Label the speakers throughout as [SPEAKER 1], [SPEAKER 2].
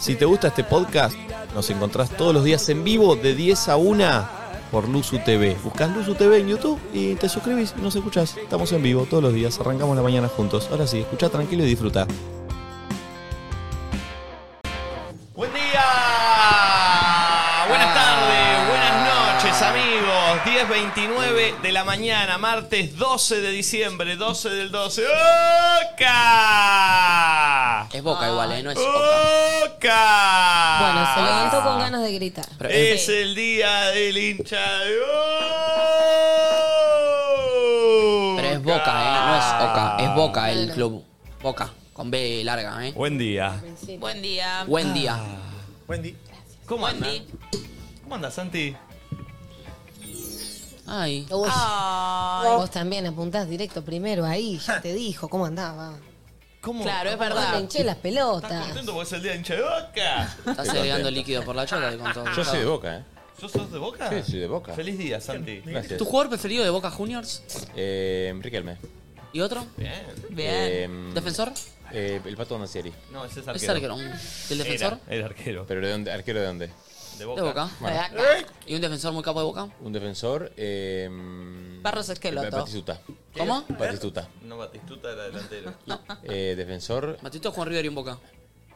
[SPEAKER 1] Si te gusta este podcast, nos encontrás todos los días en vivo de 10 a 1 por Luzu TV. Buscás Luzu TV en YouTube y te suscribís y nos escuchás. Estamos en vivo todos los días, arrancamos la mañana juntos. Ahora sí, escucha tranquilo y disfruta. Buen día, buenas tardes, buenas noches amigos. 10.29 de la mañana, martes 12 de diciembre, 12 del 12. ¡Oca!
[SPEAKER 2] Es boca igual, ¿eh? No es
[SPEAKER 1] Ah.
[SPEAKER 2] boca.
[SPEAKER 1] ¡Oca!
[SPEAKER 3] Bueno, se levantó con ganas de gritar.
[SPEAKER 2] Pero
[SPEAKER 1] Es
[SPEAKER 2] es-
[SPEAKER 1] el día del hincha de
[SPEAKER 2] pero es boca, ¿eh? No
[SPEAKER 1] Ah.
[SPEAKER 2] es oca. Es boca el club. Boca. Con B larga, ¿eh?
[SPEAKER 1] Buen día. Ah.
[SPEAKER 4] Buen día. Ah.
[SPEAKER 2] Buen día.
[SPEAKER 1] Wendy. ¿Cómo
[SPEAKER 4] Buen
[SPEAKER 1] andas?
[SPEAKER 4] día.
[SPEAKER 1] ¿Cómo andas, Santi?
[SPEAKER 2] Ay.
[SPEAKER 3] Uy,
[SPEAKER 4] Ay,
[SPEAKER 3] vos también apuntás directo primero ahí, ya te dijo cómo andaba.
[SPEAKER 1] ¿Cómo?
[SPEAKER 4] claro, es
[SPEAKER 3] Yo le
[SPEAKER 4] verdad.
[SPEAKER 3] hinché las
[SPEAKER 1] ¿Estás
[SPEAKER 3] pelotas.
[SPEAKER 1] contento porque es el día de hincha de boca?
[SPEAKER 2] Estás segregando líquido por la choca con todo.
[SPEAKER 5] Yo soy de Boca, ¿eh?
[SPEAKER 1] ¿Yo sos de boca?
[SPEAKER 5] Sí, soy de Boca.
[SPEAKER 1] Feliz día, Santi.
[SPEAKER 5] Gracias.
[SPEAKER 2] ¿Tu jugador preferido de Boca Juniors?
[SPEAKER 5] Eh, Enrique Elme.
[SPEAKER 2] ¿Y otro?
[SPEAKER 1] Bien.
[SPEAKER 4] Bien.
[SPEAKER 5] Eh,
[SPEAKER 2] ¿Defensor?
[SPEAKER 5] eh, el Pato Donacieri.
[SPEAKER 1] No, ese es
[SPEAKER 2] Es
[SPEAKER 1] arquero.
[SPEAKER 2] arquero. ¿El defensor?
[SPEAKER 1] Era, era arquero.
[SPEAKER 5] ¿Pero de dónde? ¿Arquero de dónde?
[SPEAKER 1] De
[SPEAKER 2] De Boca. ¿Y un defensor muy capo de Boca?
[SPEAKER 5] Un defensor. Eh,
[SPEAKER 4] Barros Esqueloto.
[SPEAKER 5] Batistuta.
[SPEAKER 2] ¿Cómo?
[SPEAKER 5] Batistuta.
[SPEAKER 1] No, Batistuta era delantero.
[SPEAKER 5] Eh, defensor.
[SPEAKER 2] Matito Juan River y un Boca.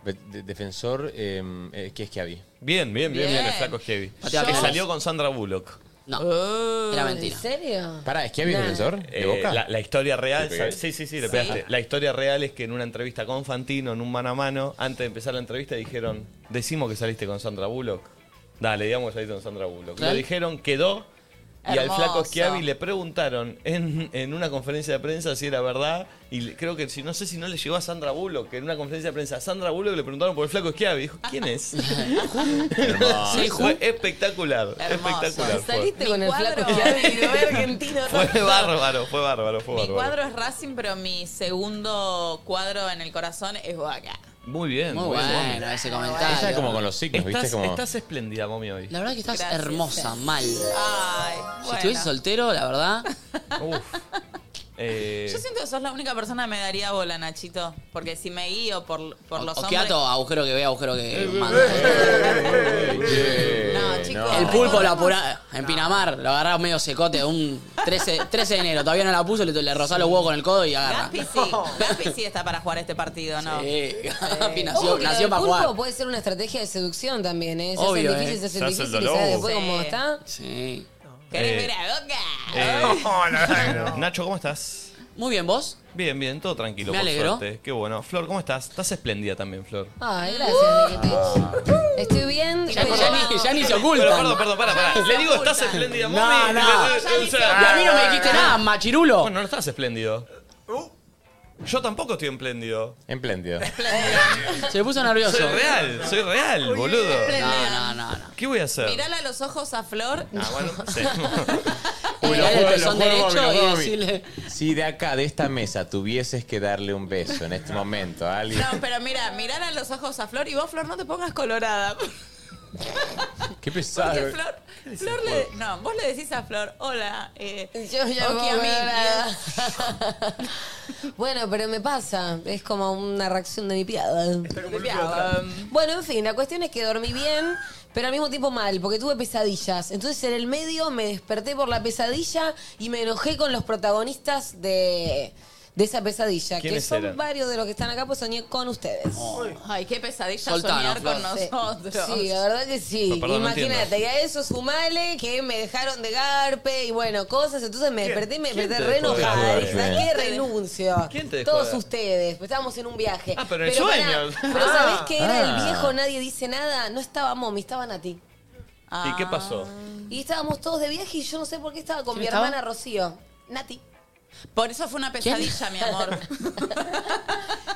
[SPEAKER 5] be- de- defensor. Eh, eh, que es Chiavi.
[SPEAKER 1] Bien, bien, bien, bien,
[SPEAKER 4] Bien.
[SPEAKER 1] el flaco Heavy.
[SPEAKER 2] Mateo
[SPEAKER 1] Que
[SPEAKER 2] Arenas.
[SPEAKER 1] salió con Sandra Bullock.
[SPEAKER 2] No, era
[SPEAKER 3] ¿En
[SPEAKER 2] mentira.
[SPEAKER 3] serio?
[SPEAKER 5] Pará, ¿es Chiavi
[SPEAKER 3] Nah.
[SPEAKER 5] defensor? ¿De
[SPEAKER 1] Eh,
[SPEAKER 5] Boca?
[SPEAKER 1] la, la historia real,
[SPEAKER 5] ¿Le
[SPEAKER 1] ¿sabes?
[SPEAKER 5] pegué?
[SPEAKER 1] sí, sí, sí, le pegaste. La historia real es que en una entrevista con Fantino, en un mano a mano, antes de empezar la entrevista dijeron, decimos que saliste con Sandra Bullock. Dale, digamos que saliste con Sandra Bullock. Lo
[SPEAKER 2] ¿Sí?
[SPEAKER 1] dijeron, quedó. Y
[SPEAKER 4] Hermoso.
[SPEAKER 1] al flaco Schiavi le preguntaron en, en una conferencia de prensa si era verdad. Y le- creo que si no sé si no le llegó a Sandra Bullock, que en una conferencia de prensa a Sandra Bullock le preguntaron por el flaco Schiavi. Dijo, ¿quién es? Sí, fue espectacular.
[SPEAKER 4] Hermoso.
[SPEAKER 1] Espectacular. Fue.
[SPEAKER 3] Saliste con el
[SPEAKER 4] cuadro,
[SPEAKER 3] flaco Chiavi.
[SPEAKER 4] lo veo argentino
[SPEAKER 1] Fue
[SPEAKER 4] tanto.
[SPEAKER 1] bárbaro, fue bárbaro, fue
[SPEAKER 4] Mi
[SPEAKER 1] bárbaro.
[SPEAKER 4] cuadro es Racing, pero mi segundo cuadro en el corazón es Boca.
[SPEAKER 1] Muy bien,
[SPEAKER 2] Muy
[SPEAKER 1] muy bien.
[SPEAKER 2] bueno ese comentario.
[SPEAKER 5] Ella como con los signos,
[SPEAKER 1] Estás,
[SPEAKER 5] ¿viste? Como...
[SPEAKER 1] estás espléndida, mami, hoy.
[SPEAKER 2] La verdad que estás
[SPEAKER 4] Gracias.
[SPEAKER 2] hermosa, mal.
[SPEAKER 4] Ay, bueno.
[SPEAKER 2] Si estuviese soltero, la verdad,
[SPEAKER 1] Uf. Eh,
[SPEAKER 4] Yo siento que sos la única persona que me daría bola, Nachito. Porque si me guío por, por los hombres.
[SPEAKER 2] Oqueato, agujero que ve, agujero que manda.
[SPEAKER 5] Eh,
[SPEAKER 4] No, chicos.
[SPEAKER 2] El pulpo lo
[SPEAKER 4] la
[SPEAKER 2] apurá en Pinamar, lo agarraba medio secote, un 13, 13 de enero, todavía no la puso, le, le rozá los huevos con el codo y agarra.
[SPEAKER 4] Gaspi sí. Gaspi sí está para jugar este partido, ¿no?
[SPEAKER 2] Sí, Gaspi
[SPEAKER 3] Ojo
[SPEAKER 2] nació,
[SPEAKER 3] que lo
[SPEAKER 2] nació
[SPEAKER 3] del
[SPEAKER 2] para
[SPEAKER 3] pulpo
[SPEAKER 2] jugar.
[SPEAKER 3] puede ser una estrategia de seducción también, ¿eh? Se
[SPEAKER 2] Obvio,
[SPEAKER 3] hacen difíciles,
[SPEAKER 2] ¿eh?
[SPEAKER 3] se
[SPEAKER 1] Se
[SPEAKER 3] hacen
[SPEAKER 1] hace el
[SPEAKER 3] difíciles,
[SPEAKER 1] dolor.
[SPEAKER 3] ¿sabes después
[SPEAKER 4] Sí.
[SPEAKER 3] cómo está?
[SPEAKER 2] Sí.
[SPEAKER 4] ¿Querés
[SPEAKER 1] Eh.
[SPEAKER 4] ver a Boca?
[SPEAKER 1] eh, Nacho, ¿cómo estás?
[SPEAKER 2] Muy bien, vos.
[SPEAKER 1] Bien, bien, todo tranquilo.
[SPEAKER 2] Me
[SPEAKER 1] por
[SPEAKER 2] alegro.
[SPEAKER 1] suerte. Qué bueno. Flor, ¿cómo estás? Estás espléndida también, Flor.
[SPEAKER 3] Ay, Ah. gracias, amiguitos. Estoy bien,
[SPEAKER 2] Ya,
[SPEAKER 3] pero-
[SPEAKER 2] ya ni, ya ni se ocultan.
[SPEAKER 1] Pero, perdón, perdón, para, para. Le digo, estás espléndida,
[SPEAKER 2] No,
[SPEAKER 1] mami.
[SPEAKER 2] no.
[SPEAKER 1] Le- le- le- o sea,
[SPEAKER 2] Y a mí no me dijiste nada, machirulo.
[SPEAKER 1] Bueno, no estás espléndido. Yo tampoco estoy espléndido.
[SPEAKER 5] Espléndido.
[SPEAKER 2] Se puso nervioso.
[SPEAKER 1] Soy real, soy real, boludo.
[SPEAKER 2] No, no, no, no.
[SPEAKER 1] ¿Qué voy a hacer?
[SPEAKER 4] Mirala a los ojos a Flor.
[SPEAKER 1] Ah, bueno, sí.
[SPEAKER 2] Mirá el
[SPEAKER 5] juego,
[SPEAKER 2] pezón
[SPEAKER 5] lo juego,
[SPEAKER 2] derecho
[SPEAKER 5] lo juego,
[SPEAKER 2] y
[SPEAKER 5] mi-
[SPEAKER 2] decirle.
[SPEAKER 5] Si de acá, de esta mesa, tuvieses que darle un beso en este momento a alguien.
[SPEAKER 4] No, pero mira, mirala a los ojos a Flor y vos, Flor, no te pongas colorada.
[SPEAKER 5] Qué
[SPEAKER 4] Porque
[SPEAKER 5] pesado.
[SPEAKER 4] Flor, Flor le, no, vos le decís a Flor, hola, eh,
[SPEAKER 3] Yo ya
[SPEAKER 4] ok,
[SPEAKER 3] me
[SPEAKER 4] a mí,
[SPEAKER 3] colorada. Bueno, pero me pasa. Es como una reacción de mi piada.
[SPEAKER 4] y- Piaba.
[SPEAKER 3] Bueno, en fin, la cuestión es que dormí bien, pero al mismo tiempo mal, porque tuve pesadillas. Entonces en el medio me desperté por la pesadilla y me enojé con los protagonistas de, de esa pesadilla, que
[SPEAKER 1] ¿Quiénes
[SPEAKER 3] son
[SPEAKER 1] eran?
[SPEAKER 3] varios de los que están acá, pues soñé con ustedes.
[SPEAKER 4] Ay, qué pesadilla
[SPEAKER 2] Soltanos,
[SPEAKER 4] soñar con
[SPEAKER 2] Flor.
[SPEAKER 3] Sí.
[SPEAKER 4] nosotros.
[SPEAKER 3] Sí, la verdad que sí.
[SPEAKER 1] No, perdón, no
[SPEAKER 3] Imagínate, y a eso sumale que me dejaron de garpe y bueno, cosas. Entonces me desperté y me
[SPEAKER 1] quién
[SPEAKER 3] desperté
[SPEAKER 1] te
[SPEAKER 3] re
[SPEAKER 1] dejó de
[SPEAKER 3] enojada.
[SPEAKER 2] eh.
[SPEAKER 5] garpe?
[SPEAKER 3] Dije, ¿sabes qué? Renuncio.
[SPEAKER 1] ¿Quién te dejó
[SPEAKER 3] Todos
[SPEAKER 1] de-
[SPEAKER 3] ustedes. pues, Estábamos en un viaje.
[SPEAKER 1] Ah, pero en sueños. Ah.
[SPEAKER 3] pará, pero ¿sabés qué era
[SPEAKER 2] Ah.
[SPEAKER 3] el viejo? Nadie dice nada. No estaba Momi, estaba Nati.
[SPEAKER 1] ¿Y qué pasó?
[SPEAKER 4] Ah,
[SPEAKER 3] Y estábamos todos de viaje y yo no sé por qué estaba con
[SPEAKER 2] ¿Quién
[SPEAKER 3] mi
[SPEAKER 2] estaba?
[SPEAKER 3] hermana Rocío. Nati.
[SPEAKER 4] Por eso fue una pesadilla, mi amor.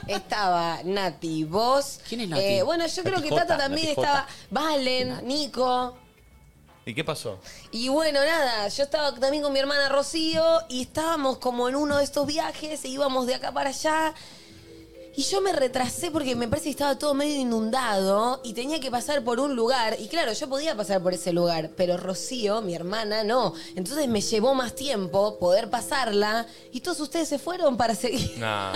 [SPEAKER 3] Estaba Nati, vos.
[SPEAKER 2] ¿Quién es Nati?
[SPEAKER 3] Eh, bueno, yo creo
[SPEAKER 5] Nati
[SPEAKER 3] que
[SPEAKER 5] Jota,
[SPEAKER 3] Tata también
[SPEAKER 5] Nati Jota.
[SPEAKER 3] estaba. Valen, Nico.
[SPEAKER 1] ¿Y qué pasó?
[SPEAKER 3] Y bueno, nada, yo estaba también con mi hermana Rocío y estábamos como en uno de estos viajes e íbamos de acá para allá. Y yo me retrasé porque me parece que estaba todo medio inundado y tenía que pasar por un lugar. Y claro, yo podía pasar por ese lugar, pero Rocío, mi hermana, no. Entonces me llevó más tiempo poder pasarla y todos ustedes se fueron para seguir.
[SPEAKER 1] Nah.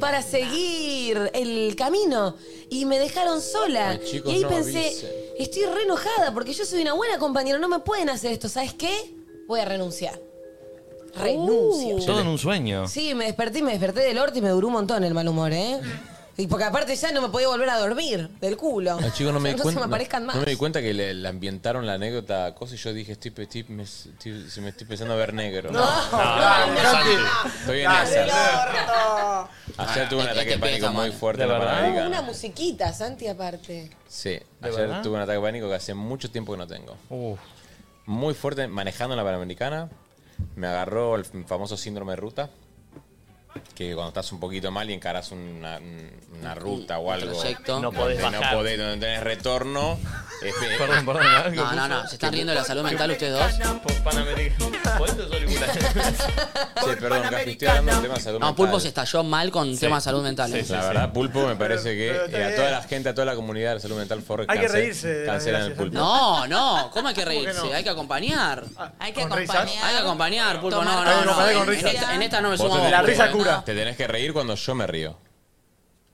[SPEAKER 3] para seguir el camino. Y me dejaron sola.
[SPEAKER 6] Ay, chicos,
[SPEAKER 3] y ahí
[SPEAKER 6] no
[SPEAKER 3] pensé,
[SPEAKER 6] avisen.
[SPEAKER 3] estoy re enojada porque yo soy una buena compañera, no me pueden hacer esto. ¿Sabes qué? Voy a renunciar. Renuncio.
[SPEAKER 5] Uh.
[SPEAKER 1] Todo en un sueño.
[SPEAKER 3] Sí, me desperté y me desperté del orto y me duró un montón el mal humor, ¿eh? Y porque aparte ya no me podía volver a dormir del culo.
[SPEAKER 5] No, chicos, no
[SPEAKER 3] O sea,
[SPEAKER 5] me, di cuenta,
[SPEAKER 3] se me
[SPEAKER 5] no-
[SPEAKER 3] aparezcan más.
[SPEAKER 5] no me di cuenta que le, le ambientaron la anécdota a cosa y yo dije, estoy, pe- estoy- me, estoy- se me estoy pensando a ver negro.
[SPEAKER 3] No,
[SPEAKER 6] no, no.
[SPEAKER 5] estoy en
[SPEAKER 6] Dale,
[SPEAKER 5] esa. Ayer
[SPEAKER 2] Este
[SPEAKER 5] tuve un ataque de pánico muy fuerte en la
[SPEAKER 3] No, una
[SPEAKER 5] panamericana.
[SPEAKER 3] musiquita, Santi, aparte.
[SPEAKER 5] Sí,
[SPEAKER 1] ¿De
[SPEAKER 5] ayer
[SPEAKER 1] verdad?
[SPEAKER 5] tuve un ataque de pánico que hace mucho tiempo que no tengo.
[SPEAKER 1] Uf.
[SPEAKER 5] Muy fuerte, manejando en la panamericana. Me agarró el famoso síndrome de ruta. Que cuando estás un poquito mal y encarás una, una ruta o algo.
[SPEAKER 2] trayecto.
[SPEAKER 1] No podés
[SPEAKER 5] donde
[SPEAKER 1] bajar.
[SPEAKER 5] No podés, donde tenés retorno. este, es- es-
[SPEAKER 1] Perdón, perdón. algo
[SPEAKER 2] No, no, no. ¿Se están riendo de la salud mental ustedes dos?
[SPEAKER 1] puso. Por Panamericana. Por eso soy
[SPEAKER 5] Sí, perdón, Capi, estoy hablando del tema de salud
[SPEAKER 2] No,
[SPEAKER 5] mental.
[SPEAKER 2] Pulpo se estalló mal con temas de salud mental. eh.
[SPEAKER 1] Sí, sí,
[SPEAKER 5] La
[SPEAKER 1] sí.
[SPEAKER 5] verdad, Pulpo me parece que
[SPEAKER 7] Pero- pero está
[SPEAKER 5] eh, a toda
[SPEAKER 7] bien.
[SPEAKER 5] la gente, a toda la comunidad de salud mental, Forrest,
[SPEAKER 7] Hay que reírse de las
[SPEAKER 5] cancelan el
[SPEAKER 7] desgracias.
[SPEAKER 5] Pulpo.
[SPEAKER 2] No, no. ¿Cómo hay que reírse?
[SPEAKER 7] no?
[SPEAKER 2] Hay que acompañar.
[SPEAKER 4] Hay que
[SPEAKER 7] ¿Con risas?
[SPEAKER 4] acompañar.
[SPEAKER 2] Hay que acompañar, Pulpo.
[SPEAKER 4] Tomar
[SPEAKER 2] No,
[SPEAKER 4] con
[SPEAKER 2] no, no.
[SPEAKER 7] comparé con
[SPEAKER 2] En
[SPEAKER 7] risas.
[SPEAKER 2] esta, en esta no me
[SPEAKER 5] Vos
[SPEAKER 2] sumo. a
[SPEAKER 5] te
[SPEAKER 2] vos,
[SPEAKER 7] La
[SPEAKER 2] Pulpo,
[SPEAKER 7] risa
[SPEAKER 2] ¿eh?
[SPEAKER 7] cura.
[SPEAKER 5] Te tenés que reír cuando yo me río.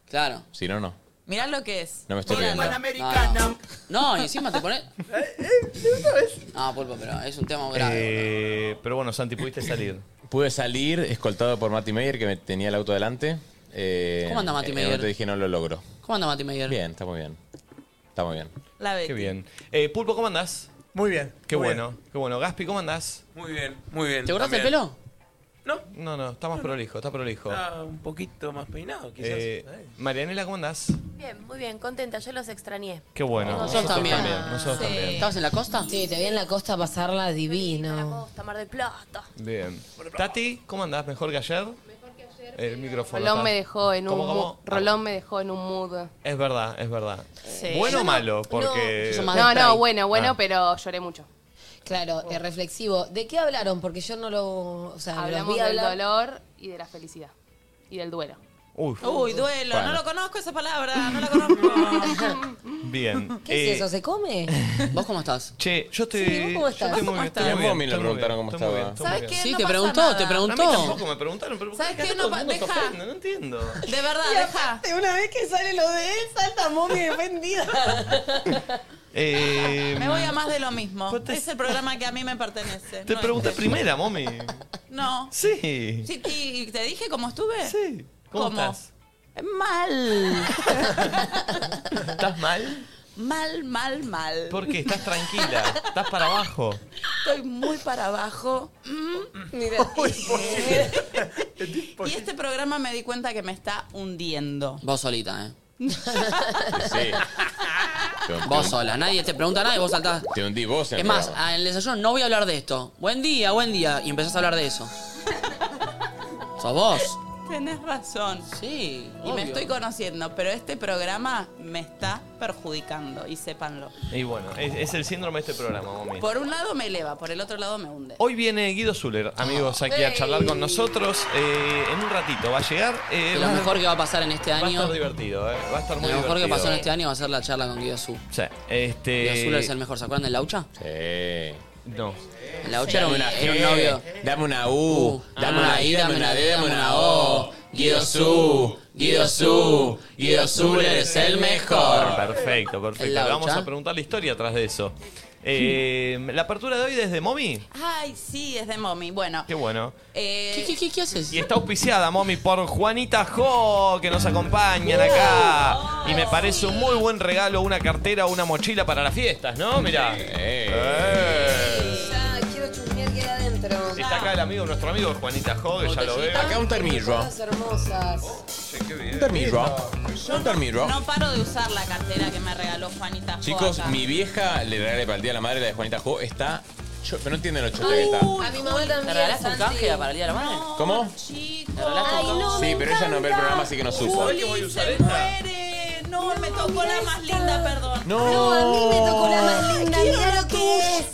[SPEAKER 2] Claro.
[SPEAKER 5] Si no, no.
[SPEAKER 4] Mirá lo que es.
[SPEAKER 5] No me estoy
[SPEAKER 4] Mirá.
[SPEAKER 5] riendo.
[SPEAKER 2] No, no. no, y encima te pones.
[SPEAKER 5] Eh,
[SPEAKER 2] No, Pulpo, pero es un tema grave.
[SPEAKER 1] Eh, pero bueno, Santi, pudiste salir.
[SPEAKER 5] Pude salir escoltado por Mati Meyer, que me tenía el auto delante. Eh,
[SPEAKER 2] ¿Cómo anda Mati
[SPEAKER 5] en-
[SPEAKER 2] Meyer?
[SPEAKER 5] en un momento dije, no lo logro.
[SPEAKER 1] Eh,
[SPEAKER 2] ¿Cómo anda Mati Meyer?
[SPEAKER 5] Bien, está muy bien. Está muy bien.
[SPEAKER 4] La Betty.
[SPEAKER 1] Qué bien. Eh, Pulpo, ¿cómo andás?
[SPEAKER 7] Muy bien.
[SPEAKER 1] Qué
[SPEAKER 7] muy
[SPEAKER 1] bueno, qué bueno. Gaspi, ¿cómo andás?
[SPEAKER 8] Muy bien, muy bien.
[SPEAKER 2] ¿Te cortaste el
[SPEAKER 8] también.
[SPEAKER 2] pelo?
[SPEAKER 8] No,
[SPEAKER 1] No, no, está más prolijo, está prolijo.
[SPEAKER 8] está un poquito más peinado, quizás.
[SPEAKER 1] Eh,
[SPEAKER 8] Eh,
[SPEAKER 1] Marianela, ¿cómo andás?
[SPEAKER 9] Bien, muy bien, contenta, yo los extrañé.
[SPEAKER 1] Qué bueno.
[SPEAKER 2] Nosotros también.
[SPEAKER 1] Nosotros
[SPEAKER 4] Sí.
[SPEAKER 1] también.
[SPEAKER 2] ¿Estabas en la costa?
[SPEAKER 3] Sí, te vi en la costa pasarla
[SPEAKER 9] Para
[SPEAKER 3] divino.
[SPEAKER 9] Costa, Mar del Plata.
[SPEAKER 1] Bien. Tati, ¿cómo andás? ¿Mejor que ayer? El micrófono.
[SPEAKER 6] Rolón
[SPEAKER 1] está-
[SPEAKER 6] me dejó en un
[SPEAKER 1] ¿Cómo, cómo?
[SPEAKER 6] mood. Rolón me dejó en un mood.
[SPEAKER 1] Es verdad, es verdad.
[SPEAKER 4] Sí.
[SPEAKER 1] Bueno o
[SPEAKER 3] Yo no-
[SPEAKER 1] malo,
[SPEAKER 3] no,
[SPEAKER 1] porque.
[SPEAKER 2] yo soy más-
[SPEAKER 6] No,
[SPEAKER 2] spray.
[SPEAKER 6] no, bueno, bueno,
[SPEAKER 1] Ah.
[SPEAKER 6] pero lloré mucho.
[SPEAKER 3] Claro, eh, reflexivo. ¿De qué hablaron? Porque yo no lo. O sea, los
[SPEAKER 6] Hablamos
[SPEAKER 3] vi
[SPEAKER 6] del
[SPEAKER 3] hablar.
[SPEAKER 6] dolor y de la felicidad. Y del duelo.
[SPEAKER 1] Uy,
[SPEAKER 4] Uy, duelo.
[SPEAKER 5] Bueno.
[SPEAKER 4] No lo conozco esa palabra. No la conozco.
[SPEAKER 1] bien.
[SPEAKER 3] ¿Qué
[SPEAKER 1] Eh,
[SPEAKER 3] es Ah, eso? ¿Se come?
[SPEAKER 2] ¿Vos cómo estás?
[SPEAKER 1] Che, yo estoy.
[SPEAKER 3] Sí, ¿vos cómo estás?
[SPEAKER 1] Yo estoy muy bien.
[SPEAKER 4] ¿Cómo
[SPEAKER 1] estoy
[SPEAKER 5] estás?
[SPEAKER 1] este muy
[SPEAKER 5] A
[SPEAKER 1] bien,
[SPEAKER 5] mí me
[SPEAKER 1] estoy muy bien,
[SPEAKER 5] preguntaron cómo
[SPEAKER 1] estoy muy
[SPEAKER 5] estaba.
[SPEAKER 1] bien, estoy muy
[SPEAKER 4] ¿Sabes
[SPEAKER 1] bien.
[SPEAKER 4] qué?
[SPEAKER 2] Sí,
[SPEAKER 4] no
[SPEAKER 2] te
[SPEAKER 4] pasa
[SPEAKER 2] preguntó,
[SPEAKER 4] nada.
[SPEAKER 2] te
[SPEAKER 1] A mí
[SPEAKER 2] preguntó.
[SPEAKER 1] tampoco me preguntaron, pero ¿por
[SPEAKER 4] ¿Sabes
[SPEAKER 1] qué
[SPEAKER 4] qué?
[SPEAKER 1] todo
[SPEAKER 4] No
[SPEAKER 1] el
[SPEAKER 4] pa-
[SPEAKER 1] mundo se
[SPEAKER 4] deja.
[SPEAKER 1] ofende? No entiendo.
[SPEAKER 4] De verdad, deja.
[SPEAKER 3] Una vez que sale lo de él, salta momia defendida.
[SPEAKER 1] Eh,
[SPEAKER 4] Me voy a más de lo mismo.
[SPEAKER 1] Vos te-
[SPEAKER 4] Es el programa que a mí me pertenece.
[SPEAKER 1] Te
[SPEAKER 4] no
[SPEAKER 1] pregunté primera, mami.
[SPEAKER 4] es- No.
[SPEAKER 1] Sí.
[SPEAKER 4] Sí, y te dije cómo estuve.
[SPEAKER 1] Sí. ¿Cómo, estás?
[SPEAKER 4] Mal.
[SPEAKER 1] ¿Estás mal?
[SPEAKER 4] Mal, mal, mal.
[SPEAKER 1] ¿Por qué? ¿Estás tranquila? ¿Estás para abajo?
[SPEAKER 4] Estoy muy para abajo. Mm. Y este programa me di cuenta que me está hundiendo.
[SPEAKER 2] Vos solita, ¿eh?
[SPEAKER 5] Sí. Te- te-
[SPEAKER 2] Vos sola. Nadie te pregunta nada y vos saltás.
[SPEAKER 5] Te hundí vos en el
[SPEAKER 2] Es más,
[SPEAKER 5] programa.
[SPEAKER 2] ah, en el desayuno no voy a hablar de esto. Buen día, buen día. Y empezás a hablar de eso. ¿Sos vos?
[SPEAKER 4] Tenés razón.
[SPEAKER 2] Sí.
[SPEAKER 4] Y me estoy conociendo, pero este programa me está perjudicando, y sépanlo.
[SPEAKER 1] Y bueno, es, es el síndrome de este programa, mami.
[SPEAKER 4] Por un lado me eleva, por el otro lado me hunde.
[SPEAKER 1] Hoy viene Guido Zuller, amigos, aquí a charlar con nosotros. Eh, en un ratito va a llegar. eh,
[SPEAKER 2] Lo
[SPEAKER 1] va-
[SPEAKER 2] mejor que va a pasar en este
[SPEAKER 1] va a
[SPEAKER 2] año.
[SPEAKER 1] estar
[SPEAKER 2] Lo
[SPEAKER 1] divertido, eh, va a estar muy
[SPEAKER 2] mejor que
[SPEAKER 1] divertido.
[SPEAKER 2] pasó en este año va a ser la charla con Guido Azul.
[SPEAKER 1] Sí, este.
[SPEAKER 2] Guido Azul es el mejor. ¿Se acuerdan del Laucha?
[SPEAKER 5] Sí.
[SPEAKER 1] No.
[SPEAKER 2] El Laucha era un, era un
[SPEAKER 5] G,
[SPEAKER 2] novio.
[SPEAKER 5] Eh, Dame una
[SPEAKER 2] Uh,
[SPEAKER 5] U, dame una I, dame una D, dame una O. Guido Su, Guido Su, Guido Su, eres el mejor.
[SPEAKER 1] Perfecto, perfecto. Le
[SPEAKER 2] El Laucha.
[SPEAKER 1] vamos a preguntar la historia atrás de eso. Eh, la apertura de hoy desde Momi.
[SPEAKER 4] Ay, sí, es de mommy. Bueno.
[SPEAKER 1] Qué bueno.
[SPEAKER 4] eh,
[SPEAKER 2] ¿Qué, qué, qué, qué haces?
[SPEAKER 1] Y está auspiciada, Momi, por Juanita Jo, que nos acompañan acá. Y me parece un muy buen regalo, una cartera o una mochila para las fiestas, ¿no? Mirá. Eh.
[SPEAKER 3] Ya, quiero chusmear que era adentro.
[SPEAKER 1] Está acá el amigo, nuestro amigo Juanita Jo, que ya lo veo.
[SPEAKER 5] Acá un termillo.
[SPEAKER 3] Cosas hermosas.
[SPEAKER 5] Un termillo. Un termillo.
[SPEAKER 4] No paro de usar la cartera que me regaló Juanita. Jo
[SPEAKER 5] Chicos,
[SPEAKER 4] acá.
[SPEAKER 5] mi vieja le regalé para el día de la madre, la de Juanita Jo, está. cho- Pero no entienden lo chota que está.
[SPEAKER 3] a mi mamá también.
[SPEAKER 2] ¿Te regalaste un
[SPEAKER 3] Santi.
[SPEAKER 2] canje para el Día de la Madre?
[SPEAKER 5] ¿Cómo?
[SPEAKER 4] Chicos.
[SPEAKER 2] ¿Te regalaste un
[SPEAKER 3] Ay,
[SPEAKER 2] canje?
[SPEAKER 3] no,
[SPEAKER 5] Sí,
[SPEAKER 3] me
[SPEAKER 5] pero ella no ve el
[SPEAKER 3] encanta.
[SPEAKER 5] programa, así que no supo.
[SPEAKER 4] Juli se muere. No, me tocó la más linda, perdón.
[SPEAKER 3] No, a mí me tocó la más linda. Mira lo que es.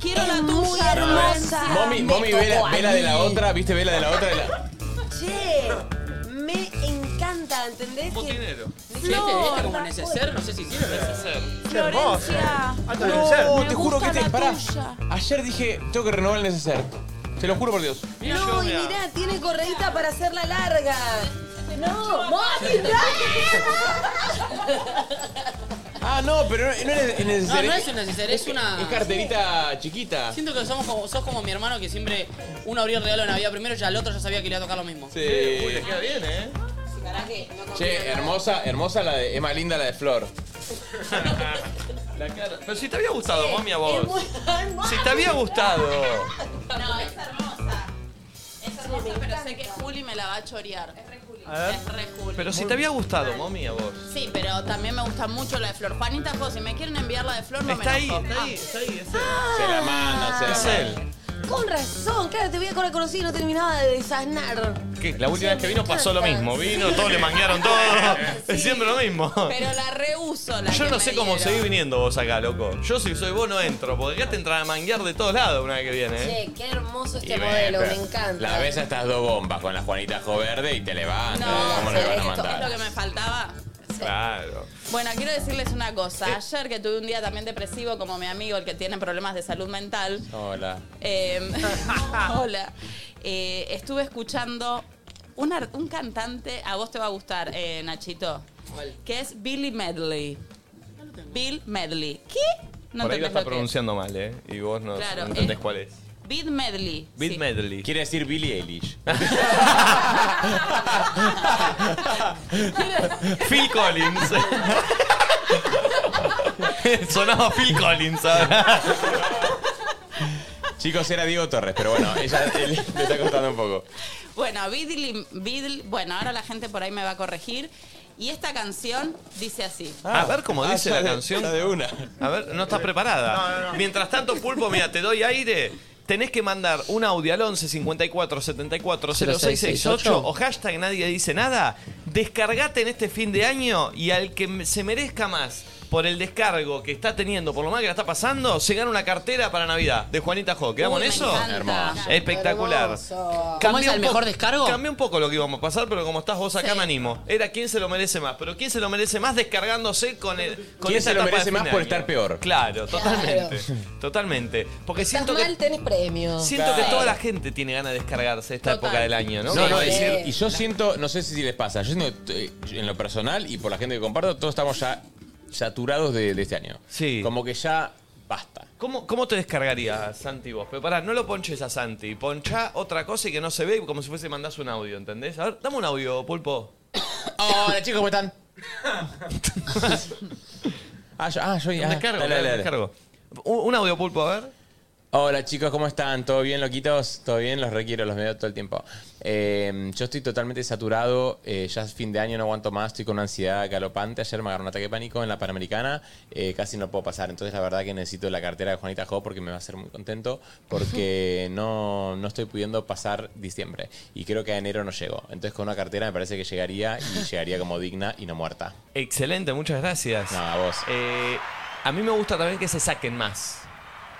[SPEAKER 4] Quiero la
[SPEAKER 3] Es
[SPEAKER 4] tuya.
[SPEAKER 3] muy hermosa.
[SPEAKER 5] Mami,
[SPEAKER 3] Me
[SPEAKER 5] mami, ve la,
[SPEAKER 3] tocó a
[SPEAKER 5] ve la de la
[SPEAKER 3] mí.
[SPEAKER 5] otra, viste, ve la de la otra. de la-
[SPEAKER 3] Che, me encanta, ¿entendés? Que...
[SPEAKER 1] Dinero.
[SPEAKER 2] ¿Este este como neceser? No sé si sirve.
[SPEAKER 4] Florencia.
[SPEAKER 7] Alto debe ser.
[SPEAKER 5] No,
[SPEAKER 4] Me
[SPEAKER 5] te juro que
[SPEAKER 4] gusta
[SPEAKER 5] te.
[SPEAKER 4] la
[SPEAKER 5] Pará.
[SPEAKER 4] tuya.
[SPEAKER 5] Ayer dije, tengo que renovar el neceser. Te lo juro por Dios.
[SPEAKER 1] Mirá,
[SPEAKER 3] no,
[SPEAKER 1] yo,
[SPEAKER 3] y
[SPEAKER 1] mirá.
[SPEAKER 3] mirá, tiene correita para hacerla larga. No, Moni,
[SPEAKER 5] Ah, no, pero no, no es
[SPEAKER 2] No,
[SPEAKER 5] necesario.
[SPEAKER 2] no es un neceser, es una.
[SPEAKER 5] Es carterita chiquita.
[SPEAKER 2] Siento que somos como, sos como mi hermano que siempre uno abrió el regalo de Navidad primero y al otro ya sabía que le iba a tocar lo mismo.
[SPEAKER 5] Sí.
[SPEAKER 1] Te queda bien, ¿eh?
[SPEAKER 5] Che, hermosa, hermosa la de. Es más linda la de Flor.
[SPEAKER 1] La cara. Pero si te había gustado, mami, a
[SPEAKER 3] Es
[SPEAKER 1] vos.
[SPEAKER 3] muy- Ay, mami.
[SPEAKER 1] Si te había gustado.
[SPEAKER 4] No, es hermosa. Es hermosa, pero sé que Juli me la va a chorear. Es re Juli. Es re Juli.
[SPEAKER 1] Pero si te había gustado, mami, a vos.
[SPEAKER 4] Sí, pero también me gusta mucho la de Flor. Juanita José, si me quieren enviar la de Flor, no
[SPEAKER 1] Está
[SPEAKER 4] me
[SPEAKER 1] ahí,
[SPEAKER 4] enojo.
[SPEAKER 1] está ahí, está ahí. es él.
[SPEAKER 5] Se la manda, se la
[SPEAKER 1] Es
[SPEAKER 5] manda.
[SPEAKER 1] él.
[SPEAKER 3] Con razón, claro, te voy a correr conocido y no terminaba de desasnar.
[SPEAKER 1] Que La última vez que vino pasó lo mismo. Vino, todos le manguearon todo. Es siempre lo mismo.
[SPEAKER 4] Ah, Pero la reuso, la
[SPEAKER 1] Yo
[SPEAKER 4] que
[SPEAKER 1] no
[SPEAKER 4] me
[SPEAKER 1] sé cómo
[SPEAKER 4] dieron.
[SPEAKER 1] seguís viniendo vos acá, loco. Yo si soy vos no entro, porque acá te entran a manguear de todos lados una vez que viene, ¿eh?
[SPEAKER 3] Che, qué hermoso
[SPEAKER 5] Y
[SPEAKER 3] este
[SPEAKER 5] bueno,
[SPEAKER 3] modelo,
[SPEAKER 5] pero
[SPEAKER 3] me encanta.
[SPEAKER 5] La ves a estas dos bombas con la Juanita Jo Verde y te levanta.
[SPEAKER 4] No,
[SPEAKER 5] ¿Cómo le van a
[SPEAKER 4] esto es lo
[SPEAKER 5] mandar?
[SPEAKER 4] que me faltaba.
[SPEAKER 1] Claro.
[SPEAKER 4] Bueno, quiero decirles una cosa. Ayer que tuve un día también depresivo, como mi amigo, el que tiene problemas de salud mental,
[SPEAKER 5] Hola.
[SPEAKER 4] eh, hola, eh, estuve escuchando un, ar- un cantante, a vos te va a gustar, eh, Nachito, que es Billy Medley. Bill Medley. ¿Qué? No
[SPEAKER 1] Por ahí
[SPEAKER 4] entendés
[SPEAKER 1] lo está
[SPEAKER 4] que es.
[SPEAKER 1] pronunciando mal, ¿eh? Y vos no,
[SPEAKER 4] Claro,
[SPEAKER 1] no entendés
[SPEAKER 4] es-
[SPEAKER 1] cuál es.
[SPEAKER 4] Bill Medley.
[SPEAKER 1] Beat
[SPEAKER 4] sí.
[SPEAKER 1] Medley.
[SPEAKER 5] Quiere decir Billie Eilish.
[SPEAKER 1] Phil Collins. Sonaba Phil Collins ahora.
[SPEAKER 5] Chicos, era Diego Torres, pero bueno, ella él- le está costando un poco.
[SPEAKER 4] Bueno, Billy, Bill- bueno, ahora la gente por ahí me va a corregir. Y esta canción dice así.
[SPEAKER 1] A ver cómo
[SPEAKER 5] Ah,
[SPEAKER 1] dice
[SPEAKER 5] ya
[SPEAKER 1] la
[SPEAKER 5] de-
[SPEAKER 1] canción.
[SPEAKER 5] ya de una.
[SPEAKER 1] A ver, no estás preparada. Mientras tanto, Pulpo, mira, te doy aire. Tenés que mandar un audio al 11 54 74 0668 o hashtag nadie dice nada. Descargate en este fin de año y al que me- se merezca más por el descargo que está teniendo, por lo mal que la está pasando, se gana una cartera para Navidad de Juanita Jo. ¿Quedamos
[SPEAKER 4] Uy,
[SPEAKER 1] en
[SPEAKER 4] me
[SPEAKER 1] eso?
[SPEAKER 4] encanta.
[SPEAKER 5] Hermoso.
[SPEAKER 1] Espectacular.
[SPEAKER 3] Hermoso.
[SPEAKER 1] Cambié
[SPEAKER 2] ¿Cómo es
[SPEAKER 1] un
[SPEAKER 2] el
[SPEAKER 1] po-
[SPEAKER 2] mejor descargo?
[SPEAKER 1] Cambié un poco lo que íbamos a pasar, pero como estás vos acá
[SPEAKER 4] Sí.
[SPEAKER 1] me animo. Era quién se lo merece más, pero quién se lo merece más descargándose con el. Con
[SPEAKER 5] ¿Quién
[SPEAKER 1] esa
[SPEAKER 5] se lo
[SPEAKER 1] etapa de
[SPEAKER 5] merece
[SPEAKER 1] fin
[SPEAKER 5] más
[SPEAKER 1] de
[SPEAKER 5] por
[SPEAKER 1] año?
[SPEAKER 5] estar peor?
[SPEAKER 1] Claro, totalmente. Totalmente. Porque
[SPEAKER 3] Estás
[SPEAKER 1] siento
[SPEAKER 3] mal,
[SPEAKER 1] que.
[SPEAKER 3] tenés premio.
[SPEAKER 1] Siento que
[SPEAKER 5] Claro.
[SPEAKER 1] toda la gente tiene ganas de descargarse esta
[SPEAKER 4] Total.
[SPEAKER 1] época del año, ¿no?
[SPEAKER 5] No, no,
[SPEAKER 1] Sí.
[SPEAKER 5] y,
[SPEAKER 3] Sí.
[SPEAKER 5] y yo siento, no sé si les pasa, yo siento eh, en lo personal y por la gente que comparto, todos estamos ya saturados de, de este año.
[SPEAKER 1] Sí.
[SPEAKER 5] Como que ya basta.
[SPEAKER 1] ¿Cómo, ¿Cómo te descargarías, Santi, vos? Pero pará, no lo ponches a Santi. Ponchá otra cosa y que no se ve como si fuese mandás un audio, ¿entendés? A ver, dame un audio, Pulpo.
[SPEAKER 5] Hola chicos, ¿cómo están? ah, yo, ah, yo
[SPEAKER 1] Un
[SPEAKER 5] ah,
[SPEAKER 1] descargo, dale,
[SPEAKER 5] dale, dale, dale.
[SPEAKER 1] descargo. Un, un audio, Pulpo, a ver.
[SPEAKER 5] Hola chicos, ¿cómo están? ¿Todo bien, loquitos? ¿Todo bien? Los requiero, los veo todo el tiempo. Eh, yo estoy totalmente saturado, eh, ya es fin de año, no aguanto más, estoy con una ansiedad galopante. Ayer me agarró un ataque de pánico en la Panamericana, eh, casi no puedo pasar. Entonces la verdad que necesito la cartera de Juanita Jo porque me va a hacer muy contento, porque no, no estoy pudiendo pasar diciembre. Y creo que a enero no llego. Entonces con una cartera me parece que llegaría y llegaría como digna y no muerta.
[SPEAKER 1] Excelente, muchas gracias.
[SPEAKER 5] No, a vos.
[SPEAKER 1] Eh, a mí me gusta también que se saquen más.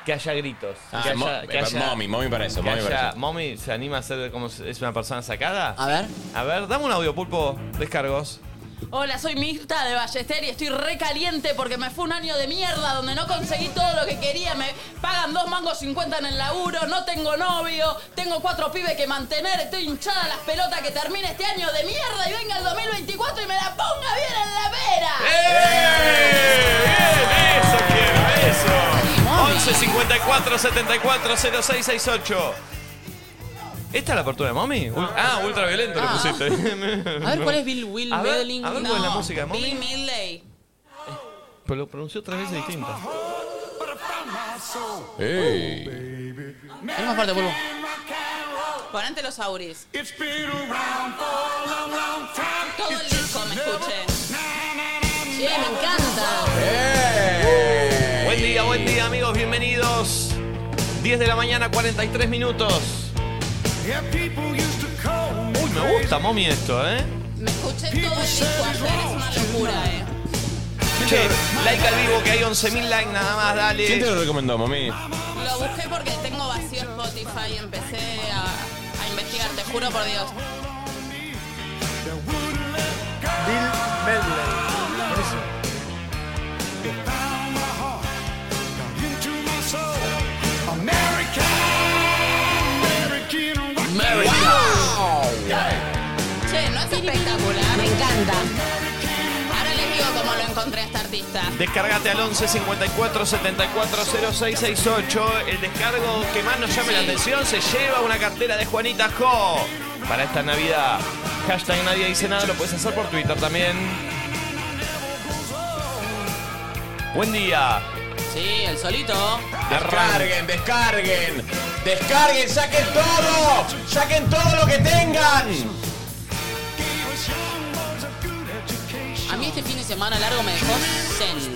[SPEAKER 1] Que haya gritos.
[SPEAKER 5] Ah,
[SPEAKER 1] que haya,
[SPEAKER 5] mo-
[SPEAKER 1] que
[SPEAKER 5] eh,
[SPEAKER 1] haya-
[SPEAKER 5] mommy, mommy para eso,
[SPEAKER 1] que
[SPEAKER 5] mommy para
[SPEAKER 1] haya-
[SPEAKER 5] eso.
[SPEAKER 1] mommy se anima a ser como si es una persona sacada.
[SPEAKER 2] A ver.
[SPEAKER 1] A ver, dame un audio, pulpo. Descargos.
[SPEAKER 4] Hola, soy Mirta de Ballester y estoy recaliente porque me fue un año de mierda donde no conseguí todo lo que quería. Me pagan dos mangos 50 en el laburo, no tengo novio, tengo cuatro pibes que mantener, estoy hinchada las pelotas que termine este año de mierda y venga el 2024 y me la ponga bien en la vera.
[SPEAKER 1] ¡Eh! ¡Eso quiero! ¡Eso! 11 54 74 0668. ¿Esta es la apertura de mommy? Ul- ah, ultraviolento
[SPEAKER 2] Ah.
[SPEAKER 1] le pusiste.
[SPEAKER 2] A ver, ¿cuál es Bill Will
[SPEAKER 1] A ver,
[SPEAKER 2] Medlin?
[SPEAKER 1] a ver cuál es la música de mommy.
[SPEAKER 4] Midley.
[SPEAKER 1] Pero lo pronunció tres veces distinta.
[SPEAKER 5] ¡Ey!
[SPEAKER 2] Es más fuerte, Pulpo.
[SPEAKER 4] Ponente los auris. Todo el disco me escuché.
[SPEAKER 3] Che, me encanta.
[SPEAKER 5] ¡Ey!
[SPEAKER 1] Buen día, buen día amigos, bienvenidos. 10 de la mañana, 43 minutos. Uy, me gusta, mommy, esto, ¿eh?
[SPEAKER 4] Me escuché todo el disco ayer, es una locura, eh.
[SPEAKER 1] Che, like al vivo que hay 11.000 likes nada más,
[SPEAKER 5] ¿Quién te
[SPEAKER 1] dale.
[SPEAKER 5] lo recomendó, mami?
[SPEAKER 4] Lo busqué porque tengo vacío Spotify y empecé a, a investigar, te juro por Dios.
[SPEAKER 8] Bill Medley. Buenísimo.
[SPEAKER 4] Che, no es espectacular. cómo lo encontré a este artista.
[SPEAKER 1] Descargate al 11 54 74 06 68. El descargo que más nos llame la atención se lleva una cartera de Juanita Jo para esta Navidad. Hashtag nadie dice nada, lo puedes hacer por Twitter también. Buen día.
[SPEAKER 2] Sí, el solito.
[SPEAKER 5] Descarguen, descarguen. Descarguen, saquen todo. Saquen todo lo que tengan.
[SPEAKER 2] A mí este fin de semana largo me dejó zen.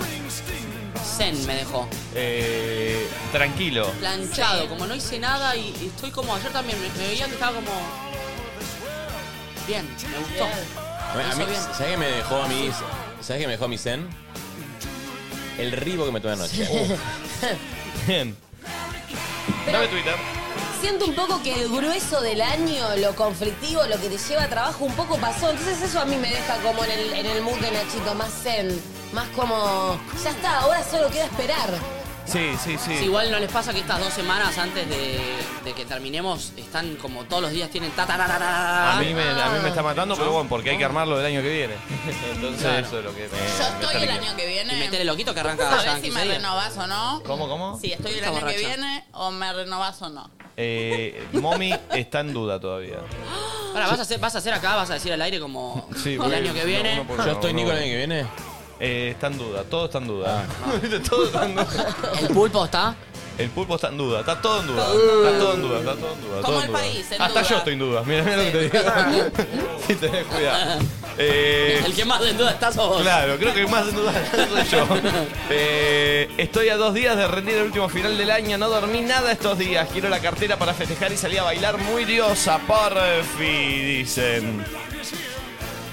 [SPEAKER 2] Zen me
[SPEAKER 1] Oh.
[SPEAKER 2] dejó.
[SPEAKER 1] Eh, tranquilo.
[SPEAKER 2] Planchado, como no hice nada y y estoy como ayer también. Me, me veía que estaba como. Bien, me gustó.
[SPEAKER 5] A mí- ¿Sabes qué me dejó a mí? ¿Sabes qué me dejó a mi zen? El ribo que me tuve anoche.
[SPEAKER 1] Oh. Bien. Dame Twitter.
[SPEAKER 3] Siento un poco que el grueso del año, lo conflictivo, lo que te lleva a trabajo, un poco pasó. Entonces eso a mí me deja como en el, en el mood de Nachito, más zen, más como, ya está, ahora solo queda esperar.
[SPEAKER 1] Sí, sí, sí.
[SPEAKER 2] Si igual no les pasa que estas dos semanas antes de, de que terminemos están como todos los días tienen ta ta, ta, ta, ta, ta.
[SPEAKER 1] A mí, me, a mí me está matando, pero bueno, porque hay que armarlo del año que viene. Entonces eso es lo que me, me
[SPEAKER 4] Yo
[SPEAKER 1] está
[SPEAKER 4] estoy el
[SPEAKER 1] liquidando.
[SPEAKER 4] año que
[SPEAKER 2] Y
[SPEAKER 4] viene.
[SPEAKER 2] metele loquito que arranca
[SPEAKER 4] A
[SPEAKER 2] ya
[SPEAKER 4] ver
[SPEAKER 2] en
[SPEAKER 4] si
[SPEAKER 2] 15
[SPEAKER 4] me
[SPEAKER 2] días.
[SPEAKER 4] renovás o no.
[SPEAKER 1] ¿Cómo, cómo?
[SPEAKER 4] Si estoy el
[SPEAKER 2] Está
[SPEAKER 4] año que
[SPEAKER 2] borracha.
[SPEAKER 4] viene o me renovás o no.
[SPEAKER 1] Eh, Mommy está en duda todavía.
[SPEAKER 2] Ahora, ¿vas a, hacer, vas a hacer acá, vas a decir al aire como
[SPEAKER 1] Sí,
[SPEAKER 2] el
[SPEAKER 1] voy-
[SPEAKER 2] año que viene.
[SPEAKER 1] no, no puedo-
[SPEAKER 5] Yo estoy Nico el año que viene. Ah.
[SPEAKER 1] Eh, está en duda, todo está en duda. todo está en duda.
[SPEAKER 2] El pulpo está.
[SPEAKER 1] El pulpo está en duda, está todo en duda. Está todo en duda, está todo en duda.
[SPEAKER 4] Como
[SPEAKER 1] todo en
[SPEAKER 4] el
[SPEAKER 1] duda.
[SPEAKER 4] país, en
[SPEAKER 1] Hasta
[SPEAKER 4] duda.
[SPEAKER 1] yo estoy en duda, mira, mira lo que te digo. sí, tenés cuidado. Eh,
[SPEAKER 2] El que más en duda está sos vos.
[SPEAKER 1] Claro, creo que más en duda soy yo. Eh, estoy a dos días de rendir el último final del año, no dormí nada estos días. Quiero la cartera para festejar y salí a bailar muy diosa, porfi, dicen.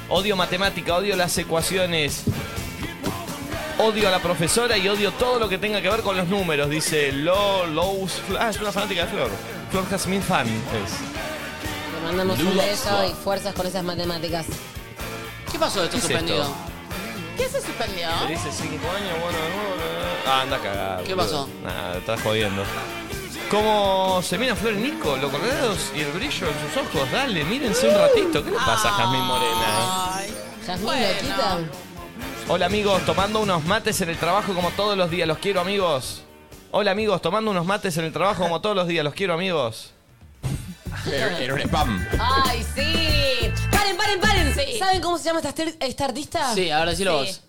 [SPEAKER 1] Odio matemática, odio las ecuaciones. Odio a la profesora y odio todo lo que tenga que ver con los números, dice Lo Lous. Ah, es una fanática de Flor. Flor Jasmine Fan es.
[SPEAKER 3] Le mandamos un beso y fuerzas con esas matemáticas.
[SPEAKER 2] ¿Qué pasó de esto
[SPEAKER 1] ¿Qué es
[SPEAKER 2] suspendido?
[SPEAKER 1] esto?
[SPEAKER 4] ¿Qué se suspendió?
[SPEAKER 1] Le dice cinco años, bueno, no, no, no. Ah, anda a cagar.
[SPEAKER 2] ¿Qué
[SPEAKER 1] boludo.
[SPEAKER 2] pasó?
[SPEAKER 1] Nada, estás jodiendo. Como se miran Flor y Nico, los colgados y el brillo en sus ojos. Dale, mírense un ratito. ¿Qué le pasa a Jazmín Morena? eh?
[SPEAKER 4] Ay.
[SPEAKER 3] Jazmín,
[SPEAKER 4] Bueno.
[SPEAKER 3] loquita.
[SPEAKER 1] Hola amigos, tomando unos mates en el trabajo como todos los días. Los quiero amigos. Hola amigos, tomando unos mates en el trabajo como todos los días. Los quiero amigos.
[SPEAKER 5] Era un spam.
[SPEAKER 3] ¡Ay, sí! ¡Paren, paren, paren! ¿Saben cómo se llama esta, aster- esta artista?
[SPEAKER 2] Sí, ahora decilo
[SPEAKER 4] Sí.
[SPEAKER 2] vos.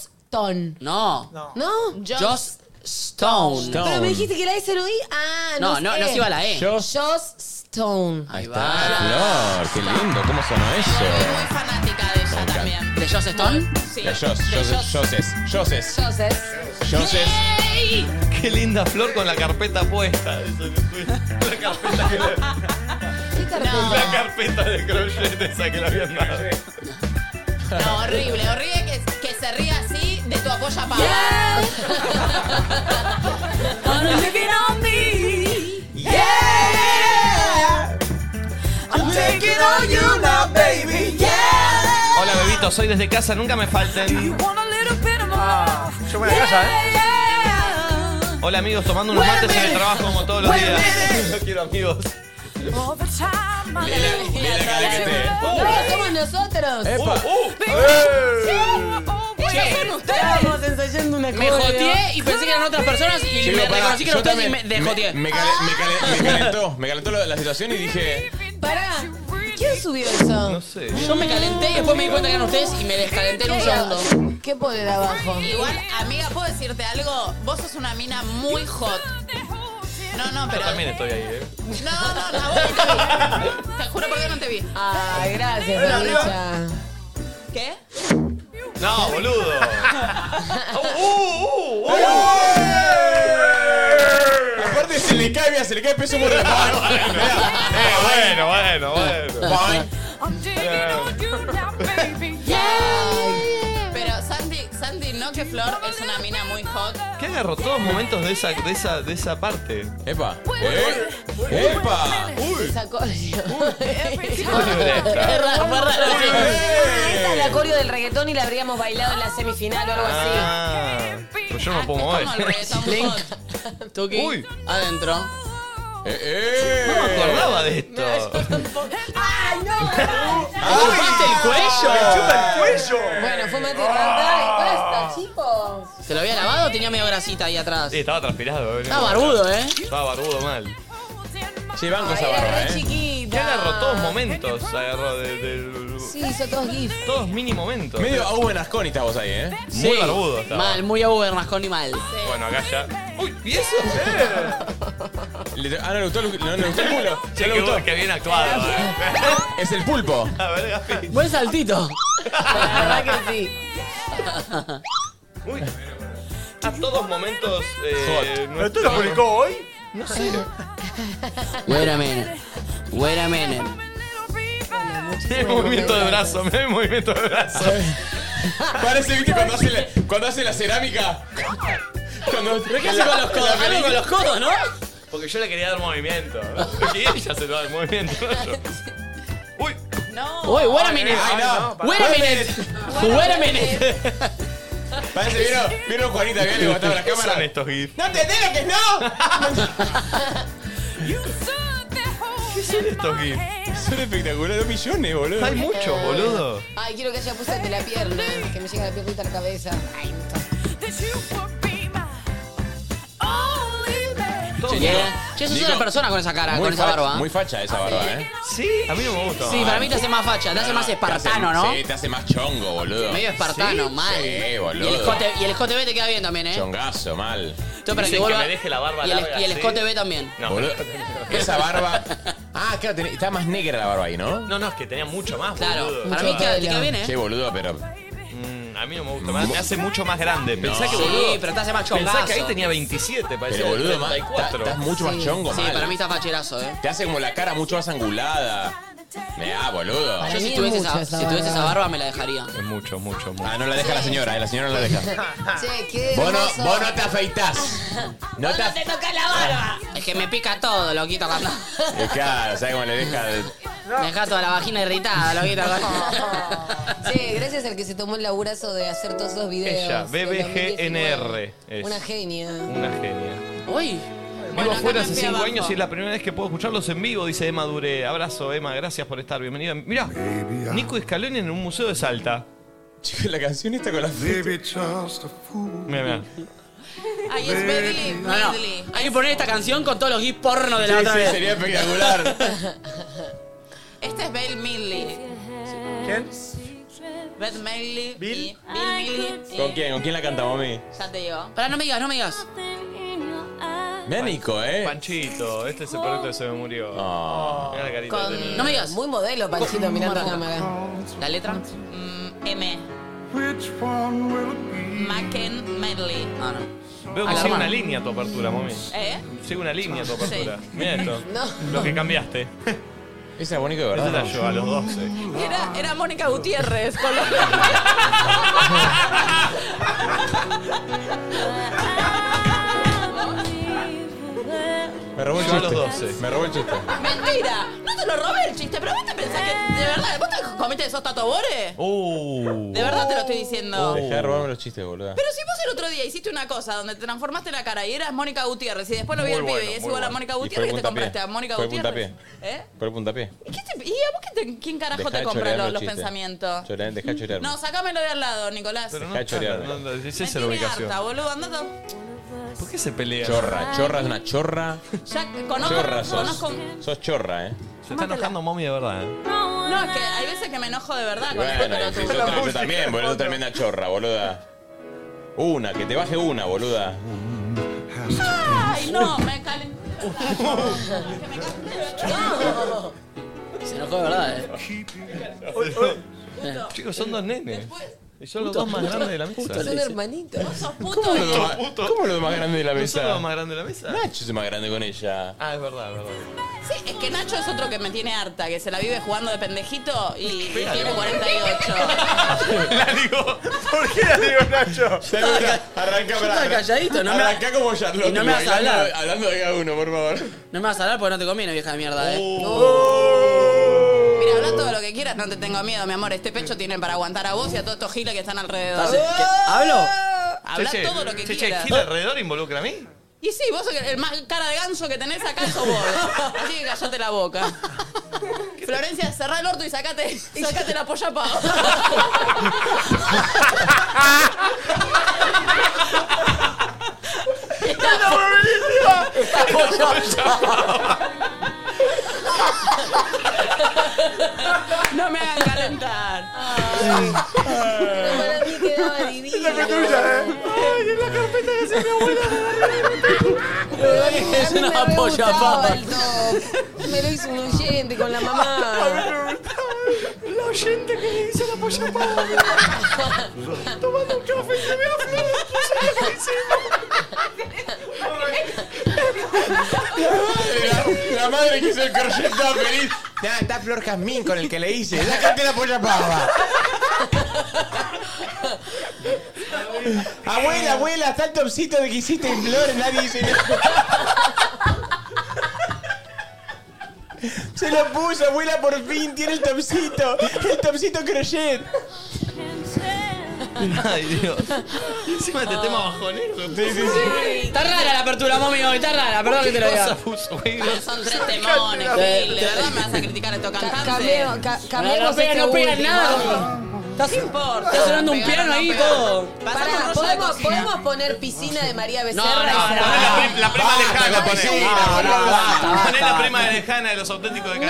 [SPEAKER 3] Joston.
[SPEAKER 2] No.
[SPEAKER 8] No.
[SPEAKER 3] ¿No?
[SPEAKER 2] Joss Stone.
[SPEAKER 5] Stone.
[SPEAKER 3] Pero me dijiste que la S lo I. Ah,
[SPEAKER 2] No,
[SPEAKER 3] no.
[SPEAKER 2] no,
[SPEAKER 3] sé.
[SPEAKER 2] no se iba la E.
[SPEAKER 5] Yo.
[SPEAKER 3] Joss Stone.
[SPEAKER 5] Ahí
[SPEAKER 2] Ahí
[SPEAKER 5] está,
[SPEAKER 2] va.
[SPEAKER 5] Flor. Qué lindo. ¿Cómo sonó
[SPEAKER 4] Soy
[SPEAKER 5] eso?
[SPEAKER 4] muy fanática de ella
[SPEAKER 5] encanta.
[SPEAKER 4] también.
[SPEAKER 2] ¿De Joss Stone?
[SPEAKER 4] Sí.
[SPEAKER 5] La Jos,
[SPEAKER 4] de
[SPEAKER 5] Joses,
[SPEAKER 4] Joss.
[SPEAKER 5] Joses, Joses,
[SPEAKER 3] Joseph.
[SPEAKER 5] Joses.
[SPEAKER 4] ¡Ey!
[SPEAKER 1] Qué linda Flor con la carpeta puesta. Eso que fue. La carpeta, que le-
[SPEAKER 3] ¿Qué carpeta?
[SPEAKER 1] la carpeta de crochet esa que le habían dado.
[SPEAKER 4] No, horrible, horrible que, que se ría así de tu apoyo a Pablo.
[SPEAKER 9] Wanna look it on me.
[SPEAKER 1] Hola bebito, soy desde casa, nunca me falten. Ah,
[SPEAKER 8] Yo voy a casa, ¿eh?
[SPEAKER 1] Hola amigos, tomando unos mates en el trabajo como todos los días. Los quiero amigos.
[SPEAKER 3] No lo somos nosotros.
[SPEAKER 4] ¡Eh!
[SPEAKER 1] Uh,
[SPEAKER 3] Estamos ensayando una
[SPEAKER 2] Me joteé y pensé que eran otras personas y
[SPEAKER 5] Chico,
[SPEAKER 2] me
[SPEAKER 5] pará,
[SPEAKER 2] reconocí que
[SPEAKER 5] yo
[SPEAKER 2] eran ustedes y me
[SPEAKER 5] también-
[SPEAKER 2] dejoteé.
[SPEAKER 5] Me, me cale- me cale- me calentó, me calentó la, la situación y dije,
[SPEAKER 3] Pará. ¿Quién subió eso?
[SPEAKER 1] No sé.
[SPEAKER 2] Yo me calenté y después me di cuenta que eran ustedes y me descalenté en un segundo.
[SPEAKER 3] ¿Qué poner abajo?
[SPEAKER 4] Igual, amiga, ¿puedo decirte algo? Vos sos una mina muy hot. No, no,
[SPEAKER 1] Yo
[SPEAKER 4] pero.
[SPEAKER 1] también estoy ahí, eh.
[SPEAKER 4] No, no, no, vos no te vi. Te juro por Dios no te vi.
[SPEAKER 3] Ay, Ah, gracias, Carlicha.
[SPEAKER 4] ¿Qué?
[SPEAKER 1] No, boludo.
[SPEAKER 5] Uh, aparte se le cae, mira, se le cae peso por el
[SPEAKER 1] bueno, bueno, bueno.
[SPEAKER 4] Pero Sandy, Sandy, no que Flor es una mina muy hot.
[SPEAKER 1] ¿Qué agarró todos momentos de esa, de esa, de esa parte?
[SPEAKER 5] Epa, eh, epa, uy,
[SPEAKER 3] Esa coreo.
[SPEAKER 2] Es raro, fue raro.
[SPEAKER 3] Ah, Esa es la coreo del reggaetón y la habríamos bailado en la semifinal o algo así.
[SPEAKER 1] Ah, pero yo no me
[SPEAKER 4] Es como
[SPEAKER 1] puedo
[SPEAKER 4] el
[SPEAKER 1] mover.
[SPEAKER 4] reggaetón
[SPEAKER 2] Blink.
[SPEAKER 4] hot.
[SPEAKER 2] Tuki.
[SPEAKER 1] Uy.
[SPEAKER 2] Adentro.
[SPEAKER 5] eh, eh.
[SPEAKER 1] No me acordaba de esto.
[SPEAKER 5] ¡Ay!
[SPEAKER 2] ¡Chupaste el cuello!
[SPEAKER 5] ¡Me chupa el cuello!
[SPEAKER 3] Bueno, fue Mati Randa.
[SPEAKER 10] ¿Se lo había lavado o tenía medio grasita ahí atrás?
[SPEAKER 1] Sí, estaba transpirado. eh.
[SPEAKER 10] Estaba barbudo, ¿eh?
[SPEAKER 1] Estaba barbudo mal.
[SPEAKER 5] Sí, banco esa
[SPEAKER 3] Ay, era
[SPEAKER 5] barba,
[SPEAKER 3] re
[SPEAKER 5] ¿eh?
[SPEAKER 3] chiquita.
[SPEAKER 1] Ya agarró todos momentos. Agarró de, de-
[SPEAKER 3] Sí, hizo todos gifs.
[SPEAKER 1] todos mini momentos.
[SPEAKER 5] Medio a buenas cónitas vos ahí, ¿eh?
[SPEAKER 1] Muy
[SPEAKER 10] Sí.
[SPEAKER 1] barbudo estaba.
[SPEAKER 10] Mal, muy abuernascón y mal.
[SPEAKER 1] Bueno, acá ya. ¡Uy! ¿Y eso? Eh.
[SPEAKER 5] Le- ah, no le gustó el, no, le gustó el culo.
[SPEAKER 1] Che,
[SPEAKER 5] No le
[SPEAKER 1] qué,
[SPEAKER 5] gustó.
[SPEAKER 1] bu- qué bien actuado. eh.
[SPEAKER 5] Es el pulpo.
[SPEAKER 1] La verdad que-
[SPEAKER 10] Buen saltito.
[SPEAKER 3] La verdad que sí.
[SPEAKER 1] Uy. A todos momentos. Eh, no
[SPEAKER 8] ¿Esto lo publicó hoy?
[SPEAKER 10] Wait a minute. Wait a minute.
[SPEAKER 1] Me hay movimiento de brazo, me hay movimiento de brazo.
[SPEAKER 5] Parece, viste, cuando hace la, cuando hace la cerámica. Cuando, ¿Qué hace con los
[SPEAKER 10] Codos, algo con los codos, ¿no?
[SPEAKER 1] Porque yo le quería dar movimiento. Y ella se lo da el movimiento. ¿no? Yo- Uy,
[SPEAKER 10] Uy, wait a minute.
[SPEAKER 5] Ay, no.
[SPEAKER 10] Wait a minute. Wait a minute.
[SPEAKER 5] Parece, ¿vieron, vieron Juanita que le botaba la
[SPEAKER 1] ¿qué son
[SPEAKER 5] cámara?
[SPEAKER 1] estos GIFs?
[SPEAKER 5] ¡No entendés lo que es no!
[SPEAKER 1] ¿Qué son estos GIFs?
[SPEAKER 5] Son espectaculares, millones, boludo.
[SPEAKER 1] Hay muchos, boludo.
[SPEAKER 3] Ay, quiero que haya puesto de la pierna. Que me llega la piernita a la cabeza. Ay, me gusta.
[SPEAKER 10] Yeah. Che, sos
[SPEAKER 5] Nico,
[SPEAKER 10] una persona con esa cara,
[SPEAKER 5] Muy
[SPEAKER 10] con esa
[SPEAKER 5] fa-
[SPEAKER 10] barba. ¿eh?
[SPEAKER 5] Muy facha esa barba, ¿eh?
[SPEAKER 1] Sí, a mí no me gusta.
[SPEAKER 10] Sí, para mí te hace más facha, te hace más espartano, ¿no?
[SPEAKER 5] Ah, Sí, te hace más chongo, boludo.
[SPEAKER 10] Medio espartano, mal.
[SPEAKER 5] Sí,
[SPEAKER 10] Y el,
[SPEAKER 5] boludo.
[SPEAKER 10] escote, y el escote B te queda bien también, ¿eh?
[SPEAKER 5] Chongazo, mal.
[SPEAKER 10] Esto para
[SPEAKER 1] Dicen
[SPEAKER 10] que vuelva.
[SPEAKER 1] que me deje la barba
[SPEAKER 10] y el,
[SPEAKER 1] larga,
[SPEAKER 10] y el
[SPEAKER 1] sí.
[SPEAKER 10] escote B también.
[SPEAKER 1] No,
[SPEAKER 5] Boludo. Esa barba. Ah, claro, tenés- está más negra la barba ahí, ¿no?
[SPEAKER 1] no, no, es que tenía mucho más,
[SPEAKER 10] Claro,
[SPEAKER 1] boludo.
[SPEAKER 10] para mí
[SPEAKER 3] Mucho
[SPEAKER 10] queda- te
[SPEAKER 3] pelo.
[SPEAKER 10] queda bien, ¿eh?
[SPEAKER 5] Che, boludo, pero.
[SPEAKER 1] Mm, a mí no me gusta. Me me hace mucho más grande. Pensá que,
[SPEAKER 10] Sí,
[SPEAKER 1] boludo.
[SPEAKER 10] pero te hace más
[SPEAKER 1] Pensá que ahí
[SPEAKER 10] chongazo.
[SPEAKER 1] tenía 27, parece.
[SPEAKER 5] Pero boludo, más- ta-
[SPEAKER 1] 34.
[SPEAKER 5] estás mucho más chongo,
[SPEAKER 10] Sí,
[SPEAKER 5] mal.
[SPEAKER 10] para mí está facherazo, ¿eh?
[SPEAKER 5] Te hace como la cara mucho más angulada. Ah, boludo.
[SPEAKER 10] Yo
[SPEAKER 3] mí
[SPEAKER 10] si
[SPEAKER 3] es
[SPEAKER 10] tuviese,
[SPEAKER 3] mucha
[SPEAKER 10] esa,
[SPEAKER 3] esa
[SPEAKER 10] si tuviese esa
[SPEAKER 3] barba.
[SPEAKER 10] barba me la dejaría.
[SPEAKER 1] Es mucho, mucho, mucho.
[SPEAKER 5] Ah, no la deja la señora, eh, la señora no la deja.
[SPEAKER 3] Che, qué
[SPEAKER 5] Vos no,
[SPEAKER 3] hermoso.
[SPEAKER 5] vos no te
[SPEAKER 1] Ah,
[SPEAKER 5] afeitás. No te afeitás.
[SPEAKER 3] tocas la barba?
[SPEAKER 10] Ah, Es que me pica todo, loquito, cuando...
[SPEAKER 5] Claro, ¿sabes cómo le deja? el-
[SPEAKER 10] Me deja toda la vagina irritada, loquito. cuando-
[SPEAKER 3] Che, gracias al que se tomó el laburazo de hacer todos esos videos.
[SPEAKER 1] Ella,
[SPEAKER 3] del
[SPEAKER 1] BBGNR
[SPEAKER 3] 2019.
[SPEAKER 1] es.
[SPEAKER 3] Una genia.
[SPEAKER 1] Una genia.
[SPEAKER 10] Uy,
[SPEAKER 4] Bueno,
[SPEAKER 1] Vivo
[SPEAKER 4] acá
[SPEAKER 1] afuera
[SPEAKER 4] me
[SPEAKER 1] hace
[SPEAKER 4] fui
[SPEAKER 1] 5
[SPEAKER 4] abajo.
[SPEAKER 1] años y es la primera vez que puedo escucharlos en vivo, dice Emma Dure. Abrazo, Emma, gracias por estar. Bienvenida. Mirá, Nico Scaloni en un museo de Salta.
[SPEAKER 5] Chico, la canción está con la.
[SPEAKER 1] Mirá, mirá.
[SPEAKER 4] Ay,
[SPEAKER 5] Eh,
[SPEAKER 4] es medley,
[SPEAKER 10] no, no.
[SPEAKER 4] medley.
[SPEAKER 10] Hay que poner esta canción con todos los gifs porno de
[SPEAKER 5] Sí,
[SPEAKER 10] la otra
[SPEAKER 5] sí,
[SPEAKER 10] vez.
[SPEAKER 5] sería espectacular.
[SPEAKER 4] Este es Belle Midley.
[SPEAKER 8] ¿Quién?
[SPEAKER 4] Beth Midley.
[SPEAKER 8] Bill.
[SPEAKER 4] y- Bill Midley. y-
[SPEAKER 5] ¿Con quién? ¿Con quién la canta, mami?
[SPEAKER 4] Ya te digo.
[SPEAKER 10] Pará, no me digas, no me digas.
[SPEAKER 5] Mira, Nico, ¿eh? Ah.
[SPEAKER 1] Panchito, este es el perrito que se me murió. Mirá la carita que tenía.
[SPEAKER 10] No me digas.
[SPEAKER 3] Muy modelo, Panchito, mirando a cámara.
[SPEAKER 10] La letra.
[SPEAKER 4] Mm, M. Macken Medley.
[SPEAKER 10] Ah, no.
[SPEAKER 1] Veo
[SPEAKER 10] a
[SPEAKER 1] que
[SPEAKER 10] la
[SPEAKER 1] sigue
[SPEAKER 10] hermana.
[SPEAKER 1] una línea tu apertura, mami.
[SPEAKER 4] ¿Eh?
[SPEAKER 1] Sigue una línea tu apertura.
[SPEAKER 4] Sí.
[SPEAKER 1] Mira esto.
[SPEAKER 3] No.
[SPEAKER 1] Lo que cambiaste.
[SPEAKER 5] Esa es bonita de
[SPEAKER 1] Esa
[SPEAKER 5] verdad.
[SPEAKER 1] era yo a los 12.
[SPEAKER 4] Era, era Mónica Gutiérrez. Con los...
[SPEAKER 5] Me robó el
[SPEAKER 1] Yo a los
[SPEAKER 5] chiste.
[SPEAKER 1] 12.
[SPEAKER 5] Me robó el chiste.
[SPEAKER 4] Mentira. No te lo robé el chiste, pero vos te pensás que de verdad, vos te comiste esos tatobores.
[SPEAKER 1] Uh.
[SPEAKER 4] De verdad te lo estoy diciendo.
[SPEAKER 5] Dejá de robarme los chistes, boludo.
[SPEAKER 4] Pero si vos el otro día hiciste una cosa donde te transformaste la cara y eras Mónica Gutiérrez y después lo vi
[SPEAKER 1] Muy
[SPEAKER 4] el pibe
[SPEAKER 1] bueno,
[SPEAKER 4] y es
[SPEAKER 1] muy
[SPEAKER 4] igual a
[SPEAKER 1] bueno.
[SPEAKER 4] Mónica
[SPEAKER 5] Y fue
[SPEAKER 4] Gutiérrez que te
[SPEAKER 5] puntapié.
[SPEAKER 4] compraste a Mónica
[SPEAKER 5] Fue
[SPEAKER 4] Gutiérrez.
[SPEAKER 5] puntapié.
[SPEAKER 4] ¿Eh?
[SPEAKER 5] Por el puntapié.
[SPEAKER 4] ¿Y, qué te- y a vos qué te- quién carajo
[SPEAKER 5] Dejá
[SPEAKER 4] te
[SPEAKER 5] de
[SPEAKER 4] compra
[SPEAKER 5] chorear
[SPEAKER 4] los, los
[SPEAKER 5] chistes.
[SPEAKER 4] pensamientos?
[SPEAKER 5] Chorear, dejá de chorear.
[SPEAKER 4] No, sacámelo de al lado, Nicolás.
[SPEAKER 1] Pero no,
[SPEAKER 5] Dejá de chorear.
[SPEAKER 1] no, no, es
[SPEAKER 4] Me
[SPEAKER 1] esa la
[SPEAKER 4] tiene
[SPEAKER 1] ubicación.
[SPEAKER 4] harta, boludo, andate.
[SPEAKER 1] ¿Por qué se pelea?
[SPEAKER 5] Chorra, chorra es una chorra.
[SPEAKER 4] Ya conozco,
[SPEAKER 5] Chorra sos.
[SPEAKER 4] conozco.
[SPEAKER 5] Sos chorra, eh.
[SPEAKER 1] Se está enojando mommy de verdad. ¿eh?
[SPEAKER 4] No, es que hay veces que me enojo de verdad Ah, con
[SPEAKER 5] Bueno,
[SPEAKER 4] el
[SPEAKER 5] y si
[SPEAKER 4] otro.
[SPEAKER 5] sos tra- yo también, boludo, tremenda chorra, boluda. Una, que te baje una, boluda.
[SPEAKER 4] Ay, no, me calenté. Que me calenté, ¿verdad?
[SPEAKER 10] Se enojó de verdad, eh.
[SPEAKER 1] Chicos, son dos nenes.
[SPEAKER 4] Después,
[SPEAKER 1] Y son los dos más grandes de la mesa.
[SPEAKER 3] Son hermanitos.
[SPEAKER 4] sos puto y-
[SPEAKER 1] puto.
[SPEAKER 5] ¿Cómo lo más grande de la
[SPEAKER 1] ¿No son los
[SPEAKER 5] mesa?
[SPEAKER 1] más grandes de la mesa?
[SPEAKER 5] Nacho es más grande con ella.
[SPEAKER 1] Ah, es verdad, es verdad.
[SPEAKER 4] Sí, es que Nacho es otro que me tiene harta, que se la vive jugando de pendejito y, y
[SPEAKER 1] Pégale.
[SPEAKER 4] tiene 48.
[SPEAKER 1] La digo.
[SPEAKER 8] ¿Por qué la digo Nacho?
[SPEAKER 5] Arranca
[SPEAKER 10] Yo estaba calladito, no me,
[SPEAKER 5] Arranca como Charlotte.
[SPEAKER 10] Y no me vas a
[SPEAKER 5] hablando-
[SPEAKER 10] hablar.
[SPEAKER 5] Hablando de cada uno, por favor. Oh.
[SPEAKER 10] no me vas a hablar porque no te conviene, vieja de mierda, eh.
[SPEAKER 4] Mira, habla todo lo que quieras, no te tengo miedo, mi amor. Este pecho tiene para aguantar a vos y a todos estos giles que están alrededor.
[SPEAKER 10] Entonces, ¿qué- ¿Hablo?
[SPEAKER 4] Habla
[SPEAKER 1] Che, che,
[SPEAKER 4] todo lo que
[SPEAKER 1] che, che,
[SPEAKER 4] quieras.
[SPEAKER 1] ¿gira alrededor involucra a mí?
[SPEAKER 4] Y sí, vos sos el más cara de ganso que tenés acá sos vos. Así que callate la boca. Florencia, cerrá el orto y sacate, sacate la polla pa. No me hagan calentar.
[SPEAKER 3] Pero para mí quedaba divino.
[SPEAKER 7] Esa fue tuya, ¿eh? Ay, es la carpeta que se me abuela
[SPEAKER 2] Es
[SPEAKER 3] A mí
[SPEAKER 2] una
[SPEAKER 3] me re
[SPEAKER 2] polla,
[SPEAKER 3] gustaba
[SPEAKER 2] papa.
[SPEAKER 3] el top. Me lo hizo un oyente con la mamá.
[SPEAKER 7] La oyente que le dice la polla pava. Tomando un café se me aflora la polla que le hice.
[SPEAKER 5] La madre que hizo el crochet estaba feliz. Nah, está Flor Jazmín con el que le hice. Sácate la polla pava. abuela, abuela, está el topsito de que hiciste en Flor. Nadie dice nada. Se lo puso, abuela, por fin. Tiene el topsito. El topsito crochet.
[SPEAKER 1] Ay, Dios. Encima este tema bajonero.
[SPEAKER 5] Sí, sí, sí.
[SPEAKER 2] Está rara la apertura, mami, hoy está rara, perdón que te lo diga.
[SPEAKER 4] Son tres temones, Gil. De verdad me vas a criticar a estos
[SPEAKER 3] Ca-
[SPEAKER 4] cantantes.
[SPEAKER 3] Cameo, ca-
[SPEAKER 2] No,
[SPEAKER 3] cambiemos
[SPEAKER 2] no pega,
[SPEAKER 3] este
[SPEAKER 2] no pega
[SPEAKER 3] último.
[SPEAKER 2] nada.
[SPEAKER 4] ¿Qué importa?
[SPEAKER 2] Está sonando un
[SPEAKER 4] Pegar,
[SPEAKER 2] piano
[SPEAKER 4] no
[SPEAKER 2] ahí,
[SPEAKER 4] pegar.
[SPEAKER 2] todo.
[SPEAKER 4] Pasate un
[SPEAKER 3] Pará,
[SPEAKER 4] rollo de
[SPEAKER 3] ¿podemos,
[SPEAKER 4] cocina.
[SPEAKER 3] podemos poner piscina de María
[SPEAKER 2] No,
[SPEAKER 3] Becerra y
[SPEAKER 2] no, no.
[SPEAKER 3] cerrar?
[SPEAKER 7] La, la prima lejana,
[SPEAKER 5] Basta,
[SPEAKER 7] poné.
[SPEAKER 5] sí,
[SPEAKER 2] No, no,
[SPEAKER 5] Ah,
[SPEAKER 2] basta,
[SPEAKER 1] Poné la
[SPEAKER 2] basta.
[SPEAKER 1] prima de lejana de los auténticos de
[SPEAKER 3] No, uy,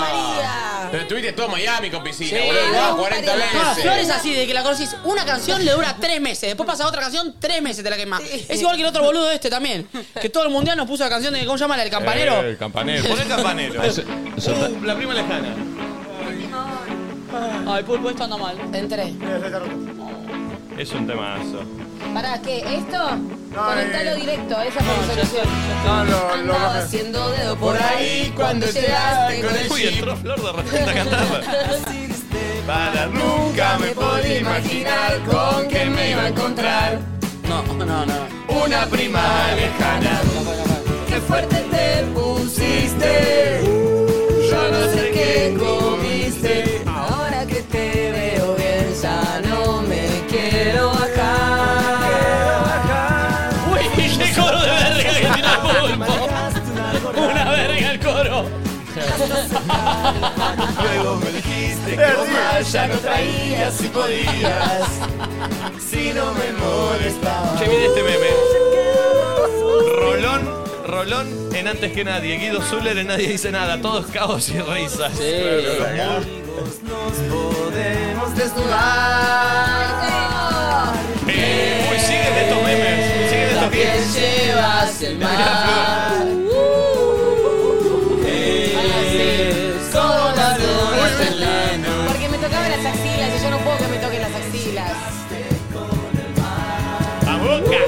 [SPEAKER 3] María.
[SPEAKER 5] Pero estuviste todo Miami con piscina,
[SPEAKER 2] Sí,
[SPEAKER 5] boludo.
[SPEAKER 2] no,
[SPEAKER 5] No, 40
[SPEAKER 3] pará.
[SPEAKER 2] No,
[SPEAKER 5] veces.
[SPEAKER 2] Flor es así, de que la conocís, una canción le dura tres meses, después pasa otra canción, tres meses te la quemás. Es igual que el otro boludo este también, que todo el mundial nos puso la canción de, ¿cómo se llama? La del campanero.
[SPEAKER 5] Eh, el campanero.
[SPEAKER 1] Poné el campanero.
[SPEAKER 11] Eso- eso está-
[SPEAKER 1] Uh, la prima lejana.
[SPEAKER 2] Ay, Pulpo, esto anda mal.
[SPEAKER 3] Entré.
[SPEAKER 1] Es un temazo.
[SPEAKER 3] Pará, ¿qué? ¿Esto? Conectalo directo, esa fue la solución.
[SPEAKER 7] No, lo, lo
[SPEAKER 3] Andaba
[SPEAKER 7] bajé.
[SPEAKER 3] haciendo dedo por ahí cuando llegaste con el
[SPEAKER 1] Uy, entró Flor de repente a cantar. Para nunca
[SPEAKER 3] Me podía imaginar con que me iba a encontrar
[SPEAKER 2] No, no, no.
[SPEAKER 1] una prima lejana.
[SPEAKER 3] Qué fuerte te pusiste
[SPEAKER 2] Uh.
[SPEAKER 3] Yo no sé qué comiste Ahora que te veo bien ya no me quiero bajar
[SPEAKER 2] Uy, qué coro de verga que tira Pulpo. Una verga el coro.
[SPEAKER 1] Luego me dijiste que
[SPEAKER 7] vos más
[SPEAKER 1] ya no traías si podías. Si no me molestaba. Che, viene este meme. Rolón, Rolón en antes que nadie. Guido Zuller en nadie dice nada. Todos caos y risas.
[SPEAKER 7] Nos desnudar.
[SPEAKER 1] Eh,
[SPEAKER 2] pues
[SPEAKER 1] uy, siguen estos memes. Siguen estos memes.
[SPEAKER 2] llevas el mar.
[SPEAKER 10] Eh,
[SPEAKER 2] Son las horas en la
[SPEAKER 3] Porque me tocaba las axilas y yo no puedo que me toquen las axilas
[SPEAKER 1] ¡A boca!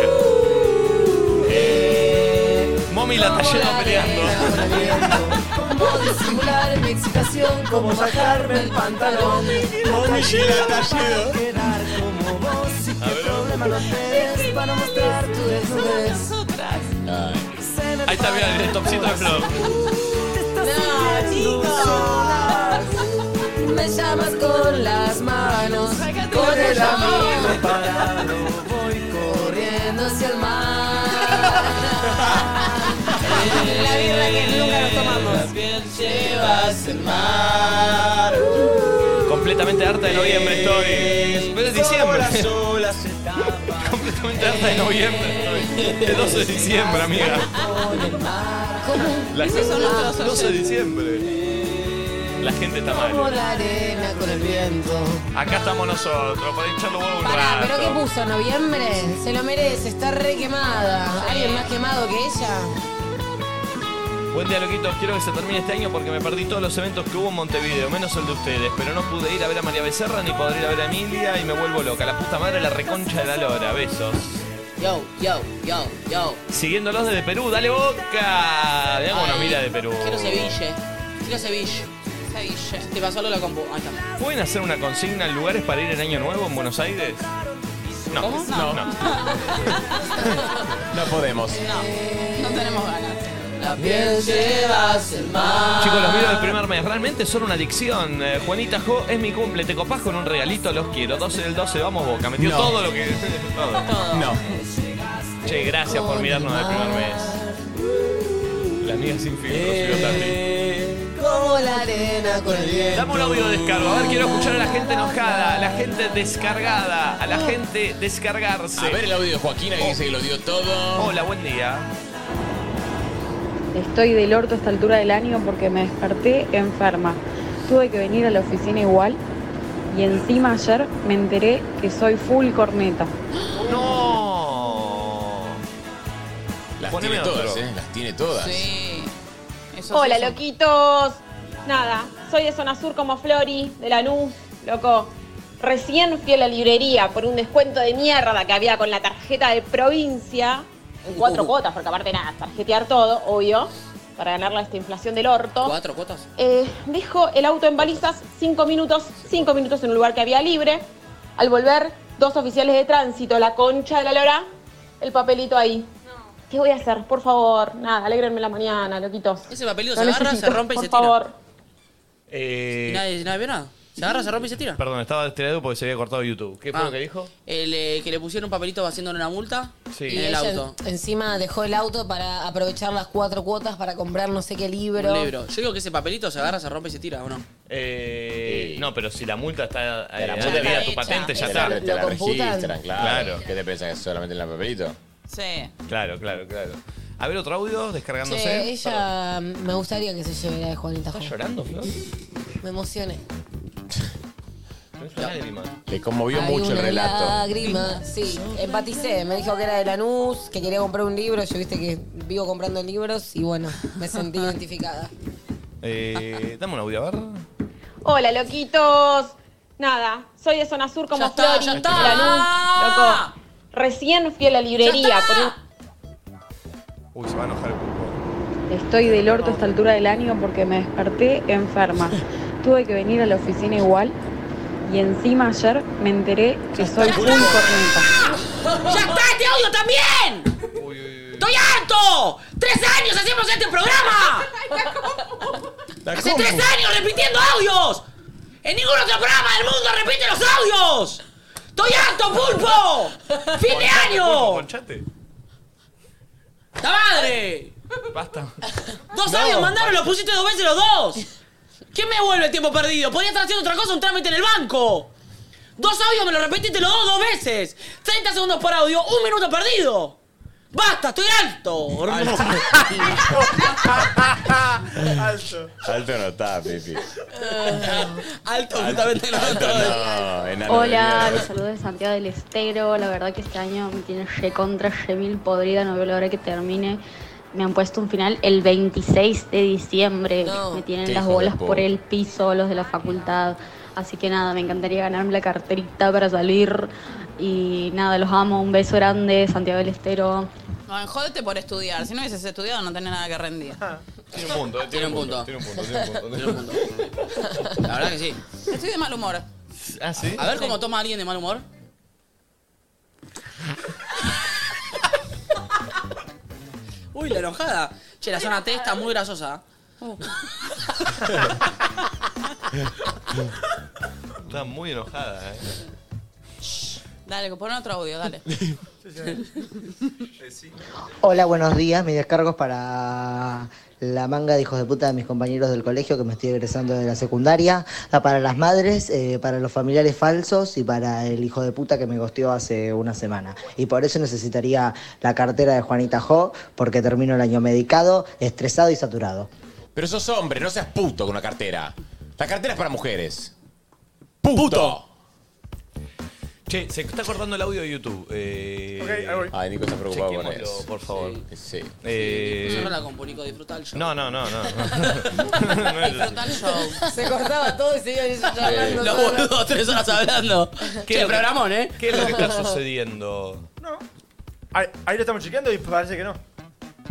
[SPEAKER 1] Mommy la tallera peleando.
[SPEAKER 3] Cómo disimular mi excitación Cómo bajarme el pantalón Para mostrar tu desnudez
[SPEAKER 1] Ahí está, mira, el topcito de Flor.
[SPEAKER 3] No, chicos. Me llamas con las manos, con el camino parado. Voy corriendo hacia el mar. La birra que nunca nos tomamos.
[SPEAKER 2] llevas el mar.
[SPEAKER 1] Completamente harta de noviembre estoy. Pero es diciembre. Completamente harta de noviembre estoy. Es 12 de diciembre, amiga. La gente, 12 de diciembre. La gente está
[SPEAKER 3] Como
[SPEAKER 1] mal.
[SPEAKER 3] la arena con el viento.
[SPEAKER 1] Acá estamos nosotros, para echarlo huevo un
[SPEAKER 3] Pará, ¿pero qué
[SPEAKER 1] rato.
[SPEAKER 3] puso? ¿Noviembre? Se lo merece, está re quemada. ¿Alguien más quemado que ella?
[SPEAKER 1] Buen día, loquitos. Quiero que se termine este año porque me perdí todos los eventos que hubo en Montevideo, menos el de ustedes. Pero no pude ir a ver a María Becerra ni podré ir a ver a Emilia y me vuelvo loca. La puta madre, la reconcha de la lora. Besos.
[SPEAKER 2] Yo, yo, yo, yo.
[SPEAKER 1] Siguiéndolos desde Perú, dale boca. Veamos una
[SPEAKER 2] Ay,
[SPEAKER 1] mira Ah, de Perú.
[SPEAKER 2] Quiero ceviche. Quiero ceviche. Ceviche. Te pasó algo la compu. Ahí está.
[SPEAKER 1] ¿Pueden hacer una consigna en lugares para ir en Año Nuevo en Buenos Aires? No,
[SPEAKER 2] ¿Cómo?
[SPEAKER 1] no, no.
[SPEAKER 5] No podemos.
[SPEAKER 4] No, no tenemos ganas.
[SPEAKER 2] La piel llevas el mar.
[SPEAKER 1] Chicos, los videos del primer mes realmente son una adicción. Eh, Juanita Jo, es mi cumple. Te copás con un regalito, los quiero. 12 del 12, vamos boca. Metió
[SPEAKER 5] No.
[SPEAKER 1] todo lo que. todo.
[SPEAKER 5] No.
[SPEAKER 1] Che, gracias por mirarnos del primer mes. La amiga sin filtro, Rocío Tati.
[SPEAKER 3] Como la arena con el viento.
[SPEAKER 1] Eh, Dame un audio descargo. A ver, quiero escuchar a la gente enojada, a la gente descargada, a la gente descargarse.
[SPEAKER 5] A ver el audio de Joaquina que dice que lo dio todo.
[SPEAKER 1] Hola, buen día.
[SPEAKER 12] Estoy del orto a esta altura del año porque me desperté enferma. Tuve que venir a la oficina igual y encima ayer me enteré que soy full corneta.
[SPEAKER 1] ¡No!
[SPEAKER 5] Las
[SPEAKER 1] Poneme
[SPEAKER 5] tiene todas,
[SPEAKER 1] otro.
[SPEAKER 5] ¿eh? Las tiene todas.
[SPEAKER 4] Sí. Eso
[SPEAKER 3] Hola,
[SPEAKER 4] sí son-
[SPEAKER 3] loquitos. Nada, soy de zona sur como Flori, de Lanús, loco. Recién fui a la librería por un descuento de mierda que había con la tarjeta de provincia. En cuatro cuotas, porque aparte nada, tarjetear todo, obvio, para ganar la esta inflación del orto.
[SPEAKER 10] ¿Cuatro cuotas?
[SPEAKER 3] Eh, dejo el auto en balizas, cinco minutos, cinco minutos en un lugar que había libre. Al volver, dos oficiales de tránsito, la concha de la lora, el papelito ahí. ¿Qué voy a hacer? Por favor, nada, alegrenme la mañana, loquitos.
[SPEAKER 10] Ese papelito
[SPEAKER 3] Lo
[SPEAKER 10] se agarra,
[SPEAKER 3] necesito,
[SPEAKER 10] se rompe y
[SPEAKER 3] por
[SPEAKER 10] se tira.
[SPEAKER 3] favor.
[SPEAKER 1] Eh,
[SPEAKER 10] Y nadie, nadie vio nada. Se agarra, se rompe y se tira.
[SPEAKER 1] Perdón, estaba distraído porque se había cortado YouTube. ¿Qué fue
[SPEAKER 10] Ah.
[SPEAKER 1] lo que dijo?
[SPEAKER 10] El eh, que le pusieron un papelito haciéndole una multa
[SPEAKER 1] Sí.
[SPEAKER 10] en el
[SPEAKER 6] ella
[SPEAKER 10] auto.
[SPEAKER 6] en- encima dejó el auto para aprovechar las cuatro cuotas para comprar no sé qué libro.
[SPEAKER 10] Un libro. Yo digo que ese papelito se agarra, se rompe y se tira, ¿o no?
[SPEAKER 1] Eh, No, pero si la multa está eh,
[SPEAKER 5] Te la
[SPEAKER 1] adherida
[SPEAKER 5] multa
[SPEAKER 1] a tu
[SPEAKER 5] está
[SPEAKER 1] patente, ya
[SPEAKER 5] Te la-
[SPEAKER 1] está.
[SPEAKER 5] Te la registran, claro.
[SPEAKER 1] Claro,
[SPEAKER 5] ¿Qué te pensás que es solamente en la papelito?
[SPEAKER 4] Sí.
[SPEAKER 1] claro, claro, claro. A ver, otro audio
[SPEAKER 6] Che,
[SPEAKER 1] descargándose.
[SPEAKER 6] ella me gustaría que se lleve la de Juanita. ¿Estás
[SPEAKER 1] llorando, Flor?
[SPEAKER 6] Me emocioné.
[SPEAKER 1] Tenés una lágrima.
[SPEAKER 5] Le conmovió
[SPEAKER 6] Hay
[SPEAKER 5] mucho el
[SPEAKER 6] una
[SPEAKER 5] relato.
[SPEAKER 6] Lágrima, Ah, sí. Empaticé. Me dijo que era de Lanús, que quería comprar un libro. Yo viste que vivo comprando libros y bueno, me sentí identificada.
[SPEAKER 1] Eh, dame un audio, a ver.
[SPEAKER 3] Hola, loquitos. Nada, soy de zona sur como
[SPEAKER 10] Ya está,
[SPEAKER 3] Flori,
[SPEAKER 10] ya está.
[SPEAKER 3] de Lanús, loco. Recién fui a la librería por un
[SPEAKER 1] Uy, se va a enojar el pulpo.
[SPEAKER 12] Estoy del orto a esta altura del año porque me desperté enferma. Tuve que venir a la oficina igual y encima ayer me enteré que soy full corneta.
[SPEAKER 10] ¡Ya está! ¡Te odio también! ¡Estoy harto! ¡Tres años hacemos este programa! ¡Hace tres años repitiendo audios! ¡En ningún otro programa del mundo repite los audios! ¡Estoy harto, pulpo! ¡Fin de
[SPEAKER 1] Pulpo,
[SPEAKER 10] año!
[SPEAKER 1] ponchate.
[SPEAKER 10] ¡La madre!
[SPEAKER 1] Basta.
[SPEAKER 10] ¡Dos
[SPEAKER 1] No.
[SPEAKER 10] audios mandaron, los pusiste dos veces los dos! ¿Quién me devuelve el tiempo perdido? Podría estar haciendo otra cosa, un trámite en el banco. Dos audios me los repetiste los dos dos veces. 30 segundos por audio, un minuto perdido. ¡Basta! ¡Estoy alto!
[SPEAKER 1] Alto.
[SPEAKER 5] Alto no está, Pipi.
[SPEAKER 10] alto,
[SPEAKER 1] Ah,
[SPEAKER 5] Alto,
[SPEAKER 10] justamente no.
[SPEAKER 5] alto no, enano de
[SPEAKER 13] Hola,
[SPEAKER 5] mierda.
[SPEAKER 13] los saludos de Santiago del Estero. La verdad que este año me tiene re contra re mil podrida. No veo la hora que termine. Me han puesto un final el 26 de diciembre. Me
[SPEAKER 5] Qué
[SPEAKER 13] tienen las
[SPEAKER 5] hijo de
[SPEAKER 13] bolas
[SPEAKER 5] puta.
[SPEAKER 13] por el piso, los de la facultad. Así que nada, me encantaría ganarme la carterita para salir. Y nada, los amo. Un beso grande, Santiago del Estero.
[SPEAKER 4] No, jódete por estudiar. Si no hubieses estudiado, no tenés nada que rendir.
[SPEAKER 1] Tiene un punto, eh,
[SPEAKER 10] Tiene un punto.
[SPEAKER 1] Tiene un punto, tiene un punto. Tiene un punto.
[SPEAKER 10] La verdad que sí.
[SPEAKER 4] Estoy de mal humor.
[SPEAKER 1] Ah, sí.
[SPEAKER 10] A ver cómo toma alguien de mal humor. Uy, la enojada. Che, la zona T está muy grasosa.
[SPEAKER 1] Está muy enojada, eh.
[SPEAKER 4] Dale, pon otro audio, dale.
[SPEAKER 14] Hola, buenos días. Mis descargos para la manga de hijos de puta de mis compañeros del colegio que me estoy egresando de la secundaria, Ah, para las madres, eh, para los familiares falsos y para el hijo de puta que me gosteó hace una semana. Y por eso necesitaría la cartera de Juanita Jo, porque termino el año medicado, estresado y saturado.
[SPEAKER 5] Pero sos hombre, no seas puto con una cartera. La cartera es para mujeres. ¡Puto!
[SPEAKER 1] Che, se está cortando el audio de YouTube. Eh,
[SPEAKER 5] Ok, ahí voy. Ay, Nico está preocupado con
[SPEAKER 1] chequémoslo,
[SPEAKER 5] eso.
[SPEAKER 1] por favor.
[SPEAKER 5] Sí.
[SPEAKER 1] Eh,
[SPEAKER 10] Yo no la componico, disfrutar el show.
[SPEAKER 1] no, no, no, no. no. No es así.
[SPEAKER 10] Disfrutar el show.
[SPEAKER 6] Se cortaba todo y seguía yo charlando.
[SPEAKER 10] Los boludos, tres horas hablando. Che,
[SPEAKER 1] es lo que-
[SPEAKER 10] programón, ¿eh?
[SPEAKER 1] ¿Qué es lo que está sucediendo?
[SPEAKER 2] Ahí, ahí lo estamos chequeando y parece que no.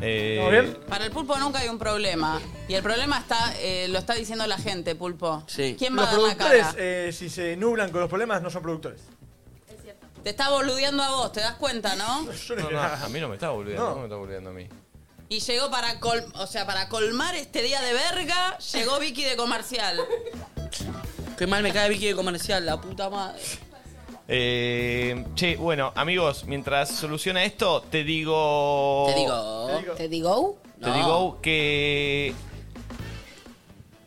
[SPEAKER 1] Eh,
[SPEAKER 2] ¿Todo bien?
[SPEAKER 4] Para el pulpo nunca hay un problema. Y el problema está, eh, lo está diciendo la gente, pulpo.
[SPEAKER 10] Sí.
[SPEAKER 4] ¿Quién va
[SPEAKER 2] Los
[SPEAKER 4] a dar la
[SPEAKER 2] productores,
[SPEAKER 4] cara?
[SPEAKER 2] eh, si se nublan con los problemas, no son productores.
[SPEAKER 4] Te está boludeando a vos, te das cuenta, ¿no?
[SPEAKER 1] No, no, a mí no me está volviendo, no,
[SPEAKER 2] No.
[SPEAKER 1] me está volviendo a mí.
[SPEAKER 4] Y llegó para col- o sea, para colmar este día de verga, llegó Vicky de comercial.
[SPEAKER 10] Qué mal me cae Vicky de comercial, la puta madre.
[SPEAKER 1] Eh, che, bueno, amigos, mientras soluciona esto, te digo.
[SPEAKER 10] Te digo.
[SPEAKER 6] ¿Te digo?
[SPEAKER 1] Te digo que.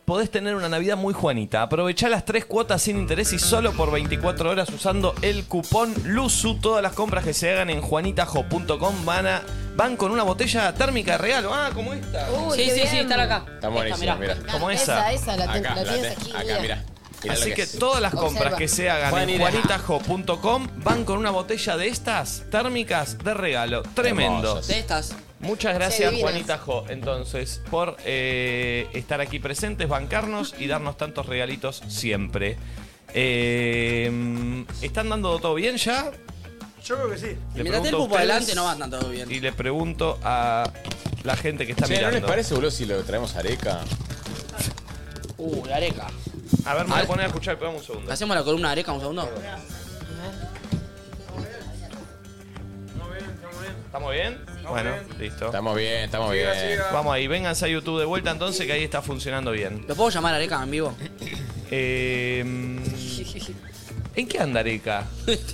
[SPEAKER 1] podés tener una Navidad muy Juanita. Aprovechá las tres cuotas sin interés y solo por 24 horas usando el cupón LUSU. Todas las compras que se hagan en juanitajo.com van, a- van con una botella térmica de regalo. Ah, como esta.
[SPEAKER 10] Uy, Sí, qué sí, bien. sí, están acá.
[SPEAKER 5] Está buenísimo, mira.
[SPEAKER 1] Como esa.
[SPEAKER 10] Esa, esa, la, ten- la tienes aquí.
[SPEAKER 5] Acá, mira.
[SPEAKER 1] Así que, todas las compras que se hagan en juanitajo.com van con una botella de estas térmicas de regalo. Tremendo.
[SPEAKER 10] De estas.
[SPEAKER 1] Muchas
[SPEAKER 10] Sí,
[SPEAKER 1] gracias,
[SPEAKER 10] divinas.
[SPEAKER 1] Juanita Jo, entonces, por eh, estar aquí presentes, bancarnos y darnos tantos regalitos siempre. Eh, ¿Están dando todo bien ya?
[SPEAKER 2] Yo creo que sí.
[SPEAKER 10] Mirate
[SPEAKER 1] Le
[SPEAKER 10] el
[SPEAKER 1] pregunto a
[SPEAKER 10] pupo
[SPEAKER 1] ustedes
[SPEAKER 10] adelante, no va andando todo bien.
[SPEAKER 1] Y le pregunto a la gente que está
[SPEAKER 5] Che, ¿no
[SPEAKER 1] mirando.
[SPEAKER 5] les parece, boludo, si lo traemos a Areca?
[SPEAKER 10] Uh, la areca.
[SPEAKER 1] A ver, me voy
[SPEAKER 10] Al-
[SPEAKER 1] a poner a escuchar, pero un segundo.
[SPEAKER 10] Hacemos la columna de areca un segundo.
[SPEAKER 1] ¿Estamos bien? Bueno, listo.
[SPEAKER 5] Estamos bien, estamos
[SPEAKER 10] Siga, bien. siga.
[SPEAKER 1] Vamos ahí, vénganse a YouTube de vuelta entonces, que ahí está funcionando bien.
[SPEAKER 10] ¿Lo puedo llamar areca en vivo?
[SPEAKER 1] Eh, ¿En qué anda Areca?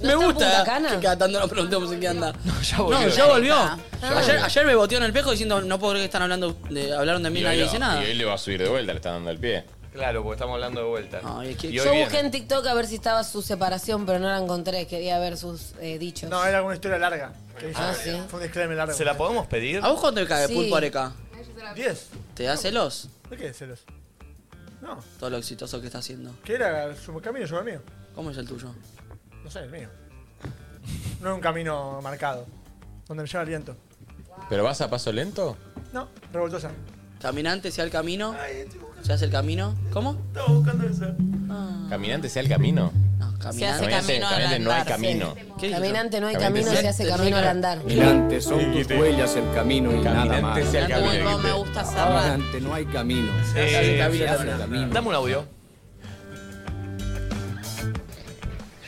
[SPEAKER 10] me gusta. Que cada tanto nos preguntamos en qué anda. No, ya
[SPEAKER 1] volvió.
[SPEAKER 10] ya volvió.
[SPEAKER 1] Ya
[SPEAKER 10] Ayer,
[SPEAKER 1] volvió.
[SPEAKER 10] ayer me boteó en el espejo diciendo, no puedo creer que están hablando de, hablaron de mí,
[SPEAKER 5] Y
[SPEAKER 10] nadie
[SPEAKER 5] hoy lo-
[SPEAKER 10] dice nada.
[SPEAKER 5] Y hoy le va a subir de vuelta, le están dando el pie.
[SPEAKER 1] Claro, porque estamos hablando de vuelta.
[SPEAKER 5] y
[SPEAKER 3] Yo busqué en TikTok a ver si estaba su separación, pero no la encontré. Quería ver sus eh, dichos.
[SPEAKER 2] No, era una historia larga. que
[SPEAKER 3] Ah,
[SPEAKER 2] hizo-
[SPEAKER 3] ¿sí?
[SPEAKER 2] Fue un disclaimer largo.
[SPEAKER 1] ¿Se la podemos pedir?
[SPEAKER 10] ¿A vos cuánto te cae
[SPEAKER 3] Sí.
[SPEAKER 10] pulpo areca?
[SPEAKER 2] 10.
[SPEAKER 10] ¿Te da celos?
[SPEAKER 2] ¿De qué celos? No.
[SPEAKER 10] Todo lo exitoso que está haciendo.
[SPEAKER 2] ¿Qué era su camino yo el mío?
[SPEAKER 10] ¿Cómo es el tuyo?
[SPEAKER 2] No sé, el mío. No es un camino marcado. Donde me lleva el viento.
[SPEAKER 5] ¿Pero vas a paso lento?
[SPEAKER 2] No, revoltosa.
[SPEAKER 10] Caminante, sea el camino. Se hace el camino. ¿Cómo?
[SPEAKER 2] Estaba buscando eso.
[SPEAKER 5] ¿Caminante sea el camino?
[SPEAKER 10] Se hace
[SPEAKER 5] Caminante-
[SPEAKER 10] camino al
[SPEAKER 5] caminante no hay
[SPEAKER 10] andar,
[SPEAKER 5] camino.
[SPEAKER 3] Caminante no hay
[SPEAKER 5] Caminante
[SPEAKER 3] camino,
[SPEAKER 5] sí.
[SPEAKER 3] se hace camino al andar.
[SPEAKER 15] Caminante son tus huellas el camino y nada más.
[SPEAKER 5] sea el Caminante,
[SPEAKER 3] camino. me gusta cerrar.
[SPEAKER 15] Caminante, no hay camino.
[SPEAKER 1] Eh,
[SPEAKER 15] Se hace el camino.
[SPEAKER 1] Dame un audio.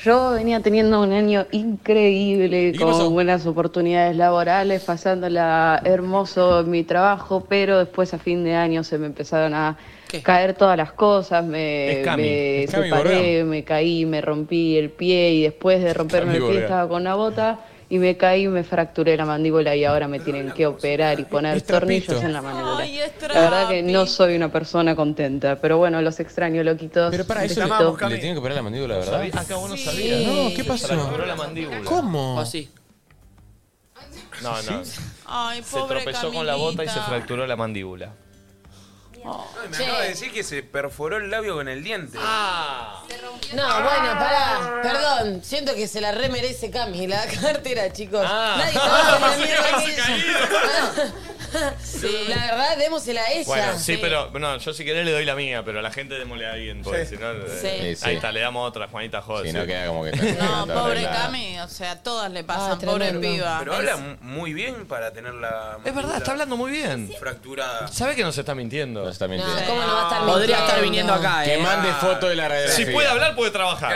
[SPEAKER 8] Yo venía teniendo un año increíble,
[SPEAKER 5] qué pasó?
[SPEAKER 8] con buenas oportunidades laborales, pasándola hermoso en mi trabajo, pero después a fin de año se me empezaron a caer todas las cosas, me,
[SPEAKER 16] Es Cami.
[SPEAKER 8] Eh, me
[SPEAKER 16] Es Cami
[SPEAKER 8] separé,
[SPEAKER 16] Borghetti.
[SPEAKER 8] me caí, me rompí el pie y después de romperme
[SPEAKER 16] Cami
[SPEAKER 8] el pie
[SPEAKER 16] Borghetti.
[SPEAKER 8] estaba con una bota y me caí, me fracturé la mandíbula y ahora me tienen que operar y poner tornillos
[SPEAKER 5] trapito.
[SPEAKER 8] en la mandíbula. La verdad que no soy una persona contenta, pero bueno, los extraño, loquitos.
[SPEAKER 5] Pero para
[SPEAKER 8] Un
[SPEAKER 5] eso
[SPEAKER 8] besito.
[SPEAKER 5] le, le tienen que operar la mandíbula, ¿verdad?
[SPEAKER 1] ¿Sabías? Acá vos no
[SPEAKER 8] Sí.
[SPEAKER 1] sabías.
[SPEAKER 8] No, ¿qué
[SPEAKER 1] Se
[SPEAKER 8] pasó?
[SPEAKER 1] fracturó la mandíbula.
[SPEAKER 5] ¿Cómo?
[SPEAKER 10] Así.
[SPEAKER 1] No, no.
[SPEAKER 4] Ay,
[SPEAKER 1] Se
[SPEAKER 4] pobre
[SPEAKER 1] tropezó con la bota y se
[SPEAKER 4] Camilita.
[SPEAKER 1] fracturó la mandíbula.
[SPEAKER 17] No, y me
[SPEAKER 4] Che.
[SPEAKER 17] acaba de decir que se perforó el labio con el diente.
[SPEAKER 5] Ah,
[SPEAKER 3] No, bueno, pará, perdón. Siento que se la remerece Cami, la cartera, chicos. Nadie sabe la mierda que ella. La verdad, démosela a ella.
[SPEAKER 1] Bueno, sí, pero no, yo si querés le doy la mía, pero a la gente démosle a alguien, porque
[SPEAKER 5] Sí.
[SPEAKER 1] si no.
[SPEAKER 5] Sí.
[SPEAKER 1] eh,
[SPEAKER 5] Sí,
[SPEAKER 1] Ahí
[SPEAKER 5] sí.
[SPEAKER 1] está, le damos otra, Juanita Joder.
[SPEAKER 5] Si no queda como que...
[SPEAKER 4] No,
[SPEAKER 5] está
[SPEAKER 4] pobre
[SPEAKER 5] arreglada.
[SPEAKER 4] Cami, o sea, todas le pasan, pobre piba.
[SPEAKER 17] Pero habla mu- muy bien para tener la.
[SPEAKER 1] Es verdad, está hablando muy bien.
[SPEAKER 17] Fracturada.
[SPEAKER 1] ¿Sabe que nos está mintiendo? Nos
[SPEAKER 5] está mintiendo.
[SPEAKER 3] ¿Cómo no va a estar
[SPEAKER 10] Podría
[SPEAKER 3] mintiendo?
[SPEAKER 10] estar viniendo acá,
[SPEAKER 5] Que
[SPEAKER 10] eh.
[SPEAKER 5] mande foto de la radiografía.
[SPEAKER 1] Si puede hablar, puede trabajar.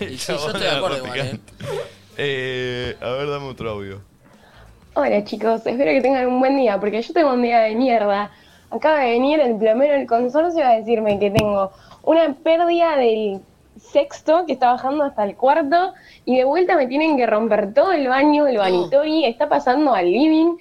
[SPEAKER 10] Y sí, yo estoy de acuerdo igual, eh.
[SPEAKER 1] Eh, a ver, dame otro audio.
[SPEAKER 6] Hola chicos, espero que tengan un buen día, porque yo tengo un día de mierda. Acaba de venir el plomero del consorcio a decirme que tengo una pérdida del sexto que está bajando hasta el cuarto y de vuelta me tienen que romper todo el baño, el banitorio, está pasando al living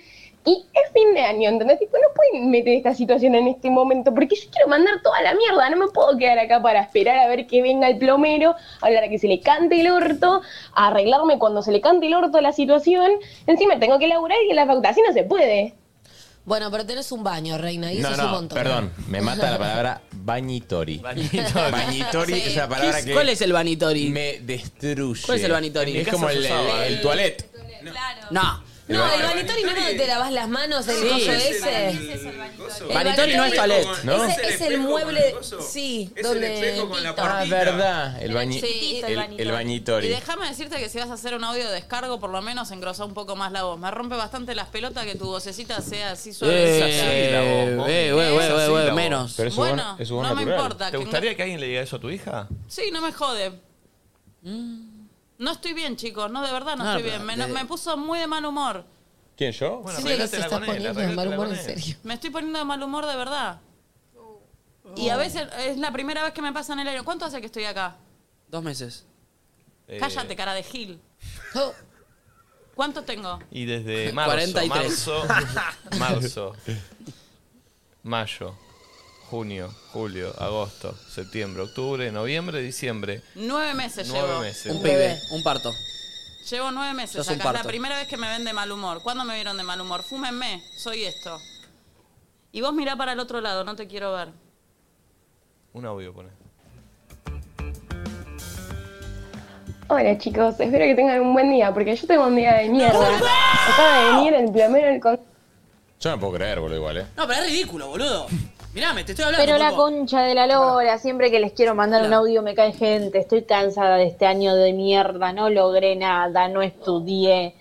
[SPEAKER 6] y es fin de año, ¿entendés? Tipo, no pueden meter esta situación en este momento porque yo quiero mandar toda la mierda, no me puedo quedar acá para esperar a ver que venga el plomero, hablar a que se le cante el orto, a arreglarme cuando se le cante el orto la situación. Encima tengo que laburar y en la facultad así no se puede.
[SPEAKER 3] Bueno, pero tenés un baño, reina, y
[SPEAKER 5] No,
[SPEAKER 3] eso es un
[SPEAKER 5] no,
[SPEAKER 3] montón.
[SPEAKER 5] perdón, me mata la palabra bañitori.
[SPEAKER 10] Bañitori.
[SPEAKER 5] Bañitori
[SPEAKER 10] Sí.
[SPEAKER 5] es la palabra
[SPEAKER 10] ¿Qué es-
[SPEAKER 5] que.
[SPEAKER 10] cuál es el bañitori?
[SPEAKER 5] Me destruye.
[SPEAKER 10] ¿Cuál es el bañitori?
[SPEAKER 5] Es
[SPEAKER 10] ¿Qué
[SPEAKER 5] como
[SPEAKER 10] se
[SPEAKER 5] el,
[SPEAKER 10] usaba?
[SPEAKER 5] el toilet.
[SPEAKER 10] No.
[SPEAKER 3] No, el vanitori no es donde te lavas las manos, el
[SPEAKER 10] Sí.
[SPEAKER 3] coso
[SPEAKER 10] Es el-
[SPEAKER 3] ese. El
[SPEAKER 10] Vanitori no es toilet, ¿no?
[SPEAKER 3] Ese es el mueble, sí, donde...
[SPEAKER 5] Ah, verdad, el, bañi,
[SPEAKER 4] Sí,
[SPEAKER 5] el, el bañitori.
[SPEAKER 4] Y déjame decirte que si vas a hacer un audio de descargo, por lo menos engrosa un poco más la voz. Me rompe bastante las pelotas que tu vocecita sea así suave.
[SPEAKER 10] Eh, eh, eh, eh, eh, eh, menos.
[SPEAKER 1] Pero es su
[SPEAKER 4] Bueno,
[SPEAKER 1] voz- es su voz
[SPEAKER 4] no me
[SPEAKER 1] natural.
[SPEAKER 4] importa
[SPEAKER 1] ¿Te
[SPEAKER 4] que-
[SPEAKER 1] gustaría que alguien le diga eso a tu hija?
[SPEAKER 4] Sí, no me jode. No estoy bien, chicos. No, de verdad no,
[SPEAKER 1] No,
[SPEAKER 4] estoy
[SPEAKER 1] pero
[SPEAKER 4] bien. Me,
[SPEAKER 1] de-
[SPEAKER 4] me puso muy de mal humor.
[SPEAKER 5] ¿Quién, yo?
[SPEAKER 1] Bueno,
[SPEAKER 3] Siento que se está poniendo de mal humor, en serio.
[SPEAKER 4] Me estoy poniendo de mal humor de verdad.
[SPEAKER 17] Oh.
[SPEAKER 4] Y a veces es la primera vez que me pasa en el aire. ¿Cuánto hace que estoy acá?
[SPEAKER 10] Dos meses.
[SPEAKER 5] Eh.
[SPEAKER 4] Cállate, cara de Gil. ¿Cuánto tengo?
[SPEAKER 1] Y desde marzo,
[SPEAKER 10] 43.
[SPEAKER 1] marzo, marzo. mayo, junio, julio, agosto, septiembre, octubre, noviembre, diciembre.
[SPEAKER 4] Nueve meses
[SPEAKER 1] Nueve
[SPEAKER 4] llevo.
[SPEAKER 1] meses.
[SPEAKER 10] Un pibe, un parto.
[SPEAKER 4] Llevo nueve meses
[SPEAKER 10] Sos un
[SPEAKER 4] acá. Es la
[SPEAKER 10] parto.
[SPEAKER 4] primera vez que me ven de mal humor. ¿Cuándo me vieron de mal humor? Fúmenme, soy esto. Y vos mirá para el otro lado, no te quiero ver.
[SPEAKER 1] Un audio pone.
[SPEAKER 18] Hola chicos, espero que tengan un buen día, porque yo tengo un día de mierda. Acaba de venir el plomero del con-
[SPEAKER 5] Yo no puedo creer, boludo, igual, ¿eh?
[SPEAKER 2] No, pero es ridículo, boludo. Mirame, te estoy hablando.
[SPEAKER 19] Pero la
[SPEAKER 2] Pulpo.
[SPEAKER 19] concha de la lora, siempre que les quiero mandar un audio me cae gente, estoy cansada de este año de mierda, no logré nada, no estudié,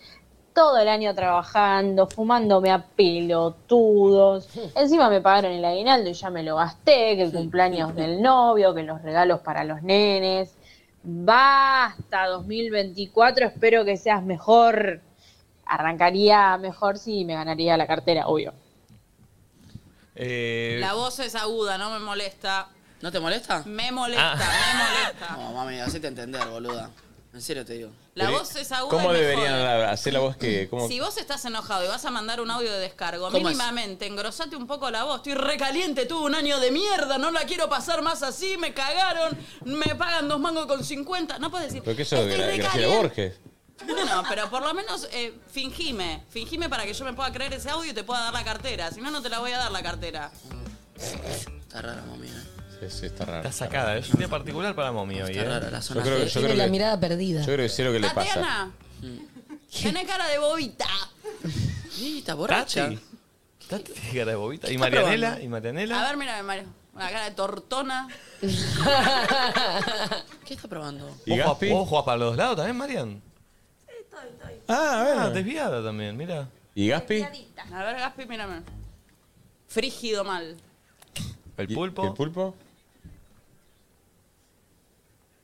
[SPEAKER 19] todo el año trabajando, fumándome a pelotudos, encima me pagaron el aguinaldo y ya me lo gasté, que el cumpleaños del novio, que los regalos para los nenes, basta 2024, espero que seas mejor, arrancaría mejor si me ganaría la cartera, obvio.
[SPEAKER 1] Eh,
[SPEAKER 4] La voz es aguda, no me molesta.
[SPEAKER 10] ¿No te molesta?
[SPEAKER 4] Me molesta,
[SPEAKER 5] Ah,
[SPEAKER 4] me molesta.
[SPEAKER 10] No, mami, hacete entender, boluda. En serio te digo.
[SPEAKER 4] La voz es aguda.
[SPEAKER 5] ¿Cómo
[SPEAKER 4] y me
[SPEAKER 5] deberían
[SPEAKER 4] jode.
[SPEAKER 5] hablar? hacer la voz que.? ¿Cómo?
[SPEAKER 4] Si vos estás enojado y vas a mandar un audio de descargo,
[SPEAKER 5] ¿Cómo es?
[SPEAKER 4] mínimamente, engrosate un poco la voz. Estoy recaliente, tuve un año de mierda, no la quiero pasar más así, me cagaron, me pagan dos mangos con 50. No puedes decir.
[SPEAKER 5] ¿Pero qué eso?
[SPEAKER 4] "Estoy
[SPEAKER 5] Gra- Graciela
[SPEAKER 4] recaliente".
[SPEAKER 5] Borges.
[SPEAKER 4] Bueno, pero por lo menos eh, fingime. Fingime para que yo me pueda creer ese audio y te pueda dar la cartera. Si no, no te la voy a dar la cartera.
[SPEAKER 10] Está rara, mami. ¿eh?
[SPEAKER 5] Sí, sí, está raro.
[SPEAKER 1] Está sacada, es un día particular para mommy hoy,
[SPEAKER 10] Está
[SPEAKER 1] ¿eh?
[SPEAKER 10] rara la zona
[SPEAKER 5] Yo creo,
[SPEAKER 10] C.
[SPEAKER 5] yo creo
[SPEAKER 3] Tiene la
[SPEAKER 5] que, yo
[SPEAKER 3] mirada perdida.
[SPEAKER 5] creo que sé lo que le pasa.
[SPEAKER 4] Tatiana,
[SPEAKER 10] Mm.
[SPEAKER 4] tenés cara de bobita.
[SPEAKER 10] Sí, está borracha.
[SPEAKER 1] Tati. Tati, cara de bobita. ¿Y Marianela? ¿Y Marianela?
[SPEAKER 4] A ver, mira, Mario. Una cara de tortona.
[SPEAKER 10] ¿Qué está probando?
[SPEAKER 1] ¿Y ¿Vos, jugás, vos jugás para los dos lados también, Marian? Sí, estoy, estoy. Ah, bueno. desviada también, mira.
[SPEAKER 5] ¿Y Gaspi?
[SPEAKER 4] A ver, Gaspi, mírame. Frígido mal.
[SPEAKER 1] ¿El pulpo?
[SPEAKER 5] ¿El pulpo?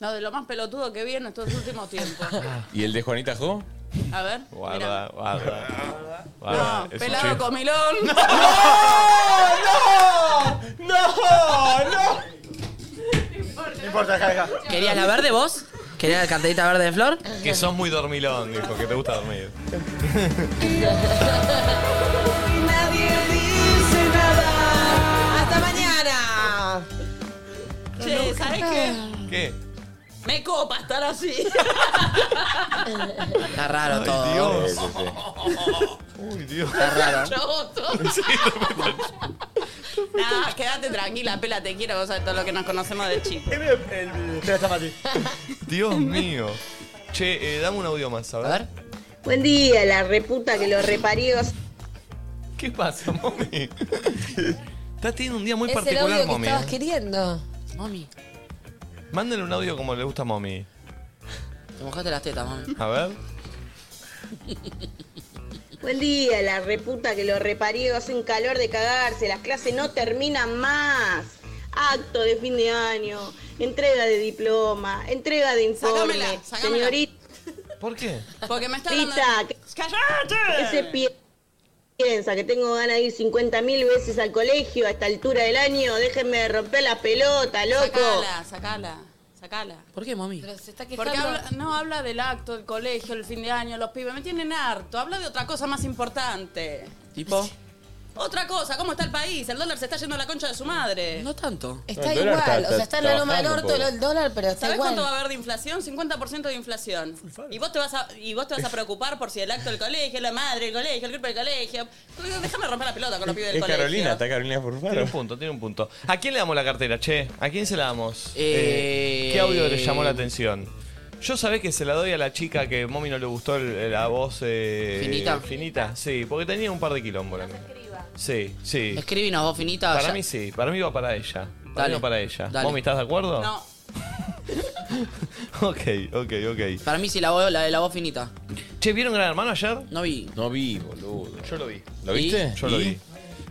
[SPEAKER 4] No, de lo más pelotudo que vi en estos últimos tiempos.
[SPEAKER 5] ¿Y el de Juanita Jo?
[SPEAKER 4] A ver.
[SPEAKER 1] Guarda, guarda.
[SPEAKER 4] No, pelado comilón.
[SPEAKER 7] ¡No! ¡No! ¡No!
[SPEAKER 20] No importa, acá, acá.
[SPEAKER 10] ¿Querías la verde vos? ¿Querías la carterita verde de flor?
[SPEAKER 1] Que sos muy dormilón, dijo, que te gusta dormir.
[SPEAKER 2] Nadie dice nada. Hasta mañana.
[SPEAKER 4] Che, ¿sabes qué?
[SPEAKER 1] ¿Qué?
[SPEAKER 4] Me copa estar así.
[SPEAKER 10] Está raro todo.
[SPEAKER 1] Dios.
[SPEAKER 10] Sí, sí,
[SPEAKER 1] Uy, Dios.
[SPEAKER 10] Está raro.
[SPEAKER 4] Yo voto. Nada, quédate tranquila, pela, te quiero, vos sabés todo lo que nos conocemos de chico.
[SPEAKER 1] Dios mío. Che, eh, dame un audio más, a ver.
[SPEAKER 21] Buen día, la reputa que lo reparió.
[SPEAKER 1] ¿Qué pasa, mami? Estás teniendo un día muy
[SPEAKER 3] es el
[SPEAKER 1] particular,
[SPEAKER 3] audio que
[SPEAKER 1] mami.
[SPEAKER 3] estabas
[SPEAKER 1] ¿eh?
[SPEAKER 3] queriendo.
[SPEAKER 10] Mami.
[SPEAKER 1] Mándale un audio como le gusta a mami.
[SPEAKER 10] Te mojaste las tetas, mami.
[SPEAKER 1] A ver.
[SPEAKER 21] Buen día, la reputa que lo reparió. Hace un calor de cagarse. Las clases no terminan más. Acto de fin de año. Entrega de diploma. Entrega de informe.
[SPEAKER 4] Sácamela, sácamela.
[SPEAKER 21] Señorita,
[SPEAKER 1] ¿Por qué?
[SPEAKER 4] Porque me está hablando.
[SPEAKER 21] que, que se pi- piensa que tengo ganas de ir 50 mil veces al colegio a esta altura del año. Déjenme de romper las pelotas, loco.
[SPEAKER 4] Sacala, sacala, sacala.
[SPEAKER 10] ¿Por qué, mami?
[SPEAKER 4] Pero se está Porque
[SPEAKER 21] quejando.
[SPEAKER 4] habla- no habla del acto, el colegio, el fin de año, los pibes. Me tienen harto. Habla de otra cosa más importante.
[SPEAKER 10] ¿Tipo?
[SPEAKER 4] Otra cosa, ¿cómo está el país? El dólar se está yendo a la concha de su madre.
[SPEAKER 10] No tanto.
[SPEAKER 4] Está
[SPEAKER 3] igual, o sea, está en la loma del
[SPEAKER 5] bajando un
[SPEAKER 3] orto
[SPEAKER 5] poco.
[SPEAKER 3] el dólar, pero está
[SPEAKER 4] ¿Sabes
[SPEAKER 3] igual.
[SPEAKER 4] cuánto va a haber de inflación? 50% de inflación. Y vos te vas a y vos te vas a preocupar por si el acto del colegio, la madre del colegio, el grupo del colegio. Déjame romper la pelota con los pibes del
[SPEAKER 5] Es
[SPEAKER 4] colegio.
[SPEAKER 5] Carolina, está Carolina
[SPEAKER 1] Tiene
[SPEAKER 5] Furfaro.
[SPEAKER 1] un punto, tiene un punto. ¿A quién le damos la cartera, che? ¿A quién se la damos?
[SPEAKER 10] Eh,
[SPEAKER 1] Eh, ¿Qué audio le llamó la atención? Yo sabés que se la doy a la chica que Mommy no le gustó el- la voz eh,
[SPEAKER 10] Finita.
[SPEAKER 1] finita. Sí, porque tenía un par de quilombos. la mina. Sí, sí.
[SPEAKER 10] Escribinos vos, finita.
[SPEAKER 1] Para
[SPEAKER 10] ya-
[SPEAKER 1] mí sí, para mí va para ella. Para
[SPEAKER 10] Dale,
[SPEAKER 1] mí va para ella.
[SPEAKER 10] dale.
[SPEAKER 1] Mommy, ¿estás de acuerdo?
[SPEAKER 4] No.
[SPEAKER 1] Ok, ok, ok.
[SPEAKER 10] Para mí sí, la, voz- la, la voz finita.
[SPEAKER 1] Che, ¿vieron Gran Hermano ayer?
[SPEAKER 10] No vi.
[SPEAKER 5] No vi, boludo.
[SPEAKER 1] Yo lo vi.
[SPEAKER 5] ¿Lo viste?
[SPEAKER 1] Yo lo vi.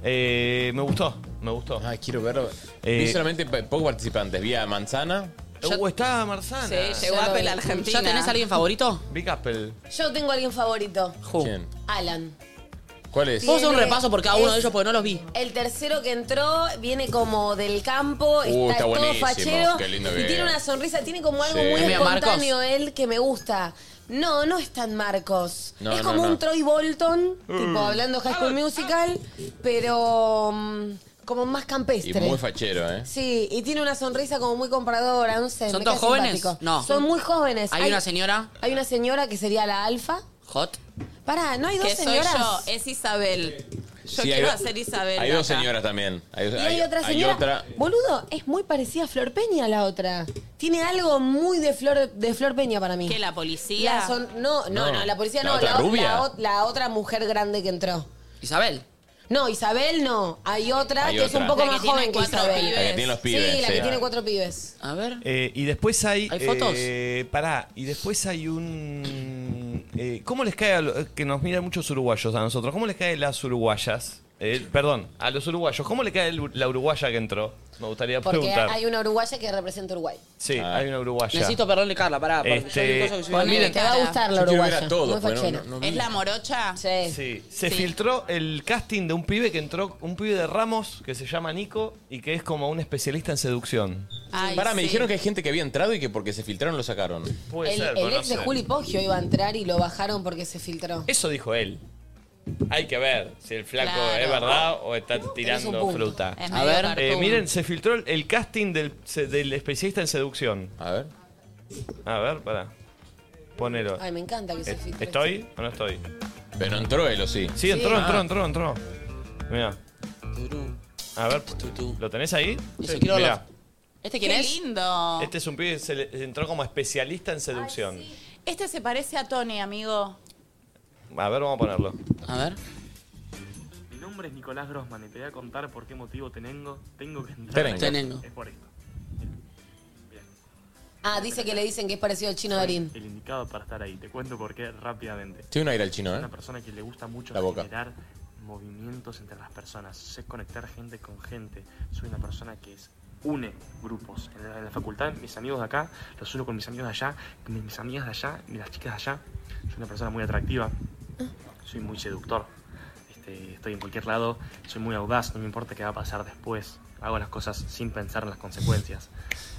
[SPEAKER 1] Eh, me gustó, me gustó.
[SPEAKER 5] Ay, quiero verlo.
[SPEAKER 1] Eh,
[SPEAKER 5] vi solamente pa- pocos participantes. Vi a Manzana.
[SPEAKER 1] Uh, está Marzana.
[SPEAKER 4] Sí, llegó Apple a Argentina.
[SPEAKER 10] ¿Ya tenés a alguien favorito?
[SPEAKER 1] Big Apple.
[SPEAKER 3] Yo tengo a alguien favorito,
[SPEAKER 5] ¿Quién?
[SPEAKER 3] Alan.
[SPEAKER 5] ¿Cuál es?
[SPEAKER 10] Vamos a hacer un
[SPEAKER 3] Tiene-
[SPEAKER 10] repaso por cada uno
[SPEAKER 3] es-
[SPEAKER 10] de ellos porque no los vi.
[SPEAKER 3] El tercero que entró viene como del campo,
[SPEAKER 10] Uh,
[SPEAKER 3] está,
[SPEAKER 10] está
[SPEAKER 3] todo
[SPEAKER 10] buenísimo,
[SPEAKER 3] fachero
[SPEAKER 10] qué lindo
[SPEAKER 3] y
[SPEAKER 10] que
[SPEAKER 3] tiene
[SPEAKER 10] es.
[SPEAKER 3] una sonrisa, tiene como algo
[SPEAKER 10] Sí.
[SPEAKER 3] muy
[SPEAKER 10] Mira, Marcos.
[SPEAKER 3] espontáneo él que me gusta. No, no es tan Marcos.
[SPEAKER 5] No,
[SPEAKER 3] es
[SPEAKER 5] no,
[SPEAKER 3] como
[SPEAKER 5] no.
[SPEAKER 3] un Troy Bolton, tipo
[SPEAKER 5] Mm.
[SPEAKER 3] hablando High School Musical, pero mm, como más campestre.
[SPEAKER 5] Y muy fachero, ¿eh?
[SPEAKER 3] Sí, y tiene una sonrisa como muy compradora, no sé.
[SPEAKER 10] ¿Son
[SPEAKER 3] me
[SPEAKER 10] todos
[SPEAKER 3] cae
[SPEAKER 10] jóvenes?
[SPEAKER 3] simpático.
[SPEAKER 10] No.
[SPEAKER 3] Son muy jóvenes.
[SPEAKER 10] Hay una señora.
[SPEAKER 3] Hay una señora que sería la alfa.
[SPEAKER 10] Hot.
[SPEAKER 3] Pará, no hay dos
[SPEAKER 4] Que soy
[SPEAKER 3] señoras.
[SPEAKER 4] yo, es Isabel. Yo
[SPEAKER 5] Sí, hay
[SPEAKER 4] quiero
[SPEAKER 5] do-
[SPEAKER 4] hacer Isabel.
[SPEAKER 5] Hay dos
[SPEAKER 4] acá.
[SPEAKER 5] señoras también. Hay,
[SPEAKER 3] Y hay, otra señora.
[SPEAKER 5] otra.
[SPEAKER 3] Boludo, es muy parecida a Flor Peña la otra. Tiene algo muy de Flor, de Flor Peña para mí.
[SPEAKER 4] ¿Qué, la policía?
[SPEAKER 3] La son- no, no,
[SPEAKER 10] No.
[SPEAKER 3] no, la policía
[SPEAKER 10] ¿La
[SPEAKER 3] no.
[SPEAKER 10] otra
[SPEAKER 3] o-
[SPEAKER 10] rubia?
[SPEAKER 3] la o- la otra mujer grande que entró.
[SPEAKER 10] Isabel.
[SPEAKER 3] No, Isabel no. Hay otra
[SPEAKER 5] Hay
[SPEAKER 3] que es
[SPEAKER 5] otra.
[SPEAKER 3] un poco
[SPEAKER 5] La que
[SPEAKER 3] más
[SPEAKER 5] tiene
[SPEAKER 3] joven que
[SPEAKER 5] cuatro
[SPEAKER 3] Isabel.
[SPEAKER 5] pibes. La que tiene los
[SPEAKER 3] Sí,
[SPEAKER 5] pibes,
[SPEAKER 3] la
[SPEAKER 5] sí.
[SPEAKER 3] que tiene cuatro pibes.
[SPEAKER 10] A ver.
[SPEAKER 1] Eh, y después hay.
[SPEAKER 3] ¿Hay fotos?
[SPEAKER 1] eh, pará, y después hay un. eh, ¿Cómo les cae a los. que nos miran muchos uruguayos a nosotros? ¿Cómo les cae las uruguayas? Eh, perdón, a los uruguayos. ¿Cómo le cae el- la uruguaya que entró? Me gustaría
[SPEAKER 3] Porque
[SPEAKER 1] preguntar.
[SPEAKER 3] hay una uruguaya que representa a Uruguay.
[SPEAKER 1] Sí,
[SPEAKER 5] Ah.
[SPEAKER 1] hay una uruguaya.
[SPEAKER 10] Necesito perdón, Carla, pará. porque yo
[SPEAKER 1] Este,
[SPEAKER 10] hay cosas que soy-
[SPEAKER 1] Ponele,
[SPEAKER 10] Miren,
[SPEAKER 3] te va a gustar la
[SPEAKER 1] Yo quiero ver
[SPEAKER 3] uruguaya.
[SPEAKER 1] a todos,
[SPEAKER 3] muy
[SPEAKER 1] porque no-
[SPEAKER 3] fachera.
[SPEAKER 1] no- no vi. ¿Es la
[SPEAKER 4] morocha?
[SPEAKER 3] Sí.
[SPEAKER 1] Sí, se
[SPEAKER 3] Sí.
[SPEAKER 1] filtró el casting de un pibe que entró, un pibe de Ramos que se llama Nico y que es como un especialista en seducción.
[SPEAKER 3] Ay,
[SPEAKER 5] Para, me
[SPEAKER 3] sí.
[SPEAKER 5] dijeron que hay gente que había entrado y que porque se filtraron lo sacaron.
[SPEAKER 3] El, el ex de Juli Poggio iba a entrar y lo bajaron porque se filtró.
[SPEAKER 1] Eso dijo él. Hay que ver si el flaco
[SPEAKER 3] Claro.
[SPEAKER 1] es verdad o está
[SPEAKER 3] un
[SPEAKER 1] tirando
[SPEAKER 3] punto.
[SPEAKER 1] fruta.
[SPEAKER 3] Es A medio ver. cartoon.
[SPEAKER 1] Eh, miren, se filtró el, el casting del, se- del especialista en seducción.
[SPEAKER 5] A ver.
[SPEAKER 1] A ver, pará. Ponelo.
[SPEAKER 3] Ay, me encanta que se
[SPEAKER 1] Eh,
[SPEAKER 3] filtre.
[SPEAKER 1] ¿Estoy o no estoy?
[SPEAKER 5] Pero entró él o sí.
[SPEAKER 1] Sí, entró,
[SPEAKER 5] Ah.
[SPEAKER 1] entró, entró, entró. Mira. A ver, ¿lo tenés ahí?
[SPEAKER 10] Eso, quiero
[SPEAKER 1] Mirá.
[SPEAKER 10] verlo. ¿Este quién
[SPEAKER 4] Qué
[SPEAKER 10] es?
[SPEAKER 4] lindo.
[SPEAKER 1] Este es un pibe que se le- se entró como especialista en seducción.
[SPEAKER 4] Este se parece a Tony, amigo.
[SPEAKER 1] A ver, vamos a ponerlo.
[SPEAKER 10] A ver.
[SPEAKER 22] Mi nombre es Nicolás Grossman y te voy a contar por qué motivo tengo, tengo que entrar.
[SPEAKER 5] Tenengo.
[SPEAKER 10] Tenengo.
[SPEAKER 22] Es por esto.
[SPEAKER 3] Ah, dice que le dicen que es parecido al chino Darín.
[SPEAKER 22] El indicado para estar ahí. Te cuento por qué rápidamente.
[SPEAKER 5] Tiene un aire al chino, ¿eh?
[SPEAKER 22] Una persona que le gusta mucho
[SPEAKER 5] La boca.
[SPEAKER 22] generar movimientos entre las personas. Sé conectar gente con gente. Soy una persona que es- une grupos. En la, en la facultad, mis amigos de acá, los uno con mis amigos de allá, mis, mis amigas de allá y las chicas de allá. Soy una persona muy atractiva. Soy muy seductor. Este, estoy en cualquier lado. Soy muy audaz. No me importa qué va a pasar después. Hago las cosas sin pensar en las consecuencias.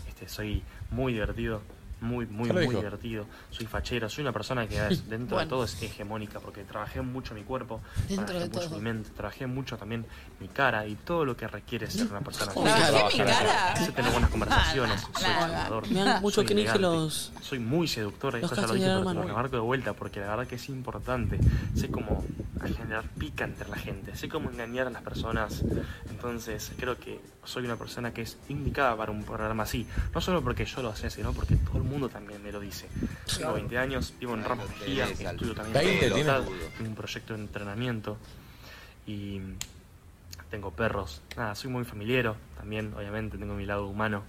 [SPEAKER 22] Este, soy muy divertido. Muy, muy,
[SPEAKER 5] Ya lo
[SPEAKER 22] muy
[SPEAKER 5] dijo.
[SPEAKER 22] divertido. Soy fachero. Soy una persona que es- dentro de todo es hegemónica porque trabajé mucho mi cuerpo,
[SPEAKER 3] Dentro
[SPEAKER 22] trabajé
[SPEAKER 3] de
[SPEAKER 22] mucho
[SPEAKER 3] todo.
[SPEAKER 22] mi mente, trabajé mucho también mi cara y todo lo que requiere ser una persona.
[SPEAKER 10] ¿Cómo ¿Trabajé
[SPEAKER 22] Trabajé
[SPEAKER 10] mi cara?
[SPEAKER 22] Sé tener buenas conversaciones. Soy
[SPEAKER 10] Nada.
[SPEAKER 22] conservador,
[SPEAKER 10] Me dan mucho
[SPEAKER 22] soy
[SPEAKER 10] cringe
[SPEAKER 22] elegante,
[SPEAKER 10] los-
[SPEAKER 22] Soy muy seductor. Esto ya lo
[SPEAKER 10] castings
[SPEAKER 22] dije,
[SPEAKER 10] de
[SPEAKER 22] pero te lo
[SPEAKER 10] Hermano.
[SPEAKER 22] remarco de vuelta porque la verdad que es importante. Sé cómo generar pica entre la gente, sé cómo engañar a las personas. Entonces creo que soy una persona que es indicada para un programa así. No solo porque yo lo sé, sino porque todo el mundo también me lo dice. Tengo 20 años, vivo en Ramos Mejía, estudio también.
[SPEAKER 5] 20
[SPEAKER 22] en la
[SPEAKER 5] tiene.
[SPEAKER 22] facultad, Tengo un proyecto de entrenamiento y tengo perros. Nada, soy muy familiero también, obviamente, tengo mi lado humano,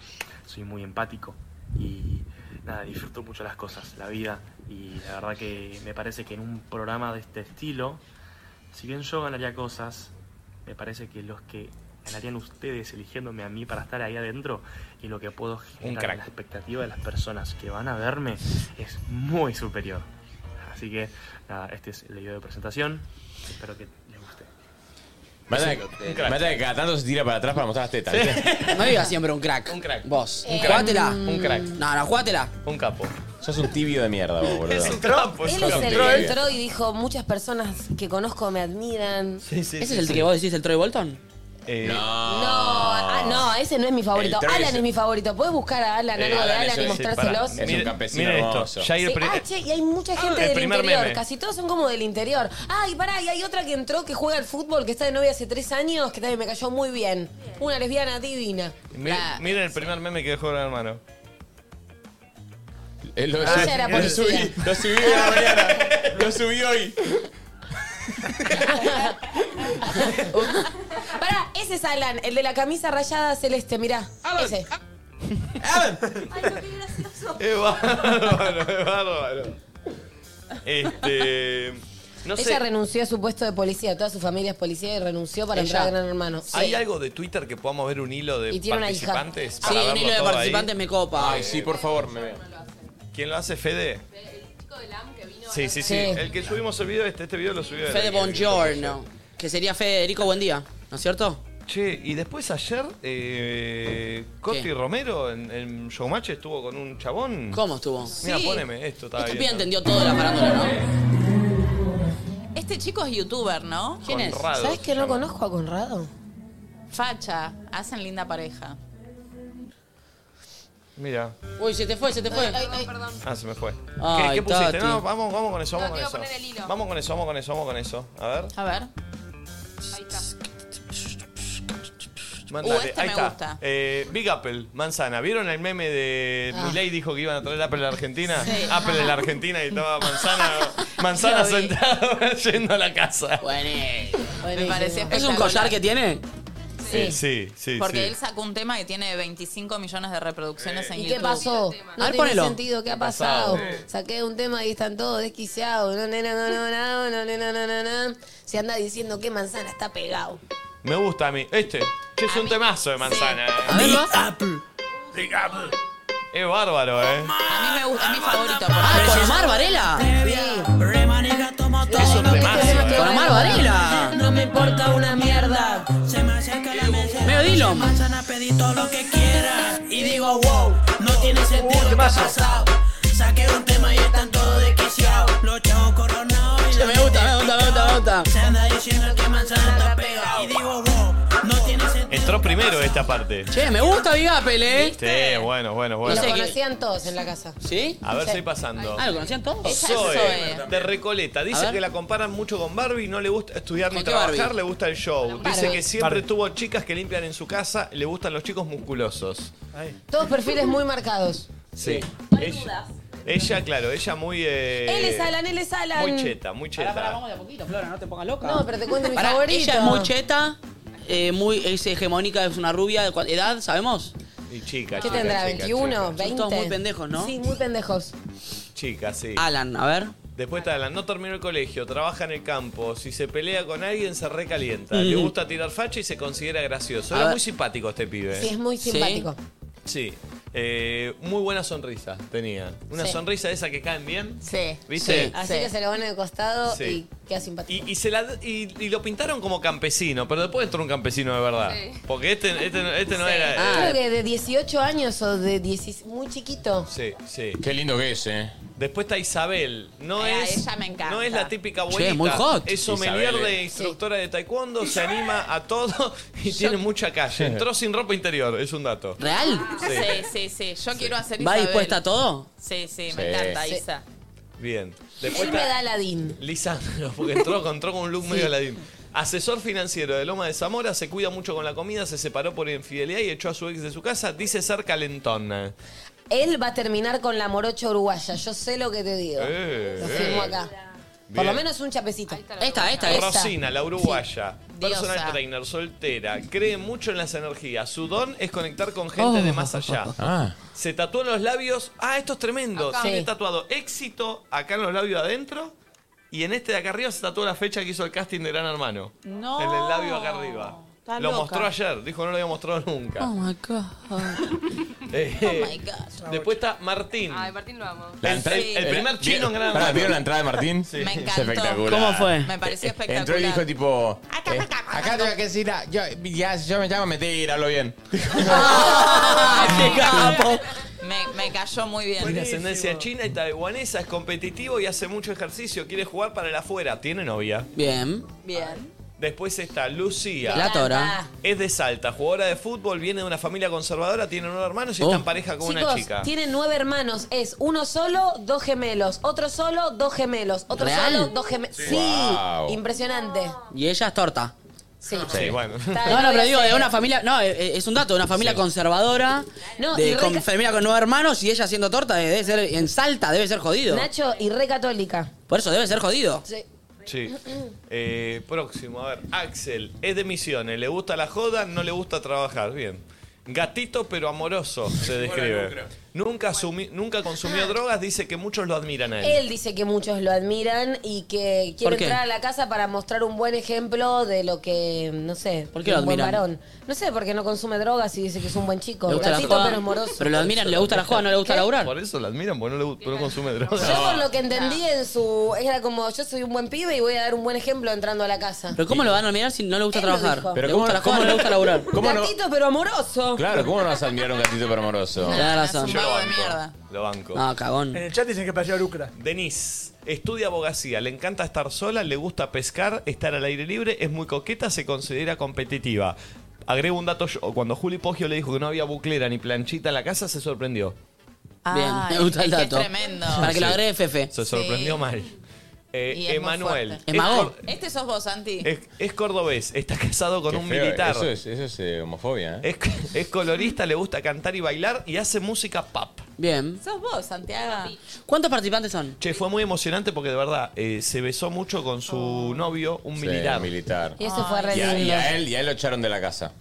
[SPEAKER 22] soy muy empático y nada, disfruto mucho las cosas, la vida y la verdad que me parece que en un programa de este estilo, si bien yo ganaría cosas, me parece que los que ganarían ustedes eligiéndome a mí para estar ahí adentro y lo que puedo generar en
[SPEAKER 1] crack.
[SPEAKER 22] la expectativa de las personas que van a verme es muy superior. Así que nada, este es el video de presentación. Espero que les guste.
[SPEAKER 5] Mata que cada tanto se tira para atrás para mostrar las tetas. ¿viste?
[SPEAKER 10] No digas siempre un crack. Un crack. Vos.
[SPEAKER 5] Un crack.
[SPEAKER 10] Jugátela.
[SPEAKER 5] Un crack.
[SPEAKER 10] No, no, jugátela.
[SPEAKER 1] Un capo.
[SPEAKER 5] Sos un tibio de mierda, vos, boludo.
[SPEAKER 10] Es un trompo,
[SPEAKER 5] Sos
[SPEAKER 3] Él
[SPEAKER 5] un
[SPEAKER 3] es el
[SPEAKER 5] tibio.
[SPEAKER 3] que entró y dijo, muchas personas que conozco me admiran.
[SPEAKER 10] ¿Ese es el que vos decís, el Troy Bolton?
[SPEAKER 3] No, ah, no, ese no es mi favorito.
[SPEAKER 10] El Troy
[SPEAKER 3] Alan
[SPEAKER 10] es-
[SPEAKER 3] es mi favorito. ¿Puedes buscar a Alan, algo de Alan y mostrárselos?
[SPEAKER 5] Ah, es un campesino hermoso.
[SPEAKER 1] Ya hay el
[SPEAKER 3] Sí,
[SPEAKER 1] pri-
[SPEAKER 3] ah, che, y hay mucha gente
[SPEAKER 1] el
[SPEAKER 3] del
[SPEAKER 1] primer
[SPEAKER 3] interior,
[SPEAKER 1] meme.
[SPEAKER 3] casi todos son como del interior. Ah, y pará, y hay otra que entró que juega al fútbol, que está de novia hace tres años, que también me cayó muy bien. Una lesbiana divina.
[SPEAKER 1] mi- Miren el primer meme que dejó el hermano.
[SPEAKER 5] Eh, lo,
[SPEAKER 3] Ella
[SPEAKER 5] subí-
[SPEAKER 3] Ah, era
[SPEAKER 5] lo
[SPEAKER 3] policía.
[SPEAKER 5] subí, lo subí hoy a la mañana. Lo subí hoy.
[SPEAKER 3] Pará, ese es Alan, el de la camisa rayada celeste, mirá. Ese.
[SPEAKER 1] Es bárbaro, es bárbaro. Este. No
[SPEAKER 3] Ella
[SPEAKER 1] sé.
[SPEAKER 3] renunció a su puesto de policía, toda su familia es policía y renunció para
[SPEAKER 1] Ella.
[SPEAKER 3] entrar a Gran Hermano.
[SPEAKER 1] ¿Hay
[SPEAKER 3] Sí.
[SPEAKER 1] algo de Twitter que podamos ver un hilo de
[SPEAKER 3] Y tiene una hija.
[SPEAKER 1] participantes?
[SPEAKER 10] Sí, un hilo de participantes me copa.
[SPEAKER 5] Ay, sí, por favor, me veo.
[SPEAKER 1] ¿Quién lo hace, Fede? Sí, sí, sí.
[SPEAKER 10] Sí.
[SPEAKER 1] El que subimos el video, este, este video lo subió.
[SPEAKER 10] Fede
[SPEAKER 1] el-
[SPEAKER 10] Bongiorno. Que sería Federico Buendía, ¿no es cierto?
[SPEAKER 1] Che, y después ayer, eh, Coti Romero en, en Showmatch estuvo con un chabón.
[SPEAKER 10] ¿Cómo estuvo?
[SPEAKER 1] Mira,
[SPEAKER 4] Sí.
[SPEAKER 1] poneme esto. Estaba
[SPEAKER 10] Este pibe
[SPEAKER 1] viendo.
[SPEAKER 10] entendió todo de la farándula, ¿no?
[SPEAKER 4] Este chico es youtuber, ¿no?
[SPEAKER 3] ¿Sabes que no conozco a Conrado?
[SPEAKER 4] Facha, hacen linda pareja.
[SPEAKER 1] Mira.
[SPEAKER 2] Uy, se te fue, se te fue.
[SPEAKER 1] Ah, se me fue.
[SPEAKER 2] Ay,
[SPEAKER 1] ¿Qué, qué pusiste?
[SPEAKER 2] Tati.
[SPEAKER 1] No, vamos, vamos con eso,
[SPEAKER 2] No,
[SPEAKER 1] vamos
[SPEAKER 2] te iba a
[SPEAKER 1] con
[SPEAKER 2] poner el
[SPEAKER 1] eso.
[SPEAKER 2] hilo.
[SPEAKER 1] Vamos con eso, vamos con eso, vamos con eso. A ver.
[SPEAKER 4] A ver.
[SPEAKER 1] Mandale,
[SPEAKER 4] este
[SPEAKER 1] ahí
[SPEAKER 4] me
[SPEAKER 1] está.
[SPEAKER 4] gusta.
[SPEAKER 1] Eh, Big Apple, manzana. ¿Vieron el meme de
[SPEAKER 4] Ah.
[SPEAKER 1] Milei dijo que iban a traer Apple a la Argentina?
[SPEAKER 4] Sí.
[SPEAKER 1] Apple en la Argentina y estaba manzana, manzana
[SPEAKER 4] Lo vi.
[SPEAKER 1] sentado yendo a la casa.
[SPEAKER 4] Me parecía
[SPEAKER 10] ¿Es un
[SPEAKER 4] espectacular.
[SPEAKER 10] collar que tiene?
[SPEAKER 1] Eh, sí, sí,
[SPEAKER 4] Porque
[SPEAKER 1] sí. Eh,
[SPEAKER 4] él sacó un tema que tiene 25 millones de reproducciones en
[SPEAKER 3] ¿Y
[SPEAKER 4] YouTube.
[SPEAKER 3] qué pasó?
[SPEAKER 4] A
[SPEAKER 3] No
[SPEAKER 4] ver,
[SPEAKER 3] tiene
[SPEAKER 4] ponelo.
[SPEAKER 3] sentido, ¿qué ha
[SPEAKER 4] ¿Qué ha pasado?
[SPEAKER 3] pasado? Saqué un tema y están todos desquiciados. No, nena, no, no, no, no, nena, no, no, no. Se anda diciendo que manzana está pegado.
[SPEAKER 1] Me gusta a mí. Este, que es un temazo de manzana.
[SPEAKER 4] Big
[SPEAKER 1] Apple. Big Apple. Es bárbaro, eh.
[SPEAKER 4] A mí me gusta, es mi favorito.
[SPEAKER 10] Ah, con Omar Varela. Es un temazo. Con Omar
[SPEAKER 1] Ah,
[SPEAKER 10] Varela.
[SPEAKER 2] No me importa una mierda. Se me acerca la mesa.
[SPEAKER 10] Medio Dillon.
[SPEAKER 2] Manzana pedí todo lo que quiera. Y digo, wow, no tiene sentido lo que ha pasado. Saqué un tema y están todos desquiciados. Los chavos coronados y la
[SPEAKER 10] Me gusta, me gusta, me gusta, me gusta.
[SPEAKER 2] Se anda diciendo que manzana está pegado. Y digo, wow, no tiene sentido.
[SPEAKER 1] Entró primero esta parte.
[SPEAKER 10] Che, me gusta Big Apple, eh.
[SPEAKER 1] Sí, bueno, bueno,
[SPEAKER 3] Y
[SPEAKER 1] bueno.
[SPEAKER 3] lo conocían todos en la casa.
[SPEAKER 10] ¿Sí?
[SPEAKER 1] A ver, estoy pasando.
[SPEAKER 10] Ah, ¿lo conocían todos?
[SPEAKER 1] Zoe, de Recoleta.
[SPEAKER 10] A
[SPEAKER 1] Dice
[SPEAKER 10] ver.
[SPEAKER 1] que la comparan mucho con Barbie, no le gusta estudiar ni
[SPEAKER 10] ¿Con qué
[SPEAKER 1] trabajar,
[SPEAKER 10] Barbie?
[SPEAKER 1] le gusta el show.
[SPEAKER 3] Barbie.
[SPEAKER 1] Dice que siempre
[SPEAKER 3] Barbie.
[SPEAKER 1] tuvo chicas que limpian en su casa, le gustan los chicos musculosos.
[SPEAKER 3] Todos perfiles muy marcados.
[SPEAKER 1] Sí. Ella, ella, claro, ella muy... eh,
[SPEAKER 3] Él es Alan, él es Alan.
[SPEAKER 1] Muy cheta, muy cheta.
[SPEAKER 10] de a poquito, Flora, no te pongas loca.
[SPEAKER 3] No, pero te cuento mi
[SPEAKER 10] Pará,
[SPEAKER 3] favorito.
[SPEAKER 10] Ella es muy cheta, eh, muy, es hegemónica, es una rubia. ¿De cua- edad sabemos?
[SPEAKER 1] Y chica,
[SPEAKER 3] ¿Qué
[SPEAKER 1] chica,
[SPEAKER 3] tendrá?
[SPEAKER 1] chica,
[SPEAKER 3] ¿21?
[SPEAKER 1] chica.
[SPEAKER 3] ¿20?
[SPEAKER 10] todos muy pendejos, ¿no?
[SPEAKER 3] Sí, muy pendejos.
[SPEAKER 1] Chica, sí.
[SPEAKER 10] Alan, a ver.
[SPEAKER 1] Después está Alan, no terminó el colegio, trabaja en el campo, si se pelea con alguien se recalienta,
[SPEAKER 10] Mm.
[SPEAKER 1] le gusta tirar facha y se considera gracioso.
[SPEAKER 10] A
[SPEAKER 1] Era
[SPEAKER 10] ver.
[SPEAKER 1] muy simpático este pibe.
[SPEAKER 3] Sí, es muy
[SPEAKER 1] Sí.
[SPEAKER 3] simpático.
[SPEAKER 1] Sí. Eh, muy buena sonrisa tenía. Una
[SPEAKER 3] Sí.
[SPEAKER 1] sonrisa esa que caen bien.
[SPEAKER 4] Sí.
[SPEAKER 1] ¿Viste?
[SPEAKER 3] Así que se lo van en el costado
[SPEAKER 1] Sí.
[SPEAKER 3] y queda simpático.
[SPEAKER 1] Y, y se la, y, y lo pintaron como campesino, pero después entró un campesino de verdad.
[SPEAKER 3] Sí.
[SPEAKER 1] Porque este, este, no- este no era.
[SPEAKER 3] Creo
[SPEAKER 1] eh,
[SPEAKER 3] que de 18 años o de 10, muy chiquito.
[SPEAKER 1] Sí, sí.
[SPEAKER 5] Qué lindo que es, eh.
[SPEAKER 1] Después está Isabel. No
[SPEAKER 4] Eh, a
[SPEAKER 1] es,
[SPEAKER 4] ella me encanta.
[SPEAKER 1] no es la típica
[SPEAKER 5] Che,
[SPEAKER 1] abuelita.
[SPEAKER 5] muy hot.
[SPEAKER 1] Es sommelier
[SPEAKER 5] Isabel,
[SPEAKER 1] de
[SPEAKER 5] eh.
[SPEAKER 1] instructora de taekwondo, se anima a todo y tiene mucha calle. Entró sin ropa interior, es un dato.
[SPEAKER 10] ¿Real?
[SPEAKER 1] Sí.
[SPEAKER 4] Sí, sí, sí. Yo quiero hacer
[SPEAKER 10] ¿Va
[SPEAKER 4] Isabel.
[SPEAKER 10] dispuesta a todo?
[SPEAKER 4] Sí, sí,
[SPEAKER 1] Sí.
[SPEAKER 4] me encanta,
[SPEAKER 1] Sí.
[SPEAKER 4] Isa.
[SPEAKER 1] Bien.
[SPEAKER 3] Él me da Aladín.
[SPEAKER 1] Lisandro, porque entró, entró con un look medio aladín. Asesor financiero de Loma de Zamora, se cuida mucho con la comida, se separó por infidelidad y echó a su ex de su casa. Dice ser calentón.
[SPEAKER 3] Él va a terminar con la morocha uruguaya. Yo sé lo que te digo.
[SPEAKER 1] Eh,
[SPEAKER 3] lo
[SPEAKER 1] eh.
[SPEAKER 3] firmo acá. Por
[SPEAKER 1] Bien.
[SPEAKER 3] lo menos un chapecito.
[SPEAKER 10] Esta, esta, esta.
[SPEAKER 1] Rosina, la uruguaya.
[SPEAKER 3] Diosa.
[SPEAKER 1] Personal trainer, soltera. Cree mucho en las energías. Su don es conectar con gente
[SPEAKER 5] Oh.
[SPEAKER 1] de más allá.
[SPEAKER 5] Ah,
[SPEAKER 1] Se tatuó en los labios. Ah, esto es tremendo.
[SPEAKER 5] Acá.
[SPEAKER 1] Tiene
[SPEAKER 5] Sí.
[SPEAKER 1] tatuado éxito acá en los labios adentro. Y en este de acá arriba se tatuó la fecha que hizo el casting de Gran Hermano.
[SPEAKER 4] No.
[SPEAKER 1] En el labio acá arriba.
[SPEAKER 4] Está
[SPEAKER 1] lo
[SPEAKER 4] loca.
[SPEAKER 1] mostró ayer. Dijo no lo había mostrado nunca.
[SPEAKER 4] Oh my god.
[SPEAKER 1] Eh,
[SPEAKER 4] Oh my god.
[SPEAKER 1] Después está Martín.
[SPEAKER 9] Ay, Martín lo amo.
[SPEAKER 5] La
[SPEAKER 1] El-
[SPEAKER 5] entrada-
[SPEAKER 1] el- el primer
[SPEAKER 5] eh,
[SPEAKER 1] chino en Gran
[SPEAKER 5] pará,
[SPEAKER 1] Hermano.
[SPEAKER 5] ¿Vieron la entrada de Martín?
[SPEAKER 1] Sí. Me
[SPEAKER 5] Es
[SPEAKER 1] encantó.
[SPEAKER 5] espectacular.
[SPEAKER 1] ¿Cómo fue?
[SPEAKER 4] Me pareció
[SPEAKER 5] Eh,
[SPEAKER 4] espectacular.
[SPEAKER 5] Entró y dijo tipo... eh, acá tengo que decir... ah, Yo, ya, yo me llamo Metí, hablo bien.
[SPEAKER 1] ¡Qué capo!
[SPEAKER 4] Me, me cayó muy bien.
[SPEAKER 1] Tiene ascendencia china y taiwanesa, es competitivo y hace mucho ejercicio. Quiere jugar para el afuera. Tiene novia.
[SPEAKER 10] Bien.
[SPEAKER 4] Bien.
[SPEAKER 1] Después está Lucía.
[SPEAKER 10] La tora.
[SPEAKER 1] Es de Salta, jugadora de fútbol, viene de una familia conservadora, tiene nueve hermanos y
[SPEAKER 10] Oh.
[SPEAKER 1] está en pareja con
[SPEAKER 3] Chicos,
[SPEAKER 1] una chica.
[SPEAKER 3] tienen nueve hermanos. Es uno solo, dos gemelos. Otro solo, dos gemelos. Otro
[SPEAKER 10] ¿Real?
[SPEAKER 3] solo, dos gemelos. Sí.
[SPEAKER 10] Wow.
[SPEAKER 3] Impresionante.
[SPEAKER 10] Y ella es torta.
[SPEAKER 3] Sí.
[SPEAKER 1] Sí, bueno.
[SPEAKER 10] No, no, pero digo, de una familia. No, eh, eh, es un dato, de una familia conservadora.
[SPEAKER 3] No, y
[SPEAKER 10] de,
[SPEAKER 3] reca-
[SPEAKER 10] con familia con nueve hermanos y ella haciendo torta. eh, Debe ser en Salta, debe ser jodido.
[SPEAKER 3] Nacho y re católica.
[SPEAKER 10] Por eso debe ser jodido.
[SPEAKER 3] Sí.
[SPEAKER 1] Sí. Eh, próximo, a ver. Axel, es de misiones, le gusta la joda, no le gusta trabajar. Bien. Gatito pero amoroso, se describe.
[SPEAKER 23] lucro.
[SPEAKER 1] Nunca, asumi- nunca
[SPEAKER 3] Ah.
[SPEAKER 1] consumió drogas, dice que muchos lo admiran a él.
[SPEAKER 3] Él dice que muchos lo admiran y que
[SPEAKER 1] ¿Por
[SPEAKER 3] quiere
[SPEAKER 1] qué?
[SPEAKER 3] entrar a la casa para mostrar un buen ejemplo de lo que, no sé,
[SPEAKER 10] ¿Por qué
[SPEAKER 3] de
[SPEAKER 10] lo
[SPEAKER 3] un buen
[SPEAKER 10] admiran?
[SPEAKER 3] varón. No sé, porque no consume drogas y dice que es un buen chico.
[SPEAKER 10] Le gusta la
[SPEAKER 3] Gatito
[SPEAKER 10] joda.
[SPEAKER 3] pero moroso.
[SPEAKER 10] Pero lo admiran, le gusta la joda, no le gusta
[SPEAKER 1] ¿Qué?
[SPEAKER 10] laburar.
[SPEAKER 1] Por eso lo admiran, porque no, le, gu- no consume drogas.
[SPEAKER 3] Yo por lo que entendí en su... Era como, yo soy un buen pibe y voy a dar un buen ejemplo entrando a la casa.
[SPEAKER 10] Pero ¿cómo lo van a mirar si no le gusta
[SPEAKER 3] Él lo
[SPEAKER 10] trabajar?
[SPEAKER 3] dijo.
[SPEAKER 10] Pero
[SPEAKER 5] Pero
[SPEAKER 10] le
[SPEAKER 5] ¿cómo
[SPEAKER 10] gusta
[SPEAKER 5] no-
[SPEAKER 10] la joda,
[SPEAKER 5] cómo
[SPEAKER 10] no le
[SPEAKER 5] no-
[SPEAKER 10] gusta laburar.
[SPEAKER 5] ¿Cómo no?
[SPEAKER 3] Gatito pero amoroso.
[SPEAKER 5] Claro, ¿cómo no vas a admirar a un gatito pero amoroso?
[SPEAKER 10] Tenés razón.
[SPEAKER 1] Yo lo banco. Lo banco.
[SPEAKER 10] No, cagón.
[SPEAKER 20] En el chat dicen que pareció Lucra.
[SPEAKER 1] Denise, estudia abogacía, le encanta estar sola, le gusta pescar, estar al aire libre, es muy coqueta, se considera competitiva. agrego un dato yo. Cuando Juli Poggio le dijo que no había buclera ni planchita en la casa, se sorprendió.
[SPEAKER 10] Bien, me gusta el
[SPEAKER 4] Ah, es que es
[SPEAKER 10] dato.
[SPEAKER 4] tremendo.
[SPEAKER 10] Para que lo
[SPEAKER 1] Sí.
[SPEAKER 10] agregue Fefe.
[SPEAKER 1] Se sorprendió mal. Eh,
[SPEAKER 5] E-
[SPEAKER 4] Y es muy
[SPEAKER 1] Emanuel.
[SPEAKER 4] fuerte.
[SPEAKER 1] Es, cor-
[SPEAKER 4] Este sos vos, Santi.
[SPEAKER 1] es- es cordobés, está casado con
[SPEAKER 5] Qué
[SPEAKER 1] un
[SPEAKER 5] feo,
[SPEAKER 1] militar.
[SPEAKER 5] Eso es, eso es eh, homofobia, ¿eh?
[SPEAKER 1] Es, es colorista, le gusta cantar y bailar y hace música pop.
[SPEAKER 10] Bien.
[SPEAKER 4] Sos vos, Santiago.
[SPEAKER 10] ¿Cuántos participantes son?
[SPEAKER 1] Che, fue muy emocionante porque de verdad eh, se besó mucho con su novio, un
[SPEAKER 5] Sí,
[SPEAKER 1] militar.
[SPEAKER 5] un militar.
[SPEAKER 3] Oh. Y eso fue re
[SPEAKER 5] y, a, y
[SPEAKER 3] lindo.
[SPEAKER 5] a él, y a él lo echaron de la casa.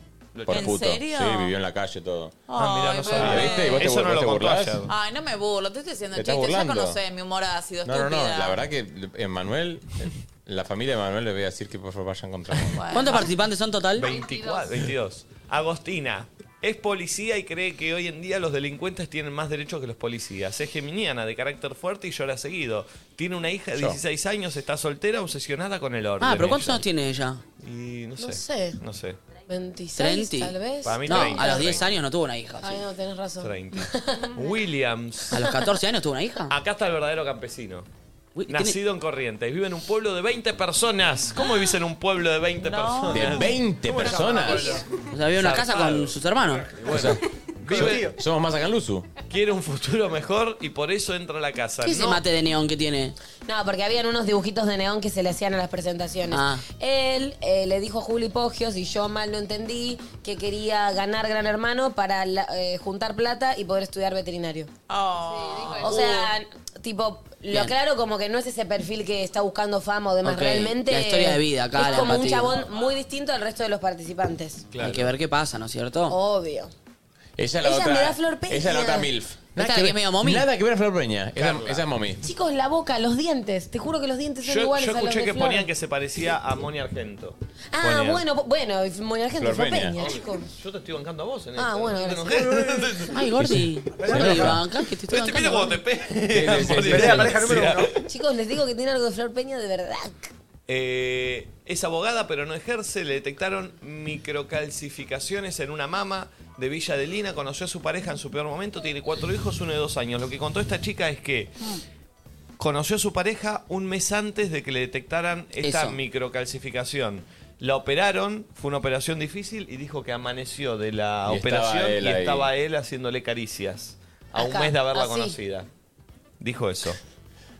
[SPEAKER 5] Por
[SPEAKER 4] ¿En
[SPEAKER 5] puto.
[SPEAKER 4] serio?
[SPEAKER 5] Sí, vivió en la calle todo.
[SPEAKER 4] Ah, mirá, no Ay, sabía. bebé.
[SPEAKER 5] ¿Viste? ¿Y vos te,
[SPEAKER 1] Eso no
[SPEAKER 5] vos
[SPEAKER 1] lo
[SPEAKER 5] te
[SPEAKER 1] contó
[SPEAKER 5] burlás?
[SPEAKER 1] ayer.
[SPEAKER 4] Ay, no me burlo, te estoy haciendo
[SPEAKER 5] Te estás
[SPEAKER 4] chistes, ya
[SPEAKER 5] burlando.
[SPEAKER 4] conocés mi humor ácido,
[SPEAKER 5] No, no,
[SPEAKER 4] estúpida.
[SPEAKER 5] no. La verdad que eh, Manuel, eh, la familia de Manuel le voy a decir que por favor vayan contra mí.
[SPEAKER 10] ¿Cuántos participantes son total?
[SPEAKER 1] 24, 22. Agostina. Es policía y cree que hoy en día los delincuentes tienen más derechos que los policías. Es geminiana, de carácter fuerte y llora seguido. Tiene una hija de
[SPEAKER 10] Yo.
[SPEAKER 1] 16 años, está soltera, obsesionada con el orden.
[SPEAKER 10] Ah, pero ¿cuántos
[SPEAKER 1] ella.
[SPEAKER 10] años tiene ella?
[SPEAKER 1] Y no sé.
[SPEAKER 3] No sé.
[SPEAKER 1] No sé.
[SPEAKER 3] 26,
[SPEAKER 10] 30.
[SPEAKER 3] tal vez.
[SPEAKER 1] Para mí
[SPEAKER 10] no,
[SPEAKER 1] 30,
[SPEAKER 10] a los 10
[SPEAKER 1] 30.
[SPEAKER 10] años no tuvo una hija.
[SPEAKER 3] Ay, no, tenés razón.
[SPEAKER 1] 30. Williams.
[SPEAKER 10] A los 14 años tuvo una hija.
[SPEAKER 1] Acá está el verdadero campesino. Nacido en Corrientes, vive en un pueblo de 20 personas. ¿Cómo vivís en un pueblo de 20 personas?
[SPEAKER 5] ¿De 20
[SPEAKER 1] ¿Cómo se llama el
[SPEAKER 5] personas?
[SPEAKER 1] pueblo?
[SPEAKER 10] O sea, había una casa
[SPEAKER 1] Zarpado.
[SPEAKER 10] con sus hermanos.
[SPEAKER 5] O sea,
[SPEAKER 1] Vive-
[SPEAKER 5] somos más Luzu.
[SPEAKER 1] quiere un futuro mejor y por eso entra a la casa.
[SPEAKER 10] ¿Qué es ese
[SPEAKER 1] No-
[SPEAKER 10] mate de neón que tiene?
[SPEAKER 3] No, porque habían unos dibujitos de neón que se le hacían a las presentaciones.
[SPEAKER 10] Ah.
[SPEAKER 3] Él eh, le dijo a Juli Pogios, y yo mal lo entendí, que quería ganar Gran Hermano para la- eh, juntar plata y poder estudiar veterinario.
[SPEAKER 4] Oh.
[SPEAKER 3] O sea, tipo, lo
[SPEAKER 10] Uh. Bien.
[SPEAKER 3] aclaro como que no es ese perfil que está buscando fama o demás.
[SPEAKER 10] Ok,
[SPEAKER 3] Realmente.
[SPEAKER 10] la historia de vida acá,
[SPEAKER 3] Es
[SPEAKER 10] la
[SPEAKER 3] como un
[SPEAKER 10] empatía.
[SPEAKER 3] chabón muy distinto al resto de los participantes.
[SPEAKER 10] Hay que ver qué pasa, ¿no es cierto?
[SPEAKER 3] Obvio.
[SPEAKER 5] Ella es la
[SPEAKER 3] Ella
[SPEAKER 5] otra.
[SPEAKER 3] me da Flor Peña.
[SPEAKER 5] Ella es la otra MILF.
[SPEAKER 10] ¿Esta
[SPEAKER 5] Nada
[SPEAKER 10] que es medio momi?
[SPEAKER 5] Nada que ver a Flor Peña. Esa, esa es momi.
[SPEAKER 3] Chicos, la boca, los dientes. Te juro que los dientes son
[SPEAKER 1] Yo,
[SPEAKER 3] iguales
[SPEAKER 1] yo
[SPEAKER 3] a los
[SPEAKER 1] escuché
[SPEAKER 3] de
[SPEAKER 1] que
[SPEAKER 3] Flor.
[SPEAKER 1] ponían que se parecía a Moni Argento.
[SPEAKER 3] Ah,
[SPEAKER 1] Ponían.
[SPEAKER 3] bueno, po- bueno, Moni Argento
[SPEAKER 1] Flor
[SPEAKER 3] fue
[SPEAKER 1] Peña.
[SPEAKER 3] Peña, chicos.
[SPEAKER 1] Yo te estoy bancando a vos en
[SPEAKER 3] Ah,
[SPEAKER 1] esto.
[SPEAKER 3] bueno,
[SPEAKER 1] No te
[SPEAKER 3] gracias.
[SPEAKER 1] enojes.
[SPEAKER 10] Ay, Gordi. Gordi, banca, que te estoy
[SPEAKER 1] Este mira cómo te
[SPEAKER 10] bancando.
[SPEAKER 1] pega.
[SPEAKER 5] sí, sí,
[SPEAKER 1] Por
[SPEAKER 5] sí.
[SPEAKER 1] eso.
[SPEAKER 5] Pelea, pareja número uno.
[SPEAKER 3] Chicos, les digo que tiene algo de Flor Peña de verdad.
[SPEAKER 1] Eh, es abogada, pero no ejerce. Le detectaron microcalcificaciones en una mama de Villa de Lina. Conoció a su pareja en su peor momento. Tiene cuatro hijos, uno de dos años. Lo que contó esta chica es que conoció a su pareja un mes antes de que le detectaran esta
[SPEAKER 10] Eso.
[SPEAKER 1] microcalcificación. La operaron, fue una operación difícil y dijo que amaneció de la
[SPEAKER 5] Y estaba
[SPEAKER 1] operación
[SPEAKER 5] él
[SPEAKER 1] y
[SPEAKER 5] ahí.
[SPEAKER 1] estaba él haciéndole caricias a
[SPEAKER 3] Acá,
[SPEAKER 1] un mes de haberla
[SPEAKER 3] así.
[SPEAKER 1] conocida. Dijo eso.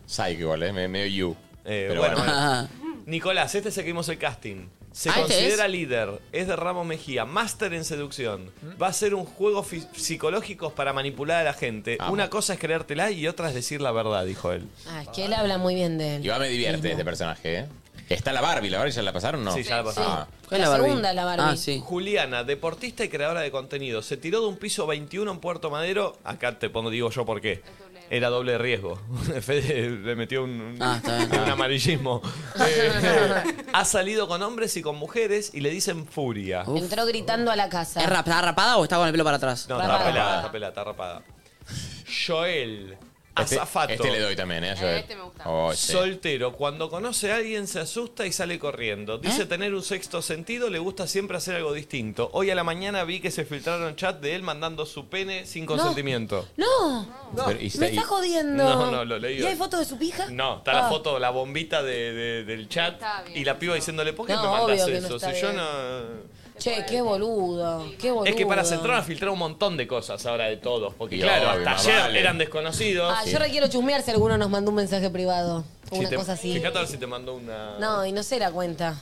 [SPEAKER 5] Psycho igual, ¿eh? Me- Medio you.
[SPEAKER 1] Eh,
[SPEAKER 5] Pero
[SPEAKER 1] bueno,
[SPEAKER 5] bueno.
[SPEAKER 1] bueno. Nicolás, este seguimos el casting. Se
[SPEAKER 10] Ah, ¿este
[SPEAKER 1] considera
[SPEAKER 10] es?
[SPEAKER 1] líder, es de Ramos Mejía, máster en seducción.
[SPEAKER 5] Mm.
[SPEAKER 1] Va a ser un juego fi- psicológico para manipular a la gente.
[SPEAKER 5] Amo.
[SPEAKER 1] Una cosa es creértela y otra es decir la verdad, dijo él.
[SPEAKER 3] Ah, es que él habla muy bien de él.
[SPEAKER 5] Igual me divierte este personaje, ¿eh? Está la Barbie. ¿La Barbie ya la pasaron o no?
[SPEAKER 1] Sí, ya la pasaron.
[SPEAKER 5] Ah.
[SPEAKER 10] ¿Cuál
[SPEAKER 3] La
[SPEAKER 10] es la Barbie?
[SPEAKER 3] segunda es la Barbie.
[SPEAKER 10] Ah, sí.
[SPEAKER 1] Juliana, deportista y creadora de contenido, se tiró de un piso 21 en Puerto Madero. Acá te pongo, digo yo por qué. Era doble riesgo. Fede le metió un, un-
[SPEAKER 10] Ah, está bien.
[SPEAKER 1] un amarillismo. Eh, ha salido con hombres y con mujeres y le dicen furia.
[SPEAKER 3] Entró gritando a la casa.
[SPEAKER 10] ¿Es rap- ¿Está rapada o está con el pelo para atrás?
[SPEAKER 1] No, está pelada, está pelada, está rapada. Joel,
[SPEAKER 5] Este,
[SPEAKER 1] azafato.
[SPEAKER 5] este le doy también, ¿eh? a Joel.
[SPEAKER 1] este me
[SPEAKER 5] gusta. Oh, sí.
[SPEAKER 1] Soltero, cuando conoce a alguien se asusta y sale
[SPEAKER 3] ¿Eh?
[SPEAKER 1] corriendo. Dice tener un sexto sentido, le gusta siempre hacer algo distinto. Hoy a la mañana vi que se filtraron chat de él mandando su pene sin consentimiento.
[SPEAKER 3] No,
[SPEAKER 5] Pero, y está-
[SPEAKER 3] me
[SPEAKER 5] y-
[SPEAKER 3] está jodiendo.
[SPEAKER 1] No, no, lo leí
[SPEAKER 3] ¿Y
[SPEAKER 1] hoy.
[SPEAKER 3] hay fotos de su pija?
[SPEAKER 1] No, está la
[SPEAKER 3] Ah.
[SPEAKER 1] foto, la bombita de- de- del chat y la piba diciéndole, ¿por qué
[SPEAKER 3] No,
[SPEAKER 1] me mandas
[SPEAKER 3] obvio que no
[SPEAKER 1] eso?
[SPEAKER 3] está
[SPEAKER 1] Si yo
[SPEAKER 3] bien.
[SPEAKER 1] no...
[SPEAKER 3] Che, qué boludo, qué boludo.
[SPEAKER 1] Es que para centrar a filtrar un montón de cosas ahora de todos, porque
[SPEAKER 5] Y
[SPEAKER 1] claro,
[SPEAKER 5] obvio,
[SPEAKER 1] hasta
[SPEAKER 5] más
[SPEAKER 1] ayer
[SPEAKER 5] vale.
[SPEAKER 1] eran desconocidos.
[SPEAKER 3] Ah, yo requiero chusmear si alguno nos mandó un mensaje privado.
[SPEAKER 1] Si
[SPEAKER 3] Una
[SPEAKER 1] te-
[SPEAKER 3] cosa así.
[SPEAKER 1] Fíjate a ver si te mandó una.
[SPEAKER 3] No, y no se la cuenta.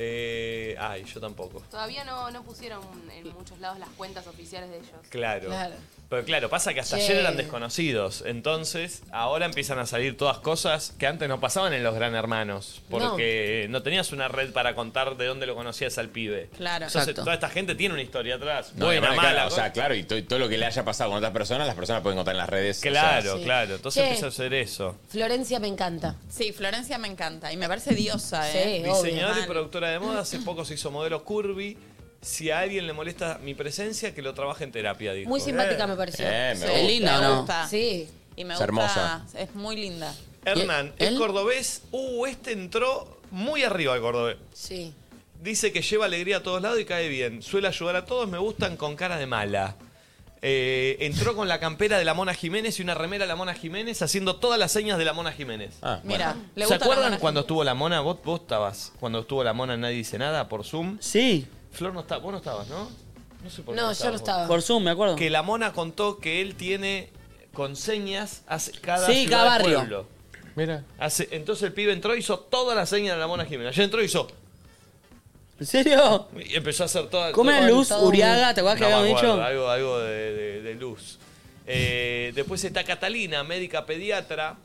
[SPEAKER 1] Eh, ay, yo tampoco.
[SPEAKER 6] Todavía no, no pusieron en muchos lados las cuentas oficiales de ellos.
[SPEAKER 1] Claro.
[SPEAKER 6] Claro.
[SPEAKER 1] Pero claro, pasa que hasta
[SPEAKER 6] Che.
[SPEAKER 1] ayer eran desconocidos. Entonces, ahora empiezan a salir todas cosas que antes no pasaban en los Gran Hermanos. Porque no, tenías una red para contar de dónde lo conocías al pibe.
[SPEAKER 4] Claro.
[SPEAKER 1] Entonces,
[SPEAKER 5] Exacto.
[SPEAKER 1] toda esta gente tiene una historia atrás.
[SPEAKER 5] No,
[SPEAKER 1] buena,
[SPEAKER 5] y aparte,
[SPEAKER 1] mala.
[SPEAKER 5] claro, o
[SPEAKER 1] cosa-
[SPEAKER 5] sea, claro, y to- todo lo que le haya pasado con otras personas, las personas pueden contar en las redes. o sea,
[SPEAKER 1] claro,
[SPEAKER 5] sí.
[SPEAKER 1] claro. Entonces
[SPEAKER 3] Che.
[SPEAKER 1] empieza a hacer eso.
[SPEAKER 3] Florencia me encanta.
[SPEAKER 4] Sí, Florencia me encanta y me parece diosa, ¿eh?
[SPEAKER 1] Diseñadora y
[SPEAKER 4] Mal.
[SPEAKER 1] productora de moda, hace poco se hizo modelo curvy. Si a alguien le molesta mi presencia, que lo trabaje en terapia, dijo.
[SPEAKER 3] Muy simpática me pareció.
[SPEAKER 5] Eh, me
[SPEAKER 3] Sí.
[SPEAKER 5] gusta. ¿Es linda o
[SPEAKER 4] Me
[SPEAKER 5] no?
[SPEAKER 4] gusta.
[SPEAKER 3] Sí.
[SPEAKER 4] Y me
[SPEAKER 5] Es
[SPEAKER 4] gusta.
[SPEAKER 5] hermosa.
[SPEAKER 4] Es muy linda.
[SPEAKER 1] Hernán,
[SPEAKER 4] ¿Y
[SPEAKER 1] es
[SPEAKER 4] él?
[SPEAKER 1] cordobés. Uh, este entró muy arriba el cordobés.
[SPEAKER 3] Sí.
[SPEAKER 1] Dice que lleva alegría a todos lados y cae bien. Suele ayudar a todos, me gustan con cara de mala. Eh, entró con la campera de la Mona Jiménez y una remera de la Mona Jiménez haciendo todas las señas de la Mona Jiménez.
[SPEAKER 10] Ah,
[SPEAKER 4] Mira, le
[SPEAKER 1] ¿Se
[SPEAKER 4] gusta la
[SPEAKER 1] acuerdan
[SPEAKER 4] Mona
[SPEAKER 1] cuando estuvo la Mona? Vos, vos estabas. Cuando estuvo la Mona Nadie Dice Nada por Zoom.
[SPEAKER 10] Sí.
[SPEAKER 1] Flor no está, vos no estabas, ¿no? No sé
[SPEAKER 3] No, yo no estaba.
[SPEAKER 10] Por Zoom, me acuerdo.
[SPEAKER 1] Que la mona contó que él tiene con señas hace cada
[SPEAKER 10] Sí,
[SPEAKER 1] ciudad
[SPEAKER 10] cada
[SPEAKER 1] de
[SPEAKER 10] barrio.
[SPEAKER 1] pueblo.
[SPEAKER 5] Mira.
[SPEAKER 1] Hace- entonces el pibe entró y hizo todas las señas de la mona Jimena. Ya entró y hizo.
[SPEAKER 10] ¿En serio?
[SPEAKER 1] Y empezó a hacer todas.
[SPEAKER 10] ¿Cómo era Luz
[SPEAKER 1] todas-
[SPEAKER 10] Uriaga? ¿Te acuerdas que
[SPEAKER 1] No me
[SPEAKER 10] habíamos
[SPEAKER 1] acuerdo,
[SPEAKER 10] dicho?
[SPEAKER 1] Algo, algo de, de- de luz. Eh, después está Catalina, médica pediatra.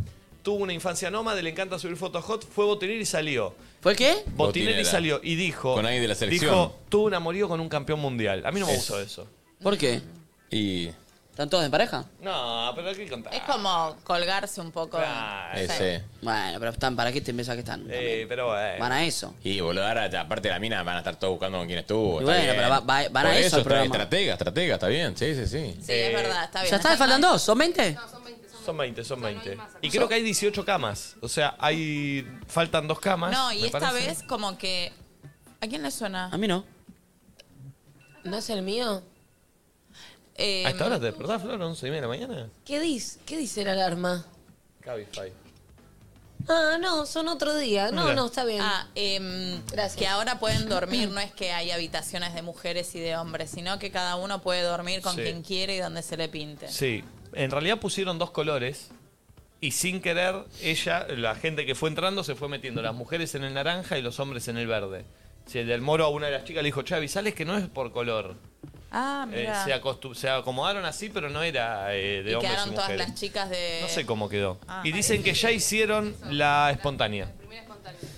[SPEAKER 1] Tuvo una infancia nómada, le encanta subir fotos hot, fue Botinelli y salió.
[SPEAKER 10] ¿Fue qué?
[SPEAKER 1] Botinelli
[SPEAKER 5] Botinera.
[SPEAKER 1] salió y dijo.
[SPEAKER 5] Con alguien de la selección.
[SPEAKER 1] Dijo, tuve un amorío con un campeón mundial. A mí no me
[SPEAKER 5] Es-
[SPEAKER 1] gustó eso.
[SPEAKER 10] ¿Por qué?
[SPEAKER 5] Y.
[SPEAKER 10] ¿Están todos en pareja?
[SPEAKER 1] No, pero hay que contar.
[SPEAKER 4] Es como colgarse un poco.
[SPEAKER 1] Claro.
[SPEAKER 4] Sí.
[SPEAKER 5] Ese.
[SPEAKER 10] Bueno, pero están, ¿para qué te pensás que están?
[SPEAKER 1] Eh, pero bueno.
[SPEAKER 10] Van a eso.
[SPEAKER 5] Y boludo, ahora aparte de la mina van a estar todos buscando con quién estuvo.
[SPEAKER 10] Y
[SPEAKER 5] está
[SPEAKER 10] bueno,
[SPEAKER 5] bien.
[SPEAKER 10] pero va- va- van a eso
[SPEAKER 5] Por
[SPEAKER 10] al
[SPEAKER 5] está-
[SPEAKER 10] programa.
[SPEAKER 5] Estratega, estratega, está bien, sí, sí, sí.
[SPEAKER 4] Sí,
[SPEAKER 1] Eh,
[SPEAKER 4] es verdad, está bien.
[SPEAKER 10] ¿Ya está? ¿Faltan dos? ¿Son 20?
[SPEAKER 1] Son 20, son 20. Y creo que hay 18 camas. O sea, hay faltan dos camas.
[SPEAKER 4] No, y
[SPEAKER 1] me
[SPEAKER 4] esta
[SPEAKER 1] parece.
[SPEAKER 4] vez como que... ¿A quién le suena?
[SPEAKER 10] A mí no.
[SPEAKER 3] ¿No es el mío?
[SPEAKER 4] Eh,
[SPEAKER 1] ¿A esta hora te
[SPEAKER 4] Em,
[SPEAKER 1] despertás, Flor? ¿11 y media de la mañana?
[SPEAKER 3] ¿Qué dice? ¿Qué dice la alarma?
[SPEAKER 1] Cabify.
[SPEAKER 3] Ah, no, son otro día. No,
[SPEAKER 1] Mira.
[SPEAKER 3] no, está bien.
[SPEAKER 4] Ah, em, que ahora pueden dormir, no es que hay habitaciones de mujeres y de hombres, sino que cada uno puede dormir con
[SPEAKER 1] Sí.
[SPEAKER 4] quien quiere y donde se le pinte.
[SPEAKER 1] Sí. En realidad pusieron dos colores y sin querer ella, la gente que fue entrando se fue metiendo. Las mujeres en el naranja y los hombres en el verde. Si el del moro a una de las chicas le dijo, Chavi, sales que no es por color.
[SPEAKER 4] Ah,
[SPEAKER 1] Eh,
[SPEAKER 4] mira.
[SPEAKER 1] se, acostu- se acomodaron así, pero no era eh, de
[SPEAKER 4] y
[SPEAKER 1] hombres y
[SPEAKER 4] quedaron todas
[SPEAKER 1] mujeres.
[SPEAKER 4] las chicas de...
[SPEAKER 1] No sé cómo quedó.
[SPEAKER 4] Ah.
[SPEAKER 1] y dicen que ya hicieron la espontánea.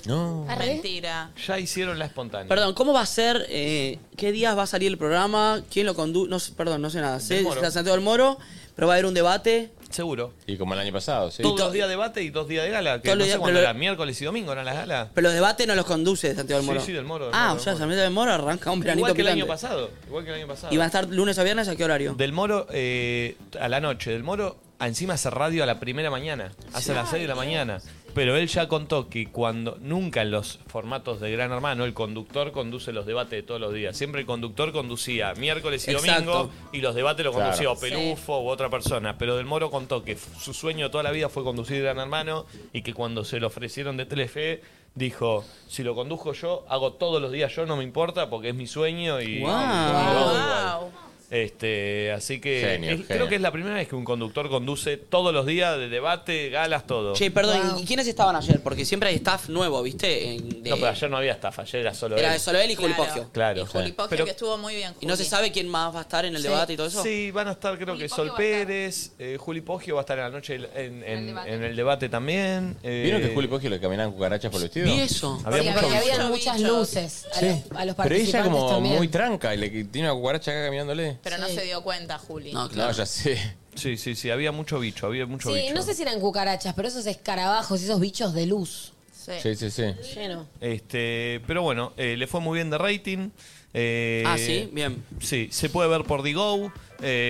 [SPEAKER 1] No.
[SPEAKER 4] Mentira.
[SPEAKER 1] Ya hicieron la espontánea.
[SPEAKER 10] Perdón, ¿cómo va a ser? eh, ¿Qué días va a salir el programa? ¿Quién lo conduce? No, sé, perdón, no sé nada. Sé
[SPEAKER 1] Del Moro.
[SPEAKER 10] está Santiago del Moro, pero va a haber un debate.
[SPEAKER 1] Seguro.
[SPEAKER 5] Y como el año pasado, sí.
[SPEAKER 1] Todos los días debate y dos días de gala. Que
[SPEAKER 10] Todos los
[SPEAKER 1] no sé
[SPEAKER 10] días,
[SPEAKER 1] cuándo
[SPEAKER 10] pero-
[SPEAKER 1] era, miércoles y domingo eran las galas.
[SPEAKER 10] Pero los debates no los conduce Santiago del
[SPEAKER 1] Sí,
[SPEAKER 10] Moro.
[SPEAKER 1] sí, del Moro, del
[SPEAKER 10] ah,
[SPEAKER 1] Moro,
[SPEAKER 10] o
[SPEAKER 1] del
[SPEAKER 10] sea,
[SPEAKER 1] Moro.
[SPEAKER 10] Santiago del Moro arranca un veranito
[SPEAKER 1] Igual que el
[SPEAKER 10] picante.
[SPEAKER 1] año pasado. Igual que el año pasado.
[SPEAKER 10] ¿Y van a estar lunes a viernes a qué horario?
[SPEAKER 1] Del Moro eh, a la noche. Del Moro ah, encima hace radio a la primera mañana. Hace a las 6 de la mañana. Pero él ya contó que cuando nunca en los formatos de Gran Hermano el conductor conduce los debates de todos los días. Siempre el conductor conducía miércoles y
[SPEAKER 10] Exacto.
[SPEAKER 1] domingo y los debates los conducía
[SPEAKER 10] Claro.
[SPEAKER 1] o Pelufo u otra persona. Pero Del Moro contó que f- su sueño toda la vida fue conducir Gran Hermano y que cuando se lo ofrecieron de Telefe dijo, si lo conduzco yo, hago todos los días yo, no me importa porque es mi sueño y,
[SPEAKER 10] Wow.
[SPEAKER 1] y lo hago igual".
[SPEAKER 4] Wow.
[SPEAKER 1] Este, así que
[SPEAKER 5] Genio,
[SPEAKER 1] es-
[SPEAKER 5] genio.
[SPEAKER 1] creo que es la primera vez que un conductor conduce todos los días de debate, galas, todo.
[SPEAKER 10] Che, perdón, ¿y quiénes estaban ayer? Porque siempre hay staff nuevo, ¿viste? En- de-
[SPEAKER 1] No, pero ayer no había estafa, ayer era solo
[SPEAKER 10] Era
[SPEAKER 1] él.
[SPEAKER 10] solo él y Juli
[SPEAKER 4] Claro.
[SPEAKER 10] Poggio.
[SPEAKER 1] Claro.
[SPEAKER 4] Hipogio, que estuvo muy bien.
[SPEAKER 10] Y no se
[SPEAKER 4] Juli.
[SPEAKER 10] sabe quién más va a estar en el debate y todo eso.
[SPEAKER 1] Sí, van a estar creo que Sol Pérez, eh, Juli Poggio va a estar en la noche en, en- en el debate también. eh,
[SPEAKER 5] ¿Vieron que Juli Poggio le caminaban cucarachas por el vestido?
[SPEAKER 10] Vi eso.
[SPEAKER 1] Había
[SPEAKER 3] Porque
[SPEAKER 1] mucho
[SPEAKER 3] había- había
[SPEAKER 1] gusto.
[SPEAKER 3] muchas luces a,
[SPEAKER 5] Sí.
[SPEAKER 3] los, a los
[SPEAKER 5] Pero
[SPEAKER 3] participantes
[SPEAKER 5] ella como
[SPEAKER 3] también.
[SPEAKER 5] muy tranca y le tiene una cucaracha acá caminándole.
[SPEAKER 4] Pero no se dio cuenta, Juli.
[SPEAKER 5] No, ya sé.
[SPEAKER 1] Sí, sí, sí, había mucho bicho, había mucho
[SPEAKER 3] Sí,
[SPEAKER 1] bicho.
[SPEAKER 3] no sé si eran cucarachas, pero esos escarabajos, esos bichos de luz.
[SPEAKER 1] Sí, sí, sí.
[SPEAKER 3] Lleno.
[SPEAKER 1] Este, pero bueno, eh, le fue muy bien de rating. eh,
[SPEAKER 10] Ah, sí, bien.
[SPEAKER 1] Sí, se puede ver por Digo.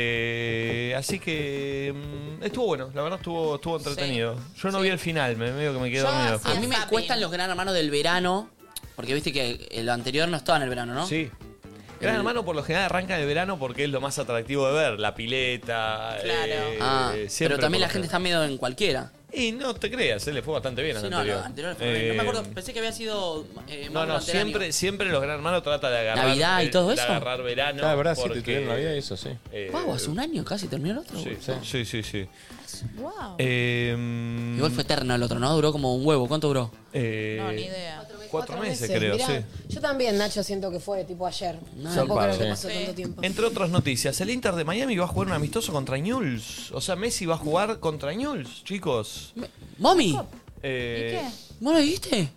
[SPEAKER 1] eh, así que mm, estuvo bueno, la verdad estuvo, estuvo entretenido. Yo no vi el final, me medio que me quedé dormido.
[SPEAKER 10] A mí me cuestan los gran hermanos del verano, porque viste que el anterior no estaba en el verano, ¿no?
[SPEAKER 1] Sí. Gran
[SPEAKER 10] El-
[SPEAKER 1] Hermano por lo general arranca en el verano porque es lo más atractivo de ver, la pileta. eh,
[SPEAKER 10] Ah,
[SPEAKER 1] siempre
[SPEAKER 10] pero también la
[SPEAKER 1] por
[SPEAKER 10] gente
[SPEAKER 1] lo
[SPEAKER 10] está medio en cualquiera.
[SPEAKER 1] general. Y no te creas, eh, le fue bastante bien al
[SPEAKER 10] Sí, no,
[SPEAKER 1] anterior.
[SPEAKER 10] no, anterior fue bien. no me
[SPEAKER 1] Eh,
[SPEAKER 10] acuerdo, pensé que había sido eh,
[SPEAKER 1] No,
[SPEAKER 10] más durante el
[SPEAKER 1] no,
[SPEAKER 10] año.
[SPEAKER 1] siempre, siempre los Gran Hermanos trata de agarrar.
[SPEAKER 10] Navidad y
[SPEAKER 1] el-
[SPEAKER 10] todo
[SPEAKER 1] de
[SPEAKER 10] eso.
[SPEAKER 1] agarrar verano.
[SPEAKER 5] Ah, es verdad, sí,
[SPEAKER 1] porque,
[SPEAKER 5] te tuvieron Navidad y eso, sí.
[SPEAKER 1] eh,
[SPEAKER 10] Guau, hace un año casi terminó el otro.
[SPEAKER 1] Sí,
[SPEAKER 10] boludo.
[SPEAKER 1] sí, sí. sí. Em,
[SPEAKER 4] Wow.
[SPEAKER 10] Igual fue eterno el otro, ¿no? Duró como un huevo. ¿Cuánto duró?
[SPEAKER 1] Eh,
[SPEAKER 4] No, ni idea.
[SPEAKER 1] Cuatro meses, creo,
[SPEAKER 3] Mirá,
[SPEAKER 1] sí.
[SPEAKER 3] Yo también, Nacho, siento que fue tipo ayer.
[SPEAKER 1] Zarpado.
[SPEAKER 3] Tampoco creo que
[SPEAKER 1] Sí.
[SPEAKER 3] pasó tanto tiempo.
[SPEAKER 1] Entre otras noticias, el Inter de Miami va a jugar un amistoso contra Newell's. O sea, Messi va a jugar contra Newell's, chicos.
[SPEAKER 10] ¡Mami!
[SPEAKER 1] Eh,
[SPEAKER 10] ¿Vos lo viste?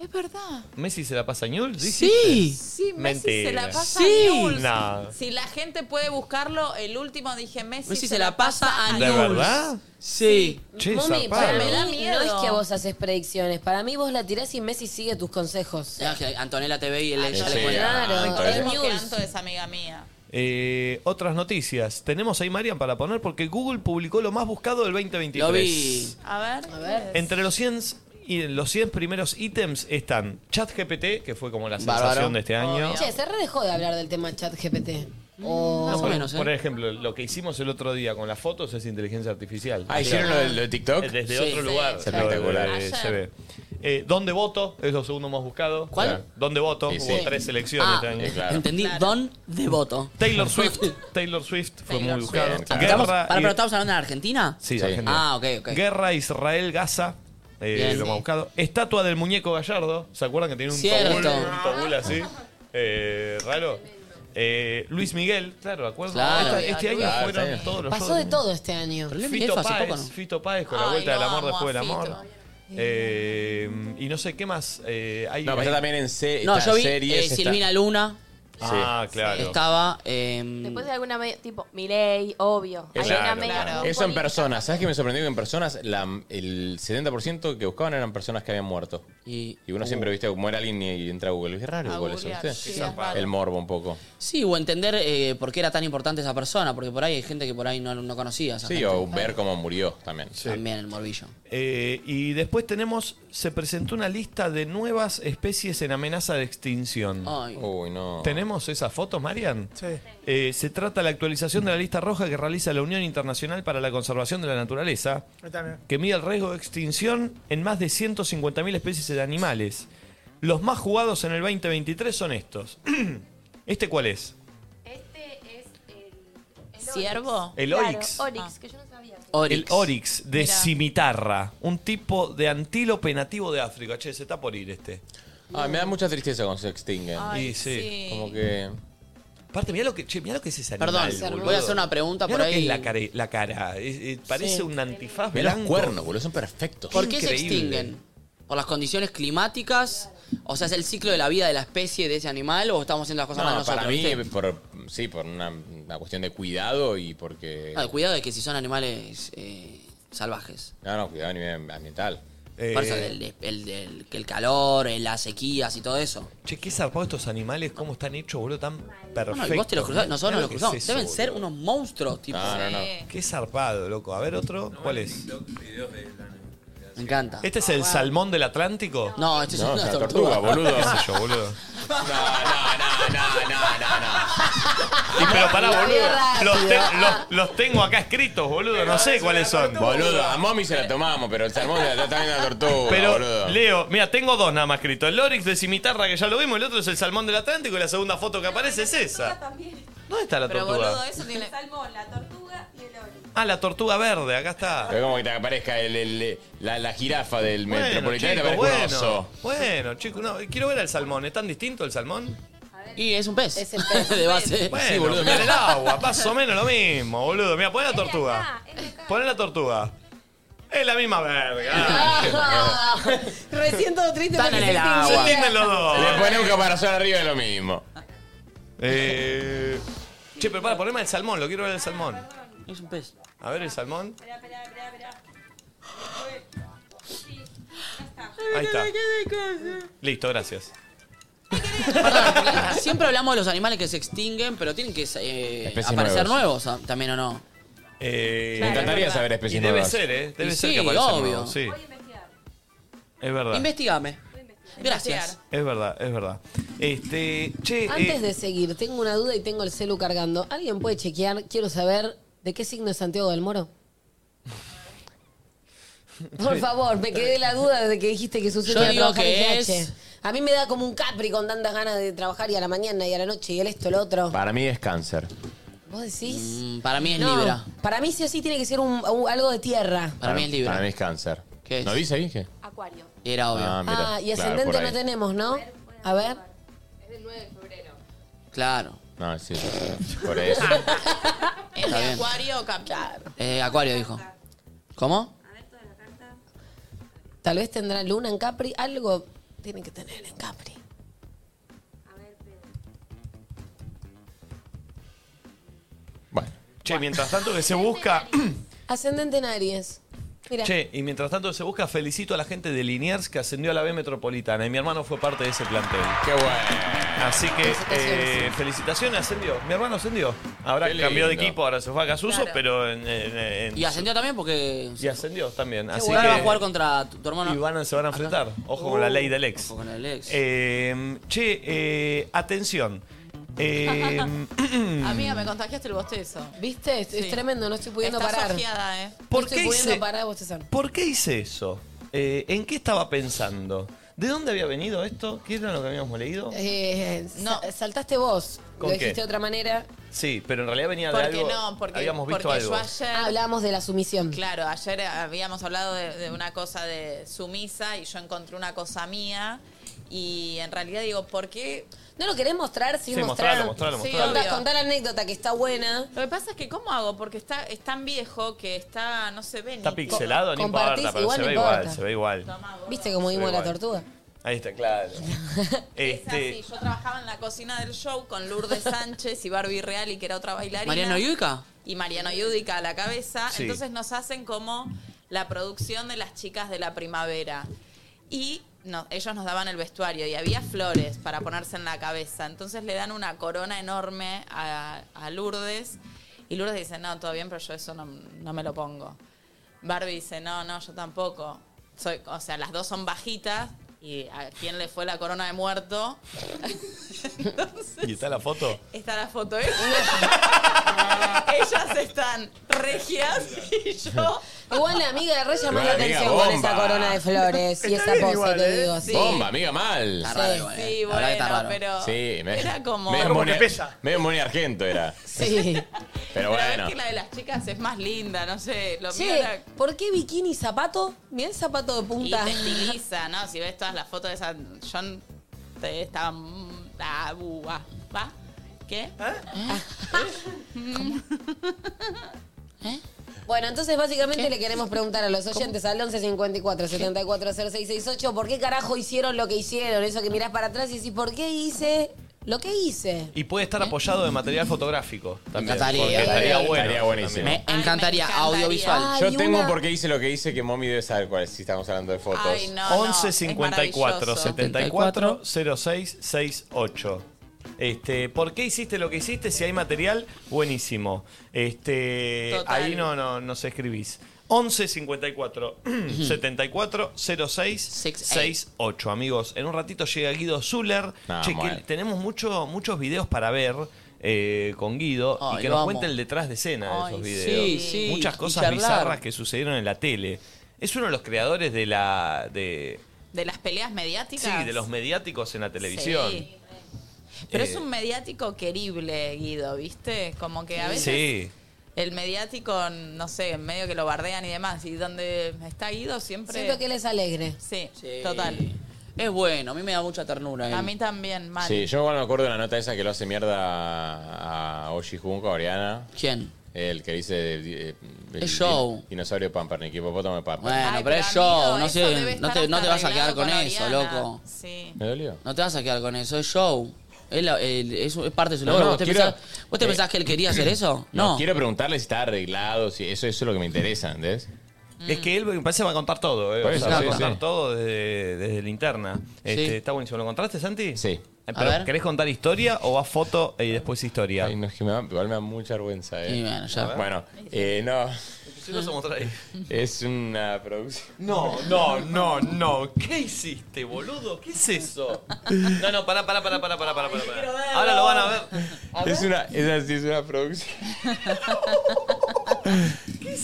[SPEAKER 4] Es verdad.
[SPEAKER 1] ¿Messi se la pasa a Newell's?
[SPEAKER 10] Sí.
[SPEAKER 4] Sí, Messi se la pasa
[SPEAKER 10] Sí.
[SPEAKER 4] a Newell's.
[SPEAKER 1] No.
[SPEAKER 4] Si la gente puede buscarlo, el último dije Messi.
[SPEAKER 10] Messi se la pasa a
[SPEAKER 1] ¿De
[SPEAKER 10] News.
[SPEAKER 1] verdad?
[SPEAKER 10] Sí.
[SPEAKER 1] Che,
[SPEAKER 3] Mami,
[SPEAKER 1] zarpado.
[SPEAKER 3] para mí
[SPEAKER 4] Me da
[SPEAKER 3] no
[SPEAKER 4] miedo.
[SPEAKER 3] es que vos haces predicciones. Para mí vos la tirás y Messi sigue tus consejos.
[SPEAKER 10] Ya que Antonella TV y él
[SPEAKER 5] Sí,
[SPEAKER 10] ya
[SPEAKER 5] sí.
[SPEAKER 10] le
[SPEAKER 1] ah,
[SPEAKER 10] cuenta.
[SPEAKER 3] Claro,
[SPEAKER 5] Antonella.
[SPEAKER 3] es
[SPEAKER 4] Porque
[SPEAKER 3] news.
[SPEAKER 4] Anto es amiga mía.
[SPEAKER 1] Eh, otras noticias. Tenemos ahí, Marian, para poner porque Google publicó lo más buscado del 2023.
[SPEAKER 10] Lo vi.
[SPEAKER 4] A ver. A ver.
[SPEAKER 1] Entre los 100 y los 100 primeros ítems están ChatGPT, que fue como la sensación
[SPEAKER 10] Bárbaro.
[SPEAKER 1] de este año.
[SPEAKER 3] Che, se re dejó de hablar del tema chat GPT.
[SPEAKER 1] No,
[SPEAKER 3] O...
[SPEAKER 1] por,
[SPEAKER 10] menos, ¿eh?
[SPEAKER 1] por ejemplo, lo que hicimos el otro día con las fotos es inteligencia artificial. Eh,
[SPEAKER 5] Ah, ¿hicieron lo de- lo de TikTok?
[SPEAKER 1] Desde
[SPEAKER 5] Sí.
[SPEAKER 1] otro lugar.
[SPEAKER 5] Espectacular.
[SPEAKER 1] eh, se ve. Eh, ¿Dónde voto? Es lo segundo más buscado.
[SPEAKER 10] ¿Cuál? Claro.
[SPEAKER 1] ¿Dónde voto?
[SPEAKER 10] Sí, sí.
[SPEAKER 1] Hubo tres elecciones
[SPEAKER 10] Ah,
[SPEAKER 1] este año.
[SPEAKER 10] eh, claro. entendí, Claro. don de voto.
[SPEAKER 1] Taylor Swift. Taylor Swift fue muy buscado.
[SPEAKER 10] Ah, ¿Estamos,
[SPEAKER 1] Guerra
[SPEAKER 10] para,
[SPEAKER 1] y-
[SPEAKER 10] pero ¿Estamos hablando de Argentina?
[SPEAKER 1] Sí, Argentina.
[SPEAKER 10] Ah, ok, ok.
[SPEAKER 1] Guerra Israel-Gaza. eh,
[SPEAKER 10] Bien.
[SPEAKER 1] lo más buscado. Estatua del muñeco Gallardo. ¿Se acuerdan que tenía un
[SPEAKER 10] Cierto.
[SPEAKER 1] tobul, un tobul así? Eh, raro. Eh, Luis Miguel, claro, ¿de acuerdo?
[SPEAKER 3] Claro.
[SPEAKER 1] este, este año
[SPEAKER 3] Claro,
[SPEAKER 1] fueron
[SPEAKER 3] este año.
[SPEAKER 1] todos los
[SPEAKER 3] Pasó
[SPEAKER 1] shows.
[SPEAKER 3] de todo este año.
[SPEAKER 1] Fito Páez, Fito Páez con la
[SPEAKER 3] Ay,
[SPEAKER 1] vuelta
[SPEAKER 3] lo
[SPEAKER 1] del amor
[SPEAKER 3] amo
[SPEAKER 1] después del
[SPEAKER 3] a
[SPEAKER 1] amor. Eh, y no sé qué más. Eh, hay,
[SPEAKER 5] No, pero
[SPEAKER 1] hay-
[SPEAKER 5] está también en se-
[SPEAKER 10] No,
[SPEAKER 5] está
[SPEAKER 10] yo vi
[SPEAKER 5] series,
[SPEAKER 10] eh,
[SPEAKER 5] está-
[SPEAKER 10] Silvina Luna.
[SPEAKER 1] Ah, claro.
[SPEAKER 10] Estaba. em,
[SPEAKER 6] Después de alguna media, tipo, Miley, obvio. Hay una
[SPEAKER 5] Claro.
[SPEAKER 6] media
[SPEAKER 5] Claro. Eso en personas. ¿Sabes qué me sorprendió? Que en personas la- el 70% que buscaban eran personas que habían muerto.
[SPEAKER 10] Y, uh.
[SPEAKER 5] uno siempre, viste, muere alguien y, y entra a Google. Es raro
[SPEAKER 10] A
[SPEAKER 5] igual eso,
[SPEAKER 10] googlear,
[SPEAKER 5] ¿viste?
[SPEAKER 10] sí, es raro.
[SPEAKER 5] el morbo un poco.
[SPEAKER 10] Sí, o entender eh, por qué era tan importante esa persona, porque por ahí hay gente que por ahí no, no conocía. a esa
[SPEAKER 5] Sí,
[SPEAKER 10] gente.
[SPEAKER 5] o ver cómo murió también.
[SPEAKER 10] También el morbillo.
[SPEAKER 1] Eh, y después tenemos, se presentó una lista de nuevas especies en amenaza de extinción.
[SPEAKER 5] Uy, no.
[SPEAKER 1] ¿Tenemos esas fotos, Marian?
[SPEAKER 20] Sí.
[SPEAKER 1] Eh, se trata de la actualización de la lista roja que realiza la Unión Internacional para la Conservación de la Naturaleza,
[SPEAKER 20] Ahí también.
[SPEAKER 1] que mide el riesgo de extinción en más de 150.000 especies de animales. Los más jugados en el 2023 son estos. ¿Este cuál es?
[SPEAKER 4] ¿Ciervo? Ah.
[SPEAKER 1] El Claro, Oryx.
[SPEAKER 6] Oryx, que yo no sabía.
[SPEAKER 1] El Oryx de cimitarra, un tipo de antílope nativo de África. Che, se está por ir este.
[SPEAKER 5] Ah, me da mucha tristeza cuando se extinguen.
[SPEAKER 1] Ay, Y sí. sí.
[SPEAKER 5] Como que.
[SPEAKER 1] Aparte, mirá lo que, che, mirá lo que es ese
[SPEAKER 10] Perdón,
[SPEAKER 1] animal,
[SPEAKER 10] voy a
[SPEAKER 1] boludo.
[SPEAKER 10] hacer una pregunta
[SPEAKER 1] Mirá
[SPEAKER 10] por
[SPEAKER 1] lo que
[SPEAKER 10] ahí.
[SPEAKER 1] es la cara, la cara. Es- es- parece
[SPEAKER 10] Sí.
[SPEAKER 1] un antifaz
[SPEAKER 5] Mirá los
[SPEAKER 1] blanco.
[SPEAKER 5] cuernos, boludo, son perfectos.
[SPEAKER 10] ¿Por qué se
[SPEAKER 1] Increíble.
[SPEAKER 10] extinguen? ¿Por las condiciones climáticas? O sea, ¿es el ciclo de la vida de la especie de ese animal o estamos haciendo las cosas mal
[SPEAKER 5] No,
[SPEAKER 10] nosotros?
[SPEAKER 5] para mí,
[SPEAKER 10] ¿viste?
[SPEAKER 5] por, sí, por una, una cuestión de cuidado y porque.
[SPEAKER 10] Ah, el cuidado es que si son animales eh, salvajes.
[SPEAKER 5] No, no, cuidado a nivel ambiental.
[SPEAKER 10] Por eso, el, el- el- el calor, eh, las sequías y todo eso.
[SPEAKER 1] Che, qué zarpado estos animales, cómo están hechos, boludo, tan perfectos.
[SPEAKER 10] Bueno, y vos te los cruzás, nosotros no
[SPEAKER 1] Mirá lo
[SPEAKER 10] los
[SPEAKER 1] que es
[SPEAKER 10] cruzamos.
[SPEAKER 1] eso,
[SPEAKER 10] Deben
[SPEAKER 1] boludo.
[SPEAKER 10] ser unos monstruos, tipo.
[SPEAKER 1] No, no, no. Qué zarpado, loco. A ver otro, ¿cuál es?
[SPEAKER 10] Me encanta. Ah,
[SPEAKER 1] ¿Este es el salmón del Atlántico?
[SPEAKER 10] No, este es No, una es una tortuga. tortuga,
[SPEAKER 5] boludo.
[SPEAKER 1] ¿Qué sé yo, boludo?
[SPEAKER 5] No, no, no, no.
[SPEAKER 1] Y pero pará,
[SPEAKER 5] La
[SPEAKER 1] boludo.
[SPEAKER 5] mierda.
[SPEAKER 1] Los, te- los- los tengo acá escritos, boludo. No sé cuáles son.
[SPEAKER 5] Boludo, a Mommy se la tomamos, pero el salmón la está viendo la tortuga,
[SPEAKER 1] Pero,
[SPEAKER 5] boludo.
[SPEAKER 1] Leo, mira, tengo dos nada más escritos. El Oryx de Cimitarra, que ya lo vimos, el otro es el salmón del Atlántico y la segunda foto que aparece es esa. ¿Dónde está la
[SPEAKER 4] Pero
[SPEAKER 1] tortuga?
[SPEAKER 4] boludo, eso tiene. El
[SPEAKER 6] salmón, la tortuga y el oro.
[SPEAKER 1] Ah, la tortuga verde, acá está.
[SPEAKER 5] Es como que te aparezca el- el- la, la jirafa del
[SPEAKER 1] Bueno,
[SPEAKER 5] metropolitano y te
[SPEAKER 1] chico,
[SPEAKER 5] aparezca un
[SPEAKER 1] bueno,
[SPEAKER 5] oso.
[SPEAKER 1] bueno, chico, no, quiero ver al salmón. ¿Es tan distinto el salmón?
[SPEAKER 10] Y es un pez.
[SPEAKER 3] Es el pez.
[SPEAKER 10] de
[SPEAKER 5] Ah,
[SPEAKER 10] base.
[SPEAKER 1] Bueno,
[SPEAKER 10] Sí, boludo.
[SPEAKER 1] pero en el agua, más o menos lo mismo, boludo. Mira, poné la tortuga. Poné la tortuga. Es la misma verga.
[SPEAKER 3] Recién todo triste.
[SPEAKER 10] Están
[SPEAKER 3] porque
[SPEAKER 10] en el
[SPEAKER 3] se
[SPEAKER 10] agua.
[SPEAKER 3] extinguió.
[SPEAKER 1] Se extinguen los dos.
[SPEAKER 5] Le pone un caparazón arriba es lo mismo.
[SPEAKER 1] Eh, che, pero para, poneme el salmón, lo quiero ver el salmón.
[SPEAKER 10] Es un pez.
[SPEAKER 1] A ver el salmón. Ahí está. Listo, gracias.
[SPEAKER 10] Siempre hablamos de los animales que se extinguen, pero tienen que eh,
[SPEAKER 5] Especies
[SPEAKER 10] aparecer
[SPEAKER 5] nuevas.
[SPEAKER 10] nuevos ah, también o no.
[SPEAKER 1] Eh,
[SPEAKER 5] Me encantaría saber especies
[SPEAKER 1] y debe
[SPEAKER 5] nuevas.
[SPEAKER 1] ser, ¿eh? Debe
[SPEAKER 10] Y
[SPEAKER 1] ser
[SPEAKER 10] sí,
[SPEAKER 1] que aparecen
[SPEAKER 10] obvio.
[SPEAKER 1] nuevos, sí. Es verdad.
[SPEAKER 10] Investigame. Gracias.
[SPEAKER 1] Es verdad, es verdad. Este, che, eh,
[SPEAKER 3] Antes de seguir, tengo una duda y tengo el celu cargando. ¿Alguien puede chequear? Quiero saber de qué signo es Santiago del Moro. Por favor, me quedé la duda desde que dijiste que su
[SPEAKER 10] Yo
[SPEAKER 3] signo era
[SPEAKER 10] digo
[SPEAKER 3] trabajar
[SPEAKER 10] que
[SPEAKER 3] en
[SPEAKER 10] es-
[SPEAKER 3] GH. A mí me da como un capri con tantas ganas de trabajar y a la mañana y a la noche y el esto, el otro.
[SPEAKER 5] Para mí es cáncer.
[SPEAKER 3] ¿Vos decís?
[SPEAKER 10] Mm, para mí es
[SPEAKER 3] No,
[SPEAKER 10] Libra.
[SPEAKER 3] Para mí sí o sí tiene que ser un- un- algo de tierra.
[SPEAKER 10] Para mí es Libra.
[SPEAKER 5] Para mí es cáncer. ¿No dice ahí? qué?
[SPEAKER 6] Acuario.
[SPEAKER 10] Era obvio.
[SPEAKER 5] Ah, mira.
[SPEAKER 3] ah, y
[SPEAKER 5] claro,
[SPEAKER 3] ascendente
[SPEAKER 5] por ahí.
[SPEAKER 3] no tenemos, ¿no? A ver.
[SPEAKER 6] Es del 9 de febrero.
[SPEAKER 10] Claro.
[SPEAKER 5] No, sí, sí, sí. por eso.
[SPEAKER 4] El
[SPEAKER 10] Está
[SPEAKER 4] de
[SPEAKER 10] bien.
[SPEAKER 4] Acuario, captar.
[SPEAKER 10] Eh, Acuario dijo. ¿Cómo?
[SPEAKER 3] Tal vez tendrá luna en Capri. Algo tiene que tener en Capri.
[SPEAKER 1] che, mientras tanto que se busca.
[SPEAKER 3] Ascendente en Aries. Mira.
[SPEAKER 1] Che, y mientras tanto se busca, felicito a la gente de Liniers que ascendió a la B Metropolitana y mi hermano fue parte de ese plantel.
[SPEAKER 5] Qué bueno.
[SPEAKER 1] Así que
[SPEAKER 5] Felicitaciones.
[SPEAKER 1] eh, felicitaciones, ascendió. Mi hermano ascendió. Ahora
[SPEAKER 5] Qué lindo.
[SPEAKER 1] cambió de equipo, ahora se fue a Casuso, pero en, en- en-
[SPEAKER 10] Y ascendió también porque.
[SPEAKER 1] y ascendió también. Así
[SPEAKER 10] Ahora va a
[SPEAKER 1] que-
[SPEAKER 10] jugar contra tu, tu hermano.
[SPEAKER 1] y van a- se van a enfrentar. Ojo con la ley del ex.
[SPEAKER 10] Ojo con el ex.
[SPEAKER 1] Eh, che, eh, atención. Eh,
[SPEAKER 4] Amiga, me contagiaste el bostezo.
[SPEAKER 3] ¿Viste? Es, es
[SPEAKER 4] Sí.
[SPEAKER 3] tremendo, no estoy pudiendo
[SPEAKER 4] Estás
[SPEAKER 3] parar.
[SPEAKER 4] ojeada, eh.
[SPEAKER 3] No
[SPEAKER 1] ¿Por
[SPEAKER 3] estoy
[SPEAKER 1] qué
[SPEAKER 3] pudiendo
[SPEAKER 1] hice-
[SPEAKER 3] parar de bostezar.
[SPEAKER 1] ¿Por qué hice eso? Eh, ¿En qué estaba pensando? ¿De dónde había venido esto? ¿Qué era lo que habíamos leído?
[SPEAKER 3] Eh, no. Saltaste vos.
[SPEAKER 1] ¿Con
[SPEAKER 3] lo
[SPEAKER 1] qué?
[SPEAKER 3] dijiste de otra manera.
[SPEAKER 1] Sí, pero en realidad venía de
[SPEAKER 4] Porque
[SPEAKER 1] algo.
[SPEAKER 4] no, porque,
[SPEAKER 1] habíamos visto
[SPEAKER 4] porque
[SPEAKER 1] algo.
[SPEAKER 4] yo ayer.
[SPEAKER 5] Ah.
[SPEAKER 3] Hablábamos de la sumisión.
[SPEAKER 4] Claro, ayer eh, habíamos hablado de, de una cosa de sumisa y yo encontré una cosa mía. Y en realidad digo, ¿por qué?
[SPEAKER 3] ¿No lo querés mostrar? Sí,
[SPEAKER 4] Sí,
[SPEAKER 3] mostrar.
[SPEAKER 4] mostralo, mostralo,
[SPEAKER 3] Sí,
[SPEAKER 4] mostralo.
[SPEAKER 3] contá- contá la anécdota que está buena.
[SPEAKER 4] Lo que pasa es que, ¿cómo hago? Porque está, es tan viejo que está, no se ve ni.
[SPEAKER 1] Está pixelado, no
[SPEAKER 3] compartís,
[SPEAKER 1] importa, pero
[SPEAKER 3] igual
[SPEAKER 1] se
[SPEAKER 3] no
[SPEAKER 1] ve
[SPEAKER 3] importa.
[SPEAKER 1] igual, se ve igual.
[SPEAKER 3] ¿Viste cómo vimos la
[SPEAKER 1] igual.
[SPEAKER 3] tortuga?
[SPEAKER 1] Ahí está, claro.
[SPEAKER 4] Ah, Sí,
[SPEAKER 1] este,
[SPEAKER 4] yo trabajaba en la cocina del show con Lourdes Sánchez y Barbie Real y que era otra bailarina.
[SPEAKER 10] Uh, ¿Mariano Yuica?
[SPEAKER 4] y Mariano Yudica a la cabeza.
[SPEAKER 10] Sí.
[SPEAKER 4] Entonces nos hacen como la producción de las chicas de la primavera. Y no, ellos nos daban el vestuario y había flores para ponerse en la cabeza. Entonces le dan una corona enorme a, a Lourdes. Y Lourdes dice, no, todo bien, pero yo eso no, no me lo pongo. Barbie dice, no, no, yo tampoco. Soy, o sea, las dos son bajitas. ¿Y a quién le fue la corona de muerto?
[SPEAKER 1] ¿Y está la foto?
[SPEAKER 4] Está la foto, ¿eh? Ellas están regias y yo.
[SPEAKER 3] Igual la amiga de Rey llamó la
[SPEAKER 5] Igual, amiga,
[SPEAKER 3] atención con esa
[SPEAKER 5] bomba.
[SPEAKER 3] corona de flores y esa
[SPEAKER 5] Está bien
[SPEAKER 3] pose,
[SPEAKER 5] igual,
[SPEAKER 3] te
[SPEAKER 5] ¿eh?
[SPEAKER 3] digo. sí.
[SPEAKER 5] Bomba, amiga mal.
[SPEAKER 3] Está raro igual,
[SPEAKER 10] eh.
[SPEAKER 4] Sí,
[SPEAKER 5] La verdad que está
[SPEAKER 4] bueno,
[SPEAKER 5] raro.
[SPEAKER 4] pero
[SPEAKER 5] Sí, me-
[SPEAKER 4] era como-
[SPEAKER 5] Medio
[SPEAKER 4] Como que
[SPEAKER 5] Moni-
[SPEAKER 4] pesa.
[SPEAKER 5] Medio Moni Argento era.
[SPEAKER 3] Sí.
[SPEAKER 5] Pero
[SPEAKER 4] Pero
[SPEAKER 5] bueno.
[SPEAKER 4] es que la de las chicas es más linda, no sé. Lo mío
[SPEAKER 3] Che,
[SPEAKER 4] era-
[SPEAKER 3] ¿por qué bikini y zapato? Mirá el zapato de
[SPEAKER 4] Y
[SPEAKER 3] punta.
[SPEAKER 4] te estiliza, ¿no? Si ves todas las fotos de esa. Yo te estaba. mm, Ah, bu, ah, ¿Va? ¿Qué?
[SPEAKER 1] ¿Eh?
[SPEAKER 3] Bueno, entonces básicamente le queremos preguntar a los oyentes al 11 54 74 0668 por qué carajo hicieron lo que hicieron. Eso que mirás para atrás y decís, ¿por qué hice lo que hice?
[SPEAKER 1] y puede estar apoyado de material fotográfico también.
[SPEAKER 10] encantaría.
[SPEAKER 1] porque estaría bueno.
[SPEAKER 5] Estaría buenísimo.
[SPEAKER 1] también.
[SPEAKER 10] Me encantaría, audiovisual.
[SPEAKER 5] Yo tengo porque hice lo que hice que mommy debe saber cuál es, si estamos hablando de fotos.
[SPEAKER 4] Ay, no, no,
[SPEAKER 1] 11 54
[SPEAKER 4] es maravilloso.
[SPEAKER 1] 74 06 68. Este, ¿Por qué hiciste lo que hiciste? Si hay material, buenísimo. Este,
[SPEAKER 4] Total.
[SPEAKER 1] ahí no, no, nos escribís. 11 54 74 06 68. Amigos, en un ratito llega Guido Zuller.
[SPEAKER 5] No,
[SPEAKER 1] Che, que
[SPEAKER 5] bueno.
[SPEAKER 1] tenemos mucho- muchos videos para ver. eh, con Guido
[SPEAKER 10] Ay,
[SPEAKER 1] y que
[SPEAKER 10] lo
[SPEAKER 1] nos
[SPEAKER 10] amo.
[SPEAKER 1] cuente el detrás de escena de
[SPEAKER 10] Ay, sí,
[SPEAKER 1] esos videos.
[SPEAKER 10] sí.
[SPEAKER 1] Muchas
[SPEAKER 10] Y
[SPEAKER 1] cosas
[SPEAKER 10] charlar.
[SPEAKER 1] bizarras que sucedieron en la tele. Es uno de los creadores de la. de.
[SPEAKER 4] De las peleas mediáticas.
[SPEAKER 1] Sí, de los mediáticos en la televisión.
[SPEAKER 4] Sí. Pero es
[SPEAKER 1] Eh,
[SPEAKER 4] un mediático querible, Guido, ¿viste? Como que a veces
[SPEAKER 1] Sí.
[SPEAKER 4] el mediático, no sé, en medio que lo bardean y demás, y donde está Guido siempre...
[SPEAKER 3] Siento que él es alegre.
[SPEAKER 4] Sí, total.
[SPEAKER 10] Es bueno, a mí me da mucha ternura. él.
[SPEAKER 4] A mí también, mal.
[SPEAKER 5] Sí, yo igual me acuerdo de la nota esa que lo hace mierda a Oji Junco, a Oriana.
[SPEAKER 10] ¿Quién?
[SPEAKER 5] El que dice. eh, el
[SPEAKER 10] Es show.
[SPEAKER 5] di- Dinosaurio Pampernick, hipopótamo de Pampernick.
[SPEAKER 10] Bueno, pero es show, no, sé, no, te, no te vas a quedar con, eso, loco.
[SPEAKER 4] Sí.
[SPEAKER 5] ¿Me dolió?
[SPEAKER 10] No te vas a quedar con eso, es show. Es, la- el- es- es parte de su
[SPEAKER 5] No,
[SPEAKER 10] labor.
[SPEAKER 5] no,
[SPEAKER 10] ¿Vos, te
[SPEAKER 5] quiero-
[SPEAKER 10] pensás, vos te
[SPEAKER 5] eh,
[SPEAKER 10] pensás que él quería hacer eso?
[SPEAKER 5] No.
[SPEAKER 10] No.
[SPEAKER 5] quiero preguntarle si está arreglado, si eso, eso es lo que me interesa, ¿entendés?
[SPEAKER 1] Es que él me parece va a contar todo, ¿eh?
[SPEAKER 5] Por
[SPEAKER 1] O
[SPEAKER 5] eso,
[SPEAKER 1] sea, va a
[SPEAKER 5] sí,
[SPEAKER 1] contar
[SPEAKER 5] sí.
[SPEAKER 1] todo desde, desde la interna. Este, Está buenísimo. ¿Lo encontraste, Santi? Sí.
[SPEAKER 5] A ver.
[SPEAKER 1] ¿Querés contar historia o va foto y después historia?
[SPEAKER 5] Ay, no, es que me da, igual me da mucha vergüenza, ¿eh?
[SPEAKER 1] Sí, bueno, ya.
[SPEAKER 5] A ver. Bueno, eh, no.
[SPEAKER 1] Sí, lo vas a mostrar ahí.
[SPEAKER 5] Es una producción.
[SPEAKER 1] No, no, no, no. ¿Qué hiciste, boludo? ¿Qué es eso? No, no, pará, pará, pará, pará, pará, pará. pará. Ahora lo van a ver.
[SPEAKER 5] Es una, es así, es una producción.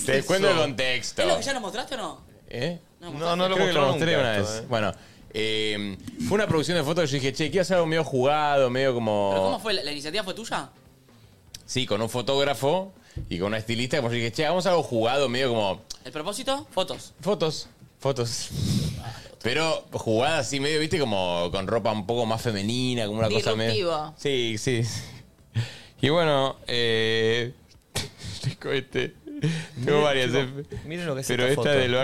[SPEAKER 5] Te
[SPEAKER 10] eso?
[SPEAKER 5] cuento el contexto.
[SPEAKER 10] ¿Es lo que ya nos mostraste o no?
[SPEAKER 5] ¿Eh?
[SPEAKER 10] No,
[SPEAKER 5] No, no lo
[SPEAKER 10] creo
[SPEAKER 5] mostré,
[SPEAKER 10] que
[SPEAKER 5] lo
[SPEAKER 10] lo
[SPEAKER 5] mostré
[SPEAKER 10] nunca
[SPEAKER 5] una
[SPEAKER 10] esto,
[SPEAKER 5] vez.
[SPEAKER 10] eh.
[SPEAKER 5] Bueno, eh, fue una producción de fotos que yo dije, che, quiero hacer algo medio jugado, medio como.
[SPEAKER 10] ¿Pero cómo fue? ¿La, la iniciativa fue tuya?
[SPEAKER 5] Sí, con un fotógrafo y con una estilista. Como yo dije, che, hagamos algo jugado, medio como.
[SPEAKER 10] ¿El propósito? Fotos.
[SPEAKER 5] Fotos, fotos. Pero jugada así, medio, viste, como con ropa un poco más femenina, como una cosa medio.
[SPEAKER 4] Disruptivo.
[SPEAKER 5] Sí, sí. Y bueno, eh. Tengo este. Tengo varias. eh.
[SPEAKER 1] Miren lo que es
[SPEAKER 5] Pero
[SPEAKER 1] esta
[SPEAKER 5] esta
[SPEAKER 1] foto.
[SPEAKER 5] de lo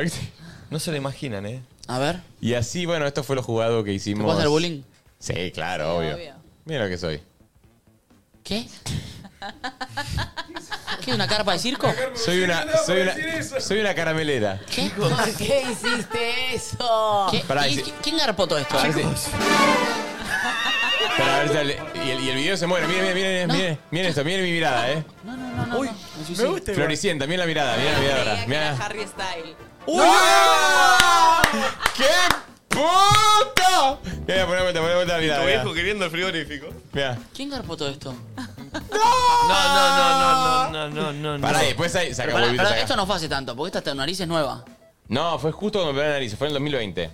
[SPEAKER 1] No se lo imaginan, ¿eh?
[SPEAKER 10] A ver.
[SPEAKER 5] Y así, bueno, esto fue lo jugado que hicimos.
[SPEAKER 10] puedo hacer bullying? Ah,
[SPEAKER 5] Sí, claro, obvio. Mira lo que soy.
[SPEAKER 10] ¿Qué? ¿Qué? ¿Una carpa de circo?
[SPEAKER 5] Soy una,
[SPEAKER 10] no,
[SPEAKER 5] soy
[SPEAKER 10] para decir
[SPEAKER 5] una, soy una caramelera.
[SPEAKER 10] ¿Qué? ¿Por qué hiciste eso?
[SPEAKER 5] Ah, Pará,
[SPEAKER 10] ¿Y,
[SPEAKER 5] dice-
[SPEAKER 10] ¿Quién garpó todo esto?
[SPEAKER 5] Pará, dice- Pará, a ver si sale- y, el, y el video se muere. Miren, miren, miren, miren, miren esto, miren mi mirada, eh.
[SPEAKER 10] Uy,
[SPEAKER 5] Me gusta. Floricienta, miren la mirada, miren la mirada. ahora, mirá.
[SPEAKER 4] Harry Style.
[SPEAKER 5] ¡Qué puto! Mira, poné vuelta, poné vuelta la mirada.
[SPEAKER 1] Tu
[SPEAKER 5] mirá.
[SPEAKER 1] viejo queriendo el frigorífico.
[SPEAKER 5] Mirá.
[SPEAKER 10] ¿Quién garpó todo esto?
[SPEAKER 1] No, no, no, no, no, no, no, no.
[SPEAKER 5] Pará, y después ahí
[SPEAKER 10] Pero
[SPEAKER 5] saca,
[SPEAKER 10] pará,
[SPEAKER 5] volviste,
[SPEAKER 10] pará,
[SPEAKER 5] saca.
[SPEAKER 10] esto no fue hace tanto, porque esta, esta nariz es nueva.
[SPEAKER 5] No, fue justo cuando me operé la nariz, fue en el 2020.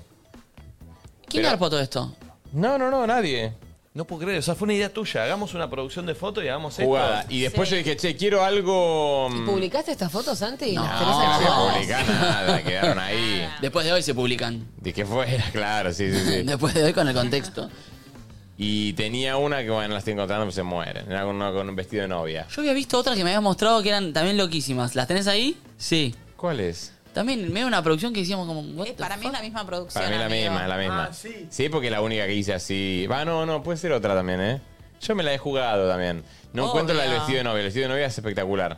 [SPEAKER 1] ¿Quién
[SPEAKER 10] garpó todo esto?
[SPEAKER 5] No, no, no, nadie.
[SPEAKER 1] No puedo creer, o sea, fue una idea tuya. Hagamos una producción de fotos y hagamos esto.
[SPEAKER 5] Jugada. Y después yo dije, che, quiero algo. mm,
[SPEAKER 3] ¿Publicaste estas fotos antes?
[SPEAKER 5] No,
[SPEAKER 3] Las
[SPEAKER 5] no,
[SPEAKER 3] tenés
[SPEAKER 5] no
[SPEAKER 3] archivadas.
[SPEAKER 5] publicá nada, quedaron ahí.
[SPEAKER 10] Después de hoy se publican.
[SPEAKER 5] De que fuera, claro, sí, sí, sí.
[SPEAKER 10] Después de hoy con el contexto.
[SPEAKER 5] Y tenía una que, bueno, la estoy encontrando, pues se mueren. Era una con un vestido de novia.
[SPEAKER 10] Yo había visto otras que me habías mostrado que eran también loquísimas. ¿Las tenés ahí? Sí.
[SPEAKER 5] ¿Cuál es?
[SPEAKER 10] También medio una producción que hicimos como... what the
[SPEAKER 4] Para mí es la misma producción.
[SPEAKER 5] Para mí la
[SPEAKER 4] amigo.
[SPEAKER 5] misma, la
[SPEAKER 1] Ah,
[SPEAKER 5] misma. Ah, sí. porque la única que hice así. Va, no, no, puede ser otra también, ¿eh? Yo me la he jugado también. No
[SPEAKER 1] Obvio.
[SPEAKER 5] encuentro la del vestido de novia. El vestido de novia es espectacular.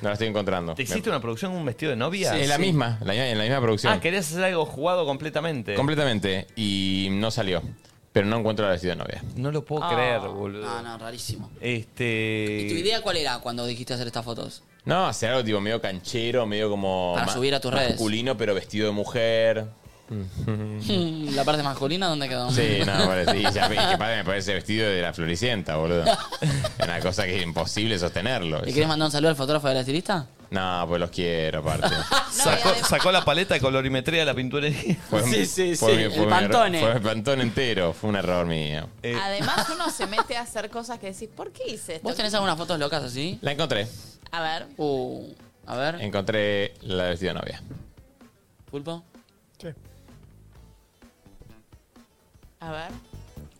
[SPEAKER 5] No la estoy encontrando.
[SPEAKER 1] ¿Te hiciste una producción con un vestido de novia?
[SPEAKER 5] Sí, es la misma, la, en la misma producción.
[SPEAKER 1] Ah, querías hacer algo jugado completamente.
[SPEAKER 5] Completamente. Y no salió. Pero no encuentro la del vestido de novia.
[SPEAKER 1] no lo puedo
[SPEAKER 10] Ah,
[SPEAKER 1] creer, boludo.
[SPEAKER 10] No, no, rarísimo.
[SPEAKER 1] Este.
[SPEAKER 10] ¿Tu idea cuál era cuando dijiste hacer estas fotos?
[SPEAKER 5] No, hacer algo tipo medio canchero, medio como.
[SPEAKER 10] Para
[SPEAKER 5] ma-
[SPEAKER 10] subir a tus redes.
[SPEAKER 5] Masculino, pero vestido de mujer.
[SPEAKER 10] Hmm, ¿La parte masculina dónde quedó?
[SPEAKER 5] Sí, no, parece, y ya, y que padre me parece vestido de la floricienta, boludo. Es una cosa que es imposible sostenerlo.
[SPEAKER 10] ¿Le querés mandar un saludo al fotógrafo de la estilista?
[SPEAKER 5] No, pues los quiero, aparte.
[SPEAKER 1] Sacó, sacó la paleta de colorimetría de la pinturería.
[SPEAKER 5] un- fue mi- fue mi error- Fue el pantone entero, fue un error mío.
[SPEAKER 10] Eh,
[SPEAKER 4] Además, uno se mete a hacer cosas que decís, ¿por qué hice esto?
[SPEAKER 10] ¿Vos tenés algunas fotos locas así?
[SPEAKER 5] La encontré.
[SPEAKER 4] A ver.
[SPEAKER 10] Uh, a ver,
[SPEAKER 5] Encontré la vestida de novia.
[SPEAKER 10] pulpo.
[SPEAKER 4] A ver.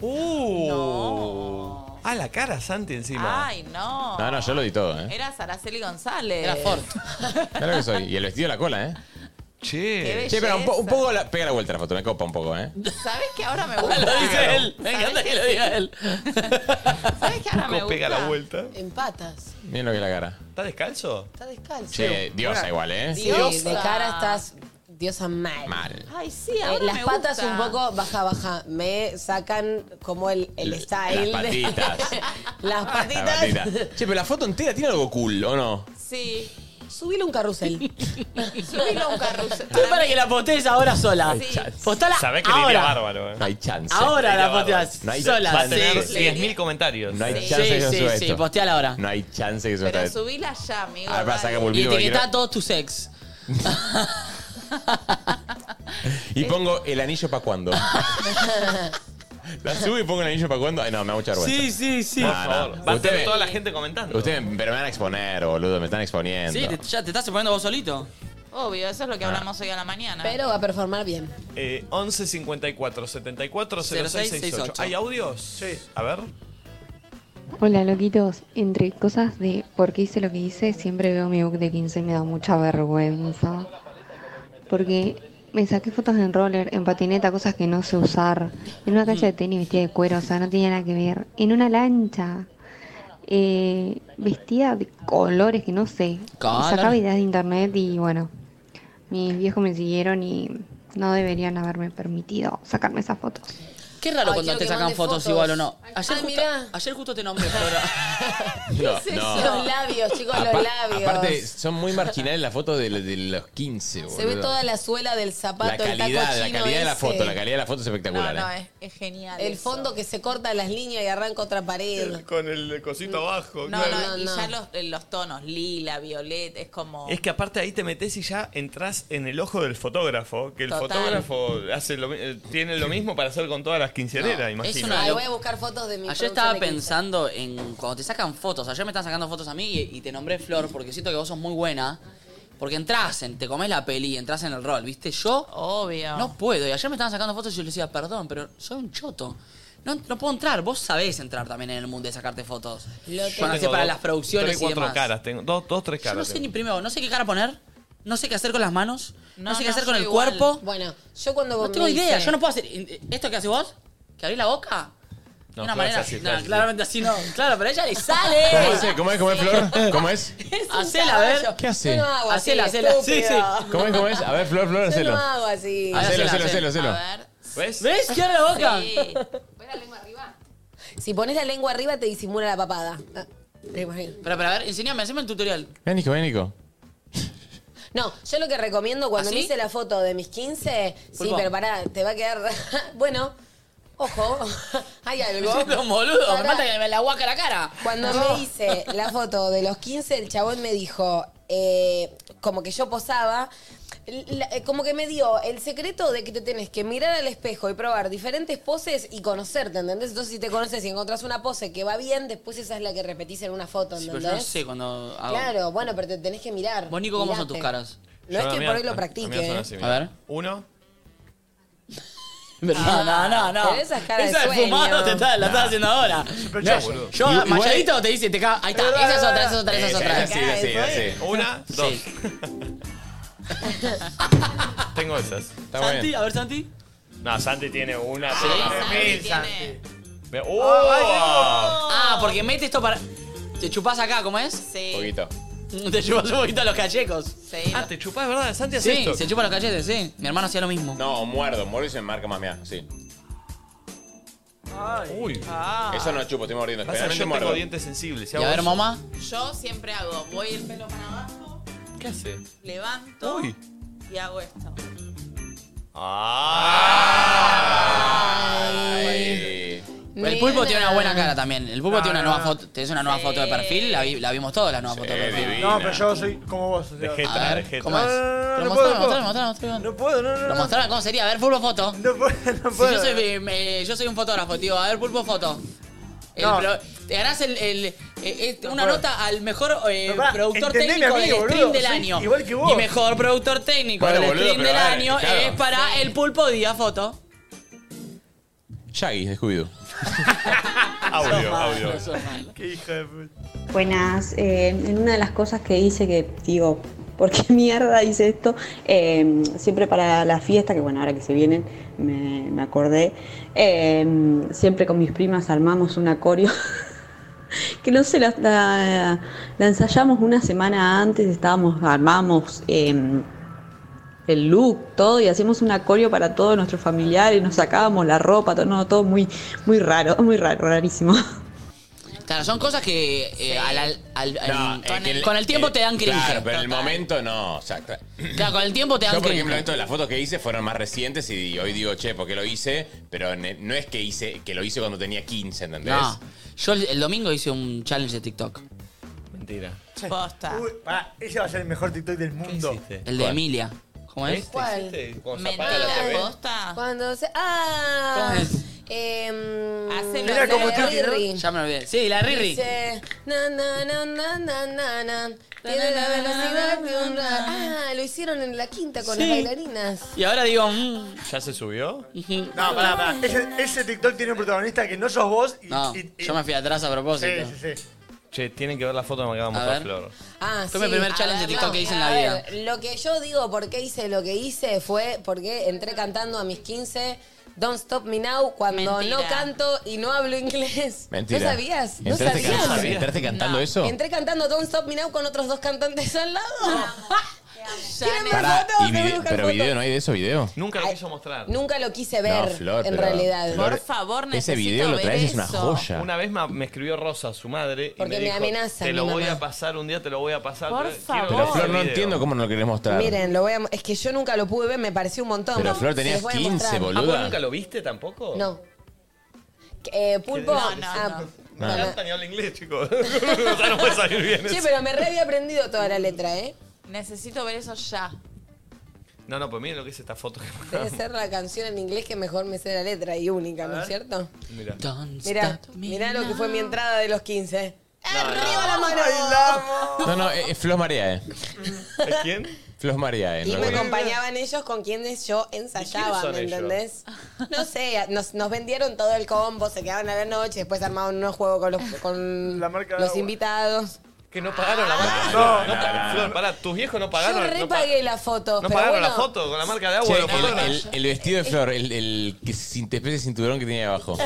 [SPEAKER 1] ¡Uh! Ah, la cara Santi encima.
[SPEAKER 4] Ay, no.
[SPEAKER 5] No, no, yo lo di todo, ¿eh?
[SPEAKER 4] Era Saraceli González.
[SPEAKER 10] Era Ford.
[SPEAKER 5] Claro que soy. Y el vestido de la cola, ¿eh?
[SPEAKER 1] Che.
[SPEAKER 5] Che, pero un, po- un poco la- pega la vuelta a la foto, me copa un poco, ¿eh?
[SPEAKER 4] ¿Sabés que ahora me gusta?
[SPEAKER 10] Lo dice él. Me encanta que lo diga él.
[SPEAKER 4] ¿Sabés que
[SPEAKER 10] Ah,
[SPEAKER 4] ahora me gusta?
[SPEAKER 5] pega la vuelta.
[SPEAKER 4] En patas.
[SPEAKER 5] Miren lo que es la cara.
[SPEAKER 1] ¿Está descalzo?
[SPEAKER 4] Está descalzo.
[SPEAKER 5] Che, diosa
[SPEAKER 3] Bueno,
[SPEAKER 5] igual, ¿eh?
[SPEAKER 3] Sí, de cara estás diosa mal.
[SPEAKER 5] Mal.
[SPEAKER 4] Ay, sí,
[SPEAKER 3] Eh,
[SPEAKER 4] ahora
[SPEAKER 3] las
[SPEAKER 4] me
[SPEAKER 3] patas
[SPEAKER 4] gusta.
[SPEAKER 3] un poco, baja, baja, me sacan como el, el
[SPEAKER 5] L-
[SPEAKER 3] style.
[SPEAKER 5] las
[SPEAKER 3] de-
[SPEAKER 5] patitas.
[SPEAKER 3] las
[SPEAKER 5] La
[SPEAKER 3] patitas.
[SPEAKER 5] patita. Che, pero la foto entera tiene algo cool, ¿o no?
[SPEAKER 4] Sí.
[SPEAKER 3] Subile un carrusel.
[SPEAKER 4] Subilo a un carrusel.
[SPEAKER 10] Tú para que la postees ahora sola.
[SPEAKER 4] Sí.
[SPEAKER 10] Postala
[SPEAKER 1] Sabés que le iría
[SPEAKER 10] ahora.
[SPEAKER 1] bárbaro, ¿eh?
[SPEAKER 5] No hay chance.
[SPEAKER 10] Ahora
[SPEAKER 1] Le iría
[SPEAKER 10] la posteas
[SPEAKER 1] bárbaro.
[SPEAKER 10] sola.
[SPEAKER 1] Va a tener
[SPEAKER 10] sí.
[SPEAKER 1] 10.000 comentarios.
[SPEAKER 5] No hay
[SPEAKER 10] Sí,
[SPEAKER 5] chance que yo
[SPEAKER 10] sí,
[SPEAKER 5] suba
[SPEAKER 10] sí,
[SPEAKER 5] esto.
[SPEAKER 10] posteala ahora.
[SPEAKER 5] No hay chance que suba
[SPEAKER 4] Pero
[SPEAKER 5] esto.
[SPEAKER 4] subila ya, amigo.
[SPEAKER 1] Ah,
[SPEAKER 5] A ver, para sacar
[SPEAKER 10] Y
[SPEAKER 5] pulpito. porque
[SPEAKER 10] etiquetá a
[SPEAKER 5] quiero-
[SPEAKER 10] todos tus ex.
[SPEAKER 5] Y pongo el anillo para cuando. La subo y pongo el anillo para cuando. Ay, no, me da mucha vergüenza.
[SPEAKER 10] Sí, sí, sí.
[SPEAKER 5] No,
[SPEAKER 1] Por favor.
[SPEAKER 5] no.
[SPEAKER 1] Va a
[SPEAKER 5] Ustedes
[SPEAKER 1] estar
[SPEAKER 5] me-
[SPEAKER 1] toda la gente comentando.
[SPEAKER 5] ustedes me- pero me van a exponer, boludo. Me están exponiendo.
[SPEAKER 10] Sí, te- ya te estás poniendo vos solito.
[SPEAKER 4] Obvio, eso es lo que
[SPEAKER 5] Ah.
[SPEAKER 4] hablamos hoy a la mañana.
[SPEAKER 3] Pero va a performar bien.
[SPEAKER 1] Eh, 11 54 74 0668.
[SPEAKER 4] 0668.
[SPEAKER 1] ¿Hay audios? Sí. A ver.
[SPEAKER 11] Hola, loquitos. Entre cosas de por qué hice lo que hice, siempre veo mi book de 15 y me da mucha vergüenza. Porque me saqué fotos en roller, en patineta, cosas que no sé usar. En una cancha de tenis vestida de cuero, o sea, no tenía nada que ver. En una lancha. eh, vestida de colores que no sé.
[SPEAKER 10] Color.
[SPEAKER 11] Sacaba ideas de internet y bueno, mis viejos me siguieron y no deberían haberme permitido sacarme esas fotos.
[SPEAKER 10] Qué raro
[SPEAKER 11] Ay,
[SPEAKER 10] cuando
[SPEAKER 11] quiero
[SPEAKER 10] te
[SPEAKER 11] que
[SPEAKER 10] sacan
[SPEAKER 11] mande
[SPEAKER 10] fotos,
[SPEAKER 11] fotos.
[SPEAKER 10] igual o no. Ayer,
[SPEAKER 3] Ay,
[SPEAKER 10] justo,
[SPEAKER 3] mirá.
[SPEAKER 10] ayer justo te nombré, Flora.
[SPEAKER 5] No,
[SPEAKER 3] ¿Qué es
[SPEAKER 5] no.
[SPEAKER 3] eso? Los labios, chicos,
[SPEAKER 5] Apa-
[SPEAKER 3] los labios.
[SPEAKER 5] Aparte, son muy marginales las fotos de, de los 15, boludo.
[SPEAKER 3] Se ve toda la suela del
[SPEAKER 5] La
[SPEAKER 3] zapato, el taco
[SPEAKER 5] calidad, la
[SPEAKER 3] chino
[SPEAKER 5] calidad de la
[SPEAKER 3] ese.
[SPEAKER 5] foto, la calidad de la foto es espectacular. ¿eh?
[SPEAKER 4] es, genial.
[SPEAKER 3] El fondo que se corta las líneas y arranca otra pared.
[SPEAKER 1] Con el cosito abajo.
[SPEAKER 4] No, no, y ya los, eh, los tonos, lila, violeta, es como.
[SPEAKER 1] Es que aparte ahí te metes y ya entras en el ojo del fotógrafo, que el
[SPEAKER 4] Total.
[SPEAKER 1] fotógrafo hace lo mi- eh, tiene lo mismo para hacer con todas las quinceaneras,
[SPEAKER 10] No, es
[SPEAKER 1] imagino.
[SPEAKER 10] una
[SPEAKER 3] Ay,
[SPEAKER 10] lo-
[SPEAKER 3] voy a buscar fotos de mi
[SPEAKER 10] Ayer estaba
[SPEAKER 3] producción de quince.
[SPEAKER 10] pensando en cuando te sacan fotos. Ayer me están sacando fotos a mí y, y te nombré Flor porque siento que vos sos muy buena. Porque entras, en, te comes la peli, entras en el rol, ¿viste? Yo
[SPEAKER 4] Obvio.
[SPEAKER 10] no puedo. Y ayer me estaban sacando fotos y yo les decía, perdón, pero soy un choto. No, no puedo entrar. Vos sabés entrar también en el mundo de sacarte fotos.
[SPEAKER 1] Yo
[SPEAKER 10] Cuando haces
[SPEAKER 1] tengo
[SPEAKER 10] para
[SPEAKER 1] dos-
[SPEAKER 10] las producciones
[SPEAKER 1] tres,
[SPEAKER 10] y
[SPEAKER 1] cuatro
[SPEAKER 10] demás.
[SPEAKER 1] caras, tengo dos, dos tres
[SPEAKER 10] Yo
[SPEAKER 1] caras.
[SPEAKER 10] no sé
[SPEAKER 1] tengo.
[SPEAKER 10] ni primero, no sé qué cara poner, no sé qué hacer con las manos, no,
[SPEAKER 3] No,
[SPEAKER 10] sé qué
[SPEAKER 3] no,
[SPEAKER 10] hacer con
[SPEAKER 3] yo
[SPEAKER 10] el
[SPEAKER 3] igual.
[SPEAKER 10] cuerpo.
[SPEAKER 3] Bueno, yo cuando
[SPEAKER 10] No
[SPEAKER 3] vos
[SPEAKER 10] tengo
[SPEAKER 3] me
[SPEAKER 10] idea,
[SPEAKER 3] hice-
[SPEAKER 10] yo no puedo hacer. ¿Esto que hace vos? ¿Que abrís la boca?
[SPEAKER 1] No,
[SPEAKER 10] de una
[SPEAKER 1] Flor,
[SPEAKER 10] manera.
[SPEAKER 1] es así,
[SPEAKER 10] no,
[SPEAKER 1] Flor, es así.
[SPEAKER 10] claramente así no. Claro, pero a ella le
[SPEAKER 5] ¿Cómo es,
[SPEAKER 10] sale.
[SPEAKER 5] eh? ¿Cómo es, cómo es, Flor? ¿Cómo es?
[SPEAKER 10] Hacela, a ver.
[SPEAKER 5] ¿Qué hace? Yo no
[SPEAKER 3] hago así,
[SPEAKER 10] Hacela, hacela. Sí,
[SPEAKER 3] estúpido.
[SPEAKER 10] sí.
[SPEAKER 5] ¿Cómo es, cómo es? A ver, Flor, Flor,
[SPEAKER 3] Yo
[SPEAKER 5] hacelo.
[SPEAKER 3] no hago así.
[SPEAKER 5] Hacelo,
[SPEAKER 10] Hacela,
[SPEAKER 5] hacelo,
[SPEAKER 10] hacela.
[SPEAKER 5] hacelo, hacelo.
[SPEAKER 1] ¿Ves?
[SPEAKER 10] ¿Ves? ¿Qué abre la boca?
[SPEAKER 3] Si pones la lengua arriba te disimula la papada. Ah, te imagino.
[SPEAKER 10] Pero, pero a ver, enséñame, haceme el tutorial.
[SPEAKER 5] Ven, Nico, ven, Nico.
[SPEAKER 3] No, yo lo que recomiendo cuando
[SPEAKER 10] ¿Así?
[SPEAKER 3] me hice la foto de mis 15, sí,
[SPEAKER 10] ¿Ah, Pulpo.
[SPEAKER 3] pero pará, te va a quedar. bueno, ojo, hay algo.
[SPEAKER 10] Me siento un boludo, me
[SPEAKER 3] Pará.
[SPEAKER 10] mata que me la guaca la cara.
[SPEAKER 3] Cuando
[SPEAKER 10] No.
[SPEAKER 3] me hice la foto de los 15, el chabón me dijo, eh, como que yo posaba, la- eh, como que me dio el secreto de que te tenés que mirar al espejo y probar diferentes poses y conocerte, ¿entendés? Entonces, si te conoces y encontrás una pose que va bien, después esa es la que repetís en una foto,
[SPEAKER 10] Sí, pero yo no
[SPEAKER 3] ¿entendés?
[SPEAKER 10] sé cuando hago.
[SPEAKER 3] Claro, bueno, pero te tenés que mirar.
[SPEAKER 10] Vos, Nico, ¿cómo son
[SPEAKER 3] mirate.
[SPEAKER 10] tus caras?
[SPEAKER 3] No es que por ahí lo practique. ¿eh?
[SPEAKER 10] A ver.
[SPEAKER 1] Uno.
[SPEAKER 10] No, no, no, no.
[SPEAKER 3] Pero esa es cara de
[SPEAKER 10] Esa
[SPEAKER 3] sueño.
[SPEAKER 10] fumado te está, la estás haciendo ahora.
[SPEAKER 1] Pero
[SPEAKER 10] No,
[SPEAKER 1] yo, boludo.
[SPEAKER 10] yo,
[SPEAKER 1] Igual-
[SPEAKER 10] Mayadito te dice, te cago. Ahí está, esa es otra, esa es
[SPEAKER 1] Ah.
[SPEAKER 10] otra,
[SPEAKER 1] Eh,
[SPEAKER 10] esa es otra.
[SPEAKER 1] Sí, sí, sí, sí. Una, dos. Tengo esas. Está
[SPEAKER 10] Santi,
[SPEAKER 1] bien.
[SPEAKER 10] a ver, Santi.
[SPEAKER 1] No, Santi tiene una.
[SPEAKER 10] Ah,
[SPEAKER 1] pero
[SPEAKER 10] Santi
[SPEAKER 1] no es mil,
[SPEAKER 10] tiene-
[SPEAKER 1] Santi. Ve- ¡Oh!
[SPEAKER 10] Ah, porque mete esto para. ¿Te chupás acá, cómo es? Sí.
[SPEAKER 5] Poquito.
[SPEAKER 10] Te chupas un poquito a los cachecos.
[SPEAKER 1] Ah, te chupás, ¿verdad? Santi hace
[SPEAKER 10] Sí,
[SPEAKER 1] esto.
[SPEAKER 10] se chupa los cachetes, sí. Mi hermano hacía lo mismo.
[SPEAKER 5] No, muerdo, muerdo y se me marca más mía, sí.
[SPEAKER 1] Uy.
[SPEAKER 10] Ah.
[SPEAKER 5] Eso no chupo, estoy mordiendo.
[SPEAKER 1] Pasa,
[SPEAKER 5] Generalmente
[SPEAKER 1] yo
[SPEAKER 5] muerdo.
[SPEAKER 1] tengo dientes sensibles. si hago eso-
[SPEAKER 4] Yo siempre hago, voy el pelo para abajo,
[SPEAKER 1] ¿Qué hace?
[SPEAKER 4] levanto
[SPEAKER 1] Uy.
[SPEAKER 4] y hago esto.
[SPEAKER 10] Ah.
[SPEAKER 1] Ah.
[SPEAKER 10] Eh,
[SPEAKER 1] Ay.
[SPEAKER 10] El pulpo tiene una buena cara también. El pulpo tiene una nueva foto. Tenés una nueva foto de perfil, la, vi- la vimos todos la nueva foto de perfil.
[SPEAKER 20] No, pero yo soy como vos. O sea,
[SPEAKER 10] A ver, ¿Cómo es? Pero
[SPEAKER 20] no
[SPEAKER 10] mostrame,
[SPEAKER 20] puedo,
[SPEAKER 10] mostrame, mostrame, mostrame.
[SPEAKER 20] No puedo, no, no.
[SPEAKER 10] Lo
[SPEAKER 20] no.
[SPEAKER 10] mostrame, ¿cómo sería? A ver, pulpo foto.
[SPEAKER 20] No puedo, no
[SPEAKER 10] Si
[SPEAKER 20] puedo.
[SPEAKER 10] yo soy, eh, me- yo soy un fotógrafo, tío. A ver, pulpo foto. El
[SPEAKER 20] No.
[SPEAKER 10] pro- te ganás el, el- eh, eh,
[SPEAKER 20] No
[SPEAKER 10] una
[SPEAKER 20] puedo.
[SPEAKER 10] nota al mejor eh,
[SPEAKER 20] Pero pará,
[SPEAKER 10] productor
[SPEAKER 20] entendeme
[SPEAKER 10] técnico
[SPEAKER 20] a mí,
[SPEAKER 10] del
[SPEAKER 20] boludo,
[SPEAKER 10] stream del
[SPEAKER 20] soy
[SPEAKER 10] año.
[SPEAKER 20] igual que vos.
[SPEAKER 10] Y mejor productor técnico
[SPEAKER 5] Bueno,
[SPEAKER 10] del
[SPEAKER 5] boludo,
[SPEAKER 10] stream
[SPEAKER 5] pero
[SPEAKER 10] del
[SPEAKER 5] a ver,
[SPEAKER 10] año
[SPEAKER 5] claro.
[SPEAKER 10] es para el pulpo día foto.
[SPEAKER 5] Shaggy, descuido.
[SPEAKER 1] Audio, audio.
[SPEAKER 20] Qué hija de puta.
[SPEAKER 8] Buenas, eh, en una de las cosas que hice que digo, ¿por qué mierda hice esto? Eh, siempre para la fiesta, que bueno, ahora que se vienen, me, me acordé, eh, siempre con mis primas armamos una coreo, que no sé, la, la- la ensayamos una semana antes, estábamos, armamos... eh, el look, todo, y hacíamos un acorio para todos nuestros familiares, nos sacábamos la ropa, todo, no, todo muy, muy raro, muy raro, rarísimo.
[SPEAKER 10] Claro, son cosas que eh, al- al- al-
[SPEAKER 5] No,
[SPEAKER 10] al-
[SPEAKER 5] eh,
[SPEAKER 10] con,
[SPEAKER 5] que
[SPEAKER 10] el,
[SPEAKER 5] el-
[SPEAKER 10] con el tiempo
[SPEAKER 5] eh,
[SPEAKER 10] te dan cringe.
[SPEAKER 5] Claro, pero en el momento no. O sea, claro.
[SPEAKER 10] Claro, con el tiempo te dan
[SPEAKER 5] Yo, por
[SPEAKER 10] cringe.
[SPEAKER 5] ejemplo, esto de las fotos que hice fueron más recientes y hoy digo, che, ¿por qué lo hice? Pero ne- no es que hice, que lo hice cuando tenía 15, ¿entendés?
[SPEAKER 10] No, yo el, el domingo hice un challenge de TikTok.
[SPEAKER 1] Mentira.
[SPEAKER 4] Posta.
[SPEAKER 20] Uy, pará, ese va a ser el mejor TikTok del mundo.
[SPEAKER 10] El de Emilia. ¿Cómo es?
[SPEAKER 3] ¿Cuál?
[SPEAKER 5] ¿Este?
[SPEAKER 1] Con
[SPEAKER 4] zapata la
[SPEAKER 3] Mentira.
[SPEAKER 4] TV.
[SPEAKER 3] Cuando se. ¡Ah! Eh,
[SPEAKER 4] Hacelo,
[SPEAKER 3] la
[SPEAKER 4] hacelo.
[SPEAKER 3] de Riri.
[SPEAKER 10] Ya me olvidé. Sí, la Riri.
[SPEAKER 3] Dice, na, na, na, na, na, na, na. Tiene la velocidad de un- Ah, lo hicieron en la quinta con las
[SPEAKER 10] Sí.
[SPEAKER 3] bailarinas.
[SPEAKER 10] Y ahora digo. mm.
[SPEAKER 1] ¿Ya se subió?
[SPEAKER 20] No, pará, pará. Ese, ese TikTok tiene un protagonista que no sos vos y.
[SPEAKER 10] No,
[SPEAKER 20] y- y-
[SPEAKER 10] yo me fui atrás a propósito.
[SPEAKER 20] Sí, sí, sí.
[SPEAKER 1] Che, tienen que ver la foto que me acaba de
[SPEAKER 10] A
[SPEAKER 1] mostrar
[SPEAKER 10] ver.
[SPEAKER 1] Flor.
[SPEAKER 3] Ah,
[SPEAKER 10] Fue mi primer
[SPEAKER 3] A
[SPEAKER 10] challenge de TikTok que hice en la
[SPEAKER 3] a
[SPEAKER 10] vida.
[SPEAKER 3] ver, Lo que yo digo, por qué hice lo que hice, fue porque entré cantando a mis 15 Don't Stop Me Now cuando
[SPEAKER 4] Mentira.
[SPEAKER 3] no canto y no hablo inglés.
[SPEAKER 5] Mentira.
[SPEAKER 3] ¿No sabías? ¿No
[SPEAKER 5] ¿Entraste,
[SPEAKER 3] sabías?
[SPEAKER 5] can- entraste cantando eso?
[SPEAKER 3] Entré cantando Don't Stop Me Now con otros dos cantantes al lado. Tienen más
[SPEAKER 5] Pará,
[SPEAKER 3] fotos, tengo
[SPEAKER 5] y
[SPEAKER 3] que
[SPEAKER 5] vide-
[SPEAKER 3] buscar
[SPEAKER 5] pero
[SPEAKER 3] fotos.
[SPEAKER 5] video, ¿no hay de eso video?
[SPEAKER 1] Nunca lo quiso mostrar.
[SPEAKER 3] Nunca lo quise ver,
[SPEAKER 5] No, Flor,
[SPEAKER 3] en
[SPEAKER 5] pero-
[SPEAKER 3] realidad.
[SPEAKER 5] Flor, Por favor, ese necesito video lo ver traes, es una eso. joya.
[SPEAKER 1] Una vez ma- me escribió Rosa, su madre, y
[SPEAKER 3] Porque
[SPEAKER 1] me,
[SPEAKER 3] me
[SPEAKER 1] dijo,
[SPEAKER 3] amenaza
[SPEAKER 1] Te
[SPEAKER 3] mi
[SPEAKER 1] lo voy
[SPEAKER 3] mamá".
[SPEAKER 1] a pasar un día, te lo voy a pasar.
[SPEAKER 3] Por
[SPEAKER 1] pero quiero
[SPEAKER 3] favor.
[SPEAKER 5] Pero
[SPEAKER 1] ver
[SPEAKER 5] Flor,
[SPEAKER 1] el
[SPEAKER 5] no
[SPEAKER 1] video".
[SPEAKER 5] entiendo cómo no lo querés mostrar.
[SPEAKER 3] Miren, lo voy a, es que yo nunca lo pude ver, me pareció un montón.
[SPEAKER 5] Pero, Flor,
[SPEAKER 3] Se
[SPEAKER 5] tenías
[SPEAKER 3] los voy a
[SPEAKER 5] 15,
[SPEAKER 3] mostrar.
[SPEAKER 5] boluda.
[SPEAKER 1] ¿Ah, vos nunca lo viste tampoco?
[SPEAKER 3] No. Eh, pulpo.
[SPEAKER 1] No, no,
[SPEAKER 3] ah,
[SPEAKER 1] Me encanta ni habla inglés, chicos. o sea, no puede salir bien.
[SPEAKER 3] Sí,
[SPEAKER 1] eso.
[SPEAKER 3] pero me re había aprendido toda la letra, ¿eh?
[SPEAKER 4] Necesito ver eso ya.
[SPEAKER 1] No, no, pues miren lo que es esta foto que
[SPEAKER 3] Debe ser la canción en inglés que mejor me sé la letra y única, ¿no es cierto?
[SPEAKER 1] Mira.
[SPEAKER 3] Mirá, mirá lo que fue mi entrada de los 15. ¡Arriba la mano!
[SPEAKER 5] No, no, es Flos Mariae.
[SPEAKER 1] ¿A quién?
[SPEAKER 5] Flos Mariae.
[SPEAKER 3] Y
[SPEAKER 5] no
[SPEAKER 3] me
[SPEAKER 5] lo-
[SPEAKER 3] acompañaban ellos con quienes yo ensayaba,
[SPEAKER 5] son
[SPEAKER 3] ¿me
[SPEAKER 5] ellos?
[SPEAKER 3] entendés? No sé, nos, nos vendieron todo el combo, se quedaban a la noche, después armaban unos juegos con los, con los invitados.
[SPEAKER 1] Que no pagaron la marca.
[SPEAKER 5] No,
[SPEAKER 1] No, no,
[SPEAKER 5] no,
[SPEAKER 1] pa-
[SPEAKER 5] no.
[SPEAKER 1] Flor, pará, tus viejos no
[SPEAKER 3] Yo
[SPEAKER 1] pagaron. no pa-
[SPEAKER 3] repagué la foto.
[SPEAKER 1] no
[SPEAKER 3] pero
[SPEAKER 1] pagaron la
[SPEAKER 3] bueno,
[SPEAKER 1] foto con la marca de agua.
[SPEAKER 5] Che,
[SPEAKER 1] los
[SPEAKER 5] el,
[SPEAKER 1] fotógrafos.
[SPEAKER 5] el- el vestido de Flor, el, el que sin especie de cinturón que tiene ahí abajo.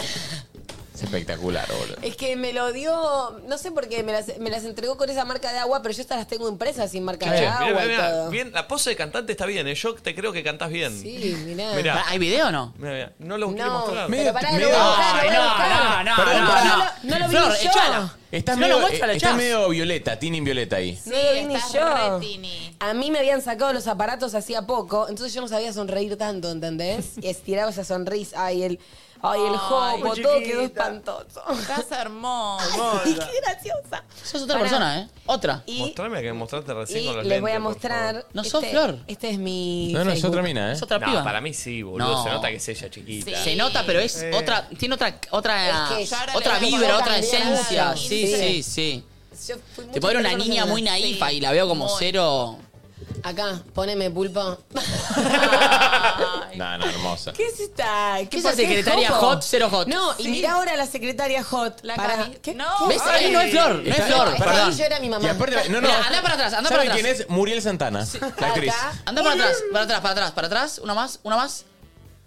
[SPEAKER 5] Es espectacular, boludo.
[SPEAKER 3] Es que me lo dio, no sé por qué, me las, me las entregó con esa marca de agua, pero yo estas las tengo impresas sin marca de
[SPEAKER 1] Che,
[SPEAKER 3] agua
[SPEAKER 1] mirá,
[SPEAKER 3] y
[SPEAKER 1] mirá,
[SPEAKER 3] todo.
[SPEAKER 1] bien, la pose de cantante está bien, ¿eh? yo te creo que cantás bien.
[SPEAKER 3] Sí, mirá.
[SPEAKER 1] Mirá.
[SPEAKER 10] ¿Hay video o no?
[SPEAKER 1] Mirá, mirá. No lo quiere
[SPEAKER 3] No,
[SPEAKER 1] mostrar.
[SPEAKER 3] pero pará, lo voy a buscar, lo voy a buscar.
[SPEAKER 10] no, no, no,
[SPEAKER 3] Perdón,
[SPEAKER 10] no,
[SPEAKER 3] pará,
[SPEAKER 10] no.
[SPEAKER 3] no lo vi
[SPEAKER 10] Flor,
[SPEAKER 3] ni yo.
[SPEAKER 10] echala.
[SPEAKER 5] Estás
[SPEAKER 3] Si no
[SPEAKER 5] medio,
[SPEAKER 3] lo muestra, la
[SPEAKER 5] estás
[SPEAKER 3] echás.
[SPEAKER 5] medio violeta, Tini violeta ahí.
[SPEAKER 3] No lo vi ni yo. A mí me habían sacado los aparatos hacía poco, entonces yo no sabía sonreír tanto, ¿entendés? Y estiraba esa sonrisa. Ay, el, ay, el jopo, todo quedó espantoso.
[SPEAKER 24] Estás hermoso.
[SPEAKER 3] Ay, qué graciosa.
[SPEAKER 10] Sos otra persona, ¿eh? Otra.
[SPEAKER 1] Mostrame a que me mostraste recién
[SPEAKER 3] Y
[SPEAKER 1] con los
[SPEAKER 3] les voy a
[SPEAKER 1] lentes, por
[SPEAKER 3] mostrar.
[SPEAKER 10] No sos Flor.
[SPEAKER 3] Este es mi.
[SPEAKER 5] No, no, es
[SPEAKER 3] Facebook.
[SPEAKER 5] otra mina, ¿eh?
[SPEAKER 10] Es otra
[SPEAKER 1] No,
[SPEAKER 10] piba.
[SPEAKER 1] para mí sí, boludo.
[SPEAKER 10] No.
[SPEAKER 1] Se nota que es ella chiquita.
[SPEAKER 10] Se nota, pero es
[SPEAKER 1] Eh.
[SPEAKER 10] otra. Tiene otra, otra,
[SPEAKER 3] Es que ya ahora
[SPEAKER 10] Ah, otra
[SPEAKER 3] le veo
[SPEAKER 10] vibra,
[SPEAKER 3] como
[SPEAKER 10] otra
[SPEAKER 3] cambiada.
[SPEAKER 10] esencia. Sí,
[SPEAKER 3] Sí.
[SPEAKER 10] sí, sí.
[SPEAKER 3] Yo fui
[SPEAKER 10] Te
[SPEAKER 3] mucho
[SPEAKER 10] puedo ver una
[SPEAKER 3] mejor
[SPEAKER 10] niña
[SPEAKER 3] persona.
[SPEAKER 10] muy naifa y la veo como cero.
[SPEAKER 3] Acá, poneme pulpo.
[SPEAKER 5] No, no, hermosa.
[SPEAKER 3] ¿Qué es esta? ¿Qué,
[SPEAKER 10] esa
[SPEAKER 3] por qué
[SPEAKER 10] secretaria
[SPEAKER 3] jopo?
[SPEAKER 10] hot, cero hot?
[SPEAKER 3] No, y
[SPEAKER 10] Sí.
[SPEAKER 3] mirá ahora la secretaria hot. La para... ¿Qué?
[SPEAKER 10] No, ¿Ves? Ahí no es flor, no es
[SPEAKER 5] Está-
[SPEAKER 10] flor.
[SPEAKER 5] pará.
[SPEAKER 10] Perdón.
[SPEAKER 3] yo era mi mamá.
[SPEAKER 5] Y aparte, no, no.
[SPEAKER 10] Mirá, andá para atrás, andá para
[SPEAKER 5] ¿Saben
[SPEAKER 10] atrás.
[SPEAKER 5] quién es? Muriel Santana, la actriz.
[SPEAKER 10] Anda para atrás, para atrás, para atrás, para atrás. Una más, una más.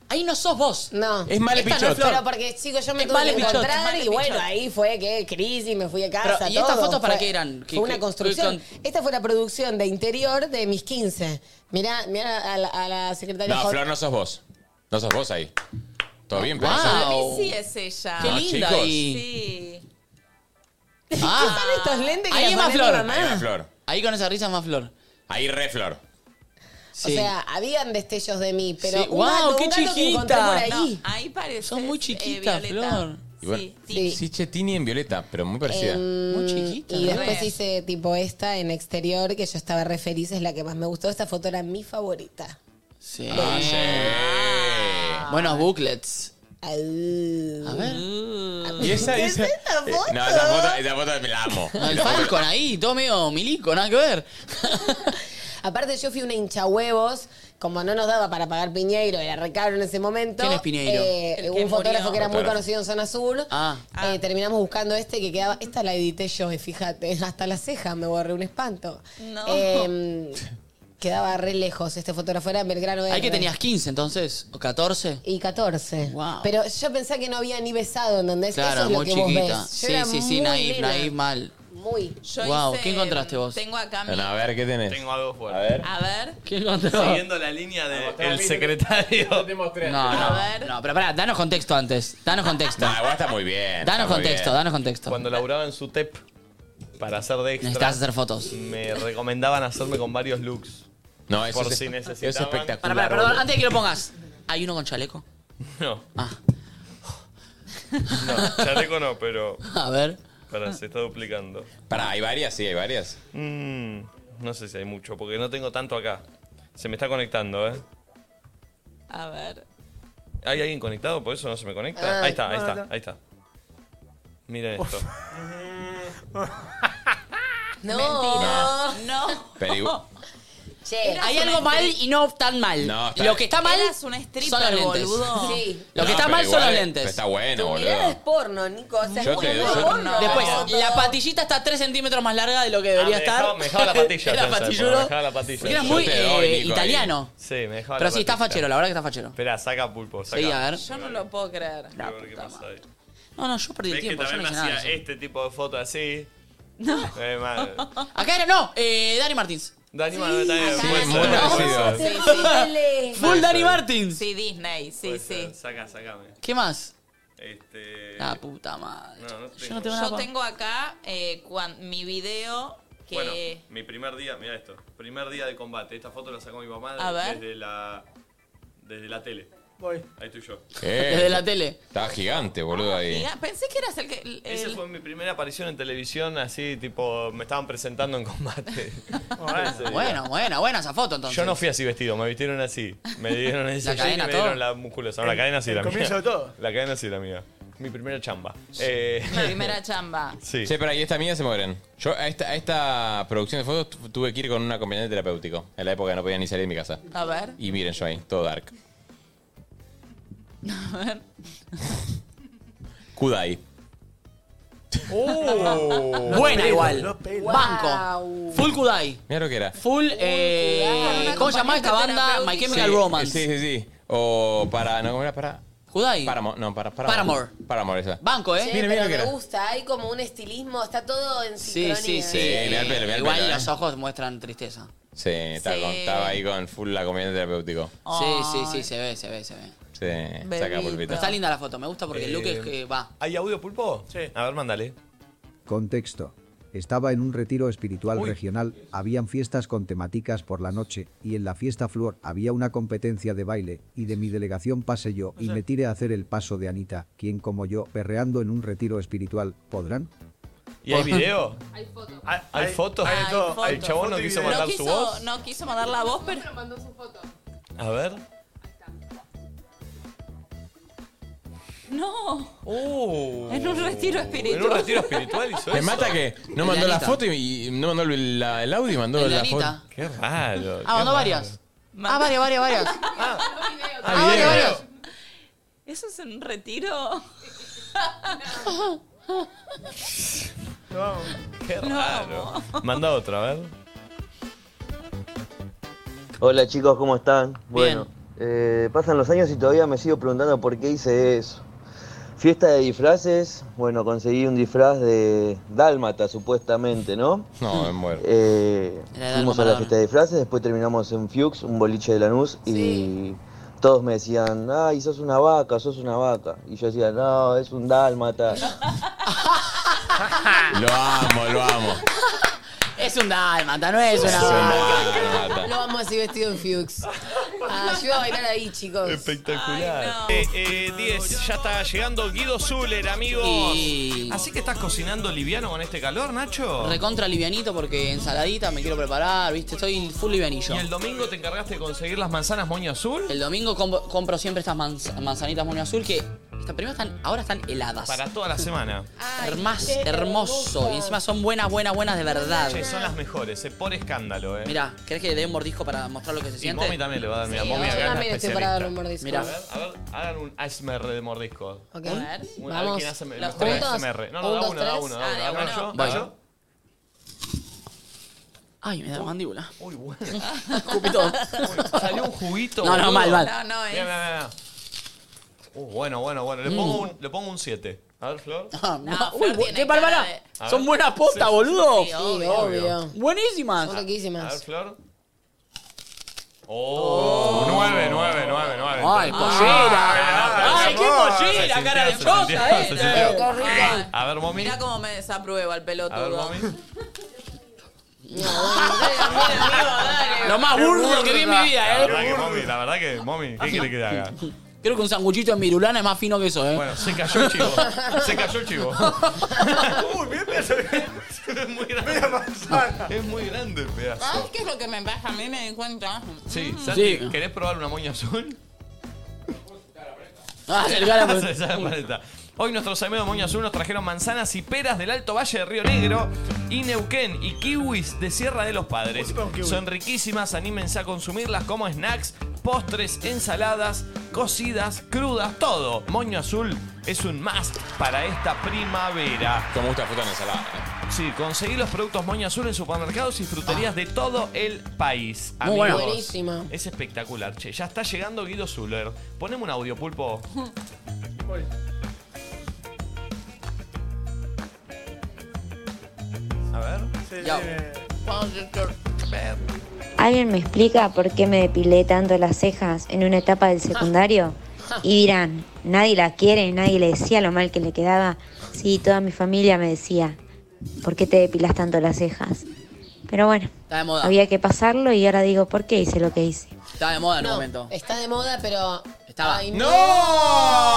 [SPEAKER 10] Ahí no sos vos.
[SPEAKER 3] No.
[SPEAKER 5] Es Male
[SPEAKER 10] Esta no
[SPEAKER 5] Pichot.
[SPEAKER 10] es Flor.
[SPEAKER 3] Pero porque, chicos, yo me
[SPEAKER 10] Es
[SPEAKER 3] tuve
[SPEAKER 10] Vale
[SPEAKER 3] que
[SPEAKER 10] Pichot,
[SPEAKER 3] encontrar
[SPEAKER 10] es Vale
[SPEAKER 3] y bueno,
[SPEAKER 10] Pichot.
[SPEAKER 3] ahí fue que crisis, me fui a casa.
[SPEAKER 10] Pero, ¿y estas
[SPEAKER 3] todo.
[SPEAKER 10] fotos para
[SPEAKER 3] Fue-
[SPEAKER 10] qué eran? ¿Qué-
[SPEAKER 3] fue una
[SPEAKER 10] qué-
[SPEAKER 3] construcción.
[SPEAKER 10] qué
[SPEAKER 3] Esta fue la producción de interior de mis 15. Mirá, mirá a la, a la secretaria
[SPEAKER 5] No,
[SPEAKER 3] hot.
[SPEAKER 5] Flor, no sos vos. No sos vos ahí. Todo bien, pues.
[SPEAKER 24] Wow.
[SPEAKER 5] pero. no sos-
[SPEAKER 24] Para mí sí es ella.
[SPEAKER 5] Qué No, linda chicos. y-
[SPEAKER 24] Sí.
[SPEAKER 10] Ah.
[SPEAKER 3] ¿Qué son estos lentes que
[SPEAKER 10] Ahí
[SPEAKER 3] le
[SPEAKER 10] es más
[SPEAKER 3] pone
[SPEAKER 10] flor.
[SPEAKER 3] mi mamá?
[SPEAKER 5] Ahí va Flor.
[SPEAKER 10] Ahí con esa risa es más flor.
[SPEAKER 5] Ahí re Flor.
[SPEAKER 3] O sea, habían destellos de mí, pero
[SPEAKER 10] Sí.
[SPEAKER 3] un
[SPEAKER 10] Wow,
[SPEAKER 3] gato,
[SPEAKER 10] qué
[SPEAKER 3] un gato que encontré
[SPEAKER 10] chiquita.
[SPEAKER 3] por ahí.
[SPEAKER 24] Ahí parece.
[SPEAKER 10] Sos muy chiquita, Flor.
[SPEAKER 5] Y bueno, sí, che, Tini en violeta, pero muy parecida.
[SPEAKER 3] Em, Y
[SPEAKER 5] Re.
[SPEAKER 3] después hice tipo esta en exterior, que yo estaba re feliz, es la que más me gustó. Esta foto era mi favorita.
[SPEAKER 10] Sí.
[SPEAKER 5] Ah, sí.
[SPEAKER 10] Buenos booklets.
[SPEAKER 3] A
[SPEAKER 10] ver.
[SPEAKER 5] Y Mm. esa
[SPEAKER 10] ¿Qué
[SPEAKER 5] dice.
[SPEAKER 10] es esa
[SPEAKER 5] Eh,
[SPEAKER 10] foto?
[SPEAKER 5] No, esa foto, esa foto me la amo.
[SPEAKER 10] El
[SPEAKER 5] La foto-
[SPEAKER 10] Falcon ahí, todo medio milico, nada que ver.
[SPEAKER 3] Aparte, yo fui una hincha huevos, como no nos daba para pagar Piñeiro, era recaro en ese momento.
[SPEAKER 10] ¿Quién es Piñeiro?
[SPEAKER 3] eh,
[SPEAKER 10] El que
[SPEAKER 3] un
[SPEAKER 10] murió.
[SPEAKER 3] fotógrafo que era muy
[SPEAKER 10] Fotógrafo.
[SPEAKER 3] conocido en Zona Sur.
[SPEAKER 10] Ah.
[SPEAKER 3] Eh, terminamos buscando este que quedaba. Esta la edité yo, y fíjate, hasta la ceja me borré un espanto.
[SPEAKER 24] No.
[SPEAKER 3] Eh, quedaba re lejos. Este fotógrafo era en Belgrano
[SPEAKER 10] Ahí que
[SPEAKER 3] R.
[SPEAKER 10] tenías 15 entonces, o 14.
[SPEAKER 3] Y 14.
[SPEAKER 10] Wow.
[SPEAKER 3] Pero yo pensé que no había ni besado, ¿entendés?
[SPEAKER 10] Claro,
[SPEAKER 3] Eso es lo
[SPEAKER 10] muy
[SPEAKER 3] que
[SPEAKER 10] chiquita.
[SPEAKER 3] vos ves. Yo
[SPEAKER 10] Sí,
[SPEAKER 3] era
[SPEAKER 10] sí,
[SPEAKER 3] muy
[SPEAKER 10] sí, naif,
[SPEAKER 3] nena.
[SPEAKER 10] naif mal.
[SPEAKER 3] Muy.
[SPEAKER 24] Yo
[SPEAKER 10] Wow,
[SPEAKER 24] hice,
[SPEAKER 10] ¿qué encontraste vos?
[SPEAKER 24] Tengo acá mi.
[SPEAKER 5] Bueno, a ver, ¿qué tenés?
[SPEAKER 1] Tengo algo fuerte.
[SPEAKER 5] A ver.
[SPEAKER 24] A ver.
[SPEAKER 10] ¿Qué encontró?
[SPEAKER 1] Siguiendo la línea del
[SPEAKER 5] mostrame a mí,
[SPEAKER 1] secretario.
[SPEAKER 10] No,
[SPEAKER 24] A
[SPEAKER 10] no, no, pero pará, danos contexto antes. Danos contexto.
[SPEAKER 5] No, igual está muy bien.
[SPEAKER 10] Danos
[SPEAKER 5] está muy
[SPEAKER 10] contexto,
[SPEAKER 5] bien.
[SPEAKER 10] danos contexto.
[SPEAKER 1] Cuando laburaba en su TEP para hacer de extra.
[SPEAKER 10] Necesitabas hacer fotos.
[SPEAKER 1] Me recomendaban hacerme con varios looks.
[SPEAKER 5] No, eso
[SPEAKER 1] Por
[SPEAKER 5] es-
[SPEAKER 1] si
[SPEAKER 5] eso es
[SPEAKER 1] necesitaban.
[SPEAKER 5] espectacular.
[SPEAKER 10] Pará, pará, perdón, antes de que lo pongas. ¿Hay uno con chaleco?
[SPEAKER 1] No.
[SPEAKER 10] Ah.
[SPEAKER 1] No, chaleco no, pero.
[SPEAKER 10] A ver.
[SPEAKER 1] Pará, se está duplicando.
[SPEAKER 5] Pará, hay varias, sí, hay varias.
[SPEAKER 1] Mm, no sé si hay mucho, porque no tengo tanto acá. Se me está conectando, ¿eh?
[SPEAKER 24] A ver.
[SPEAKER 1] ¿Hay alguien conectado? ¿Por eso no se me conecta?
[SPEAKER 24] Ah,
[SPEAKER 1] ahí está, ahí
[SPEAKER 24] no,
[SPEAKER 1] está,
[SPEAKER 24] no.
[SPEAKER 1] ahí está. Miren esto.
[SPEAKER 3] No.
[SPEAKER 24] Mentira. No.
[SPEAKER 5] Pero igual-
[SPEAKER 3] Che,
[SPEAKER 10] Hay algo mal y no tan mal.
[SPEAKER 5] No, está-
[SPEAKER 10] lo que está mal
[SPEAKER 24] Eras un
[SPEAKER 10] son los
[SPEAKER 24] stripper,
[SPEAKER 10] lentes.
[SPEAKER 24] boludo.
[SPEAKER 3] Sí.
[SPEAKER 10] Lo que
[SPEAKER 5] No,
[SPEAKER 10] está
[SPEAKER 5] pero
[SPEAKER 10] mal son los
[SPEAKER 5] igual
[SPEAKER 10] lentes.
[SPEAKER 5] Está bueno,
[SPEAKER 3] Mirá, es
[SPEAKER 5] boludo.
[SPEAKER 3] porno, Nico. O sea,
[SPEAKER 5] Yo
[SPEAKER 3] es
[SPEAKER 5] te-
[SPEAKER 3] muy
[SPEAKER 5] yo-
[SPEAKER 3] porno.
[SPEAKER 10] Después,
[SPEAKER 3] Todo.
[SPEAKER 10] la patillita está 3 centímetros más larga de lo que debería
[SPEAKER 1] Ah, me
[SPEAKER 10] estar.
[SPEAKER 1] dejaba- me dejaba la patilla,
[SPEAKER 10] Era
[SPEAKER 1] pensé,
[SPEAKER 10] patilludo.
[SPEAKER 1] me dejaba la patilla.
[SPEAKER 10] Porque era
[SPEAKER 1] Yo
[SPEAKER 10] muy
[SPEAKER 1] te doy,
[SPEAKER 10] eh,
[SPEAKER 1] Nico, ahí.
[SPEAKER 10] italiano.
[SPEAKER 1] Sí, me dejaba
[SPEAKER 10] Pero
[SPEAKER 1] la
[SPEAKER 10] sí, está
[SPEAKER 1] patilla.
[SPEAKER 10] fachero, la verdad que está fachero.
[SPEAKER 1] Espera, saca pulpo, saca.
[SPEAKER 10] Sí, a ver.
[SPEAKER 24] Yo no lo puedo creer.
[SPEAKER 1] Quiero ver qué pasa ahí.
[SPEAKER 10] No, no, yo perdí el
[SPEAKER 1] ¿Ves que
[SPEAKER 10] tiempo. Yo no
[SPEAKER 1] también me
[SPEAKER 10] hice nada. de
[SPEAKER 1] hacía
[SPEAKER 10] eso.
[SPEAKER 1] este tipo de fotos así? No. Eh, mal.
[SPEAKER 10] Ah, Acá era, no, eh, Dani Martins.
[SPEAKER 1] Dani Manuel también.
[SPEAKER 24] acá
[SPEAKER 1] puede
[SPEAKER 24] no.
[SPEAKER 1] ser,
[SPEAKER 24] No,
[SPEAKER 1] puede ser.
[SPEAKER 24] sí, sí.
[SPEAKER 10] Full Dani Martins.
[SPEAKER 24] Sí, Disney, sí,
[SPEAKER 1] Puede
[SPEAKER 24] sí.
[SPEAKER 1] ser, Saca, sacame.
[SPEAKER 10] ¿Qué más?
[SPEAKER 1] Este.
[SPEAKER 10] La puta madre.
[SPEAKER 1] No, no tengo.
[SPEAKER 10] Yo no tengo nada.
[SPEAKER 24] Yo
[SPEAKER 10] pa-
[SPEAKER 24] tengo acá eh, cuan- mi video que.
[SPEAKER 1] Bueno, mi primer día, mira esto, primer día de combate. Esta foto la sacó mi mamá
[SPEAKER 24] A ver.
[SPEAKER 1] desde la desde la tele. Ahí estoy yo.
[SPEAKER 10] Desde la tele.
[SPEAKER 5] Estaba gigante, boludo, ahí.
[SPEAKER 24] Mirá, pensé que eras el que. el-
[SPEAKER 1] Esa
[SPEAKER 24] el-
[SPEAKER 1] fue mi primera aparición en televisión, así tipo, me estaban presentando en combate. Ese día.
[SPEAKER 10] Bueno, buena, buena esa foto entonces.
[SPEAKER 1] Yo no fui así vestido, me vistieron así. Me dieron
[SPEAKER 10] La
[SPEAKER 1] ese jean y
[SPEAKER 10] cadena,
[SPEAKER 1] me dieron
[SPEAKER 10] todo.
[SPEAKER 1] la musculosa. No, la cadena sí
[SPEAKER 20] el
[SPEAKER 1] era mía.
[SPEAKER 20] comienzo de todo.
[SPEAKER 1] La cadena sí era mía. Mi primera chamba. Eh,
[SPEAKER 24] La primera chamba.
[SPEAKER 1] sí.
[SPEAKER 5] Che, pero ahí esta mía se mueren. Yo a esta, a esta producción de fotos tu- tuve que ir con un acompañante terapéutico. En la época no podía ni salir de mi casa.
[SPEAKER 24] A ver.
[SPEAKER 5] Y miren yo ahí, todo dark.
[SPEAKER 24] A ver.
[SPEAKER 5] Kudai.
[SPEAKER 1] ¡Uh!
[SPEAKER 10] Buena igual.
[SPEAKER 20] Los pelos.
[SPEAKER 10] Banco. Full Kudai.
[SPEAKER 5] Mira lo que era.
[SPEAKER 10] Full, eh, ¿cómo se llamaba esta banda? My Chemical
[SPEAKER 5] Sí,
[SPEAKER 10] Romance.
[SPEAKER 5] Sí, sí, sí. O para, no, ¿cómo era? Para.
[SPEAKER 10] Kudai.
[SPEAKER 5] Paramore. No, para, para.
[SPEAKER 10] Paramore.
[SPEAKER 5] Paramore esa.
[SPEAKER 10] Banco, ¿eh?
[SPEAKER 3] Che,
[SPEAKER 5] Mira,
[SPEAKER 3] pero
[SPEAKER 5] mira lo que
[SPEAKER 3] me
[SPEAKER 5] era.
[SPEAKER 3] gusta, hay como un estilismo, está todo en
[SPEAKER 10] Sí,
[SPEAKER 3] sincronía.
[SPEAKER 10] sí, sí.
[SPEAKER 5] Sí, mirá el pelo, mirá el
[SPEAKER 10] Igual
[SPEAKER 5] pelo, eh.
[SPEAKER 10] los ojos muestran tristeza.
[SPEAKER 5] Sí, estaba,
[SPEAKER 24] Sí.
[SPEAKER 5] con- estaba ahí con full acompañante terapéutico.
[SPEAKER 10] Sí, sí, sí, se ve, se ve, se ve.
[SPEAKER 5] Sí, Eh, saca
[SPEAKER 24] Bebito.
[SPEAKER 5] pulpita.
[SPEAKER 10] Pero está linda la foto, me gusta porque el look
[SPEAKER 1] Eh,
[SPEAKER 10] es que va.
[SPEAKER 1] ¿Hay audio pulpo? Sí. A ver, mándale.
[SPEAKER 13] Contexto. Estaba en un retiro espiritual regional, habían fiestas con temáticas por la noche, y en la fiesta Flor había una competencia de baile, y de mi delegación pasé yo y me tiré a hacer el paso de Anita, quien como yo, perreando en un retiro espiritual, ¿podrán?
[SPEAKER 1] ¿Y hay video?
[SPEAKER 6] Hay fotos.
[SPEAKER 1] ¿Hay, fotos?
[SPEAKER 24] Hay fotos.
[SPEAKER 1] El chabón no
[SPEAKER 24] Foto y
[SPEAKER 1] quiso
[SPEAKER 24] video.
[SPEAKER 1] mandar
[SPEAKER 24] No
[SPEAKER 1] su
[SPEAKER 24] quiso-
[SPEAKER 1] voz.
[SPEAKER 24] No quiso mandar la voz, pero.
[SPEAKER 6] mandó su foto.
[SPEAKER 1] A ver.
[SPEAKER 24] No.
[SPEAKER 1] en
[SPEAKER 24] un retiro espiritual.
[SPEAKER 1] En un retiro espiritual hizo
[SPEAKER 5] Me
[SPEAKER 1] eso.
[SPEAKER 5] mata que no mandó la foto y, y no mandó el, la- el audio y mandó
[SPEAKER 1] El de
[SPEAKER 5] la
[SPEAKER 1] Anita.
[SPEAKER 5] foto.
[SPEAKER 1] Qué raro.
[SPEAKER 10] Ah, mandó varias. Ah, varias, varias, varias.
[SPEAKER 1] Ah, video.
[SPEAKER 24] Eso es un retiro.
[SPEAKER 1] Qué raro. Manda otra, a ver.
[SPEAKER 25] Hola chicos, ¿cómo están? Bueno, eh, pasan los años y todavía me sigo preguntando por qué hice eso. Fiesta de disfraces, bueno, conseguí un disfraz de dálmata supuestamente, ¿no?
[SPEAKER 5] No, me muero.
[SPEAKER 25] Eh,
[SPEAKER 5] Era
[SPEAKER 25] fuimos a
[SPEAKER 5] Dalma
[SPEAKER 25] la
[SPEAKER 5] Maradona.
[SPEAKER 25] fiesta de disfraces, después terminamos en Fuchs, un boliche de Lanús, y todos me decían, ay, sos una vaca, sos una vaca. Y yo decía, no, es un dálmata.
[SPEAKER 5] Lo amo, lo amo.
[SPEAKER 10] Es un dálmata, no es una
[SPEAKER 5] Es un
[SPEAKER 10] vaca.
[SPEAKER 5] dálmata.
[SPEAKER 3] Lo vamos así vestido en Fuchs. Ah, yo iba a bailar ahí, chicos.
[SPEAKER 1] Espectacular. 10, Eh, ya está llegando Guido Zuller, amigos. Así que estás cocinando liviano con este calor, Nacho.
[SPEAKER 10] Recontra livianito porque ensaladita me quiero preparar, ¿viste? Estoy full livianillo.
[SPEAKER 1] ¿Y el domingo te encargaste de conseguir las manzanas moño azul?
[SPEAKER 10] El domingo comp- compro siempre estas manz- manzanitas moño azul que estas primero están, ahora están heladas.
[SPEAKER 1] Para toda la semana.
[SPEAKER 10] Hermas, hermoso. Y encima son buenas, buenas, buenas de verdad.
[SPEAKER 1] Che, son las mejores, eh, por escándalo, eh.
[SPEAKER 10] Mirá, ¿querés que le dé un mordisco para mostrar lo que se
[SPEAKER 1] Y
[SPEAKER 10] siente?
[SPEAKER 1] Momi también le va a dar, mira,
[SPEAKER 10] Sí,
[SPEAKER 1] Momi
[SPEAKER 10] yo
[SPEAKER 1] acá es la
[SPEAKER 10] también estoy
[SPEAKER 1] especialista.
[SPEAKER 10] para dar un mordisco. Mirá.
[SPEAKER 1] A ver, a ver, hagan un ASMR de mordisco.
[SPEAKER 3] Ok.
[SPEAKER 1] Un-
[SPEAKER 3] A ver,
[SPEAKER 1] un-
[SPEAKER 3] vamos.
[SPEAKER 1] ¿Quién hace me-
[SPEAKER 3] ¿Los
[SPEAKER 1] mejor
[SPEAKER 3] juntos?
[SPEAKER 1] ASMR? No, no,
[SPEAKER 3] Un,
[SPEAKER 1] da
[SPEAKER 3] dos,
[SPEAKER 1] uno, da
[SPEAKER 3] tres.
[SPEAKER 1] uno,
[SPEAKER 3] Ah,
[SPEAKER 1] da uno.
[SPEAKER 3] de
[SPEAKER 1] ¿Hago
[SPEAKER 3] uno.
[SPEAKER 1] yo?
[SPEAKER 10] Voy.
[SPEAKER 1] ¿Hago yo?
[SPEAKER 10] Ay, me da la mandíbula.
[SPEAKER 1] Uy, bueno.
[SPEAKER 10] Escupí todo.
[SPEAKER 1] Salió un juguito.
[SPEAKER 10] No, no,
[SPEAKER 1] boludo.
[SPEAKER 10] mal, mal.
[SPEAKER 24] No, no, es-
[SPEAKER 1] Mira, mira, mira. Uh, bueno, bueno, bueno. Le
[SPEAKER 10] Mm.
[SPEAKER 1] pongo un- le pongo un 7. A ver, Flor.
[SPEAKER 10] No, Uy, bu-
[SPEAKER 24] cara
[SPEAKER 10] qué bárbara.
[SPEAKER 24] de-
[SPEAKER 1] A ver.
[SPEAKER 10] Son buenas postas,
[SPEAKER 1] Sí,
[SPEAKER 10] boludo.
[SPEAKER 1] sí, obvio, obvio.
[SPEAKER 10] Buenísimas.
[SPEAKER 3] Son
[SPEAKER 1] A ver,
[SPEAKER 3] riquísimas.
[SPEAKER 1] Flor. Oh, 9, 9, 9, 9.
[SPEAKER 10] Ay, pollera. Ay, qué pollera, cara de chota, eh.
[SPEAKER 24] Qué rico.
[SPEAKER 1] A ver, Momi.
[SPEAKER 24] Mirá cómo me desaprueba el pelotudo.
[SPEAKER 1] A ver, Momi.
[SPEAKER 10] Lo más burdo que vi en mi
[SPEAKER 1] La
[SPEAKER 10] vida,
[SPEAKER 1] verdad que,
[SPEAKER 10] eh.
[SPEAKER 1] Momi, la verdad que, Momi, ¿qué quiere que haga?
[SPEAKER 10] Creo que un sanguchito en virulana es más fino que eso, eh.
[SPEAKER 1] Bueno, se cayó el chivo. Se cayó el chivo. Uy, mira, pedazo. Es muy grande. Es muy grande el
[SPEAKER 24] ¿Sabes
[SPEAKER 1] pedazo.
[SPEAKER 24] qué es lo que me pasa? A mí me di cuenta.
[SPEAKER 1] Sí,
[SPEAKER 24] Mm.
[SPEAKER 1] Santi, ¿querés probar una moña azul?
[SPEAKER 10] Ah, acercá la
[SPEAKER 1] Se saca la paleta. Hoy nuestros amigos de Moña Azul nos trajeron manzanas y peras del Alto Valle de Río Negro y Neuquén y kiwis de Sierra de los Padres. Son riquísimas, anímense a consumirlas como snacks, postres, ensaladas, cocidas, crudas, todo. Moño Azul es un must para esta primavera.
[SPEAKER 5] Como gusta la foto en ensalada. eh?
[SPEAKER 1] Sí, conseguí los productos Moño Azul en supermercados y fruterías de todo el país.
[SPEAKER 3] Muy bueno.
[SPEAKER 1] amigos.
[SPEAKER 3] Buenísima.
[SPEAKER 1] Es espectacular, che. Ya está llegando Guido Zuller. Poneme un audio, pulpo. A ver.
[SPEAKER 10] Yo.
[SPEAKER 26] ¿Alguien me explica por qué me depilé tanto las cejas en una etapa del secundario? Y dirán, nadie la quiere, nadie le decía lo mal que le quedaba. Sí, toda mi familia me decía, ¿por qué te depilas tanto las cejas? Pero bueno,
[SPEAKER 10] Está de moda.
[SPEAKER 26] había que pasarlo y ahora digo, ¿por qué hice lo que hice?
[SPEAKER 10] Estaba de moda en un momento.
[SPEAKER 3] Está de moda, pero.
[SPEAKER 10] Estaba.
[SPEAKER 3] Ay,
[SPEAKER 10] ¡No!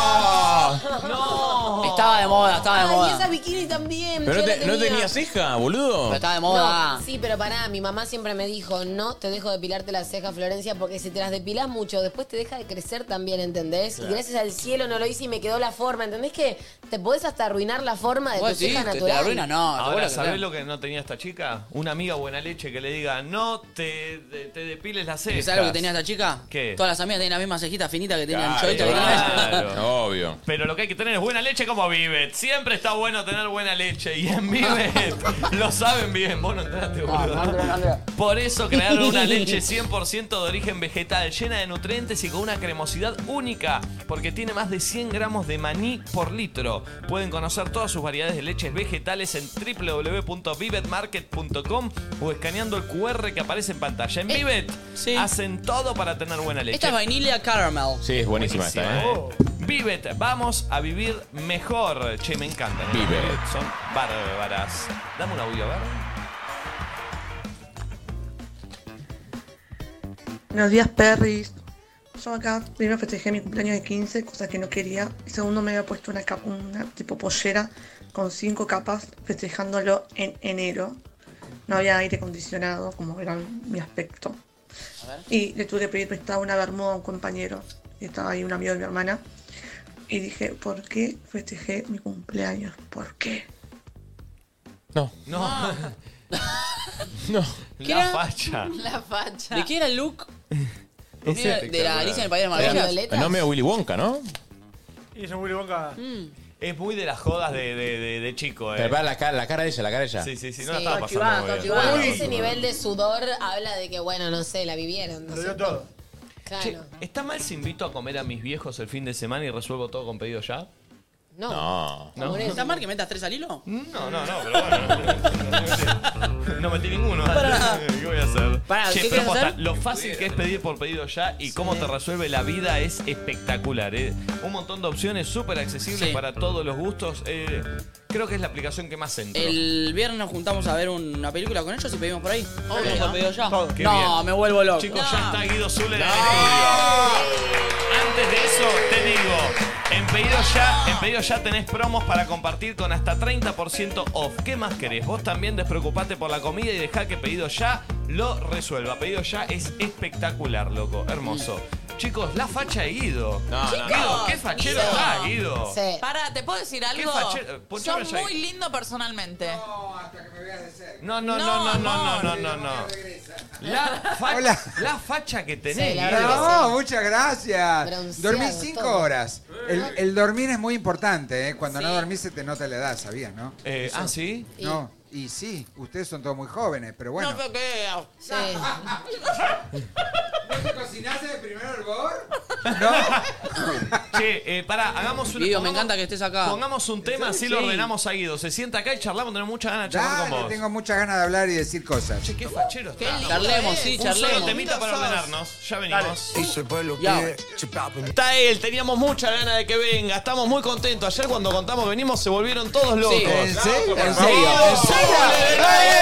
[SPEAKER 10] Estaba de moda, estaba de
[SPEAKER 3] Ay,
[SPEAKER 10] moda.
[SPEAKER 3] y esa bikini también.
[SPEAKER 5] Pero no,
[SPEAKER 3] yo la
[SPEAKER 5] te- no tenía ceja, boludo.
[SPEAKER 10] Pero estaba de
[SPEAKER 3] No, sí, pero pará, mi mamá siempre me dijo, no te dejo depilarte las cejas, Florencia, porque si te las depilas mucho, después te deja de crecer también, ¿entendés?
[SPEAKER 10] Claro.
[SPEAKER 3] Y gracias al cielo no lo hice y me quedó la forma, ¿entendés que te podés hasta arruinar la forma de tu
[SPEAKER 10] ¿Vos decís?
[SPEAKER 3] ceja
[SPEAKER 10] ¿Te- te
[SPEAKER 3] natural?
[SPEAKER 10] arruina? No, te vuelve
[SPEAKER 1] Ahora,
[SPEAKER 10] a
[SPEAKER 1] ¿sabés
[SPEAKER 10] crecer.
[SPEAKER 1] lo que no tenía esta chica? Una amiga buena leche que le diga, no te, te- te depiles las
[SPEAKER 10] ¿Y
[SPEAKER 1] cejas.
[SPEAKER 10] ¿Sabes lo que tenía esta chica?
[SPEAKER 1] ¿Qué?
[SPEAKER 10] Todas las amigas tenían la misma cejita finita que tenía el
[SPEAKER 1] Claro,
[SPEAKER 10] chavito que tenía.
[SPEAKER 1] claro.
[SPEAKER 5] Obvio.
[SPEAKER 1] Pero lo que hay que tener es buena leche como Vivet. Siempre está bueno tener buena leche. Y en Vivet lo saben bien. Vos no entraste, boludo. Por eso crearon una leche 100% de origen vegetal, llena de nutrientes y con una cremosidad única, porque tiene más de 100 gramos de maní por litro. Pueden conocer todas sus variedades de leches vegetales en www.vivetmarket.com o escaneando el QR que aparece en pantalla. En Vivet hacen todo para tener buena leche.
[SPEAKER 10] Eh, Esta es vainilla caramel.
[SPEAKER 5] Sí, es buenísima esta, ¿eh?
[SPEAKER 1] Buenísima, Oh. Vivet, vamos a vivir mejor. Che, me encantan. ¿eh?
[SPEAKER 5] Vivet.
[SPEAKER 1] Son bárbaras. Dame un audio, a ver.
[SPEAKER 14] Buenos días, Perris. Yo acá primero festejé mi cumpleaños de 15, cosa que no quería. Y segundo me había puesto una, cap- una tipo pollera con cinco capas festejándolo en enero. No había aire acondicionado, como era mi aspecto. Y le tuve que pedir prestado una bermuda a un compañero. Y estaba ahí un amigo de mi hermana. Y dije, ¿por qué festejé mi cumpleaños? ¿Por qué?
[SPEAKER 1] No.
[SPEAKER 5] No.
[SPEAKER 1] La facha.
[SPEAKER 4] La facha.
[SPEAKER 10] ¿De qué era el look?
[SPEAKER 5] Es
[SPEAKER 10] Mira, de la Alicia en el País de las Maravillas.
[SPEAKER 5] El nombre de Willy Wonka, ¿no?
[SPEAKER 20] Y ese Willy Wonka.
[SPEAKER 1] Mm.
[SPEAKER 10] Mm,
[SPEAKER 1] Es muy de las jodas de, de- de- de chico, eh.
[SPEAKER 5] Pero para la cara, la cara de ella, la cara de ella.
[SPEAKER 1] Sí, sí, sí, no la estaba pasando muy bien.
[SPEAKER 5] Bueno,
[SPEAKER 1] Bueno,
[SPEAKER 5] sí.
[SPEAKER 15] Ese nivel de sudor habla de que, bueno, no sé, la vivieron. No sé.
[SPEAKER 1] todo. Che,
[SPEAKER 15] Claro.
[SPEAKER 1] ¿está mal si invito a comer a mis viejos el fin de semana y resuelvo todo con pedido ya?
[SPEAKER 15] No.
[SPEAKER 1] No.
[SPEAKER 10] ¿Está mal que metas tres al hilo?
[SPEAKER 1] No, no, no, pero bueno. No metí ninguno. ¿Qué voy a hacer?
[SPEAKER 10] Pará,
[SPEAKER 1] Che,
[SPEAKER 10] ah. ¿qué
[SPEAKER 1] pero
[SPEAKER 10] querés
[SPEAKER 1] posta,
[SPEAKER 10] hacer?
[SPEAKER 1] lo fácil que es pedir por pedido ya y cómo te resuelve la vida es espectacular. eh. Un montón de opciones súper accesibles para todos los gustos. eh. creo que es la aplicación que más entro.
[SPEAKER 10] El viernes nos juntamos a ver una película con ellos y pedimos por ahí. Todo
[SPEAKER 1] Bien.
[SPEAKER 10] por pedido ya.
[SPEAKER 1] Qué
[SPEAKER 10] No,
[SPEAKER 1] bien.
[SPEAKER 10] me vuelvo loco.
[SPEAKER 1] Chicos, ya está Guido Zuller en el estudio. Antes de eso, te digo, en pedido, ya, en pedido ya tenés promos para compartir con hasta 30% off. ¿Qué más querés? Vos también despreocupate por la comida y dejá que pedido ya lo resuelva. Pedido ya es espectacular, loco. Hermoso. Chicos, la facha de Guido.
[SPEAKER 5] No,
[SPEAKER 1] Guido,
[SPEAKER 24] Chicos,
[SPEAKER 1] qué fachero está, Guido.
[SPEAKER 24] Para, Eh. ¿te puedo decir algo?
[SPEAKER 1] fachero- Poncho
[SPEAKER 24] Sos
[SPEAKER 1] Versailles.
[SPEAKER 24] muy lindo personalmente.
[SPEAKER 1] No, no, no, no, no, no, no, no. La, fa- la facha que tenés,
[SPEAKER 18] No,
[SPEAKER 1] Guido.
[SPEAKER 18] muchas gracias.
[SPEAKER 1] Bronceado,
[SPEAKER 18] dormí cinco
[SPEAKER 1] todo.
[SPEAKER 18] horas. El,
[SPEAKER 2] Eh.
[SPEAKER 18] el dormir es muy importante, ¿eh? Cuando no dormís se te nota la edad, ¿sabías, no?
[SPEAKER 1] Eh,
[SPEAKER 18] Eso-
[SPEAKER 1] ah, ¿sí?
[SPEAKER 18] No, y sí, ustedes son todos muy jóvenes, pero bueno.
[SPEAKER 10] No toqueo. Sí.
[SPEAKER 18] te cocinaste de primero el bor?
[SPEAKER 1] Che, eh, pará, hagamos un.
[SPEAKER 10] Guido, me
[SPEAKER 1] pongamos-
[SPEAKER 10] encanta que estés acá.
[SPEAKER 1] Pongamos un tema, así lo
[SPEAKER 18] Sí.
[SPEAKER 1] ordenamos a Guido. Se sienta acá y charlamos, tenemos muchas ganas de charlar con
[SPEAKER 18] Dale,
[SPEAKER 1] vos.
[SPEAKER 18] tengo muchas ganas de hablar y decir cosas.
[SPEAKER 1] Che, qué fachero
[SPEAKER 18] Qué
[SPEAKER 1] está.
[SPEAKER 18] lindo Charlemos, sí,
[SPEAKER 1] Un solo
[SPEAKER 18] charlemos.
[SPEAKER 1] temita para
[SPEAKER 18] Sos.
[SPEAKER 1] ordenarnos. Ya venimos.
[SPEAKER 18] Ya.
[SPEAKER 1] Está él, teníamos mucha ganas de que venga, estamos muy contentos. Ayer cuando contamos venimos se volvieron todos locos.
[SPEAKER 7] Sí. ¿En serio?
[SPEAKER 1] ¡Vamos,
[SPEAKER 7] ¿En serio?
[SPEAKER 1] vamos,
[SPEAKER 7] ¿En serio?
[SPEAKER 1] dale, dale, dale!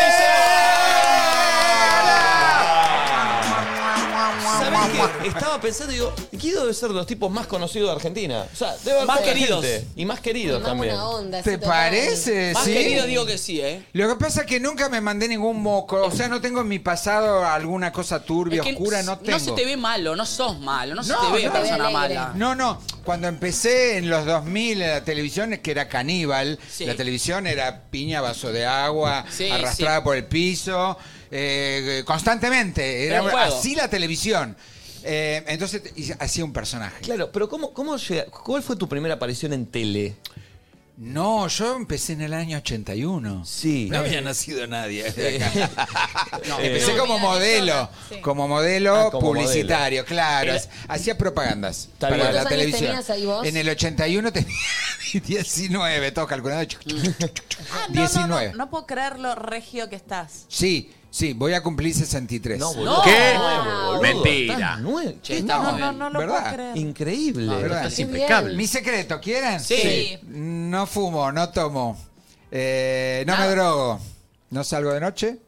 [SPEAKER 1] ¿Sabés qué? Estaba pensando, digo, Guido debe ser de los tipos más conocidos de Argentina. O sea, debe haber
[SPEAKER 10] Más
[SPEAKER 1] poca
[SPEAKER 10] queridos.
[SPEAKER 1] gente. Y más queridos
[SPEAKER 10] Más
[SPEAKER 1] también.
[SPEAKER 10] buena onda,
[SPEAKER 18] ¿Te parece?
[SPEAKER 10] Más
[SPEAKER 18] sí.
[SPEAKER 10] querido digo que sí, ¿eh?
[SPEAKER 18] Lo que pasa es que nunca me mandé ningún moco. O sea, no tengo en mi pasado alguna cosa turbia,
[SPEAKER 10] Es que
[SPEAKER 18] oscura, no tengo.
[SPEAKER 10] No se te ve malo, no sos malo, no, se
[SPEAKER 18] No,
[SPEAKER 10] te ve
[SPEAKER 18] no.
[SPEAKER 10] persona mala.
[SPEAKER 18] No, no. Cuando empecé en los 2000 en la televisión, es que era caníbal,
[SPEAKER 10] Sí.
[SPEAKER 18] la televisión era piña, vaso de agua,
[SPEAKER 10] Sí,
[SPEAKER 18] arrastrada
[SPEAKER 10] sí.
[SPEAKER 18] por el piso, eh, constantemente. Era
[SPEAKER 1] Era un juego.
[SPEAKER 18] así la televisión. Eh, entonces y hacía un personaje.
[SPEAKER 1] Claro, pero ¿cómo, cómo llega- ¿cuál fue tu primera aparición en tele?
[SPEAKER 18] No, yo empecé en el año 81.
[SPEAKER 1] Sí.
[SPEAKER 18] No había nacido nadie. No,
[SPEAKER 1] Eh,
[SPEAKER 18] empecé como modelo, como modelo
[SPEAKER 1] Ah, como
[SPEAKER 18] publicitario,
[SPEAKER 1] modelo.
[SPEAKER 18] claro.
[SPEAKER 1] Era-
[SPEAKER 18] Hacía propagandas para
[SPEAKER 1] bien.
[SPEAKER 18] la
[SPEAKER 1] ¿Cuántos años
[SPEAKER 18] televisión.
[SPEAKER 1] tenías ahí vos?
[SPEAKER 18] En el 81 tenía 19, todo calculado. Chuc, chuc, chuc, chuc, chuc.
[SPEAKER 24] Ah, no,
[SPEAKER 18] 19.
[SPEAKER 24] No, no, no puedo creer lo regio que estás.
[SPEAKER 18] Sí, sí, voy a cumplir 63.
[SPEAKER 24] No, boludo. No. ¿Qué? Wow. Mentira.
[SPEAKER 18] Estás nue-
[SPEAKER 24] Che,
[SPEAKER 18] no,
[SPEAKER 24] estás no, no, no lo
[SPEAKER 18] ¿verdad?
[SPEAKER 24] puedo creer.
[SPEAKER 1] Increíble.
[SPEAKER 18] No, ¿verdad?
[SPEAKER 1] Estás Qué impecable. bien.
[SPEAKER 18] Mi secreto, ¿quieren?
[SPEAKER 1] Sí. Sí.
[SPEAKER 18] No fumo, no tomo. eh, no me drogo. No salgo de noche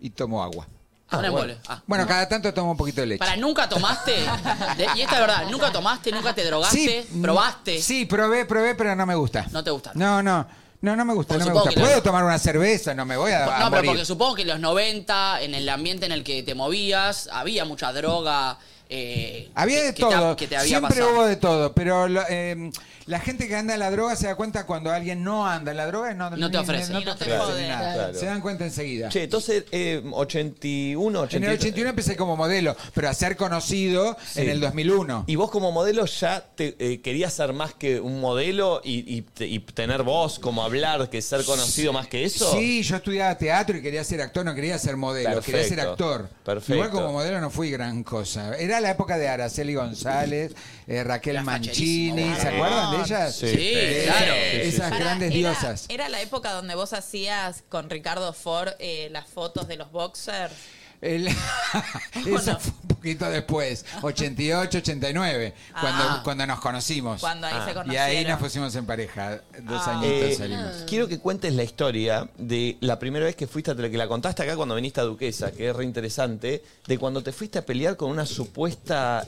[SPEAKER 18] y tomo agua.
[SPEAKER 10] Ah, Ahora bueno. embole. Ah.
[SPEAKER 18] Bueno, cada tanto tomo un poquito de leche.
[SPEAKER 10] Para, nunca tomaste. De- y esta es verdad, nunca tomaste, nunca te drogaste,
[SPEAKER 18] Sí,
[SPEAKER 10] probaste.
[SPEAKER 18] Mm. Sí, probé, probé, pero no me gusta.
[SPEAKER 10] No te gusta.
[SPEAKER 18] No, no. No, no me gusta,
[SPEAKER 10] Porque
[SPEAKER 18] no me
[SPEAKER 10] supongo
[SPEAKER 18] gusta.
[SPEAKER 10] que lo-
[SPEAKER 18] Puedo tomar una cerveza, no me voy a, a
[SPEAKER 10] No, pero
[SPEAKER 18] morir.
[SPEAKER 10] porque supongo que en los 90, en el ambiente en el que te movías, había mucha droga. eh,
[SPEAKER 18] Había
[SPEAKER 10] que
[SPEAKER 18] de
[SPEAKER 10] te ha-
[SPEAKER 18] todo,
[SPEAKER 10] que te había
[SPEAKER 18] siempre
[SPEAKER 10] pasado.
[SPEAKER 18] hubo de todo, pero lo- eh, la gente que anda en la droga se da cuenta cuando alguien no anda en la droga y no,
[SPEAKER 10] No te ofrece.
[SPEAKER 18] no
[SPEAKER 10] Y
[SPEAKER 18] te
[SPEAKER 10] no te
[SPEAKER 18] ofrece
[SPEAKER 10] jode.
[SPEAKER 18] ni nada.
[SPEAKER 1] Claro.
[SPEAKER 18] Se dan cuenta enseguida.
[SPEAKER 1] Che, entonces, eh, 81, 82.
[SPEAKER 18] en el 81 empecé como modelo, pero a ser conocido en el 2001.
[SPEAKER 1] ¿Y vos como modelo ya te, eh, querías ser más que un modelo y, y te- y tener voz, como hablar, que ser conocido más que eso?
[SPEAKER 18] Sí, yo estudiaba teatro y quería ser actor, no quería ser modelo, quería ser
[SPEAKER 1] Perfecto,
[SPEAKER 18] actor.
[SPEAKER 1] perfecto.
[SPEAKER 18] Igual como modelo no fui gran cosa. Era la época de Araceli González, eh, Raquel Mancini, ¿se acuerdan de ellas?
[SPEAKER 1] Sí, Sí,
[SPEAKER 18] Eh,
[SPEAKER 1] claro.
[SPEAKER 18] Esas
[SPEAKER 24] Pará,
[SPEAKER 18] grandes
[SPEAKER 24] era-
[SPEAKER 18] diosas.
[SPEAKER 24] Era la época donde vos hacías con Ricardo Ford eh, las fotos de los boxers.
[SPEAKER 18] El- Eso fue un poquito después, 88, 89, cuando,
[SPEAKER 24] Ah.
[SPEAKER 18] cuando nos conocimos. Ah.
[SPEAKER 24] Cuando ahí se
[SPEAKER 18] Y ahí
[SPEAKER 24] conocieron.
[SPEAKER 18] nos pusimos en pareja, dos
[SPEAKER 1] Ah.
[SPEAKER 18] añitos
[SPEAKER 1] Eh,
[SPEAKER 18] salimos.
[SPEAKER 1] Quiero que cuentes la historia de la primera vez que fuiste a que la contaste acá cuando viniste a Duquesa, que es re interesante, de cuando te fuiste a pelear con una supuesta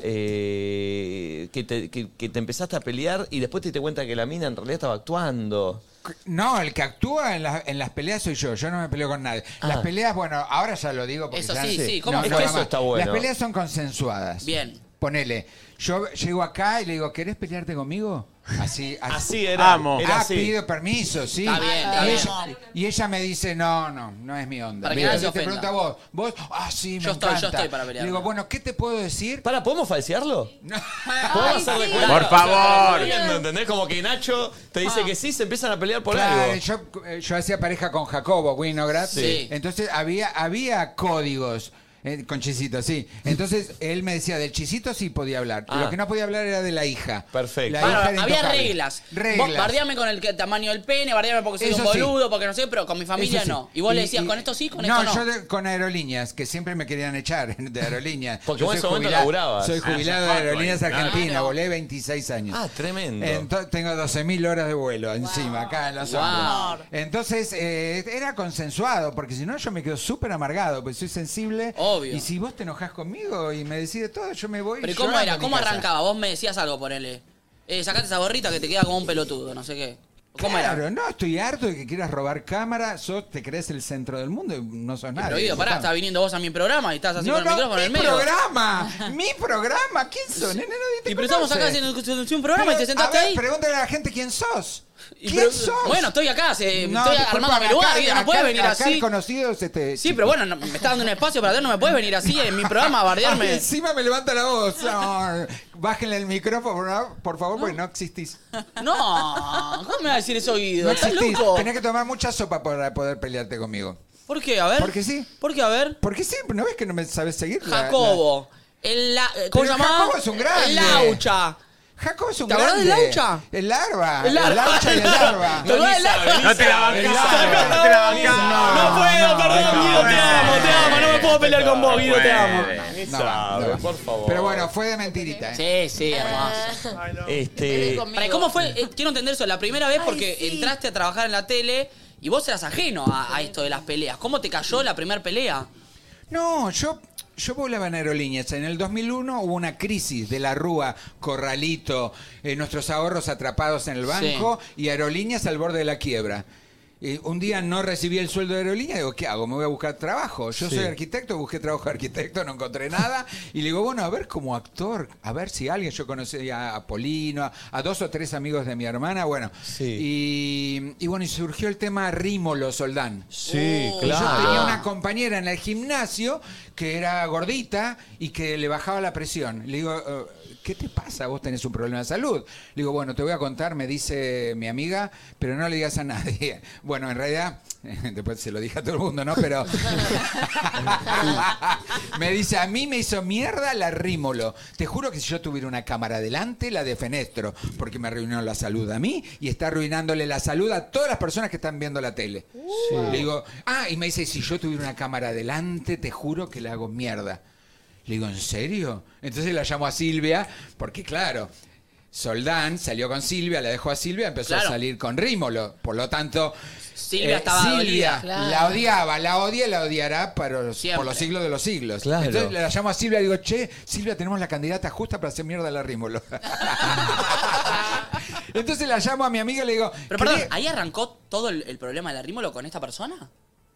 [SPEAKER 1] eh, que, te, que- que te empezaste a pelear y después te diste cuenta que la mina en realidad estaba actuando.
[SPEAKER 18] No, el que actúa en, las- en las peleas soy yo, yo no me peleo con nadie. Las
[SPEAKER 1] Ah.
[SPEAKER 18] peleas, bueno, ahora ya lo digo porque
[SPEAKER 1] Eso
[SPEAKER 18] ya-
[SPEAKER 1] sí, sí, ¿cómo
[SPEAKER 18] no,
[SPEAKER 1] fue?
[SPEAKER 18] no
[SPEAKER 1] Es que
[SPEAKER 18] va
[SPEAKER 1] eso
[SPEAKER 18] más.
[SPEAKER 1] está bueno.
[SPEAKER 18] Las peleas son consensuadas.
[SPEAKER 10] Bien.
[SPEAKER 18] Ponele, yo llego acá y le digo, ¿querés pelearte conmigo? Así,
[SPEAKER 1] Así era,
[SPEAKER 18] Amo.
[SPEAKER 1] era
[SPEAKER 18] ah,
[SPEAKER 1] así.
[SPEAKER 18] pido permiso, sí.
[SPEAKER 1] Está bien, está
[SPEAKER 18] y,
[SPEAKER 1] bien.
[SPEAKER 18] Ella, y ella me dice, no, no, no es mi onda.
[SPEAKER 1] Para que nadie se
[SPEAKER 18] Y te
[SPEAKER 1] ofenda.
[SPEAKER 18] pregunta vos, vos, ah, sí, me
[SPEAKER 1] Yo estoy- yo
[SPEAKER 18] encanta.
[SPEAKER 1] estoy para pelear.
[SPEAKER 18] Le digo, bueno, ¿qué te puedo decir?
[SPEAKER 1] ¿Para, podemos falsearlo?
[SPEAKER 18] Ay,
[SPEAKER 1] ¿Podemos hacerle
[SPEAKER 18] sí.
[SPEAKER 1] cuenta? Ah.
[SPEAKER 18] Por
[SPEAKER 1] O sea,
[SPEAKER 18] favor.
[SPEAKER 1] ¿me ¿Entendés? Como que Nacho te dice que sí, se empiezan a pelear por
[SPEAKER 18] Claro,
[SPEAKER 1] algo.
[SPEAKER 18] yo, eh, yo hacía pareja con Jacobo Winograd.
[SPEAKER 1] Sí.
[SPEAKER 18] Entonces había, había códigos. eh, con Chisito, sí. Entonces él me decía, del Chisito sí podía hablar.
[SPEAKER 10] Ah.
[SPEAKER 18] Lo que no podía hablar era de la hija. Perfecto.
[SPEAKER 10] Bárbaro, Ah, había reglas. Vos
[SPEAKER 18] Reglas.
[SPEAKER 10] bardeame con el que- tamaño del pene, bardeame porque soy
[SPEAKER 18] Eso
[SPEAKER 10] un
[SPEAKER 18] sí.
[SPEAKER 10] boludo, porque no sé, pero con mi familia
[SPEAKER 18] Eso sí.
[SPEAKER 10] no. Y vos le
[SPEAKER 18] Y-
[SPEAKER 10] decías,
[SPEAKER 18] y-
[SPEAKER 10] con esto sí, con
[SPEAKER 18] no,
[SPEAKER 10] esto no.
[SPEAKER 18] yo de- con aerolíneas, que siempre me querían echar de aerolíneas.
[SPEAKER 1] Porque
[SPEAKER 18] Yo
[SPEAKER 1] vos en
[SPEAKER 18] soy
[SPEAKER 1] ese momento
[SPEAKER 18] jubilado-
[SPEAKER 1] laburabas.
[SPEAKER 18] Soy jubilado de
[SPEAKER 1] Ah,
[SPEAKER 18] Aerolíneas
[SPEAKER 1] claro.
[SPEAKER 18] Argentina, volé 26 años.
[SPEAKER 1] Ah, tremendo.
[SPEAKER 18] Ento- tengo 12.000 horas de vuelo encima, acá en los
[SPEAKER 1] Wow.
[SPEAKER 18] hombros. Entonces, eh, era consensuado, porque si no yo me quedo súper amargado, porque soy sensible. Obvio. Y si vos te enojás conmigo y me decides todo, yo me voy
[SPEAKER 10] Pero ¿y
[SPEAKER 18] llorando
[SPEAKER 10] cómo
[SPEAKER 18] a
[SPEAKER 10] era?
[SPEAKER 18] mi
[SPEAKER 10] ¿Cómo
[SPEAKER 18] casa.
[SPEAKER 10] arrancaba? Vos me decías algo, ponele. Eh, sacate esa gorrita que te queda como un pelotudo, no sé qué. ¿Cómo
[SPEAKER 18] Claro,
[SPEAKER 10] era?
[SPEAKER 18] no, estoy harto de que quieras robar cámara, sos, te crees el centro del mundo y no sos nada.
[SPEAKER 10] Prohibido, pará, estás viniendo vos a mi programa y estás así
[SPEAKER 18] No,
[SPEAKER 10] con el
[SPEAKER 18] no,
[SPEAKER 10] micrófono en el
[SPEAKER 18] mi
[SPEAKER 10] medio.
[SPEAKER 18] programa, mi programa, ¿quién son? Nena, nadie te
[SPEAKER 10] Y pero estamos acá
[SPEAKER 18] conoce.
[SPEAKER 10] haciendo haciendo un programa y
[SPEAKER 18] Pero,
[SPEAKER 10] te sentaste
[SPEAKER 18] a ver,
[SPEAKER 10] ahí.
[SPEAKER 18] Pregúntale a la gente quién sos.
[SPEAKER 10] Y
[SPEAKER 18] ¿Quién
[SPEAKER 10] pero-
[SPEAKER 18] sos?
[SPEAKER 10] Bueno, estoy acá, se- Eh, estoy
[SPEAKER 18] disculpa,
[SPEAKER 10] armando mi
[SPEAKER 18] acá-
[SPEAKER 10] lugar, Guido, no
[SPEAKER 18] acá-
[SPEAKER 10] puedes venir
[SPEAKER 18] acá
[SPEAKER 10] así.
[SPEAKER 18] el conocido es este.
[SPEAKER 10] Sí, pero bueno, no- me está dando un espacio para atrás, no me puedes venir así en mi programa a
[SPEAKER 18] Ay,
[SPEAKER 10] bardearme.
[SPEAKER 18] encima me levanta la voz. No, bájenle el micrófono, por favor, porque no existís.
[SPEAKER 10] No, ¿cómo me va a decir eso, Guido?
[SPEAKER 18] No
[SPEAKER 10] ¿Estás
[SPEAKER 18] existís.
[SPEAKER 10] loco?
[SPEAKER 18] Tenés que tomar mucha sopa para poder pelearte conmigo.
[SPEAKER 10] ¿Por qué? A ver.
[SPEAKER 18] Porque sí.
[SPEAKER 10] ¿Por qué? A ver.
[SPEAKER 18] Porque sí, ¿no ves que no me sabes seguir? La- la-
[SPEAKER 10] Jacobo. El la, eh, ¿Cómo se
[SPEAKER 18] Pero
[SPEAKER 10] llamaba?
[SPEAKER 18] Jacobo es un grande.
[SPEAKER 10] El Laucha.
[SPEAKER 18] Jacobo es un
[SPEAKER 10] ¿Te acordás
[SPEAKER 18] grande.
[SPEAKER 10] del Laucha?
[SPEAKER 18] El larva.
[SPEAKER 10] El
[SPEAKER 18] Ah, El,
[SPEAKER 10] larva.
[SPEAKER 18] laucha y el larva.
[SPEAKER 10] ¿Te acordás del larva?
[SPEAKER 7] No te la bancás, no te la bancás.
[SPEAKER 1] No puedo, perdón, Guido, te amo, te amo. No me puedo pelear con vos, Guido, te amo.
[SPEAKER 18] Ni
[SPEAKER 1] No,
[SPEAKER 18] sabe,
[SPEAKER 1] no, por favor.
[SPEAKER 18] Pero bueno, fue de mentirita. ¿eh?
[SPEAKER 10] Sí, sí,
[SPEAKER 1] Este.
[SPEAKER 10] Pará, ¿y ¿Cómo fue? Eh, quiero entender eso. La primera vez porque entraste a trabajar en la tele y vos eras ajeno a, a esto de las peleas. ¿Cómo te cayó la primera pelea?
[SPEAKER 18] No, yo, yo volaba en aerolíneas. En el 2001 hubo una crisis de la Rúa, Corralito, eh, nuestros ahorros atrapados en el banco y aerolíneas al borde de la quiebra. Y un día no recibí el sueldo de aerolínea, digo, ¿qué hago? Me voy a buscar trabajo. Yo
[SPEAKER 5] Sí.
[SPEAKER 18] soy arquitecto, busqué trabajo de arquitecto, no encontré nada. Y le digo, bueno, a ver como actor, a ver si alguien, yo conocía a Polino, a, a dos o tres amigos de mi hermana, bueno. Y, y bueno, y surgió el tema Rímolo Soldán.
[SPEAKER 1] Sí,
[SPEAKER 18] Y
[SPEAKER 1] claro.
[SPEAKER 18] Yo tenía una compañera en el gimnasio que era gordita y que le bajaba la presión. Le digo, eh, ¿qué te pasa? Vos tenés un problema de salud. Le digo, bueno, te voy a contar, me dice mi amiga, pero no le digas a nadie. Bueno, en realidad, después se lo dije a todo el mundo, ¿no? Pero me dice, a mí me hizo mierda la Rímolo. Te juro que si yo tuviera una cámara adelante, la defenestro, porque me arruinó la salud a mí y está arruinándole la salud a todas las personas que están viendo la tele. Le digo, ah, y me dice, si yo tuviera una cámara adelante, te juro que la hago mierda. Le digo, ¿en serio? Entonces la llamo a Silvia, porque claro, Soldán salió con Silvia, la dejó a Silvia, empezó
[SPEAKER 10] Claro.
[SPEAKER 18] a salir con Rímolo. Por lo tanto, eh,
[SPEAKER 10] Silvia estaba dolida,
[SPEAKER 18] Silvia
[SPEAKER 10] claro.
[SPEAKER 18] la odiaba, la odia y la odiará para los- por los siglos de los siglos.
[SPEAKER 1] Claro.
[SPEAKER 18] Entonces la llamo a Silvia y digo, che, Silvia, tenemos la candidata justa para hacer mierda a la Rímolo. Entonces la llamo a mi amiga y le digo,
[SPEAKER 10] Pero perdón, ¿ahí arrancó todo el, el problema del arrímolo con esta persona?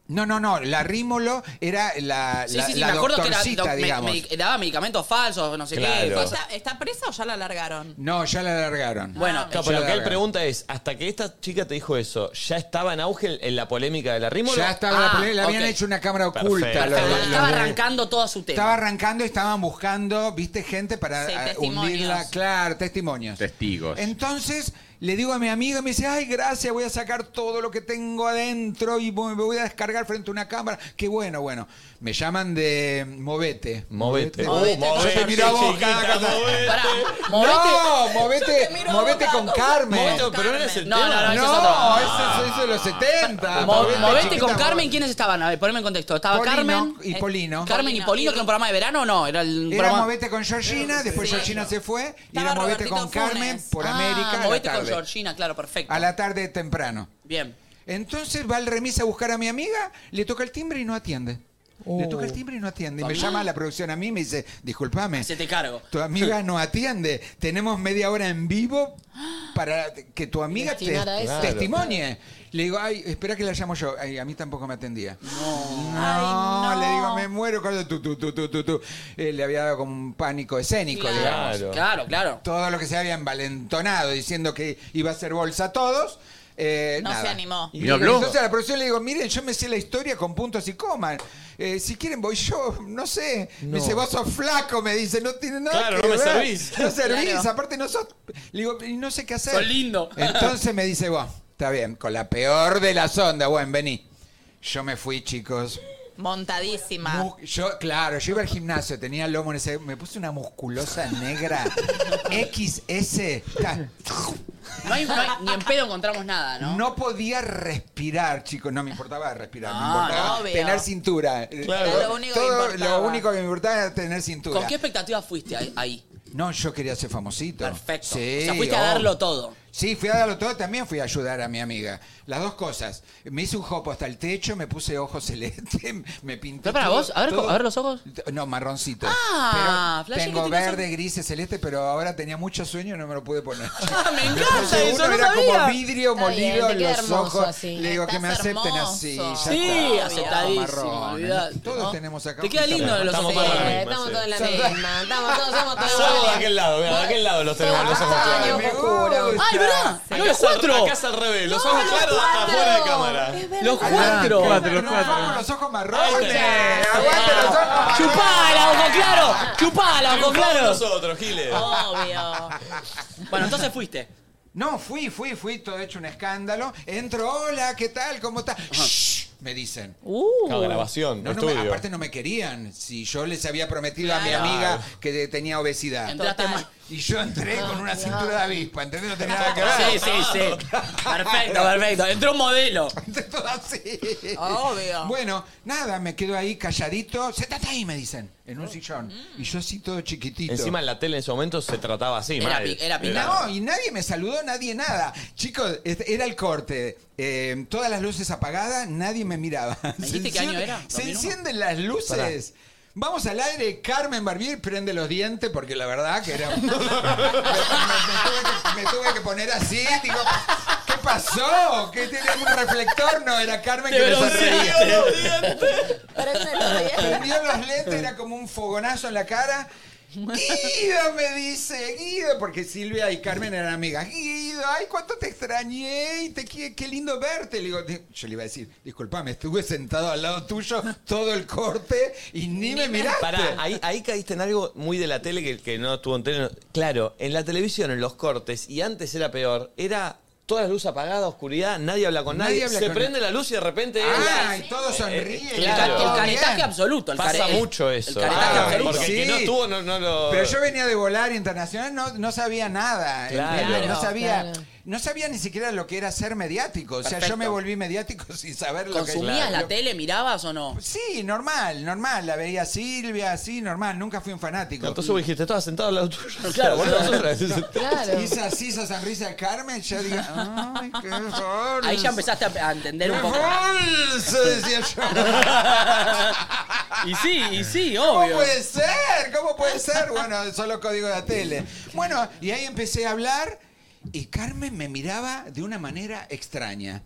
[SPEAKER 18] no, no, no, la Rímolo era la,
[SPEAKER 10] Sí,
[SPEAKER 18] la-
[SPEAKER 10] sí, sí,
[SPEAKER 18] la
[SPEAKER 10] me acuerdo que era,
[SPEAKER 18] doctorcita,
[SPEAKER 10] doc- me-
[SPEAKER 18] digamos.
[SPEAKER 10] me- eh, daba medicamentos falsos, no sé qué.
[SPEAKER 1] Claro.
[SPEAKER 10] cosas.
[SPEAKER 24] ¿Está, está presa o ya la largaron?
[SPEAKER 18] No, ya la alargaron.
[SPEAKER 10] Ah, Bueno,
[SPEAKER 1] Claro, pero lo que él pregunta es, hasta que esta chica te dijo eso, ¿ya estaba en auge en la polémica de la rímola?
[SPEAKER 18] Ya estaba la polémica, le habían hecho una cámara oculta. los-
[SPEAKER 1] Perfecto.
[SPEAKER 18] los-
[SPEAKER 10] Ah, Estaba
[SPEAKER 18] los-
[SPEAKER 10] arrancando toda su tema.
[SPEAKER 18] Estaba arrancando y estaban buscando, viste, gente para
[SPEAKER 10] Sí,
[SPEAKER 18] eh,
[SPEAKER 10] testimonios.
[SPEAKER 18] hundirla. Claro, testimonios.
[SPEAKER 5] Testigos.
[SPEAKER 18] Entonces, Le digo a mi amiga y me dice, ay, gracias, voy a sacar todo lo que tengo adentro y voy- me voy a descargar frente a una cámara. Qué bueno, bueno. Me llaman de Movete.
[SPEAKER 1] Movete.
[SPEAKER 18] Movete. Yo te miro a vos
[SPEAKER 1] Chiquita,
[SPEAKER 18] cada cosa.
[SPEAKER 1] movete.
[SPEAKER 18] Pará, No, Movete, Movete con Carmen.
[SPEAKER 1] Movete, pero no es el
[SPEAKER 10] No,
[SPEAKER 1] tema.
[SPEAKER 10] no, no, ese es
[SPEAKER 18] No,
[SPEAKER 10] otro.
[SPEAKER 18] eso es de los 70.
[SPEAKER 10] Mo-
[SPEAKER 18] Movete,
[SPEAKER 10] Movete
[SPEAKER 18] chiquita,
[SPEAKER 10] con Carmen, ¿quiénes estaban? A ver, ponme en contexto. Estaba
[SPEAKER 18] Polino
[SPEAKER 10] Carmen.
[SPEAKER 18] y
[SPEAKER 10] eh,
[SPEAKER 18] Polino.
[SPEAKER 10] Carmen y Polino, que era un programa de verano o no? Era el
[SPEAKER 18] Era
[SPEAKER 10] programa.
[SPEAKER 18] Movete con Georgina, después Georgina se fue y
[SPEAKER 10] Estaba
[SPEAKER 18] era Movete
[SPEAKER 10] Robertito
[SPEAKER 18] con Carmen
[SPEAKER 10] Funes.
[SPEAKER 18] por
[SPEAKER 10] Ah,
[SPEAKER 18] América. a la
[SPEAKER 10] Movete con
[SPEAKER 18] tarde.
[SPEAKER 10] Georgina, claro, perfecto.
[SPEAKER 18] A la tarde temprano.
[SPEAKER 10] Bien.
[SPEAKER 18] Entonces va al remis a buscar a mi amiga, le toca el timbre y no atiende. Le toca el timbre y no atiende. Y me
[SPEAKER 10] Ah.
[SPEAKER 18] llama la producción a mí y me dice, discúlpame,
[SPEAKER 10] Se te cargo.
[SPEAKER 18] tu amiga no atiende. Tenemos media hora en vivo para que tu amiga te,
[SPEAKER 10] Destinar a eso. Claro.
[SPEAKER 18] testimonie. Le digo, ay, espera que la llamo yo. Ay, a mí tampoco me atendía. No,
[SPEAKER 10] Ay, no.
[SPEAKER 18] le digo, me muero con tu, tu, tu, tu, tu, tu. Eh, le había dado como un pánico escénico,
[SPEAKER 10] Claro.
[SPEAKER 18] digamos.
[SPEAKER 10] Claro, claro.
[SPEAKER 18] Todo lo que se habían valentonado diciendo que iba a ser bolsa a todos. eh,
[SPEAKER 24] No
[SPEAKER 18] nada.
[SPEAKER 24] se animó.
[SPEAKER 18] Y Entonces a la producción le digo, miren, yo me sé la historia con puntos y comas. Eh, si quieren voy yo, no sé. Me
[SPEAKER 1] No.
[SPEAKER 18] dice, vos sos flaco, me dice, no tiene nada
[SPEAKER 1] Claro,
[SPEAKER 18] que
[SPEAKER 1] no me
[SPEAKER 18] ver.
[SPEAKER 1] servís.
[SPEAKER 18] No servís,
[SPEAKER 1] Claro.
[SPEAKER 18] aparte no sos... Le digo, y no sé qué hacer.
[SPEAKER 10] Sos lindo.
[SPEAKER 18] Entonces me dice, vos, está bien, con la peor de las ondas, bueno, vení. Yo me fui, chicos.
[SPEAKER 24] Montadísima.
[SPEAKER 18] Mu- Yo, claro, yo iba al gimnasio, tenía el lomo en ese. Me puse una musculosa negra. XS. ta-
[SPEAKER 10] No hay, no hay- ni en pedo encontramos nada, Ah, ¿no?
[SPEAKER 18] ¿no? podía respirar, chicos. No me importaba respirar.
[SPEAKER 10] No,
[SPEAKER 18] me importaba
[SPEAKER 10] no, Ah, obvio.
[SPEAKER 18] tener cintura.
[SPEAKER 10] Claro. Era lo único que
[SPEAKER 18] Todo
[SPEAKER 10] importaba.
[SPEAKER 18] lo único que me importaba era tener cintura.
[SPEAKER 10] ¿Con qué expectativas fuiste ahí- ahí?
[SPEAKER 18] No, yo quería ser famosito.
[SPEAKER 10] Perfecto.
[SPEAKER 18] Sí,
[SPEAKER 10] o sea, fuiste a
[SPEAKER 18] obvio.
[SPEAKER 10] darlo todo.
[SPEAKER 18] Sí, fui a darlo todo, también fui a ayudar a mi amiga. Las dos cosas. Me hice un jopo hasta el techo, me puse ojos celeste, me pinté.
[SPEAKER 10] Pero para
[SPEAKER 18] todo-
[SPEAKER 10] vos, a ver,
[SPEAKER 18] todo-
[SPEAKER 10] a ver los ojos.
[SPEAKER 18] No, marroncito.
[SPEAKER 10] Ah,
[SPEAKER 18] Pero
[SPEAKER 10] flashé que
[SPEAKER 18] tengo
[SPEAKER 10] tenés
[SPEAKER 18] verde, gris, celeste, pero ahora tenía mucho sueño y no me lo pude poner.
[SPEAKER 10] Ah, me
[SPEAKER 18] encanta
[SPEAKER 10] eso, no
[SPEAKER 18] era
[SPEAKER 10] sabía.
[SPEAKER 18] como vidrio
[SPEAKER 10] Está bien,
[SPEAKER 18] molido
[SPEAKER 10] te
[SPEAKER 18] en
[SPEAKER 10] queda
[SPEAKER 18] los
[SPEAKER 10] hermoso
[SPEAKER 18] ojos.
[SPEAKER 10] así.
[SPEAKER 18] Le digo que me
[SPEAKER 10] Estás
[SPEAKER 18] acepten
[SPEAKER 10] hermoso.
[SPEAKER 18] así. ya
[SPEAKER 10] Sí,
[SPEAKER 18] está.
[SPEAKER 10] aceptadísimo,
[SPEAKER 18] Ojos marrones.
[SPEAKER 10] olvidate,
[SPEAKER 18] Todos
[SPEAKER 10] ¿no?
[SPEAKER 18] tenemos acá.
[SPEAKER 10] Te queda
[SPEAKER 18] ojos
[SPEAKER 10] lindo
[SPEAKER 18] marrones.
[SPEAKER 10] los
[SPEAKER 1] Estamos
[SPEAKER 10] ojos.
[SPEAKER 1] todos en la misma,
[SPEAKER 3] Estamos
[SPEAKER 1] sí.
[SPEAKER 3] todos en la misma. Estamos todos, somos todos.
[SPEAKER 1] Somos de aquel lado, mira, de aquel lado los tenemos los ojos
[SPEAKER 3] Ay,
[SPEAKER 1] claros.
[SPEAKER 3] me gusta.
[SPEAKER 10] Ay, ¿verdad?
[SPEAKER 1] Acá
[SPEAKER 10] No, los
[SPEAKER 1] es al-
[SPEAKER 10] cuatro.
[SPEAKER 1] Acá es al revés, los
[SPEAKER 10] No,
[SPEAKER 1] ojos
[SPEAKER 10] los
[SPEAKER 1] claros
[SPEAKER 10] cuatro.
[SPEAKER 1] afuera de cámara.
[SPEAKER 10] Los cuatro.
[SPEAKER 18] los cuatro. Los ojos marrones.
[SPEAKER 1] Ahí está.
[SPEAKER 18] Aguante los ojos marrones.
[SPEAKER 10] Chupala, ojo claro. Chupala, ojo
[SPEAKER 1] Triunfamos
[SPEAKER 10] claro.
[SPEAKER 1] nosotros, Giles.
[SPEAKER 18] Ah.
[SPEAKER 10] Obvio. Bueno, entonces fuiste.
[SPEAKER 18] No, fui, fui, fui, todo hecho un escándalo. Entro, hola, ¿qué tal? ¿Cómo estás? Shh, Me dicen.
[SPEAKER 10] Uh.
[SPEAKER 1] Claro, grabación,
[SPEAKER 18] No, no me-
[SPEAKER 1] estudio.
[SPEAKER 18] aparte no me querían. Si yo les había prometido a mi
[SPEAKER 1] Claro.
[SPEAKER 18] amiga que de- tenía obesidad.
[SPEAKER 10] Entraste mal.
[SPEAKER 18] Y yo entré con
[SPEAKER 10] Ah,
[SPEAKER 18] una cintura de avispa, ¿entendés? No tenía nada
[SPEAKER 10] Sí,
[SPEAKER 18] que ver.
[SPEAKER 10] sí, sí. Perfecto, perfecto. Entró un modelo.
[SPEAKER 18] Sí.
[SPEAKER 10] Obvio.
[SPEAKER 18] Bueno, nada, me quedo ahí calladito. Sétate ahí, me dicen, en
[SPEAKER 10] Oh.
[SPEAKER 18] un sillón.
[SPEAKER 10] Mm.
[SPEAKER 18] Y yo así todo chiquitito.
[SPEAKER 1] Encima en la tele en ese momento se trataba así,
[SPEAKER 18] Era
[SPEAKER 1] mal.
[SPEAKER 18] pi- No, y nadie me saludó, nadie nada. Chicos, este, era el corte. Eh, todas las luces apagadas, nadie me miraba.
[SPEAKER 10] ¿Me dijiste
[SPEAKER 18] Se
[SPEAKER 10] qué año
[SPEAKER 18] enciende-
[SPEAKER 10] era?
[SPEAKER 18] Se
[SPEAKER 10] 2001.
[SPEAKER 18] encienden las luces.
[SPEAKER 10] Pará.
[SPEAKER 18] Vamos al aire, Carmen Barbier prende los dientes porque la verdad que era. me, me tuve que, me tuve que poner así, digo. ¿Qué pasó? ¿Qué tenía un reflector? No, era Carmen
[SPEAKER 7] Te
[SPEAKER 18] que me
[SPEAKER 7] los
[SPEAKER 18] sonreía.
[SPEAKER 7] dientes.
[SPEAKER 18] Prendió los lentes, era como un fogonazo en la cara. Guido me dice, Guido, porque Silvia y Carmen eran amigas. Guido, ay, cuánto te extrañé y te qui- qué lindo verte. Le digo, di- yo le iba a decir, disculpame, estuve sentado al lado tuyo todo el corte y ni, me miraste.
[SPEAKER 1] Pará, ahí, ahí caíste en algo muy de la tele que, que no estuvo en tele. no- Claro, en la televisión, en los cortes, y antes era peor, era todas las luces apagadas, oscuridad, nadie habla con nadie.
[SPEAKER 18] Nadie habla
[SPEAKER 1] se
[SPEAKER 18] con
[SPEAKER 1] prende la luz y de repente.
[SPEAKER 18] Ah,
[SPEAKER 1] es-
[SPEAKER 18] y todos sonríen.
[SPEAKER 1] Eh, claro.
[SPEAKER 10] El caretaje absoluto. El
[SPEAKER 1] Pasa
[SPEAKER 10] care- el-
[SPEAKER 1] mucho eso.
[SPEAKER 10] El caretaje
[SPEAKER 1] Ah,
[SPEAKER 10] absoluto.
[SPEAKER 1] porque el que no estuvo no, no lo.
[SPEAKER 18] Pero yo venía de volar internacional, no, no sabía nada.
[SPEAKER 1] Claro.
[SPEAKER 18] ¿entendés? no
[SPEAKER 1] Claro,
[SPEAKER 18] sabía,
[SPEAKER 1] claro.
[SPEAKER 18] no sabía ni siquiera lo que era ser mediático. O sea,
[SPEAKER 10] Perfecto.
[SPEAKER 18] yo me volví mediático sin saber lo que
[SPEAKER 10] ¿Consumías la
[SPEAKER 18] lo-
[SPEAKER 10] tele? ¿Mirabas o no?
[SPEAKER 18] Sí, normal, normal. La veía Silvia, así, normal. Nunca fui un fanático.
[SPEAKER 1] Entonces vos dijiste, estabas sentado al lado tuyo.
[SPEAKER 18] Claro,
[SPEAKER 1] boludo,
[SPEAKER 18] claro.
[SPEAKER 1] nosotras.
[SPEAKER 18] Claro. Y esa, así, esa sonrisa de Carmen, yo digo, ay, qué horror.
[SPEAKER 10] Ahí ya empezaste a a entender un poco.
[SPEAKER 18] Bolso, decía yo.
[SPEAKER 10] Y sí, y sí,
[SPEAKER 18] ¿Cómo
[SPEAKER 10] obvio.
[SPEAKER 18] puede ser? ¿Cómo puede ser? Bueno, son los códigos de la tele. Bueno, y ahí empecé a hablar y Carmen me miraba de una manera extraña.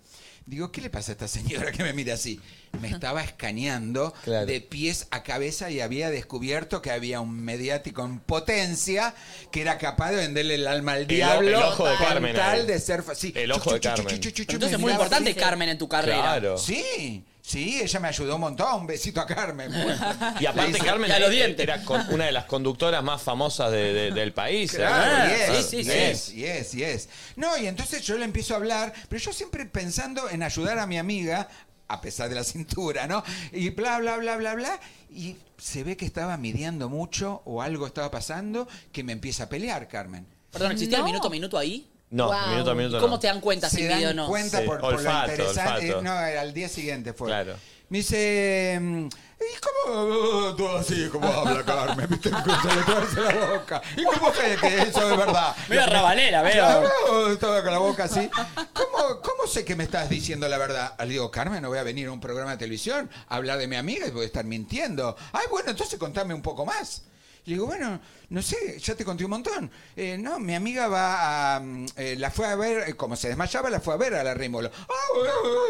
[SPEAKER 18] Digo, ¿qué le pasa a esta señora que me mira así? Me estaba escaneando de pies a cabeza y había descubierto que había un mediático en potencia que era capaz de venderle el alma al diablo
[SPEAKER 1] el ojo de
[SPEAKER 18] con
[SPEAKER 1] Carmen
[SPEAKER 18] tal
[SPEAKER 1] ahí.
[SPEAKER 18] de ser... fa- sí.
[SPEAKER 1] El ojo de Carmen.
[SPEAKER 10] Entonces es muy importante Carmen en tu carrera.
[SPEAKER 1] Claro.
[SPEAKER 18] Sí, Sí, ella me ayudó un montón. Un besito a Carmen. pues.
[SPEAKER 5] Y
[SPEAKER 18] Le
[SPEAKER 5] aparte
[SPEAKER 18] hice-
[SPEAKER 5] Carmen era- era con- una de las conductoras más famosas de- de- del país. ¿eh?
[SPEAKER 18] Claro,
[SPEAKER 5] Era-
[SPEAKER 18] yes,
[SPEAKER 5] Sí, sí,
[SPEAKER 18] yes,
[SPEAKER 5] sí.
[SPEAKER 18] yes, yes. No, y entonces yo le empiezo a hablar, pero yo siempre pensando en ayudar a mi amiga, a pesar de la cintura, ¿no? Y bla, bla, bla, bla, bla. Y se ve que estaba midiendo mucho o algo estaba pasando que me empieza a pelear, Carmen.
[SPEAKER 10] Perdón, ¿existía el minuto a minuto ahí?
[SPEAKER 5] No, Wow. minuto a minuto
[SPEAKER 10] ¿Y ¿Cómo
[SPEAKER 5] no.
[SPEAKER 10] te dan cuenta
[SPEAKER 18] se
[SPEAKER 10] si
[SPEAKER 18] dan
[SPEAKER 10] video o no?
[SPEAKER 18] cuenta por, por
[SPEAKER 5] olfato,
[SPEAKER 18] lo interesante.
[SPEAKER 5] olfato.
[SPEAKER 18] eh, No, era al día siguiente fue.
[SPEAKER 5] Claro.
[SPEAKER 18] Me dice, mm, ¿y cómo eh, todo así como habla Carmen? ¿Viste? Se le tuerce la boca. ¿Y cómo crees que eso es verdad?
[SPEAKER 10] Medio rabanera, veo.
[SPEAKER 18] Claro, Estaba con la boca así. ¿Cómo, ¿Cómo sé que me estás diciendo la verdad? Le digo, Carmen, no voy a venir a un programa de televisión a hablar de mi amiga y voy a estar mintiendo. Ay, bueno, entonces contame un poco más. Le digo, bueno, no sé, ya te conté un montón. Eh, no, mi amiga va a. mm, eh, la fue a ver, eh, como se desmayaba, la fue a ver a la Rímola.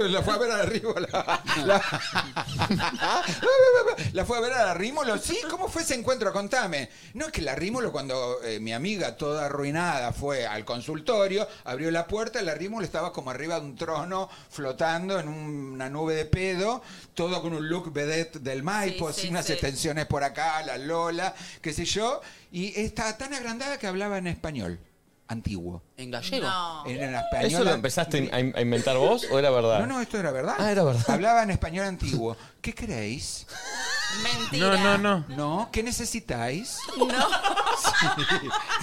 [SPEAKER 18] la fue a ver a la Rímola. La, la fue a ver a la Rímolo. Sí, ¿cómo fue ese encuentro? Contame. No, es que la Rímolo, cuando eh, mi amiga toda arruinada fue al consultorio, abrió la puerta, la Rímolo estaba como arriba de un trono, flotando en un- una nube de pedo, todo con un look vedette del Maipo,
[SPEAKER 7] Sí,
[SPEAKER 18] sin
[SPEAKER 7] sí,
[SPEAKER 18] unas
[SPEAKER 7] sí.
[SPEAKER 18] extensiones por acá, la Lola, qué sé yo. Y estaba tan agrandada que hablaba en español. Antiguo.
[SPEAKER 10] ¿En gallego?
[SPEAKER 18] En la
[SPEAKER 5] ¿Eso lo
[SPEAKER 18] española
[SPEAKER 5] empezaste a in- a inventar vos o era verdad?
[SPEAKER 18] no, no, esto era verdad.
[SPEAKER 5] Ah, era verdad.
[SPEAKER 18] Hablaba en español antiguo. ¿Qué queréis?
[SPEAKER 5] Mentira. No, no,
[SPEAKER 18] No, ¿qué necesitáis? No.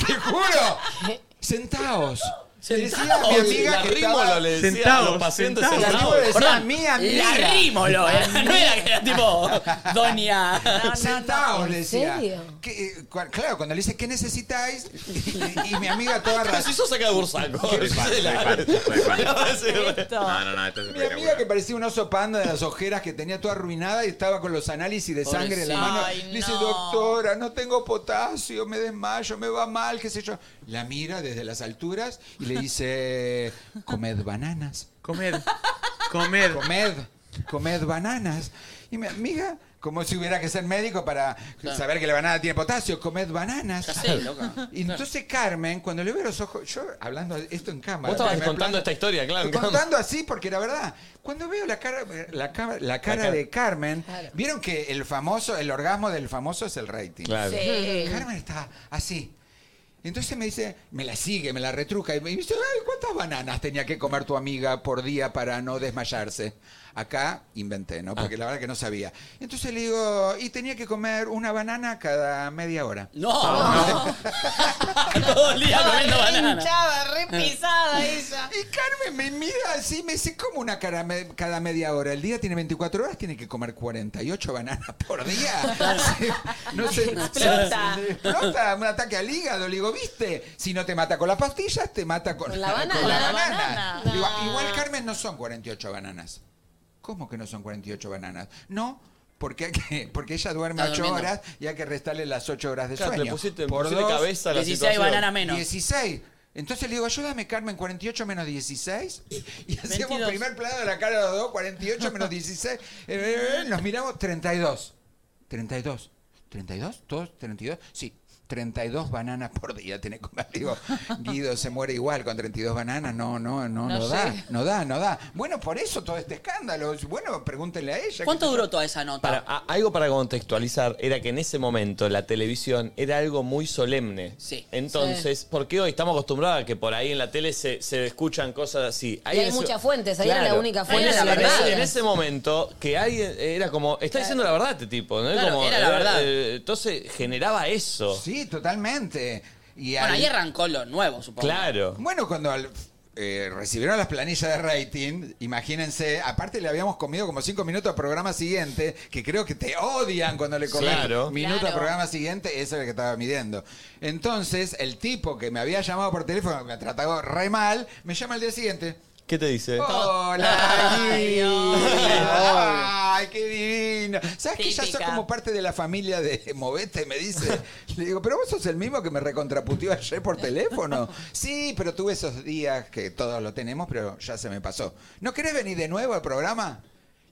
[SPEAKER 18] ¡Te juro! Sentaos. Le Decía a mi
[SPEAKER 5] Sentaos.
[SPEAKER 18] amiga
[SPEAKER 5] La
[SPEAKER 18] que
[SPEAKER 5] Rímolo
[SPEAKER 18] estaba...
[SPEAKER 5] le decía Sentaos, a los pacientes sentaos. sentaos.
[SPEAKER 18] La Rímolo decía,
[SPEAKER 5] Perdón,
[SPEAKER 18] mi amiga.
[SPEAKER 5] la Rímolo,
[SPEAKER 10] eh, no era que era tipo, doña. No, no,
[SPEAKER 18] sentaos,
[SPEAKER 10] no.
[SPEAKER 18] le
[SPEAKER 10] ¿En
[SPEAKER 18] decía.
[SPEAKER 10] serio?
[SPEAKER 18] Que, eh, cua- claro, cuando le dice, ¿qué necesitáis? Y, y mi amiga toda...
[SPEAKER 5] Pero si sos acá de Bursaco.
[SPEAKER 18] No, no, no,
[SPEAKER 10] Uh.
[SPEAKER 18] Mi amiga que parecía un oso panda de las ojeras que tenía toda arruinada y estaba con los análisis de sangre en la
[SPEAKER 7] Pobrecita.
[SPEAKER 18] mano.
[SPEAKER 7] Ay,
[SPEAKER 18] Le dice,
[SPEAKER 7] no.
[SPEAKER 18] doctora, no tengo potasio, me desmayo, me va mal, qué sé yo. La mira desde las alturas y le dice, comed bananas. Comed. Comed. Comed. Comed bananas. Y mi amiga, como si hubiera que ser médico para
[SPEAKER 7] Claro.
[SPEAKER 18] saber que la banana tiene potasio, comed bananas.
[SPEAKER 7] Ya sé, loca.
[SPEAKER 18] Y entonces Carmen, cuando le veo los ojos, yo hablando esto en cámara.
[SPEAKER 5] Vos estabas
[SPEAKER 18] primer
[SPEAKER 5] contando
[SPEAKER 18] plano,
[SPEAKER 5] esta historia, claro.
[SPEAKER 18] Estoy contando así porque la verdad, cuando veo la cara, la, ca- la cara
[SPEAKER 5] cara.
[SPEAKER 18] de Carmen, vieron que el famoso, el orgasmo del famoso es el rating.
[SPEAKER 5] Claro. Sí.
[SPEAKER 18] Carmen está así. Entonces me dice, me la sigue, me la retruca y me dice, ay, ¿cuántas bananas tenía que comer tu amiga por día para no desmayarse? Acá inventé, ¿no?
[SPEAKER 5] Ah.
[SPEAKER 18] Porque la verdad que no sabía. Entonces le digo, y tenía que comer una banana cada media hora.
[SPEAKER 10] No. Todo el día comiendo banana.
[SPEAKER 18] re
[SPEAKER 9] pisada ella.
[SPEAKER 18] Y Carmen me mira así, me dice, como una cara me- cada media hora? El día tiene 24 horas, tiene que comer 48 bananas por día. no sé.
[SPEAKER 7] Explota.
[SPEAKER 18] se- explota, un ataque al hígado. Le digo, ¿viste? Si no te mata con las pastillas, te mata con,
[SPEAKER 7] Con la banana.
[SPEAKER 18] con la
[SPEAKER 7] Con la
[SPEAKER 18] banana.
[SPEAKER 7] banana.
[SPEAKER 18] Le digo, "Ah,
[SPEAKER 7] No.
[SPEAKER 18] igual, Carmen, no son 48 bananas. ¿Cómo que no son 48 bananas? No. Porque, hay que- porque ella duerme
[SPEAKER 5] Está
[SPEAKER 18] 8
[SPEAKER 5] durmiendo.
[SPEAKER 18] horas y hay que restarle las 8 horas de
[SPEAKER 5] Claro,
[SPEAKER 18] sueño.
[SPEAKER 5] le pusiste- pusiste cabeza a la 16
[SPEAKER 18] bananas
[SPEAKER 5] situación. banana menos.
[SPEAKER 18] 16. Entonces le digo, ayúdame Carmen, 48 menos 16. Y hacemos
[SPEAKER 5] 22.
[SPEAKER 18] primer plano de la cara de los dos, 48 menos 16. Eh, eh, eh, nos miramos, 32. 32. 32, todos 32. Sí, 32 bananas por día tiene que comer. Digo, Guido se muere igual con 32 bananas. No, no, no, no,
[SPEAKER 10] No
[SPEAKER 18] da.
[SPEAKER 10] llega.
[SPEAKER 18] No da, no da. Bueno, por eso todo este escándalo. Bueno, pregúntenle a ella.
[SPEAKER 10] ¿Cuánto
[SPEAKER 18] qué sé yo.
[SPEAKER 10] duró toda esa nota?
[SPEAKER 5] Para, a- algo para contextualizar era que en ese momento la televisión era algo muy solemne.
[SPEAKER 10] Sí.
[SPEAKER 5] Entonces, porque hoy estamos acostumbrados a que por ahí en la tele se, se escuchan cosas así.
[SPEAKER 3] Y hay
[SPEAKER 5] en su-
[SPEAKER 3] muchas fuentes, ahí era la única fuente
[SPEAKER 5] En
[SPEAKER 3] de
[SPEAKER 5] ese-
[SPEAKER 3] la verdad.
[SPEAKER 5] En ese momento que alguien era como, está diciendo la verdad este tipo, ¿no?
[SPEAKER 18] Claro,
[SPEAKER 5] Como,
[SPEAKER 18] era la verdad.
[SPEAKER 5] eh, entonces generaba eso.
[SPEAKER 18] Sí, totalmente. Y
[SPEAKER 10] Bueno,
[SPEAKER 18] al-
[SPEAKER 10] ahí arrancó lo nuevo, supongo.
[SPEAKER 5] Claro.
[SPEAKER 18] Bueno, cuando al- eh, recibieron las planillas de rating, imagínense, aparte le habíamos comido como cinco minutos al programa siguiente, que creo que te odian cuando le comes
[SPEAKER 5] Claro.
[SPEAKER 18] minuto al
[SPEAKER 5] Claro.
[SPEAKER 18] programa siguiente, eso es lo que estaba midiendo. Entonces, el tipo que me había llamado por teléfono, me trataba re mal, me llama al día siguiente.
[SPEAKER 5] ¿Qué te dice?
[SPEAKER 18] Hola,
[SPEAKER 7] Ay,
[SPEAKER 18] Guille.
[SPEAKER 7] Dios.
[SPEAKER 18] Ay, qué divino. ¿Sabes que ya sos
[SPEAKER 7] Típica.
[SPEAKER 18] como parte de la familia de Movete? Me dice. Le digo, pero vos sos el mismo que me recontraputeó ayer por teléfono. Sí, pero tuve esos días que todos lo tenemos, pero ya se me pasó. ¿No querés venir de nuevo al programa?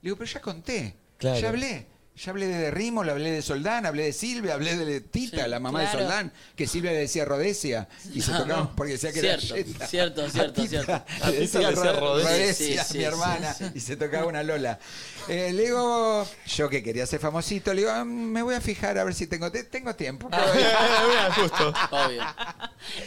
[SPEAKER 18] Le digo, pero ya conté.
[SPEAKER 5] Claro.
[SPEAKER 18] Ya hablé. Ya hablé de Rímolo, hablé de Soldán, hablé de Silvia, hablé de Tita, la mamá
[SPEAKER 10] claro.
[SPEAKER 18] de Soldán, que Silvia le decía Rodesia y se tocó
[SPEAKER 10] Ah, No,
[SPEAKER 18] porque decía que
[SPEAKER 10] cierto,
[SPEAKER 18] era yeta.
[SPEAKER 10] cierto, cierto,
[SPEAKER 18] A Tita
[SPEAKER 10] cierto. A
[SPEAKER 18] Le
[SPEAKER 10] Tita
[SPEAKER 18] decía
[SPEAKER 10] le decía
[SPEAKER 18] Ro-
[SPEAKER 10] Rodesia.
[SPEAKER 18] Rodesia,
[SPEAKER 10] Sí, sí,
[SPEAKER 18] mi hermana,
[SPEAKER 10] sí, sí.
[SPEAKER 18] y se tocaba una Lola. Eh, le digo, yo que quería ser famosito, le digo, "Ah, me voy a fijar a ver si tengo, te- tengo tiempo.
[SPEAKER 10] Ah, justo. Obvio.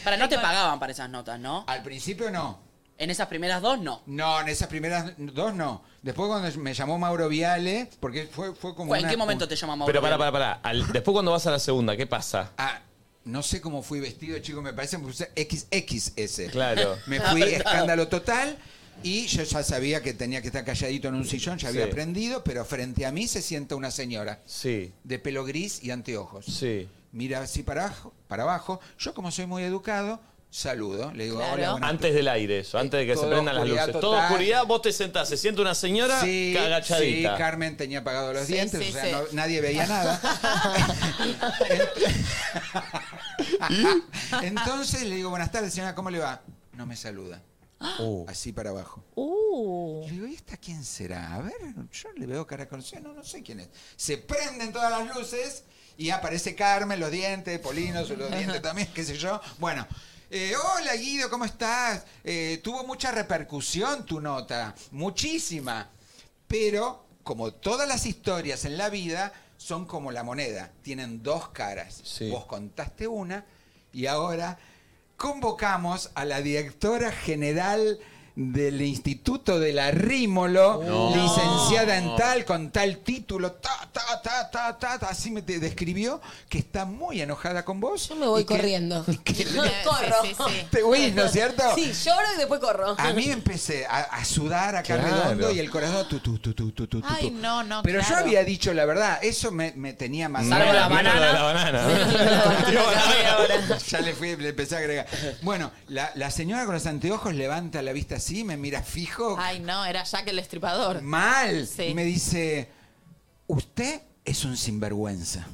[SPEAKER 10] Para, no te pagaban para esas notas, ¿no?
[SPEAKER 18] Al principio no.
[SPEAKER 10] En esas primeras dos no.
[SPEAKER 18] No, en esas primeras dos no. Después cuando me llamó Mauro Viale, porque fue, fue como...
[SPEAKER 10] Fue, ¿en
[SPEAKER 18] una-
[SPEAKER 10] qué momento te llama Mauro?
[SPEAKER 5] Pero pará,
[SPEAKER 10] Viale?
[SPEAKER 5] pará, pará. Al- después cuando vas a la segunda, ¿qué pasa?
[SPEAKER 18] Ah, no sé cómo fui vestido, chicos, me parece que me puse XXS.
[SPEAKER 5] Claro.
[SPEAKER 18] Me fui
[SPEAKER 5] Claro.
[SPEAKER 18] escándalo total y yo ya sabía que tenía que estar calladito en un sillón, ya había
[SPEAKER 5] Sí.
[SPEAKER 18] aprendido, pero frente a mí se sienta una señora.
[SPEAKER 5] Sí.
[SPEAKER 18] De pelo gris y anteojos.
[SPEAKER 5] Sí.
[SPEAKER 18] Mira así para abajo, para abajo. Yo como soy muy educado, saludo, le digo, hola, buenas
[SPEAKER 5] antes del aire, eso, antes de que se
[SPEAKER 18] Todo
[SPEAKER 5] prendan las
[SPEAKER 18] oscuridad
[SPEAKER 5] luces. Toda
[SPEAKER 18] total.
[SPEAKER 5] oscuridad, vos te sentás, se siente una señora
[SPEAKER 18] Sí,
[SPEAKER 5] agachadita.
[SPEAKER 18] sí, Carmen tenía apagados los
[SPEAKER 5] Sí,
[SPEAKER 18] dientes,
[SPEAKER 5] sí,
[SPEAKER 18] o sea,
[SPEAKER 5] sí.
[SPEAKER 18] no- nadie veía nada. Entonces le digo, buenas tardes, señora, ¿cómo le va? No me saluda. Así para abajo. Le digo, ¿y esta quién será? A ver, yo le veo cara conocida, no, no sé quién es. Se prenden todas las luces y aparece Carmen, los dientes, Polinos, los dientes también, qué sé yo. Bueno. eh, hola Guido, ¿cómo estás? Eh, tuvo mucha repercusión tu nota, muchísima. Pero, como todas las historias en la vida, son como la moneda, tienen dos caras. Vos contaste una y ahora convocamos a la directora general del Instituto de la Rímolo,
[SPEAKER 5] No.
[SPEAKER 18] licenciada en
[SPEAKER 5] No.
[SPEAKER 18] tal, con tal título, ta, ta, ta, ta, ta, ta, así me te describió, que está muy enojada con vos. Yo me
[SPEAKER 3] voy corriendo. Corro.
[SPEAKER 18] Te huís, ¿no es cierto?
[SPEAKER 3] Sí, lloro y después corro.
[SPEAKER 18] A mí empecé a, a sudar acá
[SPEAKER 5] Claro.
[SPEAKER 18] redondo y el corazón tu, tu, tu, tu, tu, tu, tu.
[SPEAKER 24] Ay, no, no,
[SPEAKER 18] Pero yo
[SPEAKER 24] claro.
[SPEAKER 18] había dicho la verdad, eso me, me tenía más...
[SPEAKER 5] Salvo la Menos banana. la banana. Menos
[SPEAKER 18] ya le, fui, le empecé a agregar. Bueno, la, la señora con los anteojos levanta la vista así, me mira fijo,
[SPEAKER 24] Ay, no, era Jack el Destripador.
[SPEAKER 18] mal,
[SPEAKER 24] Sí.
[SPEAKER 18] y me dice, usted es un sinvergüenza.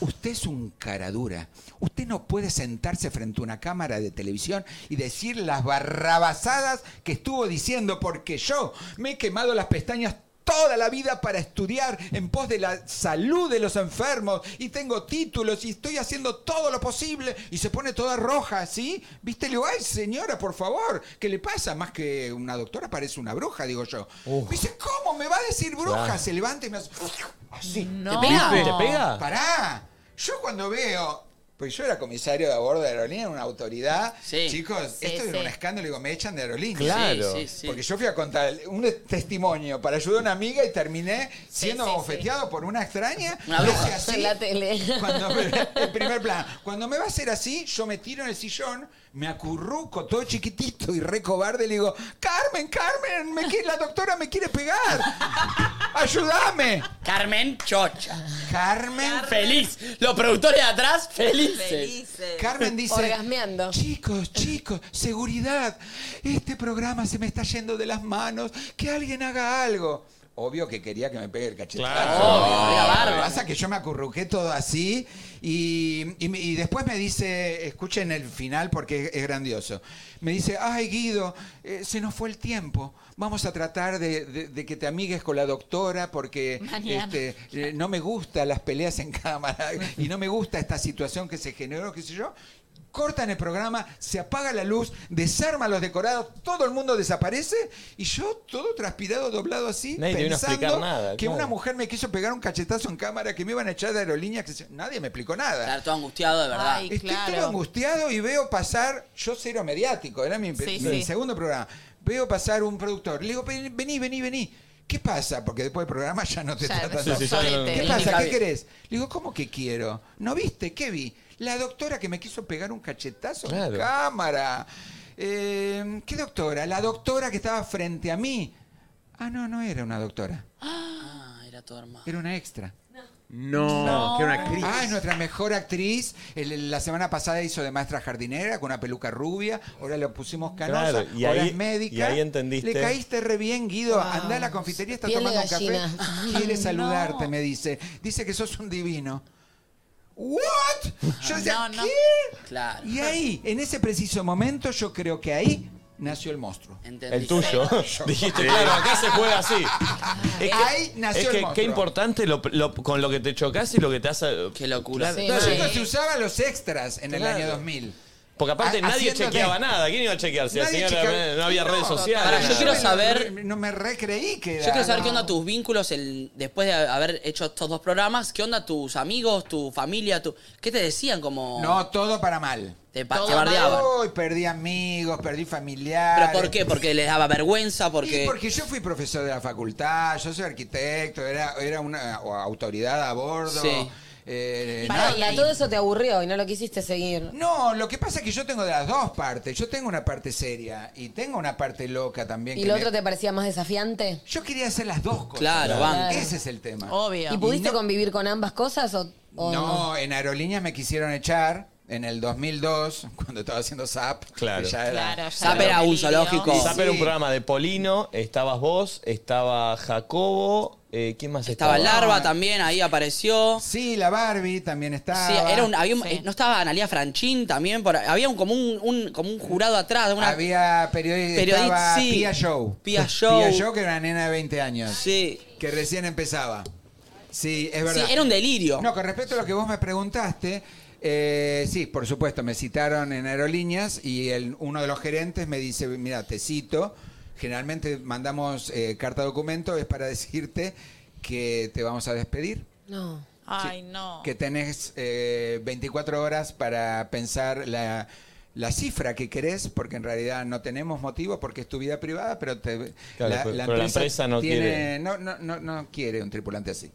[SPEAKER 18] Usted es un caradura. Usted no puede sentarse frente a una cámara de televisión y decir las barrabasadas que estuvo diciendo porque yo me he quemado las pestañas toda la vida para estudiar en pos de la salud de los enfermos y tengo títulos y estoy haciendo todo lo posible y se pone toda roja así. ¿Viste? Le digo, ay señora, por favor, ¿qué le pasa? Más que una doctora parece una bruja, digo yo. Me dice, ¿cómo me va a decir bruja?
[SPEAKER 5] Claro.
[SPEAKER 18] Se levanta y me hace... Así.
[SPEAKER 24] No.
[SPEAKER 5] ¿Te pega? ¿Viste? ¿Te pega?
[SPEAKER 18] Pará. Yo cuando veo. Pues yo era comisario de a bordo de aerolínea, era una autoridad. Chicos,
[SPEAKER 5] Sí,
[SPEAKER 18] esto
[SPEAKER 5] sí.
[SPEAKER 18] era un escándalo, digo, me echan de aerolínea.
[SPEAKER 5] Claro. Sí, sí, sí.
[SPEAKER 18] Porque yo fui a contar un testimonio para ayudar a una amiga y terminé siendo bofeteado por una extraña.
[SPEAKER 3] Una
[SPEAKER 18] que
[SPEAKER 3] bruja.
[SPEAKER 18] hace así,
[SPEAKER 3] En la tele.
[SPEAKER 18] Cuando me- en primer plan, cuando me va a hacer así, yo me tiro en el sillón, me acurruco todo chiquitito y re cobarde, le digo, Carmen, Carmen, me quiere- la doctora me quiere pegar. ¡Ayúdame!
[SPEAKER 10] Carmen Chocha.
[SPEAKER 18] Carmen.
[SPEAKER 10] Feliz. Los productores de atrás, felices.
[SPEAKER 18] Carmen dice,
[SPEAKER 3] Orgasmeando.
[SPEAKER 18] chicos, chicos, seguridad, este programa se me está yendo de las manos, que alguien haga algo. Obvio que quería que me pegue el cachetazo.
[SPEAKER 5] Claro. Obvio, era
[SPEAKER 18] Lo que
[SPEAKER 5] bárbaro.
[SPEAKER 18] pasa es que yo me acurruqué todo así y, y me- y después me dice, escuchen el final porque es, es grandioso, me dice, ay Guido, eh, se nos fue el tiempo, vamos a tratar de, de- de que te amigues con la doctora porque
[SPEAKER 5] Mañana.
[SPEAKER 18] este, eh, no me gustan las peleas en cámara y no me gusta esta situación que se generó, qué sé yo. Cortan el programa, se apaga la luz, desarman los decorados, todo el mundo desaparece y yo todo transpirado, doblado así,
[SPEAKER 5] Nadie te vino a
[SPEAKER 18] pensando
[SPEAKER 5] explicar nada,
[SPEAKER 18] que
[SPEAKER 5] claro.
[SPEAKER 18] una mujer me quiso pegar un cachetazo en cámara, que me iban a echar de aerolínea, que se- nadie me explicó nada.
[SPEAKER 10] Claro, todo angustiado, de verdad.
[SPEAKER 24] Ay,
[SPEAKER 18] Estoy
[SPEAKER 24] claro.
[SPEAKER 18] todo angustiado y veo pasar, yo cero mediático, era mi,
[SPEAKER 24] Sí,
[SPEAKER 18] mi
[SPEAKER 24] sí.
[SPEAKER 18] segundo programa. Veo pasar un productor, le digo, "Ven- vení, vení, vení. ¿Qué pasa? Porque después del programa ya no te
[SPEAKER 5] Ya,
[SPEAKER 18] tratan
[SPEAKER 5] sí,
[SPEAKER 18] de-
[SPEAKER 5] sí, ya no-
[SPEAKER 18] ¿Qué
[SPEAKER 5] Ni
[SPEAKER 18] pasa? ¿Qué
[SPEAKER 5] cabeza.
[SPEAKER 18] querés? Le digo, ¿cómo que quiero? ¿No viste? ¿Qué vi? La doctora que me quiso pegar un cachetazo
[SPEAKER 5] Claro.
[SPEAKER 18] en cámara. Eh, ¿Qué doctora? La doctora que estaba frente a mí. Ah, no, no era una doctora.
[SPEAKER 10] Ah, era tu hermano.
[SPEAKER 18] Era una extra.
[SPEAKER 5] No, No. que era una actriz.
[SPEAKER 18] Ay, nuestra mejor actriz. El- el- la semana pasada hizo de maestra jardinera con una peluca rubia. Ahora lo pusimos canosa.
[SPEAKER 1] Claro, y
[SPEAKER 18] ahora
[SPEAKER 1] ahí-
[SPEAKER 18] es médica.
[SPEAKER 1] y ahí entendiste.
[SPEAKER 18] Le caíste re bien, Guido. Andá a la confitería, está
[SPEAKER 1] Piel de
[SPEAKER 18] tomando un café.
[SPEAKER 1] gallina.
[SPEAKER 18] Quiere
[SPEAKER 1] Ay,
[SPEAKER 18] saludarte, me dice. Dice que sos un divino. ¿What? Yo decía,
[SPEAKER 24] no.
[SPEAKER 18] ¿qué?
[SPEAKER 10] Claro.
[SPEAKER 18] Y ahí, en ese preciso momento, yo creo que ahí nació el monstruo.
[SPEAKER 1] El tuyo. Dijiste, claro, acá se juega así. Es que,
[SPEAKER 18] Ahí nació
[SPEAKER 1] es
[SPEAKER 18] el
[SPEAKER 1] que
[SPEAKER 18] monstruo.
[SPEAKER 1] qué importante lo- lo- con lo que te chocas y lo que te
[SPEAKER 5] eh,
[SPEAKER 1] hace. Qué locura.
[SPEAKER 18] No, chicos, se usaba los extras en el
[SPEAKER 1] Claro.
[SPEAKER 18] año 2000.
[SPEAKER 1] Porque aparte
[SPEAKER 18] Ha-
[SPEAKER 1] nadie
[SPEAKER 18] haciendo
[SPEAKER 1] chequeaba
[SPEAKER 18] de-
[SPEAKER 1] nada. ¿Quién iba a chequear? Si la
[SPEAKER 18] Nadie
[SPEAKER 1] señora
[SPEAKER 18] chequea-
[SPEAKER 1] no había
[SPEAKER 18] No,
[SPEAKER 1] redes sociales.
[SPEAKER 10] Ahora, yo quiero
[SPEAKER 18] me-
[SPEAKER 10] saber.
[SPEAKER 18] No me recreí que
[SPEAKER 10] Yo
[SPEAKER 18] era-
[SPEAKER 10] quiero saber qué
[SPEAKER 18] no.
[SPEAKER 10] onda tus vínculos el, después de haber hecho estos dos programas. ¿Qué onda tus amigos, tu familia? Tu, ¿Qué te decían como.?
[SPEAKER 18] No, todo para mal.
[SPEAKER 10] Te, pa- te bardeaban.
[SPEAKER 18] Uy, perdí amigos, perdí familiares.
[SPEAKER 10] ¿Pero por qué? ¿Porque les daba vergüenza? Porque.
[SPEAKER 18] Y porque yo fui profesor de la facultad, yo soy arquitecto, era, era una o- autoridad a bordo.
[SPEAKER 10] Sí.
[SPEAKER 18] Eh,
[SPEAKER 3] Pará,
[SPEAKER 18] no-
[SPEAKER 3] y a todo eso te aburrió y no lo quisiste seguir.
[SPEAKER 18] No, lo que pasa es que yo tengo de las dos partes. Yo tengo una parte seria y tengo una parte loca también.
[SPEAKER 3] ¿Y
[SPEAKER 18] que
[SPEAKER 3] lo
[SPEAKER 18] me-
[SPEAKER 3] otro te parecía más desafiante?
[SPEAKER 18] Yo quería hacer las dos cosas.
[SPEAKER 10] Claro, banco.
[SPEAKER 18] Ese es el tema.
[SPEAKER 3] ¿Y pudiste
[SPEAKER 18] Y no-
[SPEAKER 3] convivir con ambas cosas o, o no?
[SPEAKER 18] No, en aerolíneas me quisieron echar en el 2002, cuando estaba haciendo SAP.
[SPEAKER 1] Claro.
[SPEAKER 18] que ya era-
[SPEAKER 1] SAP era un programa de Polino, estabas vos, estaba Jacobo, eh, ¿quién más estaba?
[SPEAKER 10] Estaba Larva también, ahí apareció.
[SPEAKER 18] Sí, la Barbie también estaba.
[SPEAKER 10] Sí, era un, había un- eh, no estaba Analia Franchín también, por- había un, como un, un- como un jurado atrás, una
[SPEAKER 18] Había periodista,
[SPEAKER 10] Periodi-
[SPEAKER 18] estaba
[SPEAKER 10] sí.
[SPEAKER 18] Pia Show.
[SPEAKER 10] Pia Show.
[SPEAKER 18] que era una nena de 20 años. Que recién empezaba. Sí, es verdad.
[SPEAKER 10] Sí, era un delirio.
[SPEAKER 18] No, con respecto a lo que vos me preguntaste, eh, sí, por supuesto, me citaron en aerolíneas y el- uno de los gerentes me dice, mira, te cito. Generalmente mandamos eh, carta documento, es para decirte que te vamos a despedir.
[SPEAKER 3] No.
[SPEAKER 24] Ay, no.
[SPEAKER 18] que tenés eh, 24 horas para pensar la, la cifra que querés, porque en realidad no tenemos motivo, porque es tu vida privada, pero, te-
[SPEAKER 1] Claro, pero- pero la empresa no
[SPEAKER 18] tiene-
[SPEAKER 1] quiere.
[SPEAKER 18] No, no, no, no quiere un tripulante así.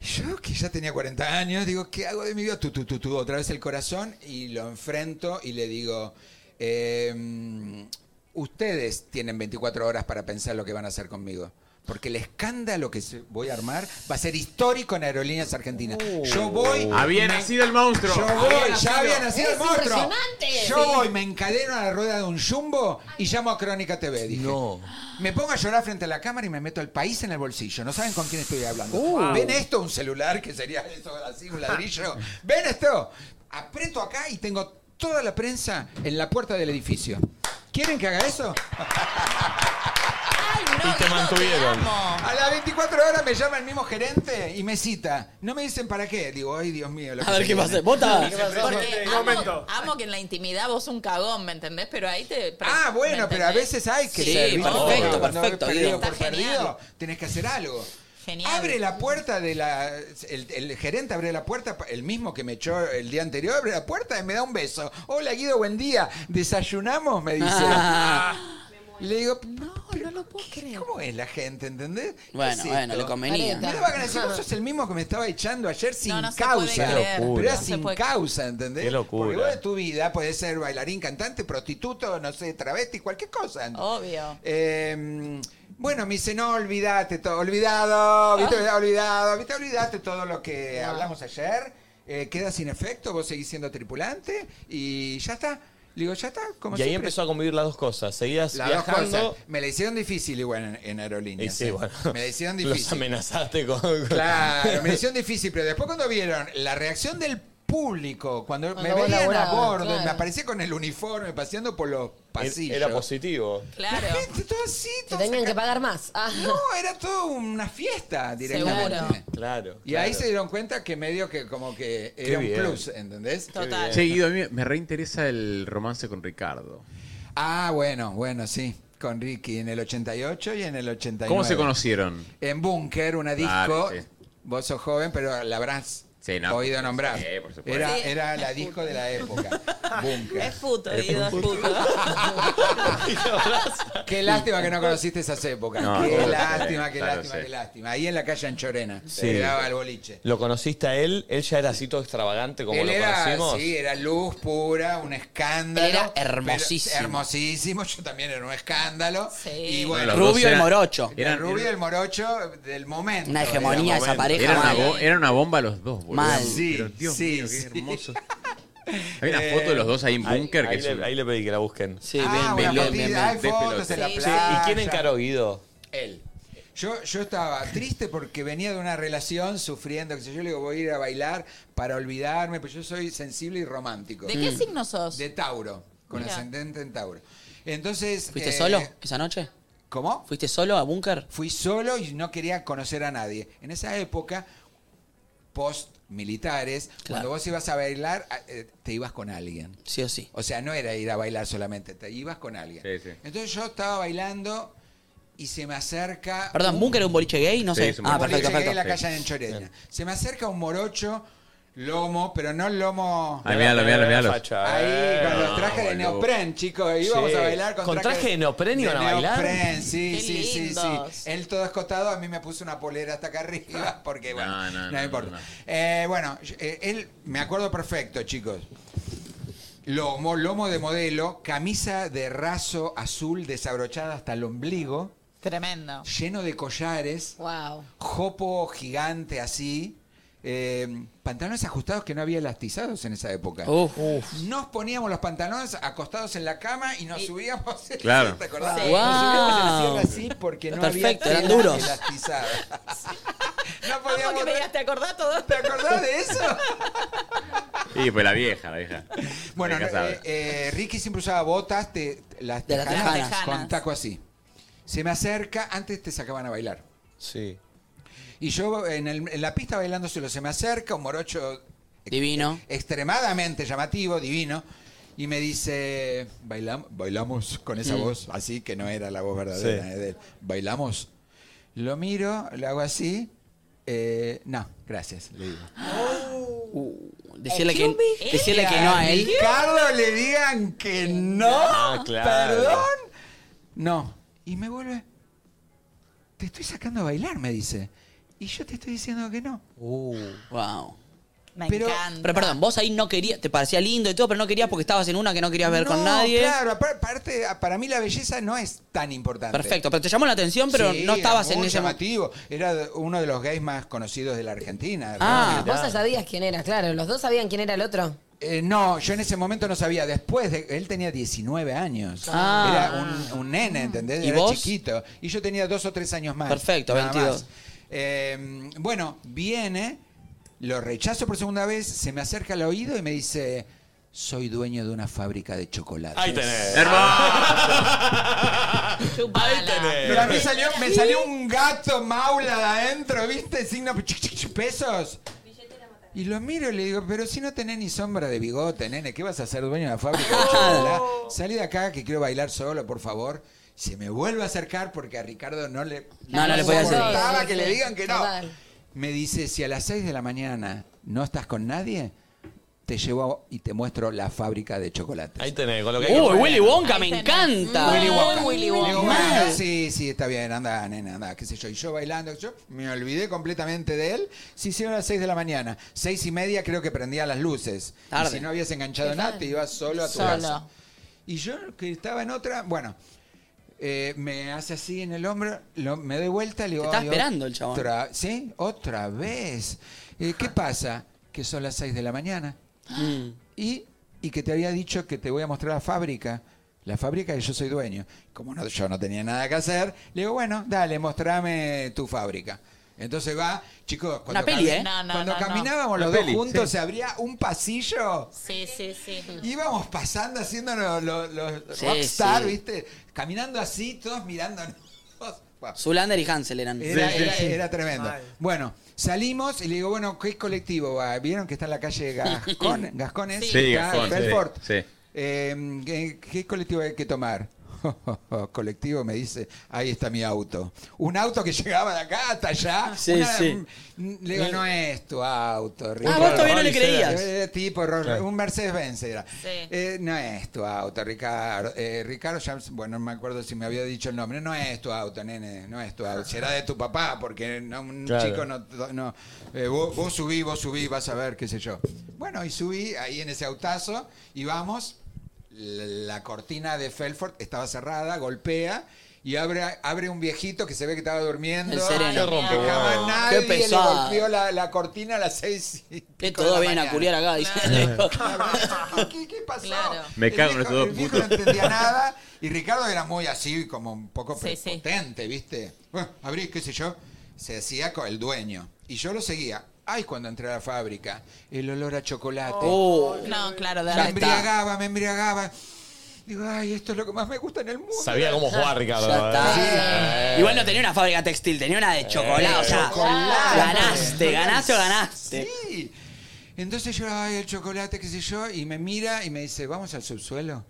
[SPEAKER 18] Yo que ya tenía 40 años, digo, ¿qué hago de mi vida? Tú, tú, tú, tú, otra vez el corazón y lo enfrento y le digo, eh, ustedes tienen 24 horas para pensar lo que van a hacer conmigo. Porque el escándalo que se- voy a armar va a ser histórico en Aerolíneas Argentinas. Yo voy...
[SPEAKER 7] Había
[SPEAKER 18] nacido el monstruo. Ah, Yo voy,
[SPEAKER 7] Había
[SPEAKER 18] ya
[SPEAKER 7] nacido.
[SPEAKER 18] había nacido el
[SPEAKER 7] Es
[SPEAKER 18] monstruo.
[SPEAKER 7] impresionante.
[SPEAKER 18] Yo
[SPEAKER 7] Sí.
[SPEAKER 18] voy, me encadeno a la rueda de un jumbo y llamo a Crónica TV, dije. No. Me pongo a llorar frente a la cámara y me meto el país en el bolsillo. No saben con quién estoy hablando.
[SPEAKER 7] Uh.
[SPEAKER 18] ¿Ven esto? Un celular que sería eso, así, un ladrillo. ¿Ven esto? Aprieto acá y tengo toda la prensa en la puerta del edificio. ¿Quieren que haga eso?
[SPEAKER 1] y te mantuvieron.
[SPEAKER 18] A las 24 horas me llama el mismo gerente y me cita. No me dicen para qué. Digo, ay, Dios mío. lo
[SPEAKER 10] A
[SPEAKER 18] que
[SPEAKER 10] ver
[SPEAKER 18] se
[SPEAKER 10] qué
[SPEAKER 18] viene.
[SPEAKER 10] pasa, vota.
[SPEAKER 18] ¿Qué pasó?
[SPEAKER 24] Porque
[SPEAKER 18] Un
[SPEAKER 24] Eh, amo,
[SPEAKER 18] momento.
[SPEAKER 24] amo que en la intimidad vos un cagón, ¿me entendés? Pero ahí te.
[SPEAKER 18] Ah, bueno, pero a veces hay que
[SPEAKER 24] Sí,
[SPEAKER 18] ser. ¿viste?
[SPEAKER 24] perfecto,
[SPEAKER 18] Porque cuando
[SPEAKER 24] perfecto,
[SPEAKER 18] ves perdido
[SPEAKER 24] Guido.
[SPEAKER 18] por
[SPEAKER 24] Está genial.
[SPEAKER 18] perdido, tenés que hacer algo.
[SPEAKER 24] Genial.
[SPEAKER 18] Abre la puerta de la. El, el gerente abre la puerta, el mismo que me echó el día anterior, abre la puerta y me da un beso. Hola Guido, buen día. ¿Desayunamos? Me dice.
[SPEAKER 10] Ah.
[SPEAKER 18] Le digo, no, no lo puedo creer. ¿Cómo es la gente, entendés? ¿Qué
[SPEAKER 10] Bueno,
[SPEAKER 18] es
[SPEAKER 10] bueno,
[SPEAKER 18] esto?
[SPEAKER 10] le convenía.
[SPEAKER 18] Me daba ganas de decir, vos sos el mismo que me estaba echando ayer sin
[SPEAKER 10] No, no se puede
[SPEAKER 18] causa.
[SPEAKER 10] creer. Qué
[SPEAKER 18] Pero
[SPEAKER 10] locura.
[SPEAKER 18] era
[SPEAKER 10] No se
[SPEAKER 18] sin
[SPEAKER 10] puede-
[SPEAKER 18] causa, ¿entendés?
[SPEAKER 1] Qué locura.
[SPEAKER 18] Porque vos de tu vida podés ser bailarín, cantante, prostituto, no sé, travesti, cualquier cosa. ¿entendés?
[SPEAKER 24] Obvio.
[SPEAKER 18] Eh, bueno, me dice, no, olvidate todo, olvidado, viste, olvidado, viste, olvidate todo lo que hablamos ayer, eh, queda sin efecto, vos seguís siendo tripulante y ya está. Le digo, ya está, como
[SPEAKER 1] Ah, Y ahí
[SPEAKER 18] siempre.
[SPEAKER 1] empezó a convivir las dos cosas. Seguías
[SPEAKER 18] Las dos
[SPEAKER 1] viajando.
[SPEAKER 18] cosas. Me la hicieron difícil igual en, en
[SPEAKER 1] Y
[SPEAKER 18] aerolíneas.
[SPEAKER 1] sí,
[SPEAKER 18] eh.
[SPEAKER 1] bueno.
[SPEAKER 18] Me la hicieron
[SPEAKER 1] Los
[SPEAKER 18] difícil.
[SPEAKER 1] amenazaste con. con-
[SPEAKER 18] Claro, me la hicieron difícil, pero después cuando vieron la reacción del público, cuando,
[SPEAKER 1] Cuando
[SPEAKER 18] me
[SPEAKER 1] vos
[SPEAKER 18] veían a
[SPEAKER 1] laburabas,
[SPEAKER 18] bordo, y me
[SPEAKER 1] claro.
[SPEAKER 18] aparecía con el uniforme paseando por los pasillos.
[SPEAKER 1] Era positivo.
[SPEAKER 24] Claro.
[SPEAKER 18] todo así,
[SPEAKER 3] Te tenían que pagar más. Ah.
[SPEAKER 18] No, era todo una fiesta directamente.
[SPEAKER 3] Seguro.
[SPEAKER 1] Claro.
[SPEAKER 18] Y ahí se dieron cuenta que medio que como que
[SPEAKER 19] Qué
[SPEAKER 18] era un
[SPEAKER 19] bien.
[SPEAKER 18] plus, ¿entendés?
[SPEAKER 19] Che, Guido, a mí me reinteresa el romance con Ricardo.
[SPEAKER 18] Ah, bueno, bueno, sí. Con Ricky en el 88 y en el 89.
[SPEAKER 19] ¿Cómo se conocieron?
[SPEAKER 18] En Búnker, una eh. disco.
[SPEAKER 5] Ah,
[SPEAKER 19] Claro,
[SPEAKER 18] Vos sos joven, pero la habrás
[SPEAKER 19] no,
[SPEAKER 18] oído
[SPEAKER 19] sí,
[SPEAKER 18] nombrar.
[SPEAKER 19] por supuesto.
[SPEAKER 18] era,
[SPEAKER 19] Sí.
[SPEAKER 18] era la disco de la época. Búnker.
[SPEAKER 24] Es puto, Guido, es puto.
[SPEAKER 18] Qué lástima que no conociste esas épocas.
[SPEAKER 1] No,
[SPEAKER 18] qué
[SPEAKER 1] no,
[SPEAKER 18] lántima,
[SPEAKER 1] sí,
[SPEAKER 18] qué
[SPEAKER 1] claro,
[SPEAKER 18] lástima,
[SPEAKER 1] sí.
[SPEAKER 18] qué lástima. Ahí en la calle Anchorena.
[SPEAKER 1] Sí.
[SPEAKER 18] Se daba el boliche.
[SPEAKER 1] Lo conociste a él, él ya era así todo extravagante como
[SPEAKER 18] Él
[SPEAKER 1] lo
[SPEAKER 18] era,
[SPEAKER 1] conocimos.
[SPEAKER 18] sí, era luz pura, un escándalo.
[SPEAKER 1] Él era
[SPEAKER 18] Pero-
[SPEAKER 1] hermosísimo.
[SPEAKER 18] hermosísimo, yo también era un escándalo. Y bueno,
[SPEAKER 19] Los dos
[SPEAKER 10] Rubio y
[SPEAKER 19] eran-
[SPEAKER 10] morocho.
[SPEAKER 18] era
[SPEAKER 19] Eran,
[SPEAKER 18] rubio y el morocho del momento.
[SPEAKER 10] Una hegemonía esa pareja.
[SPEAKER 19] eran una
[SPEAKER 10] mal.
[SPEAKER 19] bo- era una bomba los dos, boludo.
[SPEAKER 10] Mal.
[SPEAKER 19] Sí, Pero, Dios mío, qué hermoso. Hay una foto de los dos ahí en
[SPEAKER 1] Ahí-
[SPEAKER 19] búnker que
[SPEAKER 1] ahí
[SPEAKER 19] es
[SPEAKER 1] le-
[SPEAKER 19] un-
[SPEAKER 1] ahí le pedí que la busquen.
[SPEAKER 10] Sí,
[SPEAKER 18] Eh, Ah, bien, una bien, bien, fotida, bien. hay
[SPEAKER 1] Despelote.
[SPEAKER 18] fotos en la
[SPEAKER 1] Sí,
[SPEAKER 18] playa.
[SPEAKER 1] ¿Y quién encaró Guido?
[SPEAKER 18] Él. Yo, yo estaba triste porque venía de una relación sufriendo, que sé yo, le digo, voy a ir a bailar para olvidarme, pero yo soy sensible y romántico.
[SPEAKER 10] Mm.
[SPEAKER 24] ¿De qué signo sos?
[SPEAKER 18] De Tauro, con
[SPEAKER 24] Mira.
[SPEAKER 18] ascendente en Tauro. Entonces. eh,
[SPEAKER 10] ¿Fuiste solo esa noche?
[SPEAKER 18] ¿Cómo?
[SPEAKER 10] ¿Fuiste solo a búnker?
[SPEAKER 18] Fui solo y no quería conocer a nadie. En esa época, post militares, cuando vos ibas a bailar, eh, te ibas con alguien.
[SPEAKER 10] Sí o sí.
[SPEAKER 18] O sea, no era ir a bailar solamente, te ibas con alguien. Entonces yo estaba bailando y se me acerca.
[SPEAKER 10] Perdón,
[SPEAKER 18] un-
[SPEAKER 10] ¿búnker era un boliche gay? No
[SPEAKER 18] Sí,
[SPEAKER 10] sé.
[SPEAKER 18] es un
[SPEAKER 10] Ah,
[SPEAKER 18] boliche
[SPEAKER 10] perfecto,
[SPEAKER 18] gay
[SPEAKER 10] perfecto.
[SPEAKER 18] en la calle en Choreña. Se me acerca un morocho, lomo, pero no el lomo.
[SPEAKER 5] Ahí, míralo, míralo, míralo.
[SPEAKER 18] Ahí, con los trajes de
[SPEAKER 5] Ah, boludo.
[SPEAKER 18] neopren, chicos. Íbamos
[SPEAKER 5] Sí.
[SPEAKER 18] a bailar con,
[SPEAKER 5] ¿Con traje de neopren iban
[SPEAKER 18] de
[SPEAKER 5] a bailar?
[SPEAKER 18] neopren, sí,
[SPEAKER 5] Qué
[SPEAKER 18] sí, sí,
[SPEAKER 5] lindos.
[SPEAKER 18] sí. Él todo escotado, a mí me puso una polera hasta acá arriba, porque bueno, no,
[SPEAKER 5] no,
[SPEAKER 18] me importa. Eh, bueno, yo- eh, él, me acuerdo perfecto, chicos. Lomo, lomo de modelo, camisa de raso azul desabrochada hasta el ombligo,
[SPEAKER 24] Tremendo.
[SPEAKER 18] lleno de collares.
[SPEAKER 15] Wow.
[SPEAKER 18] jopo gigante así. eh, pantalones ajustados que no había elastizados en esa época.
[SPEAKER 10] Uf.
[SPEAKER 18] Nos poníamos los pantalones acostados en la cama y nos subíamos.
[SPEAKER 5] Claro.
[SPEAKER 18] ¿Te acordás?
[SPEAKER 5] Sí.
[SPEAKER 18] Nos
[SPEAKER 5] Wow.
[SPEAKER 18] subíamos en la sierra así porque no
[SPEAKER 10] Perfecto,
[SPEAKER 18] había
[SPEAKER 10] eran
[SPEAKER 18] tela
[SPEAKER 10] duros.
[SPEAKER 18] elastizada. No
[SPEAKER 24] podíamos ¿Te acordás todo?
[SPEAKER 18] ¿Te acordás de eso?
[SPEAKER 5] Y pues la vieja, la vieja.
[SPEAKER 18] Bueno,
[SPEAKER 5] La vieja sabe.
[SPEAKER 18] eh, eh, Ricky siempre usaba botas te- las
[SPEAKER 5] De las
[SPEAKER 18] tejanas
[SPEAKER 5] tejanas.
[SPEAKER 18] con taco así. Se me acerca, antes te sacaban a bailar.
[SPEAKER 1] Sí.
[SPEAKER 18] Y yo en, el- en la pista bailando solo se me acerca un morocho
[SPEAKER 10] Divino.
[SPEAKER 18] extremadamente llamativo, divino, y me dice, "Bailam- bailamos con esa
[SPEAKER 10] Mm.
[SPEAKER 18] voz, así que no era la voz verdadera
[SPEAKER 10] Sí.
[SPEAKER 18] eh, de él. Bailamos. Lo miro, lo hago así. eh, no, gracias, le digo.
[SPEAKER 10] Decirle que, decirle que no a él.
[SPEAKER 18] Ricardo le digan que no.
[SPEAKER 10] Ah, claro.
[SPEAKER 18] Perdón. No. Y me vuelve. Te estoy sacando a bailar, me dice. Y yo te estoy diciendo que no.
[SPEAKER 10] wow.
[SPEAKER 24] Me
[SPEAKER 10] encanta. Uh, Pero perdón, vos ahí no querías, te parecía lindo y todo, pero no querías porque estabas en una que no querías ver con
[SPEAKER 18] No,
[SPEAKER 10] nadie.
[SPEAKER 18] Claro, apar- aparte, para mí la belleza no es tan importante.
[SPEAKER 10] Perfecto, pero te llamó la atención, pero
[SPEAKER 18] Sí,
[SPEAKER 10] no estabas
[SPEAKER 18] era
[SPEAKER 10] en
[SPEAKER 18] muy
[SPEAKER 10] ese momento.
[SPEAKER 18] llamativo. Era de- uno de los gays más conocidos de la Argentina.
[SPEAKER 10] Ah.
[SPEAKER 3] Vos ya sabías quién era, claro. Los dos sabían quién era el otro.
[SPEAKER 18] Eh, no, yo en ese momento no sabía. Después, de- él tenía 19 años.
[SPEAKER 10] Ah.
[SPEAKER 18] Era un, un nene, ¿entendés?
[SPEAKER 10] ¿Y
[SPEAKER 18] Era
[SPEAKER 10] vos?
[SPEAKER 18] chiquito. Y yo tenía dos o tres años más.
[SPEAKER 10] Perfecto,
[SPEAKER 18] nada
[SPEAKER 10] 22.
[SPEAKER 18] más. Eh, bueno, viene, lo rechazo por segunda vez, se me acerca al oído y me dice... Soy dueño de una fábrica de chocolates.
[SPEAKER 7] Ahí tenés.
[SPEAKER 18] Ahí tenés. Pero a mí salió, me salió un gato maula de adentro, ¿viste? Signo ch- ch- ch- pesos. Y lo miro y le digo, pero si no tenés ni sombra de bigote, nene, ¿qué vas a hacer dueño de la fábrica?
[SPEAKER 10] Oh.
[SPEAKER 18] de chocolate? Salí de acá que quiero bailar solo, por favor. Se me vuelve a acercar porque a Ricardo no le...
[SPEAKER 10] No, no le podía hacer.
[SPEAKER 18] soportaba que
[SPEAKER 10] Sí,
[SPEAKER 18] le
[SPEAKER 10] sí,
[SPEAKER 18] digan que no.
[SPEAKER 10] total.
[SPEAKER 18] Me dice, si a las 6 de la mañana no estás con nadie, te llevo y te muestro la fábrica de chocolate.
[SPEAKER 1] Ahí tenés, con lo que hay que
[SPEAKER 10] Uy,
[SPEAKER 1] poner.
[SPEAKER 10] Willy Wonka, me encanta.
[SPEAKER 18] Willy Wonka.
[SPEAKER 10] Mm, Willy
[SPEAKER 18] Digo,
[SPEAKER 10] Wonka.
[SPEAKER 18] bueno,
[SPEAKER 10] Mal.
[SPEAKER 18] Ah, sí, sí, está bien, anda, nena, anda, qué sé yo. Y yo bailando, yo me olvidé completamente de él. Se hicieron las 6 de la mañana. Seis y media creo que prendía las luces. Y
[SPEAKER 10] Tarde.
[SPEAKER 18] si no habías enganchado nada, te ibas solo a tu
[SPEAKER 10] Solo.
[SPEAKER 18] casa. Y yo que estaba en otra, bueno, eh, me hace así en el hombro, lo- me doy vuelta, le digo...
[SPEAKER 10] Te está
[SPEAKER 18] "Ay,
[SPEAKER 10] esperando el chabón". Ah.
[SPEAKER 18] otra- sí, otra vez. Eh, ¿Qué pasa? Que son las 6 de la mañana. Y, y que te había dicho que te voy a mostrar la fábrica. La fábrica que yo soy dueño. Como no, yo no tenía nada que hacer, le digo, bueno, dale, mostrame tu fábrica. Entonces va, chicos, cuando,
[SPEAKER 10] Una peli,
[SPEAKER 18] cami-
[SPEAKER 10] ¿eh? No, no,
[SPEAKER 18] cuando
[SPEAKER 10] no, no.
[SPEAKER 18] caminábamos
[SPEAKER 10] Una
[SPEAKER 18] los dos
[SPEAKER 10] peli,
[SPEAKER 18] juntos
[SPEAKER 10] sí.
[SPEAKER 18] se abría un pasillo.
[SPEAKER 24] Sí, sí, sí.
[SPEAKER 18] Íbamos pasando haciendo los, los- los
[SPEAKER 10] Sí,
[SPEAKER 18] rockstar,
[SPEAKER 10] sí.
[SPEAKER 18] ¿viste? Caminando así, todos mirándonos. Buah,
[SPEAKER 10] Zulander y Hansel eran.
[SPEAKER 18] era, era- era tremendo. Bueno, salimos y le digo, bueno, ¿qué colectivo va? ¿Vieron que está en la calle Gascón? ¿Gascones?
[SPEAKER 5] Sí,
[SPEAKER 18] Está
[SPEAKER 5] Gastón,
[SPEAKER 18] en
[SPEAKER 5] sí,
[SPEAKER 18] Belfort.
[SPEAKER 5] sí.
[SPEAKER 18] Eh, ¿qué, qué colectivo hay que tomar? colectivo me dice, ahí está mi auto. Un auto que llegaba de acá hasta allá.
[SPEAKER 10] Sí,
[SPEAKER 18] Una-
[SPEAKER 10] sí.
[SPEAKER 18] Le digo, no es tu auto, Ricardo.
[SPEAKER 10] Ah, vos todavía no le creías.
[SPEAKER 18] Eh, tipo, ro-
[SPEAKER 10] Claro.
[SPEAKER 18] un Mercedes-Benz era.
[SPEAKER 10] Sí.
[SPEAKER 18] Eh, no es tu auto, Ricardo. Eh, Ricardo, ya, bueno, no me acuerdo si me había dicho el nombre. No es tu auto, nene, no es tu auto. Será de tu papá, porque no- un
[SPEAKER 5] Claro.
[SPEAKER 18] chico no... no eh, vos, vos subí, vos subí, vas a ver, qué sé yo. Bueno, y subí ahí en ese autazo y vamos. La, la cortina de Felford estaba cerrada, golpea... Y abre, abre un viejito que se ve que estaba durmiendo.
[SPEAKER 10] El sereno.
[SPEAKER 18] Que
[SPEAKER 10] Qué rompe
[SPEAKER 18] jamás
[SPEAKER 10] huevo.
[SPEAKER 18] nadie
[SPEAKER 10] Qué
[SPEAKER 18] le
[SPEAKER 10] pesado.
[SPEAKER 18] golpeó la, la cortina a las seis y
[SPEAKER 10] Que
[SPEAKER 18] pico de
[SPEAKER 10] todos
[SPEAKER 18] la
[SPEAKER 10] vienen a
[SPEAKER 18] mañana.
[SPEAKER 10] culiar acá. diciendo-
[SPEAKER 5] Me cago en estos dos
[SPEAKER 18] El viejo
[SPEAKER 5] putos.
[SPEAKER 18] no entendía nada y Ricardo era muy así, como un poco prepotente, ¿viste? Bueno, abrí, qué sé yo, se hacía con el dueño. Y yo lo seguía. Ay, cuando entré a la fábrica, el olor a chocolate.
[SPEAKER 24] Oh.
[SPEAKER 10] Oh.
[SPEAKER 24] No, claro, de
[SPEAKER 18] me
[SPEAKER 24] verdad.
[SPEAKER 18] embriagaba, me embriagaba. Digo, ay, esto es lo que más me gusta en el mundo.
[SPEAKER 5] Sabía cómo jugar, Ricardo.
[SPEAKER 10] Ya está.
[SPEAKER 5] Sí.
[SPEAKER 10] Igual no tenía una fábrica textil, tenía una de
[SPEAKER 18] Eh,
[SPEAKER 10] chocolate. o sea,
[SPEAKER 18] chocolate.
[SPEAKER 10] ganaste, ganaste o ganaste.
[SPEAKER 18] Sí. Entonces yo, ay, el chocolate, qué sé yo, y me mira y me dice, vamos al subsuelo.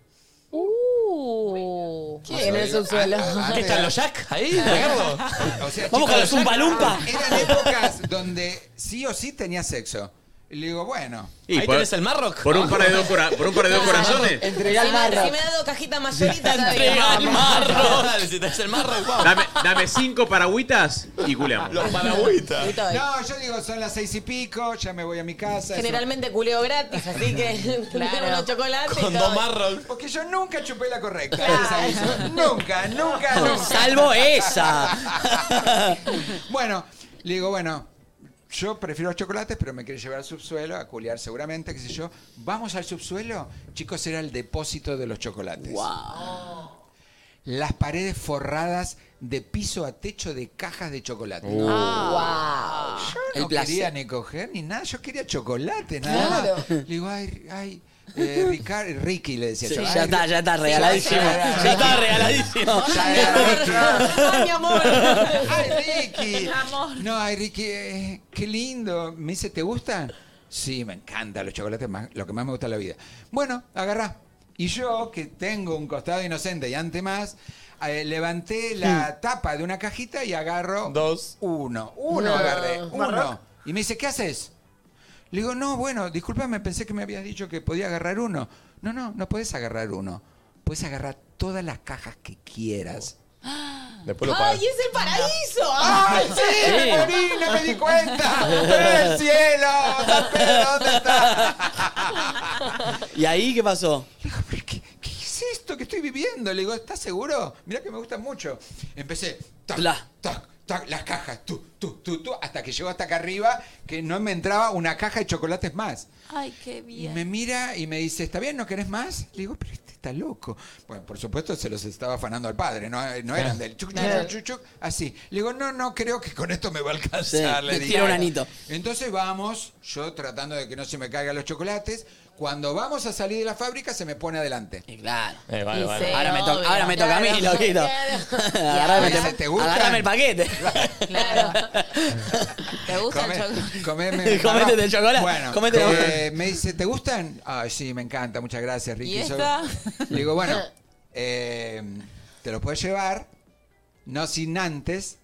[SPEAKER 15] Uh,
[SPEAKER 18] O sea,
[SPEAKER 15] ¿Qué en el
[SPEAKER 18] digo,
[SPEAKER 15] subsuelo?
[SPEAKER 18] ah, ah,
[SPEAKER 5] ¿Qué están los Jack ahí, Ricardo?
[SPEAKER 18] O sea,
[SPEAKER 10] Vamos
[SPEAKER 18] chicos,
[SPEAKER 10] con los Zumpa
[SPEAKER 18] ya-
[SPEAKER 10] Lumpa.
[SPEAKER 18] Eran épocas donde sí o sí tenía sexo. Y le digo, bueno.
[SPEAKER 5] Y Ahí por- tenés el Marrock.
[SPEAKER 19] Por un par de dos, cora- por un par de dos corazones.
[SPEAKER 3] Entregar si Me, si me ha dado cajita mayorita,
[SPEAKER 5] Entrega el marro.
[SPEAKER 19] Dale,
[SPEAKER 5] si tenés el marro,
[SPEAKER 19] Dame, dame cinco paragüitas y culeamos.
[SPEAKER 5] Los paragüitas.
[SPEAKER 18] No, yo digo, son las seis y pico, ya me voy a mi casa.
[SPEAKER 15] Generalmente culeo gratis, así que claro. unos chocolates. y
[SPEAKER 18] Con
[SPEAKER 15] todo.
[SPEAKER 18] dos marros. Porque yo nunca chupé la correcta. les aviso. nunca, nunca, nunca.
[SPEAKER 10] Salvo esa.
[SPEAKER 18] bueno, le digo, bueno, yo prefiero los chocolates, pero me quiere llevar al subsuelo, a culiar seguramente, qué sé yo. Vamos al subsuelo, chicos, era el depósito de los chocolates. Las paredes forradas de piso a techo de cajas de chocolate.
[SPEAKER 5] Uh.
[SPEAKER 15] Ah.
[SPEAKER 18] Yo
[SPEAKER 10] El
[SPEAKER 18] no
[SPEAKER 10] placer.
[SPEAKER 18] quería ni coger ni nada, yo quería chocolate, nada.
[SPEAKER 10] Claro.
[SPEAKER 18] más. Le digo, ay, ay. eh, Ricard- Ricky le decía
[SPEAKER 10] Sí,
[SPEAKER 18] yo.
[SPEAKER 10] ya
[SPEAKER 18] Ay,
[SPEAKER 10] está, ya está
[SPEAKER 18] Ricky.
[SPEAKER 10] regaladísimo. Ya está regaladísimo.
[SPEAKER 18] Ya era Ricky.
[SPEAKER 10] Ay, mi amor.
[SPEAKER 18] Ay, Ricky. No, ay, Ricky, eh, qué lindo. Me dice, ¿te gusta? Sí, me encantan los chocolates, más, lo que más me gusta en la vida. Bueno, agarrá. Y yo, que tengo un costado inocente y ante más, eh, levanté la
[SPEAKER 10] Hmm.
[SPEAKER 18] tapa de una cajita y agarro. Dos. Uno. Uno
[SPEAKER 7] No.
[SPEAKER 18] agarré. Uno.
[SPEAKER 7] Barroco.
[SPEAKER 18] Y me dice, ¿qué haces? Le digo, no, bueno, discúlpame, pensé que me habías dicho que podía agarrar uno. No, no, no puedes agarrar uno. Puedes agarrar todas las cajas que quieras.
[SPEAKER 5] Después
[SPEAKER 15] ¡Ay, es el paraíso!
[SPEAKER 18] ¡Ay, Ah, sí!
[SPEAKER 15] Sí.
[SPEAKER 18] ¡Me morí! ¡No me di pues. cuenta! ¡El cielo! San Pedro, ¿Dónde está?
[SPEAKER 10] ¿Y ahí qué pasó?
[SPEAKER 18] ¿Qué es esto que estoy viviendo? Le digo, ¿estás seguro? Mirá que me gusta mucho. Empecé, tac, tac, tac, las cajas, tú, tú, tú, tú, hasta que llegó hasta acá arriba, que no me entraba una caja de chocolates más.
[SPEAKER 4] Ay, qué
[SPEAKER 18] Y me mira y me dice, ¿está bien? ¿No querés más? Le digo, pero este está loco. Bueno, por supuesto se los estaba afanando al padre, no, no eran del chuc, chuc,
[SPEAKER 10] Claro.
[SPEAKER 18] chuc, chuc, chuc, así. Le digo, no, no, creo que con esto me va a alcanzar.
[SPEAKER 10] Sí,
[SPEAKER 18] le
[SPEAKER 10] le
[SPEAKER 18] digo.
[SPEAKER 10] tira un anito.
[SPEAKER 18] Entonces vamos, yo tratando de que no se me caigan los chocolates. Cuando vamos a salir de la fábrica se me pone adelante.
[SPEAKER 10] claro.
[SPEAKER 5] Eh, vale, vale.
[SPEAKER 10] Ahora me, toca- ahora me toca a mí, loquito. Agarrame,
[SPEAKER 18] Dice, ¿te gusta?
[SPEAKER 10] agarrame el paquete.
[SPEAKER 15] ¿Te gusta el chocolate?
[SPEAKER 18] Comeme,
[SPEAKER 10] Comete
[SPEAKER 18] no.
[SPEAKER 10] el chocolate.
[SPEAKER 18] Bueno,
[SPEAKER 10] Comete el-
[SPEAKER 18] eh, me dice, ¿te gustan? Ay, sí, me encanta, muchas gracias, Ricky.
[SPEAKER 15] ¿Y
[SPEAKER 18] Soy-
[SPEAKER 15] esta?
[SPEAKER 18] Le digo, bueno, eh, te lo puedes llevar, no sin antes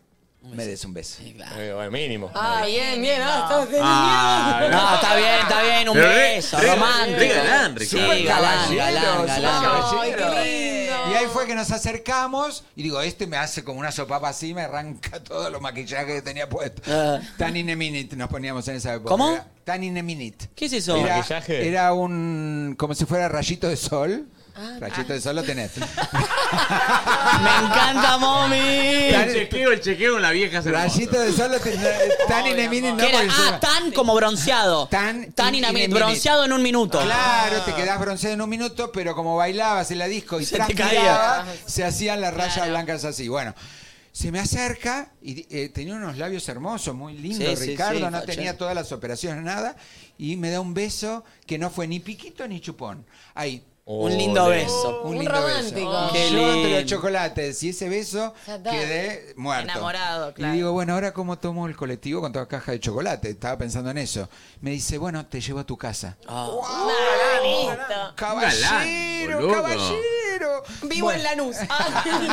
[SPEAKER 18] me des un beso.
[SPEAKER 5] Bueno, mínimo.
[SPEAKER 15] Ah, bien, bien. Ah, estás de
[SPEAKER 5] Ah,
[SPEAKER 15] miedo.
[SPEAKER 10] No, está bien, está bien. Un
[SPEAKER 5] Pero re-
[SPEAKER 10] beso,
[SPEAKER 5] re-
[SPEAKER 10] romántico.
[SPEAKER 5] re galán, Ricardo.
[SPEAKER 10] Sí, galán, galán,
[SPEAKER 18] Caballeros,
[SPEAKER 10] galán.
[SPEAKER 18] sí,
[SPEAKER 15] Ay,
[SPEAKER 18] caballeros.
[SPEAKER 15] qué lindo.
[SPEAKER 18] Y ahí fue que nos acercamos y digo, este me hace como una sopapa así, me arranca todo lo maquillaje que tenía puesto. Tan in a minute nos poníamos en esa época.
[SPEAKER 10] Ah. ¿Cómo?
[SPEAKER 18] Era Tan in a minute.
[SPEAKER 10] ¿Qué es eso?
[SPEAKER 18] Era,
[SPEAKER 10] ¿Maquillaje?
[SPEAKER 18] era un. como si fuera rayito de sol.
[SPEAKER 15] Ah.
[SPEAKER 18] rayito de sol lo tenés.
[SPEAKER 10] Me encanta, mommy.
[SPEAKER 19] El chequeo, el chequeo en la vieja es hermoso.
[SPEAKER 18] Rayito de sol lo tenés. Tan in a minute no
[SPEAKER 10] Que era,
[SPEAKER 18] porque
[SPEAKER 10] ah,
[SPEAKER 18] encima-
[SPEAKER 10] tan como bronceado.
[SPEAKER 18] Tan,
[SPEAKER 10] Tan
[SPEAKER 18] in-
[SPEAKER 10] in a
[SPEAKER 18] in a
[SPEAKER 10] minute,
[SPEAKER 18] minute.
[SPEAKER 10] Bronceado en un minuto.
[SPEAKER 18] Claro, te quedás bronceado en un minuto, pero como bailabas en la disco y
[SPEAKER 10] Se te
[SPEAKER 18] transpiraba,
[SPEAKER 10] caía.
[SPEAKER 18] se hacían las rayas blancas así. Bueno, se me acerca y eh, tenía unos labios hermosos, muy lindos,
[SPEAKER 10] Sí, sí,
[SPEAKER 18] Ricardo,
[SPEAKER 10] sí,
[SPEAKER 18] no
[SPEAKER 10] fachero.
[SPEAKER 18] tenía todas las operaciones, nada, y me da un beso que no fue ni piquito ni chupón. Ahí.
[SPEAKER 10] Un lindo beso.
[SPEAKER 18] Un
[SPEAKER 15] Un
[SPEAKER 18] lindo
[SPEAKER 15] romántico.
[SPEAKER 18] beso.
[SPEAKER 10] Qué
[SPEAKER 18] Y yo entre
[SPEAKER 10] lindo.
[SPEAKER 18] los chocolates y ese beso
[SPEAKER 15] Ya está.
[SPEAKER 18] quedé muerto.
[SPEAKER 24] Enamorado, claro.
[SPEAKER 18] Y digo, bueno, ahora cómo tomo el colectivo con toda caja de chocolate. Estaba pensando en eso. Me dice, bueno, te llevo a tu casa.
[SPEAKER 10] Ah.
[SPEAKER 18] Caballero,
[SPEAKER 19] boludo.
[SPEAKER 18] caballero.
[SPEAKER 15] Vivo en Lanús.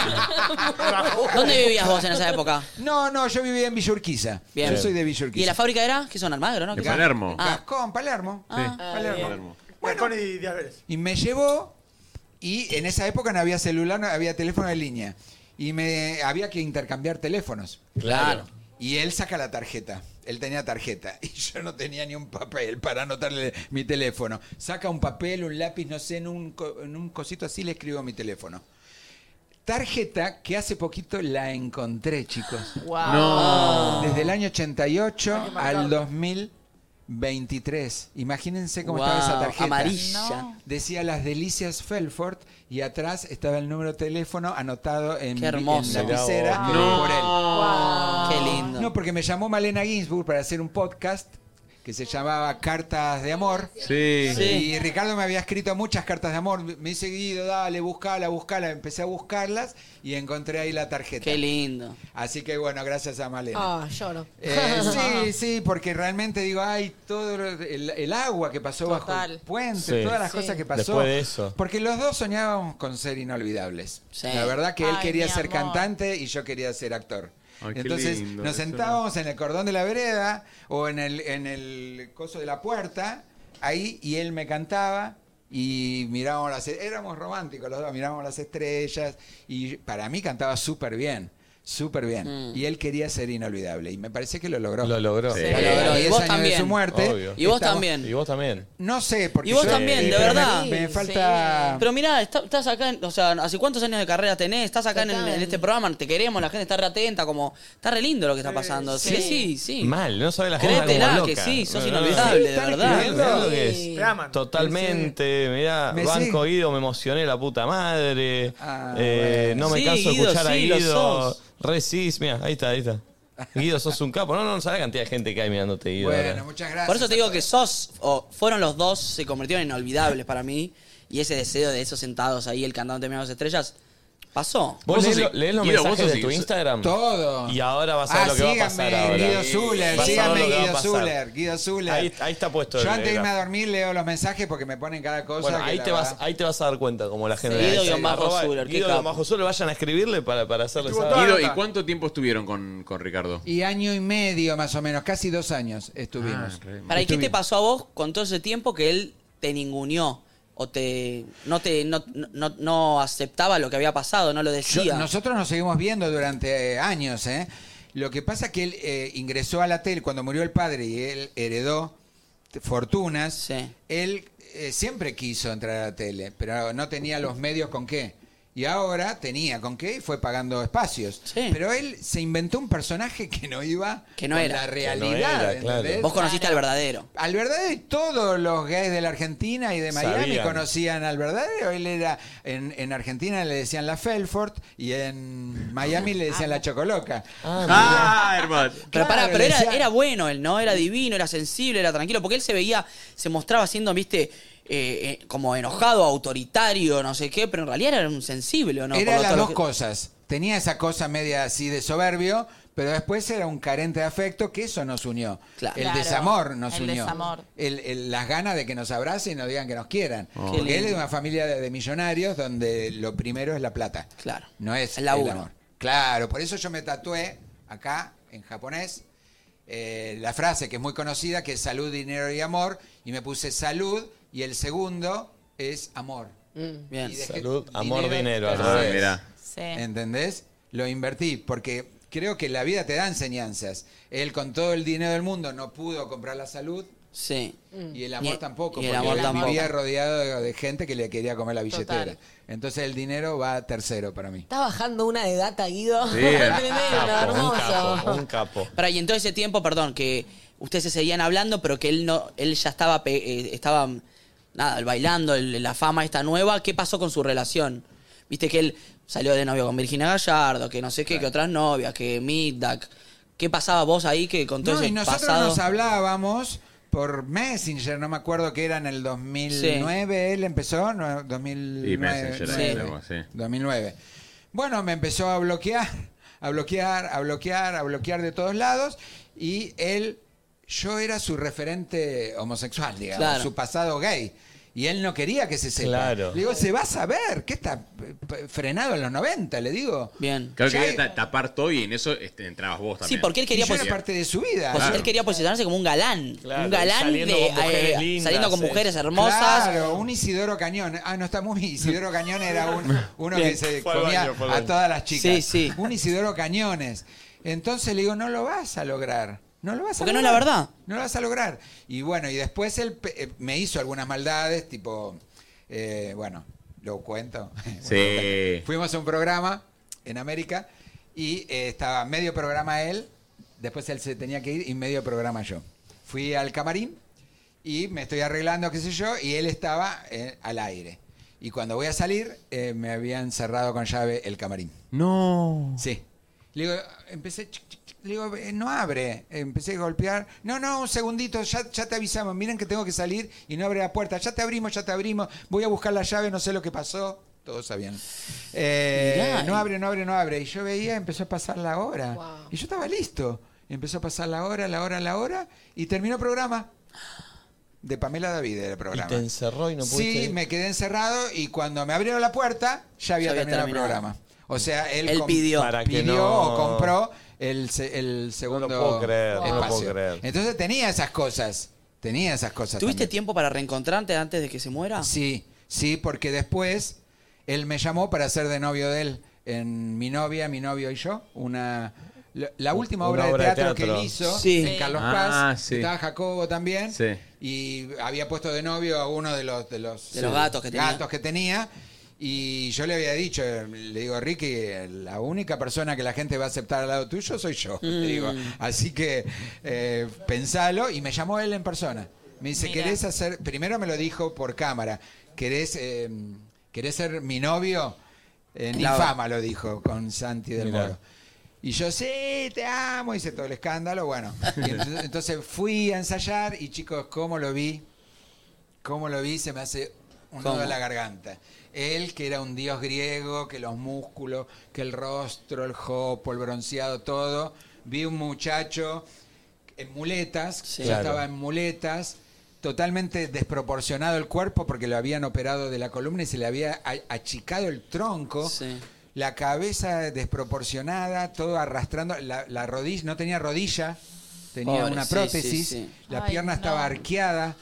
[SPEAKER 10] ¿Dónde vivías vos en esa época?
[SPEAKER 18] No, no, yo vivía en Villurquiza.
[SPEAKER 10] Bien.
[SPEAKER 18] Yo soy de
[SPEAKER 10] ¿Y
[SPEAKER 18] Villurquiza.
[SPEAKER 10] la fábrica era? ¿Qué son? ¿Almagro, no?
[SPEAKER 19] De
[SPEAKER 10] ¿Qué son?
[SPEAKER 19] Palermo.
[SPEAKER 10] Ah,
[SPEAKER 18] Gascón, Palermo.
[SPEAKER 10] Ah.
[SPEAKER 18] Palermo.
[SPEAKER 20] Marconi y Díaz Vélez.
[SPEAKER 18] Y me llevó y en esa época no había celular, no había teléfono de línea. Y me había que intercambiar teléfonos.
[SPEAKER 10] Claro.
[SPEAKER 18] Y él saca la tarjeta. Él tenía tarjeta. Y yo no tenía ni un papel para anotarle mi teléfono. Saca un papel, un lápiz, no sé, en un, co- en un cosito así le escribo mi teléfono. Tarjeta que hace poquito la encontré, chicos.
[SPEAKER 24] Wow.
[SPEAKER 19] No.
[SPEAKER 18] Desde el año 88 al 2023. Imagínense cómo estaba esa
[SPEAKER 10] Wow,
[SPEAKER 18] tarjeta.
[SPEAKER 10] amarilla. No.
[SPEAKER 18] Decía Las Delicias Felford y atrás estaba el número de teléfono anotado en,
[SPEAKER 10] Qué
[SPEAKER 18] vi- en
[SPEAKER 10] hermoso.
[SPEAKER 18] lapicera
[SPEAKER 19] Mirá vos.
[SPEAKER 18] por él.
[SPEAKER 10] Qué lindo.
[SPEAKER 18] No, porque me llamó Malena Ginsburg para hacer un podcast que se llamaba Cartas de Amor.
[SPEAKER 19] Sí. Sí.
[SPEAKER 18] Y Ricardo me había escrito muchas cartas de amor. Me dice, Guido, dale, buscala, buscala. Empecé a buscarlas y encontré ahí la tarjeta. Qué
[SPEAKER 10] lindo.
[SPEAKER 18] Así que bueno, gracias a Malena.
[SPEAKER 15] Ah, lloro.
[SPEAKER 18] Eh, sí, sí, porque realmente digo, ay, todo lo- el, el agua que pasó bajo el puente,
[SPEAKER 5] Sí.
[SPEAKER 18] todas las
[SPEAKER 5] Sí.
[SPEAKER 18] cosas que pasó.
[SPEAKER 5] Después de eso.
[SPEAKER 18] Porque los dos soñábamos con ser inolvidables. La verdad que él
[SPEAKER 5] Ay,
[SPEAKER 18] quería
[SPEAKER 5] mi
[SPEAKER 18] ser
[SPEAKER 5] amor.
[SPEAKER 18] cantante y yo quería ser actor.
[SPEAKER 19] Ay, qué
[SPEAKER 18] Entonces
[SPEAKER 19] lindo,
[SPEAKER 18] nos
[SPEAKER 19] eso
[SPEAKER 18] sentábamos en el cordón de la vereda o en el, en el coso de la puerta, ahí, y él me cantaba y mirábamos las e-, éramos románticos los dos mirábamos las estrellas y para mí cantaba súper bien súper bien y él quería ser inolvidable y me parece que lo logró
[SPEAKER 5] Lo logró.
[SPEAKER 18] Sí. Lo logró.
[SPEAKER 5] Y
[SPEAKER 18] Diez
[SPEAKER 5] vos
[SPEAKER 18] años de
[SPEAKER 5] también.
[SPEAKER 18] su muerte
[SPEAKER 5] Obvio. Y vos
[SPEAKER 18] Estamos-
[SPEAKER 10] también.
[SPEAKER 5] Y vos también.
[SPEAKER 18] no sé porque
[SPEAKER 10] Y vos
[SPEAKER 18] yo-
[SPEAKER 10] también, de
[SPEAKER 18] pero me-
[SPEAKER 10] verdad.
[SPEAKER 18] me, falta
[SPEAKER 10] Pero mirá, está- estás acá, en- o sea, ¿hace cuántos años de carrera tenés? Estás acá en, el- en este programa, te queremos, la gente está re atenta, como, está re lindo lo que está pasando. Sí, sí, sí.
[SPEAKER 1] Mal, no sabe la gente
[SPEAKER 10] Créetela
[SPEAKER 1] como loca.
[SPEAKER 10] que sí, sos
[SPEAKER 1] No, no, no.
[SPEAKER 10] inolvidable, de
[SPEAKER 1] Están
[SPEAKER 10] verdad.
[SPEAKER 1] escribiendo
[SPEAKER 10] Sí.
[SPEAKER 1] lo que es. Totalmente, mira,
[SPEAKER 10] Me
[SPEAKER 1] banco Guido, me emocioné la puta madre.
[SPEAKER 18] Ah,
[SPEAKER 1] Eh, no me
[SPEAKER 5] Sí,
[SPEAKER 1] canso de
[SPEAKER 5] Guido,
[SPEAKER 1] escuchar
[SPEAKER 5] sí,
[SPEAKER 1] a
[SPEAKER 5] lo
[SPEAKER 1] Guido.
[SPEAKER 5] sos.
[SPEAKER 1] Resis, mira, ahí está, ahí está. Guido, sos un capo. No, no, no sabes la cantidad de gente que hay mirándote, Guido. ahora.
[SPEAKER 18] muchas gracias.
[SPEAKER 10] Por eso te digo que sos, o fueron los dos, se convirtieron en inolvidables para mí. Y ese deseo de esos sentados ahí, el cantante de las estrellas, pasó.
[SPEAKER 1] Vos lees, lo- lees los mensajes de tu Instagram.
[SPEAKER 18] Todo.
[SPEAKER 1] Y ahora vas a ver
[SPEAKER 18] Ah,
[SPEAKER 1] lo que va a
[SPEAKER 18] síganme,
[SPEAKER 1] pasar ahora.
[SPEAKER 18] Guido Zuller,
[SPEAKER 1] Vas a ver
[SPEAKER 18] síganme,
[SPEAKER 1] lo que va a
[SPEAKER 18] Guido
[SPEAKER 1] pasar.
[SPEAKER 18] Zuller, Guido Zuller.
[SPEAKER 1] Ahí, ahí está puesto el
[SPEAKER 18] yo antes de irme
[SPEAKER 1] gráfico.
[SPEAKER 18] a dormir leo los mensajes porque me ponen cada cosa
[SPEAKER 1] Bueno,
[SPEAKER 18] que
[SPEAKER 1] ahí
[SPEAKER 18] la
[SPEAKER 1] te, vas,
[SPEAKER 18] verdad-
[SPEAKER 1] ahí te vas a dar cuenta como la gente...
[SPEAKER 5] Guido
[SPEAKER 1] Sí,
[SPEAKER 5] guión bajo
[SPEAKER 1] arroba
[SPEAKER 5] Zuller, qué
[SPEAKER 1] Guido
[SPEAKER 5] capo.
[SPEAKER 1] guión bajo Zuller, vayan a escribirle para, para hacerle saber.
[SPEAKER 5] Guido, ¿y cuánto tiempo estuvieron con, con Ricardo?
[SPEAKER 18] Y año y medio más o menos, casi dos años estuvimos.
[SPEAKER 10] Para, ¿y qué te
[SPEAKER 18] Estuvimos.
[SPEAKER 10] pasó a vos con todo ese tiempo que él te ninguneó? O te no te no, no, no aceptaba lo que había pasado, no lo
[SPEAKER 18] Yo-
[SPEAKER 10] decía.
[SPEAKER 18] nosotros nos seguimos viendo durante eh, años, ¿eh? Lo que pasa es que él eh, ingresó a la tele cuando murió el padre y él heredó t- fortunas. Él eh, siempre quiso entrar a la tele, pero no tenía los medios con qué. Y ahora tenía con qué y fue pagando espacios. Pero él se inventó un personaje que no iba
[SPEAKER 10] Que no
[SPEAKER 18] con
[SPEAKER 10] era.
[SPEAKER 18] la
[SPEAKER 10] Que no
[SPEAKER 18] realidad.
[SPEAKER 10] era, claro.
[SPEAKER 18] ¿entendés?
[SPEAKER 10] Vos conociste al verdadero.
[SPEAKER 18] Al verdadero y todos los gays de la Argentina y de Miami
[SPEAKER 10] Sabían.
[SPEAKER 18] conocían al verdadero. Él era en, en Argentina le decían la Felford y en Miami le decían la Chocoloca.
[SPEAKER 5] Ah, hermano.
[SPEAKER 10] Pero pará,
[SPEAKER 18] Claro,
[SPEAKER 10] pero era,
[SPEAKER 18] decía-
[SPEAKER 10] era bueno él, ¿no? Era divino, era sensible, era tranquilo, porque él se veía, se mostraba siendo, viste, eh, eh, como enojado, autoritario, no sé qué, pero en realidad era un sensible, ¿o no?
[SPEAKER 18] Era
[SPEAKER 10] Por lo-
[SPEAKER 18] las
[SPEAKER 10] todo lo
[SPEAKER 18] dos
[SPEAKER 10] que-
[SPEAKER 18] cosas. Tenía esa cosa media así de soberbio, pero después era un carente de afecto que eso nos unió. El
[SPEAKER 24] Claro,
[SPEAKER 18] desamor nos
[SPEAKER 24] el
[SPEAKER 18] unió.
[SPEAKER 24] desamor.
[SPEAKER 18] El- el- las ganas de que nos abracen y nos digan que nos quieran.
[SPEAKER 10] Oh. Qué
[SPEAKER 18] Porque él es
[SPEAKER 10] lindo.
[SPEAKER 18] de una familia de, de millonarios donde lo primero es la plata.
[SPEAKER 10] Claro.
[SPEAKER 18] No es
[SPEAKER 10] El
[SPEAKER 18] el,
[SPEAKER 10] laburo.
[SPEAKER 18] amor. Claro, por eso yo me tatué acá en japonés eh, la frase que es muy conocida que es salud, dinero y amor y me puse salud y el segundo es amor.
[SPEAKER 10] Bien.
[SPEAKER 18] Y dejé
[SPEAKER 1] Salud, amor, dinero, al
[SPEAKER 18] tercero.
[SPEAKER 1] revés. Mirá.
[SPEAKER 24] Sí.
[SPEAKER 18] ¿Entendés? Lo invertí porque creo que la vida te da enseñanzas. Él con todo el dinero del mundo no pudo comprar la salud.
[SPEAKER 10] Sí.
[SPEAKER 18] Y el amor
[SPEAKER 10] Ni-
[SPEAKER 18] tampoco,
[SPEAKER 10] y el
[SPEAKER 18] porque
[SPEAKER 10] amor
[SPEAKER 18] él
[SPEAKER 10] tampoco.
[SPEAKER 18] vivía rodeado de, de gente que le quería comer la billetera.
[SPEAKER 3] Total.
[SPEAKER 18] Entonces el dinero va tercero para mí.
[SPEAKER 3] Está bajando una de data, Guido. Tremendo, hermoso.
[SPEAKER 1] capo.
[SPEAKER 10] Pará, y en todo ese tiempo, perdón, que ustedes se seguían hablando, pero que él no, él ya estaba, pe- eh, estaba nada, bailando, el- la fama esta nueva, ¿qué pasó con su relación? Viste que él salió de novio con Virginia Gallardo, que no sé qué, que otras novias, que Middak. ¿Qué pasaba vos ahí que con todo
[SPEAKER 18] No,
[SPEAKER 10] ese
[SPEAKER 18] y nosotros
[SPEAKER 10] pasado?
[SPEAKER 18] nos hablábamos por Messenger, no me acuerdo que era en el 2009, él empezó, no, 2009.
[SPEAKER 5] Y Messenger,
[SPEAKER 18] nueve.
[SPEAKER 5] ahí, algo así.
[SPEAKER 18] 2009. Bueno, me empezó a bloquear, a bloquear, a bloquear, a bloquear de todos lados y él, yo era su referente homosexual, digamos,
[SPEAKER 5] Claro.
[SPEAKER 18] su pasado gay. Y él no quería que se sepa.
[SPEAKER 5] Claro.
[SPEAKER 18] Le digo, se va a saber, que está p- p- frenado en los 90, le digo.
[SPEAKER 10] Bien.
[SPEAKER 5] Claro que
[SPEAKER 18] Ya-
[SPEAKER 5] quería ta- tapar todo y en eso este, entrabas vos
[SPEAKER 10] Sí,
[SPEAKER 5] también.
[SPEAKER 10] porque él quería
[SPEAKER 18] Y yo era
[SPEAKER 10] posi-
[SPEAKER 18] parte de su vida.
[SPEAKER 10] posi-
[SPEAKER 5] Claro.
[SPEAKER 10] él quería posicionarse como un galán,
[SPEAKER 5] Claro,
[SPEAKER 10] un galán
[SPEAKER 5] saliendo
[SPEAKER 10] de
[SPEAKER 5] con mujeres lindas,
[SPEAKER 10] saliendo con
[SPEAKER 5] eh.
[SPEAKER 10] mujeres hermosas.
[SPEAKER 18] Claro, un Isidoro Cañón. Ah, no está muy. Isidoro Cañón era un- uno
[SPEAKER 10] Bien.
[SPEAKER 18] que se
[SPEAKER 10] Fue al
[SPEAKER 18] comía
[SPEAKER 10] baño, fue al
[SPEAKER 18] a
[SPEAKER 10] baño.
[SPEAKER 18] todas las chicas.
[SPEAKER 10] Sí, sí.
[SPEAKER 18] Un Isidoro Cañones. Entonces le digo, no lo vas a lograr. No lo vas a
[SPEAKER 10] Porque no es
[SPEAKER 18] lograr.
[SPEAKER 10] la verdad.
[SPEAKER 18] No lo vas a lograr. Y bueno, y después él pe- eh, me hizo algunas maldades, tipo. eh, bueno, lo cuento.
[SPEAKER 5] Sí.
[SPEAKER 18] Fuimos a un programa en América y eh, estaba medio programa él, después él se tenía que ir y medio programa yo. Fui al camarín y me estoy arreglando, qué sé yo, y él estaba eh, al aire. Y cuando voy a salir, eh, me habían cerrado con llave el camarín.
[SPEAKER 5] No.
[SPEAKER 18] Sí. Le digo, empecé, chic, chic, chic. le digo, "Eh, no abre. Empecé a golpear. No, no, un segundito, ya, ya te avisamos. Miren que tengo que salir y no abre la puerta. Ya te abrimos, ya te abrimos. Voy a buscar la llave, no sé lo que pasó. Todos sabían. Eh,
[SPEAKER 7] Mirá.
[SPEAKER 18] no abre, no abre, no abre. Y yo veía, empezó a pasar la hora. Y yo estaba listo. Empezó a pasar la hora, la hora, la hora. Y terminó el programa. De Pamela David era el programa.
[SPEAKER 1] Y te encerró y no pudiste.
[SPEAKER 18] Sí, me quedé encerrado y cuando me abrieron la puerta ya había,
[SPEAKER 1] Ya había
[SPEAKER 18] terminado,
[SPEAKER 1] terminado.
[SPEAKER 18] el programa. O sea, él,
[SPEAKER 1] Él
[SPEAKER 18] com-
[SPEAKER 1] pidió. Para que
[SPEAKER 18] pidió
[SPEAKER 1] no-
[SPEAKER 18] o compró el, se- el segundo
[SPEAKER 1] puedo creer, no lo puedo
[SPEAKER 18] espacio.
[SPEAKER 1] creer.
[SPEAKER 18] Entonces tenía esas cosas. Tenía esas cosas.
[SPEAKER 10] ¿Tuviste
[SPEAKER 18] tiempo para reencontrarte antes de que se muera? Sí, sí, porque después él me llamó para ser de novio de él en Mi novia, mi novio y yo, una la- la última
[SPEAKER 5] Una
[SPEAKER 18] obra,
[SPEAKER 5] obra
[SPEAKER 18] de
[SPEAKER 5] de
[SPEAKER 18] teatro,
[SPEAKER 5] teatro.
[SPEAKER 18] que él hizo
[SPEAKER 5] Sí.
[SPEAKER 18] en Carlos
[SPEAKER 5] Ah,
[SPEAKER 18] Paz,
[SPEAKER 5] sí.
[SPEAKER 18] estaba Jacobo también
[SPEAKER 5] Sí.
[SPEAKER 18] y había puesto de novio a uno de los de los,
[SPEAKER 10] De los gatos que tenía.
[SPEAKER 18] gatos que tenía. y yo le había dicho, le digo Ricky, la única persona que la gente va a aceptar al lado tuyo soy yo,
[SPEAKER 10] Mm.
[SPEAKER 18] le digo, así que eh, pensalo y me llamó él en persona. Me dice, "¿Querés hacer?" Primero me lo dijo por cámara. "¿Querés eh, querés ser mi novio?" Eh, En
[SPEAKER 10] Claro.
[SPEAKER 18] infama lo dijo con Santi del
[SPEAKER 10] Mirá.
[SPEAKER 18] Moro. Y yo, sí, te amo, hice todo el escándalo, bueno. Y entonces, entonces fui a ensayar y chicos, ¿cómo lo vi? ¿Cómo lo vi? Se me hace un
[SPEAKER 10] ¿Cómo?
[SPEAKER 18] nudo en la garganta. Él, que era un dios griego, que los músculos, que el rostro, el jopo, el bronceado, todo. Vi un muchacho en muletas, yo
[SPEAKER 10] Claro.
[SPEAKER 18] estaba en muletas, totalmente desproporcionado el cuerpo porque lo habían operado de la columna y se le había a- achicado el tronco. La cabeza desproporcionada, todo arrastrando, la, la rodilla, no tenía rodilla, tenía
[SPEAKER 10] Pobre,
[SPEAKER 18] una
[SPEAKER 10] sí,
[SPEAKER 18] prótesis,
[SPEAKER 10] sí, sí.
[SPEAKER 18] la
[SPEAKER 4] Ay,
[SPEAKER 18] pierna estaba
[SPEAKER 4] no.
[SPEAKER 18] arqueada.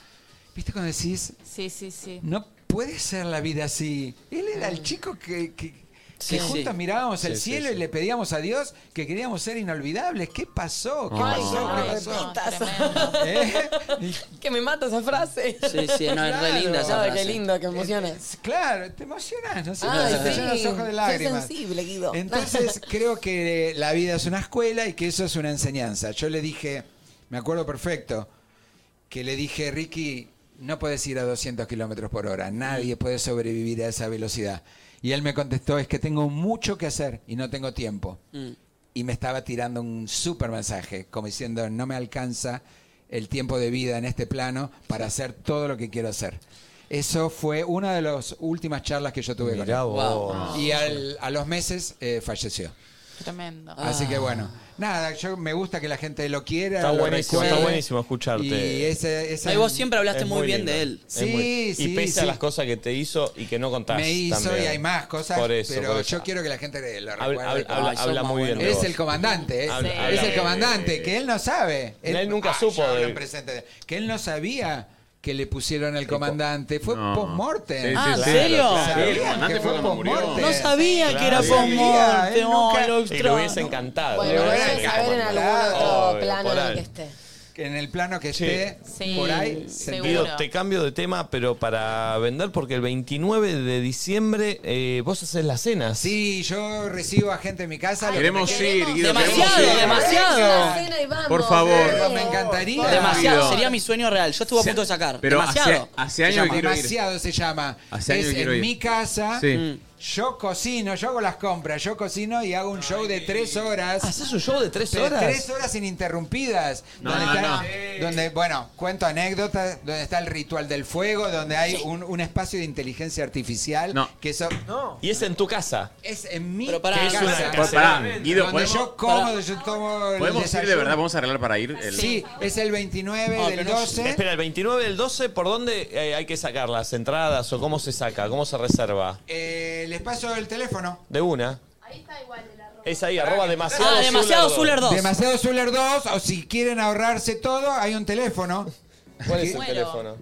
[SPEAKER 18] ¿Viste cuando decís,
[SPEAKER 4] Sí, sí, sí.
[SPEAKER 18] no puede ser la vida así? Él era
[SPEAKER 5] Mm.
[SPEAKER 18] el chico que, que,
[SPEAKER 10] Sí,
[SPEAKER 18] que juntos
[SPEAKER 10] sí.
[SPEAKER 18] mirábamos el
[SPEAKER 10] Sí, sí,
[SPEAKER 18] cielo y le pedíamos a Dios que queríamos ser inolvidables. ¿Qué pasó? ¿Qué
[SPEAKER 5] Ay,
[SPEAKER 18] pasó? ¿Qué
[SPEAKER 5] no,
[SPEAKER 18] pasó?
[SPEAKER 3] que me mata esa frase.
[SPEAKER 10] Sí, sí, no, es re linda esa
[SPEAKER 3] Ay,
[SPEAKER 10] frase.
[SPEAKER 3] qué lindo, que emociones.
[SPEAKER 18] Claro, te emocionas, no sé,
[SPEAKER 3] Ay,
[SPEAKER 18] se te
[SPEAKER 3] sí.
[SPEAKER 18] llenan los ojos de
[SPEAKER 3] Sos
[SPEAKER 18] lágrimas.
[SPEAKER 3] sensible, Guido.
[SPEAKER 18] Entonces creo que la vida es una escuela y que eso es una enseñanza. Yo le dije, me acuerdo perfecto, que le dije, Ricky, no puedes ir a 200 kilómetros por hora, nadie puede sobrevivir a esa velocidad. Y él me contestó, es que tengo mucho que hacer y no tengo tiempo. Y me estaba tirando un súper mensaje, como diciendo, no me alcanza el tiempo de vida en este plano para hacer todo lo que quiero hacer. Eso fue una de las últimas charlas que yo tuve con
[SPEAKER 1] Mirá
[SPEAKER 18] él.
[SPEAKER 1] vos. Ah,
[SPEAKER 18] Y al- a los meses eh, falleció.
[SPEAKER 4] Tremendo.
[SPEAKER 18] Así
[SPEAKER 10] Ah.
[SPEAKER 18] que bueno, nada, yo me gusta que la gente lo quiera.
[SPEAKER 1] Está
[SPEAKER 18] lo
[SPEAKER 1] buenísimo,
[SPEAKER 18] recuerde.
[SPEAKER 1] está buenísimo escucharte.
[SPEAKER 18] Y ese, ese-
[SPEAKER 10] Ay, vos siempre hablaste muy bien
[SPEAKER 1] lindo.
[SPEAKER 10] de él.
[SPEAKER 1] Es
[SPEAKER 18] Sí,
[SPEAKER 1] muy-
[SPEAKER 18] sí,
[SPEAKER 1] Y pese a
[SPEAKER 18] sí.
[SPEAKER 1] las cosas que te hizo y que no contaste.
[SPEAKER 18] Me hizo y hay más cosas,
[SPEAKER 1] Por eso,
[SPEAKER 18] pero
[SPEAKER 1] por eso.
[SPEAKER 18] yo quiero que la gente lo
[SPEAKER 1] Habla-
[SPEAKER 18] recuerde.
[SPEAKER 1] habla-
[SPEAKER 18] como-
[SPEAKER 1] habla- habla muy bien de
[SPEAKER 18] Es
[SPEAKER 1] vos.
[SPEAKER 18] el comandante, ¿eh? es,
[SPEAKER 1] Habla-
[SPEAKER 18] es
[SPEAKER 1] habla
[SPEAKER 18] el
[SPEAKER 1] bien.
[SPEAKER 18] comandante, que él no sabe. Él,
[SPEAKER 1] Él nunca
[SPEAKER 18] Ah,
[SPEAKER 1] supo
[SPEAKER 18] ya
[SPEAKER 1] de-
[SPEAKER 18] hablan presente de- Que él no sabía que le pusieron el comandante. Fue
[SPEAKER 5] No.
[SPEAKER 18] post-mortem.
[SPEAKER 5] Sí, sí, Ah, ¿en claro, serio? claro.
[SPEAKER 18] Sabían
[SPEAKER 5] Sí, el comandante
[SPEAKER 18] que
[SPEAKER 5] fue
[SPEAKER 18] fue
[SPEAKER 5] cuando murió.
[SPEAKER 18] post-mortem.
[SPEAKER 5] No sabía que era
[SPEAKER 18] Claro.
[SPEAKER 5] post-mortem,
[SPEAKER 18] Él nunca-
[SPEAKER 1] Y lo hubiese encantado.
[SPEAKER 18] Bueno,
[SPEAKER 1] lo
[SPEAKER 18] lo
[SPEAKER 1] hubiese
[SPEAKER 18] debe
[SPEAKER 1] encantado.
[SPEAKER 18] saber en algún otro
[SPEAKER 1] Obvio,
[SPEAKER 18] plano
[SPEAKER 1] por
[SPEAKER 18] en el
[SPEAKER 1] ahí.
[SPEAKER 18] que esté. En el plano que esté,
[SPEAKER 1] Sí.
[SPEAKER 18] por ahí,
[SPEAKER 1] Guido, te cambio de tema, pero para vender, porque el 29 de diciembre eh, vos haces las cenas.
[SPEAKER 18] Sí, yo recibo a gente en mi casa. Lo que
[SPEAKER 1] Queremos
[SPEAKER 18] me
[SPEAKER 1] ir,
[SPEAKER 18] queremos.
[SPEAKER 1] Guido, Demasiado, queremos ir.
[SPEAKER 10] demasiado.
[SPEAKER 18] Una cena y vamos.
[SPEAKER 5] Por favor.
[SPEAKER 18] Pero Me encantaría.
[SPEAKER 10] Demasiado, sería mi sueño real. Yo estuve a punto de sacar.
[SPEAKER 5] pero
[SPEAKER 10] demasiado.
[SPEAKER 5] hace- hace años
[SPEAKER 10] Se llama.
[SPEAKER 5] que quiero ir.
[SPEAKER 18] Demasiado se llama.
[SPEAKER 5] Hace años
[SPEAKER 18] es
[SPEAKER 5] que quiero
[SPEAKER 18] en
[SPEAKER 5] ir.
[SPEAKER 18] mi casa.
[SPEAKER 5] Sí.
[SPEAKER 18] Mm. Yo cocino, yo hago las compras, yo cocino y hago un show de tres horas.
[SPEAKER 1] ¿Haces un show de tres
[SPEAKER 18] Pero
[SPEAKER 1] horas?
[SPEAKER 18] Tres horas ininterrumpidas.
[SPEAKER 5] No,
[SPEAKER 18] donde,
[SPEAKER 5] no,
[SPEAKER 18] está-
[SPEAKER 5] no.
[SPEAKER 18] donde, bueno, cuento anécdotas, donde está el ritual del fuego, donde hay un, un espacio de inteligencia artificial.
[SPEAKER 5] No.
[SPEAKER 18] Que eso,
[SPEAKER 1] Y es en tu casa.
[SPEAKER 18] Es en mi
[SPEAKER 1] Pero pará,
[SPEAKER 18] casa.
[SPEAKER 1] es una
[SPEAKER 18] Donde
[SPEAKER 1] casa. Pará,
[SPEAKER 5] Guido,
[SPEAKER 18] donde
[SPEAKER 5] ¿podemos-
[SPEAKER 18] yo como,
[SPEAKER 5] pará.
[SPEAKER 18] donde yo tomo el
[SPEAKER 5] ¿Podemos ir de
[SPEAKER 18] desayuno.
[SPEAKER 5] verdad? ¿Vamos a arreglar para ir? El...
[SPEAKER 18] Sí, es el 29 del 12.
[SPEAKER 1] Espera, el 29 del 12, ¿por dónde eh, hay que sacar las entradas o cómo se saca? ¿Cómo se reserva?
[SPEAKER 18] Eh, les paso el teléfono.
[SPEAKER 1] De una. Ahí está igual. Es ahí, arroba demasiado.
[SPEAKER 10] Ah, demasiado Zuller 2.
[SPEAKER 18] Demasiado Zuller 2. O si quieren ahorrarse todo, hay un teléfono.
[SPEAKER 1] ¿Cuál es el
[SPEAKER 18] Bueno.
[SPEAKER 1] teléfono?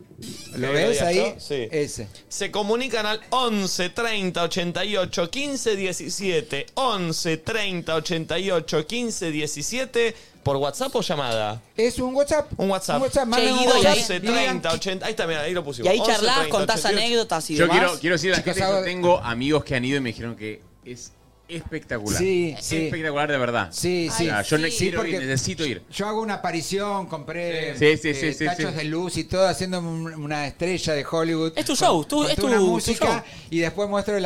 [SPEAKER 18] ¿Lo
[SPEAKER 1] ¿Que
[SPEAKER 18] ves
[SPEAKER 1] digas
[SPEAKER 18] ahí?
[SPEAKER 1] yo? Sí.
[SPEAKER 18] Ese.
[SPEAKER 1] Se comunican al 11 30 88 15 17. 11 30 88 15 17. ¿Por WhatsApp o llamada?
[SPEAKER 18] Es un WhatsApp.
[SPEAKER 1] Un WhatsApp.
[SPEAKER 18] Un WhatsApp, manden un WhatsApp.
[SPEAKER 1] 11 30 80. Ahí está, mira, ahí lo pusimos.
[SPEAKER 10] Y ahí
[SPEAKER 1] 11
[SPEAKER 10] charlás,
[SPEAKER 1] 30
[SPEAKER 10] contás
[SPEAKER 1] 88.
[SPEAKER 10] anécdotas y
[SPEAKER 5] Yo
[SPEAKER 10] demás.
[SPEAKER 5] quiero, quiero decir a la gente, yo tengo amigos que han ido y me dijeron que es espectacular.
[SPEAKER 18] Sí, sí.
[SPEAKER 5] Espectacular de verdad.
[SPEAKER 18] Sí, sí.
[SPEAKER 5] O sea, yo
[SPEAKER 18] Sí,
[SPEAKER 5] ne- quiero
[SPEAKER 18] porque
[SPEAKER 5] ir, necesito ir.
[SPEAKER 18] Yo hago una aparición, compré
[SPEAKER 5] Sí, sí, sí, sí,
[SPEAKER 18] tachos
[SPEAKER 5] sí.
[SPEAKER 18] de luz y todo, haciendo un- una estrella de Hollywood.
[SPEAKER 10] Es tu
[SPEAKER 18] con-
[SPEAKER 10] show, tu-
[SPEAKER 18] con
[SPEAKER 10] es
[SPEAKER 18] toda
[SPEAKER 10] tu-
[SPEAKER 18] una
[SPEAKER 10] tu
[SPEAKER 18] música
[SPEAKER 10] show.
[SPEAKER 18] y después muestro el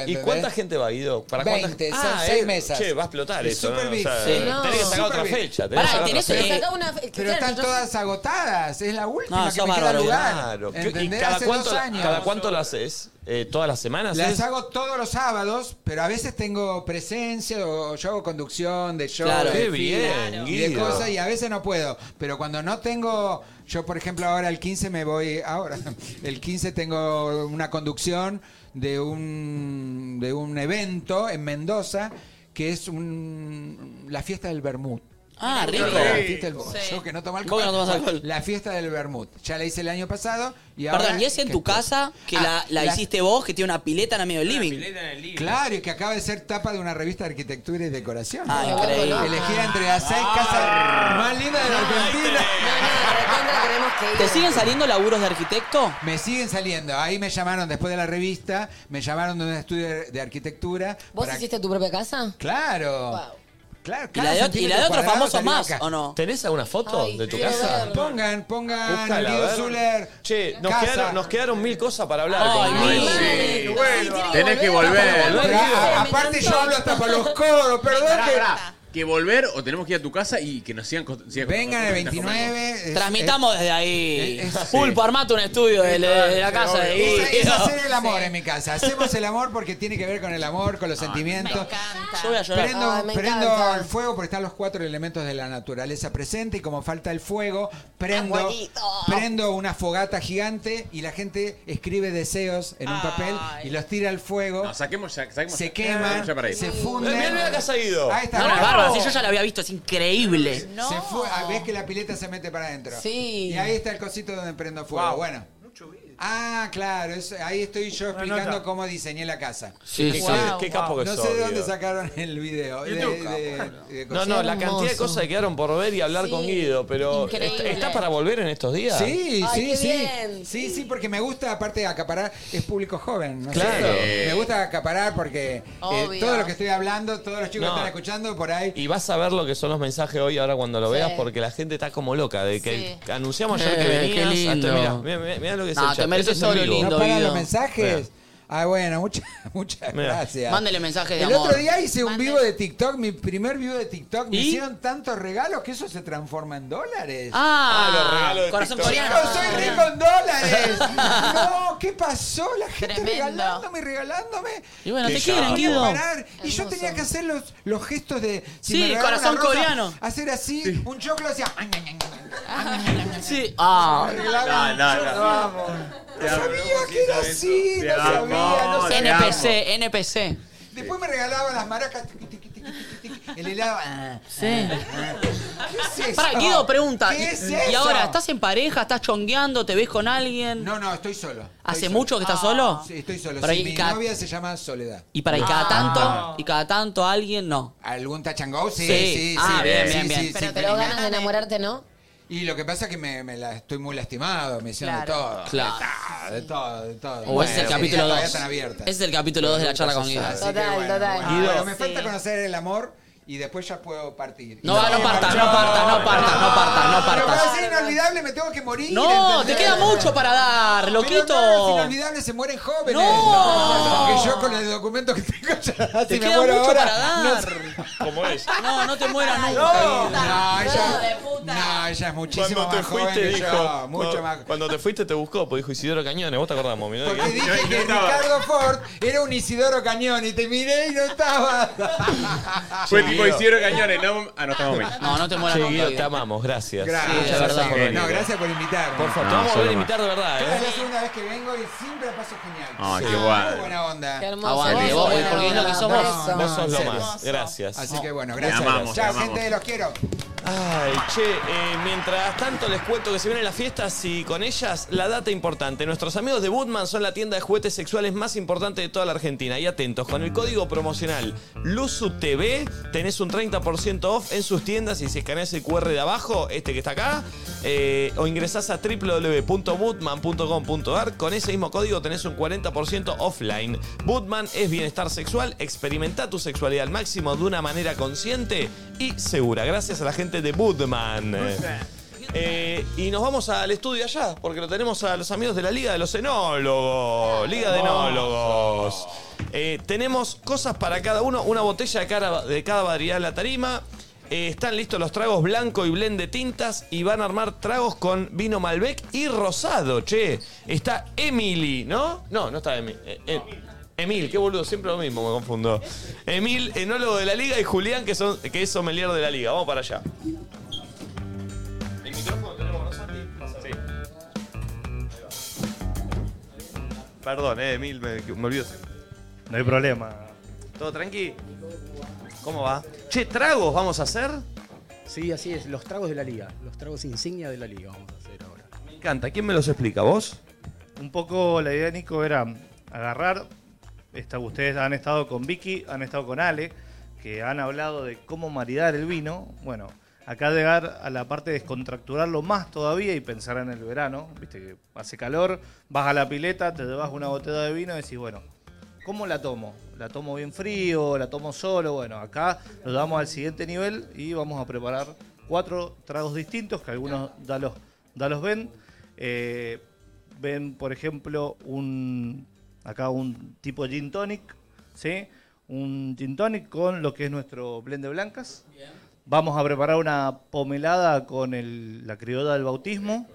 [SPEAKER 1] ¿Y
[SPEAKER 18] ¿entendés?
[SPEAKER 1] cuánta gente va, Guido? ¿Para cuántas
[SPEAKER 18] 20, son
[SPEAKER 1] ah,
[SPEAKER 18] seis
[SPEAKER 1] eh,
[SPEAKER 18] mesas.
[SPEAKER 1] Che, va a explotar
[SPEAKER 18] Es
[SPEAKER 1] eso.
[SPEAKER 18] super
[SPEAKER 1] ¿no?
[SPEAKER 18] big.
[SPEAKER 1] O sea,
[SPEAKER 18] Sí. No.
[SPEAKER 1] Tenés que sacar
[SPEAKER 18] Super
[SPEAKER 1] otra
[SPEAKER 18] big.
[SPEAKER 1] fecha. que
[SPEAKER 18] Pará,
[SPEAKER 1] sacar
[SPEAKER 18] tenés-
[SPEAKER 1] otra fecha.
[SPEAKER 18] eh,
[SPEAKER 15] Sacá una fe-
[SPEAKER 18] Pero
[SPEAKER 15] claro,
[SPEAKER 18] están
[SPEAKER 15] yo-
[SPEAKER 18] todas agotadas, es la
[SPEAKER 10] No,
[SPEAKER 18] última que
[SPEAKER 10] sos
[SPEAKER 18] me queda
[SPEAKER 10] bárbaro,
[SPEAKER 18] lugar.
[SPEAKER 1] Claro. ¿Qué- ¿Y
[SPEAKER 18] ¿entendés?
[SPEAKER 1] cada
[SPEAKER 18] Hace
[SPEAKER 1] cuánto,
[SPEAKER 18] dos años.
[SPEAKER 1] cada cuánto lo haces? Eh, ¿Todas las semanas?
[SPEAKER 18] Las
[SPEAKER 1] haces?
[SPEAKER 18] hago todos los sábados, pero a veces tengo presencia o yo hago conducción de show,
[SPEAKER 1] Claro.
[SPEAKER 18] de
[SPEAKER 1] Qué bien,
[SPEAKER 18] fila, y de
[SPEAKER 1] Guido.
[SPEAKER 18] cosas y a veces no puedo. Pero cuando no tengo, yo por ejemplo ahora el 15 me voy, ahora el 15 tengo una conducción de un, de un evento en Mendoza que es un, la fiesta del Bermud.
[SPEAKER 10] Ah, rico.
[SPEAKER 18] La fiesta del-
[SPEAKER 10] Sí.
[SPEAKER 18] Yo que no
[SPEAKER 10] ¿Cómo
[SPEAKER 18] tomo alcohol.
[SPEAKER 10] que no tomas alcohol?
[SPEAKER 18] La fiesta del Bermud. Ya la hice el año pasado y ahora...
[SPEAKER 10] Perdón, ¿y es en
[SPEAKER 18] que
[SPEAKER 10] tu
[SPEAKER 18] estoy-
[SPEAKER 10] casa que
[SPEAKER 18] Ah,
[SPEAKER 10] la, la hiciste vos, que tiene una pileta en el medio del living?
[SPEAKER 18] Claro, y que acaba de ser tapa de una revista de arquitectura y decoración.
[SPEAKER 10] Ah, increíble.
[SPEAKER 18] Elegida entre las seis casas más lindas de la Argentina.
[SPEAKER 10] ¿Te siguen saliendo laburos de arquitecto?
[SPEAKER 18] Me siguen saliendo. Ahí me llamaron después de la revista, me llamaron de un estudio de arquitectura.
[SPEAKER 15] ¿Vos
[SPEAKER 18] para-
[SPEAKER 15] hiciste tu propia casa?
[SPEAKER 18] Claro. Claro,
[SPEAKER 10] ¿Y la de- y la de otros famosos más,
[SPEAKER 1] ¿o
[SPEAKER 10] no?
[SPEAKER 1] ¿Tenés alguna foto de tu casa?
[SPEAKER 18] Pongan, pongan
[SPEAKER 1] Búscala, a
[SPEAKER 18] Ah, Guido
[SPEAKER 1] ver.
[SPEAKER 18] Zuller.
[SPEAKER 1] Che, nos
[SPEAKER 18] casa.
[SPEAKER 1] quedaron, nos quedaron mil cosas para hablar.
[SPEAKER 18] Ay,
[SPEAKER 1] con Guido.
[SPEAKER 18] mil. Sí,
[SPEAKER 5] Tenés que
[SPEAKER 1] volver.
[SPEAKER 5] volver.
[SPEAKER 1] Pero,
[SPEAKER 5] Guido.
[SPEAKER 1] ah,
[SPEAKER 18] Aparte yo hablo hasta para los codos, perdón
[SPEAKER 5] Pará,
[SPEAKER 18] que-
[SPEAKER 5] pará. Que volver o tenemos que ir a tu casa y que nos sigan... con- sigan con-
[SPEAKER 18] Vengan el 29. es-
[SPEAKER 10] Transmitamos desde ahí. Pulpo, armate un estudio de, de la casa de
[SPEAKER 18] Es, es
[SPEAKER 10] Guido.
[SPEAKER 18] hacer el amor en mi casa. Hacemos el amor porque tiene que ver con el amor, con los sentimientos.
[SPEAKER 10] Yo voy a llorar.
[SPEAKER 18] Prendo,
[SPEAKER 10] Ay, me
[SPEAKER 18] prendo
[SPEAKER 10] encanta.
[SPEAKER 18] el fuego porque están los cuatro elementos de la naturaleza presente y como falta el fuego, prendo,
[SPEAKER 10] Abuelito.
[SPEAKER 18] prendo una fogata gigante y la gente escribe deseos en un papel y los tira al fuego.
[SPEAKER 5] saquemos ya, saquemos
[SPEAKER 18] se
[SPEAKER 5] ya.
[SPEAKER 18] queman,
[SPEAKER 5] Saquemos ya para ahí.
[SPEAKER 18] se
[SPEAKER 1] Mirá,
[SPEAKER 18] funden.
[SPEAKER 1] mirá la casa de Guido.
[SPEAKER 18] Ahí está.
[SPEAKER 10] No, no, es
[SPEAKER 18] ¡Bravo!
[SPEAKER 10] bárbaro, sí, yo ya la había visto, es increíble.
[SPEAKER 18] Se fue, ah, ves que la pileta se mete para adentro.
[SPEAKER 10] Sí.
[SPEAKER 18] Y ahí está el cosito donde prendo fuego.
[SPEAKER 10] Wow.
[SPEAKER 18] Bueno. Ah, claro, es- ahí estoy yo explicando
[SPEAKER 10] nota.
[SPEAKER 18] cómo diseñé la casa.
[SPEAKER 1] Sí, Qué sí. capo- qué capo que
[SPEAKER 18] No
[SPEAKER 1] sos,
[SPEAKER 18] sé de dónde
[SPEAKER 1] Guido.
[SPEAKER 18] sacaron el video. de-
[SPEAKER 1] YouTube.
[SPEAKER 18] de- de
[SPEAKER 1] No,
[SPEAKER 18] cosas.
[SPEAKER 1] no, la cantidad de cosas que quedaron por ver y hablar
[SPEAKER 18] Sí.
[SPEAKER 1] con Guido, pero ¿est-
[SPEAKER 18] Increíble.
[SPEAKER 1] ¿está para volver en estos días?
[SPEAKER 18] Sí, sí, sí. Sí, sí, porque me gusta, aparte de acaparar, es público joven. ¿no?
[SPEAKER 1] Claro.
[SPEAKER 18] Sí. Me gusta acaparar porque eh,
[SPEAKER 1] Obvio.
[SPEAKER 18] todo lo que estoy hablando, todos los chicos
[SPEAKER 1] No.
[SPEAKER 18] que están escuchando por ahí.
[SPEAKER 1] Y vas a ver lo que son los mensajes hoy, ahora cuando lo
[SPEAKER 18] Sí.
[SPEAKER 1] veas, porque la gente está como loca. De que anunciamos ayer que
[SPEAKER 10] Eh,
[SPEAKER 1] venías.
[SPEAKER 10] qué
[SPEAKER 1] hasta-
[SPEAKER 10] lindo.
[SPEAKER 1] mirá, mirá, mirá, mirá lo que es
[SPEAKER 10] No, te
[SPEAKER 1] el chat.
[SPEAKER 10] mereces
[SPEAKER 1] Esto es
[SPEAKER 10] oro
[SPEAKER 1] en vivo.
[SPEAKER 10] lindo,
[SPEAKER 18] ¿No pagan los mensajes? Ah, bueno, muchas muchas
[SPEAKER 1] Mirá.
[SPEAKER 18] gracias.
[SPEAKER 10] Mándele mensajes de
[SPEAKER 18] El
[SPEAKER 10] amor.
[SPEAKER 18] otro día hice un vivo de TikTok, mi primer vivo de TikTok. Me
[SPEAKER 10] ¿Y?
[SPEAKER 18] hicieron tantos regalos que eso se transforma en dólares.
[SPEAKER 10] Ah,
[SPEAKER 1] Ah, los regalos de
[SPEAKER 10] corazón
[SPEAKER 1] TikTok.
[SPEAKER 10] coreano.
[SPEAKER 18] Chicos, soy rico en dólares. No, ¿qué pasó? La gente regalándome, y regalándome.
[SPEAKER 10] Y bueno,
[SPEAKER 18] Que
[SPEAKER 10] te
[SPEAKER 18] yo
[SPEAKER 10] quieren,
[SPEAKER 18] no podía
[SPEAKER 10] Guido.
[SPEAKER 18] parar. Y yo tenía que hacer los, los gestos de.
[SPEAKER 10] Sí,
[SPEAKER 18] me regalan
[SPEAKER 10] corazón
[SPEAKER 18] una rosa,
[SPEAKER 10] coreano.
[SPEAKER 18] Hacer así, un choclo hacía.
[SPEAKER 10] Sí. Ah.
[SPEAKER 18] Regalaban
[SPEAKER 10] No, no,
[SPEAKER 18] un
[SPEAKER 10] no.
[SPEAKER 18] choclo. Vamos. No sabía que era así. No sabía, no sabía.
[SPEAKER 10] NPC, NPC.
[SPEAKER 18] Después me regalaban las maracas. tiqui, tiqui, tiqui, tiqui, tiqui, El helado. ah,
[SPEAKER 10] Sí.
[SPEAKER 18] ah. ¿Qué es eso?
[SPEAKER 10] Para, Guido, pregunta.
[SPEAKER 18] ¿Qué es
[SPEAKER 10] y- ¿Y
[SPEAKER 18] eso?
[SPEAKER 10] ahora estás en pareja? ¿Estás chongueando? ¿Te ves con alguien?
[SPEAKER 18] No, no, estoy solo.
[SPEAKER 10] ¿Hace
[SPEAKER 18] Estoy
[SPEAKER 10] mucho que estás solo?
[SPEAKER 18] Sí, estoy solo.
[SPEAKER 10] Para
[SPEAKER 18] Sí,
[SPEAKER 10] ir
[SPEAKER 18] mi
[SPEAKER 10] ca-
[SPEAKER 18] novia se llama Soledad.
[SPEAKER 10] Y para y cada
[SPEAKER 18] Ah.
[SPEAKER 10] tanto, y cada tanto alguien no.
[SPEAKER 18] ¿Algún tachangó?
[SPEAKER 10] Sí.
[SPEAKER 18] Sí, sí, sí.
[SPEAKER 10] Ah, bien,
[SPEAKER 18] sí,
[SPEAKER 10] bien, bien.
[SPEAKER 18] sí, sí,
[SPEAKER 15] Pero
[SPEAKER 18] sí,
[SPEAKER 15] te lo
[SPEAKER 18] pero
[SPEAKER 15] ganas
[SPEAKER 18] nada.
[SPEAKER 15] de enamorarte, ¿no?
[SPEAKER 18] Y lo que pasa es que me, me la estoy muy lastimado, me hicieron
[SPEAKER 15] Claro.
[SPEAKER 18] de todo.
[SPEAKER 10] Claro.
[SPEAKER 18] De todo, de todo. de todo.
[SPEAKER 10] O ese es el
[SPEAKER 18] Bueno,
[SPEAKER 10] capítulo
[SPEAKER 18] sí,
[SPEAKER 10] 2.
[SPEAKER 18] todavía están abiertas.
[SPEAKER 10] Ese es el capítulo 2 de la charla con Guido.
[SPEAKER 18] Así que
[SPEAKER 15] Total,
[SPEAKER 18] bueno,
[SPEAKER 15] total.
[SPEAKER 18] bueno.
[SPEAKER 10] Guido.
[SPEAKER 18] Pero me
[SPEAKER 10] Sí.
[SPEAKER 18] falta conocer el amor y después ya puedo partir.
[SPEAKER 10] No, no partas, no partas, no partas, no partas, no partas.
[SPEAKER 18] Pero para ser inolvidable me tengo que morir.
[SPEAKER 10] No, te
[SPEAKER 18] ¿entendés?
[SPEAKER 10] queda mucho para dar,
[SPEAKER 18] Pero
[SPEAKER 10] loquito.
[SPEAKER 18] no, los inolvidables se mueren jóvenes.
[SPEAKER 10] No.
[SPEAKER 18] Porque yo con el documento que tengo ya,
[SPEAKER 10] Te
[SPEAKER 18] si me
[SPEAKER 10] queda
[SPEAKER 18] muero
[SPEAKER 10] mucho
[SPEAKER 18] ahora,
[SPEAKER 10] para
[SPEAKER 18] no
[SPEAKER 10] dar.
[SPEAKER 18] sé.
[SPEAKER 1] Como es.
[SPEAKER 10] No, no te mueras nunca.
[SPEAKER 18] No,
[SPEAKER 10] Guido.
[SPEAKER 18] no, ella, no, ella es muchísimo
[SPEAKER 1] Cuando te
[SPEAKER 18] más joven
[SPEAKER 1] fuiste,
[SPEAKER 18] que
[SPEAKER 1] dijo.
[SPEAKER 18] yo, mucho
[SPEAKER 1] cuando,
[SPEAKER 18] más.
[SPEAKER 1] cuando te fuiste, te buscó, pues dijo Isidoro Cañones. Vos te acordamos, mirá.
[SPEAKER 18] Porque dije que Ricardo Ford era un Isidoro Cañón y te miré y no estaba.
[SPEAKER 5] Fue
[SPEAKER 1] Sí,
[SPEAKER 5] tipo
[SPEAKER 1] Guido.
[SPEAKER 5] hicieron cañones, no anotamos menos.
[SPEAKER 10] No, no te mueras
[SPEAKER 1] Che,
[SPEAKER 10] nunca,
[SPEAKER 1] Guido,
[SPEAKER 10] Guido.
[SPEAKER 1] te amamos, gracias.
[SPEAKER 5] Gracias.
[SPEAKER 1] Muchas
[SPEAKER 5] Sí, de verdad.
[SPEAKER 1] por venir.
[SPEAKER 18] No, gracias por invitarme.
[SPEAKER 1] Por favor,
[SPEAKER 5] No,
[SPEAKER 1] te vamos a volver
[SPEAKER 5] solo
[SPEAKER 1] a
[SPEAKER 5] más.
[SPEAKER 1] invitar de verdad,
[SPEAKER 18] Es
[SPEAKER 1] ¿eh?
[SPEAKER 18] la segunda vez que vengo y siempre la paso genial.
[SPEAKER 5] Ah, qué
[SPEAKER 18] Sí.
[SPEAKER 5] guay.
[SPEAKER 18] Muy buena onda.
[SPEAKER 5] Qué
[SPEAKER 10] hermoso. Aguante, vos, porque es lo que sos vos.
[SPEAKER 1] Vos sos lo
[SPEAKER 18] en serio.
[SPEAKER 1] más. Gracias.
[SPEAKER 18] Así que bueno,
[SPEAKER 1] Te
[SPEAKER 18] gracias.
[SPEAKER 1] amamos, te
[SPEAKER 18] Chao,
[SPEAKER 1] amamos.
[SPEAKER 18] gente, los quiero.
[SPEAKER 1] Ay, che, eh, mientras tanto les cuento que se vienen las fiestas y con ellas la data importante. Nuestros amigos de Woodman son la tienda de juguetes sexuales más importante de toda la Argentina. Y atentos, con el código promocional LUZUTV tenés un 30% off en sus tiendas y si escaneas el QR de abajo, este que está acá, eh, o ingresás a www.woodman.com.ar, con ese mismo código tenés un 40% offline. Woodman es bienestar sexual, experimenta tu sexualidad al máximo de una manera consciente y segura. Gracias a la gente de Woodman. Eh, y nos vamos al estudio allá, porque lo tenemos a los amigos de la Liga de los Enólogos. Liga de Enólogos. Eh, tenemos cosas para cada uno, una botella de, cara- de cada variedad de la tarima. Eh, están listos los tragos blanco y blend de tintas y van a armar tragos con vino Malbec y rosado, che. Está Emily, ¿no? No, no está Emily. Emil, qué boludo, siempre lo mismo, me confundo. Emil, enólogo de la liga, y Julián, que, son, que es sommelier de la liga. Vamos para allá. Perdón, eh, Emil, me, me olvido.
[SPEAKER 2] No hay problema.
[SPEAKER 1] ¿Todo tranqui? ¿Cómo va? Che, tragos vamos a hacer.
[SPEAKER 21] Sí, así es, los tragos de la liga, los tragos insignia de la liga vamos a hacer ahora.
[SPEAKER 1] Me encanta. ¿Quién me los explica? ¿Vos?
[SPEAKER 2] Un poco la idea, Nico, era agarrar. Esta, ustedes han estado con Vicky, han estado con Ale, que han hablado de cómo maridar el vino. Bueno, acá llegar a la parte de descontracturarlo más todavía y pensar en el verano. Viste que hace calor, vas a la pileta, te llevas una botella de vino y decís, bueno, ¿cómo la tomo? ¿La tomo bien frío? ¿La tomo solo? Bueno, acá lo damos al siguiente nivel y vamos a preparar cuatro tragos distintos, que algunos da los, da los ven. Eh, ven, por ejemplo, un acá un tipo gin tonic, ¿sí? Un gin tonic con lo que es nuestro blend de blancas. Vamos a preparar una pomelada con el- la criolla del bautismo.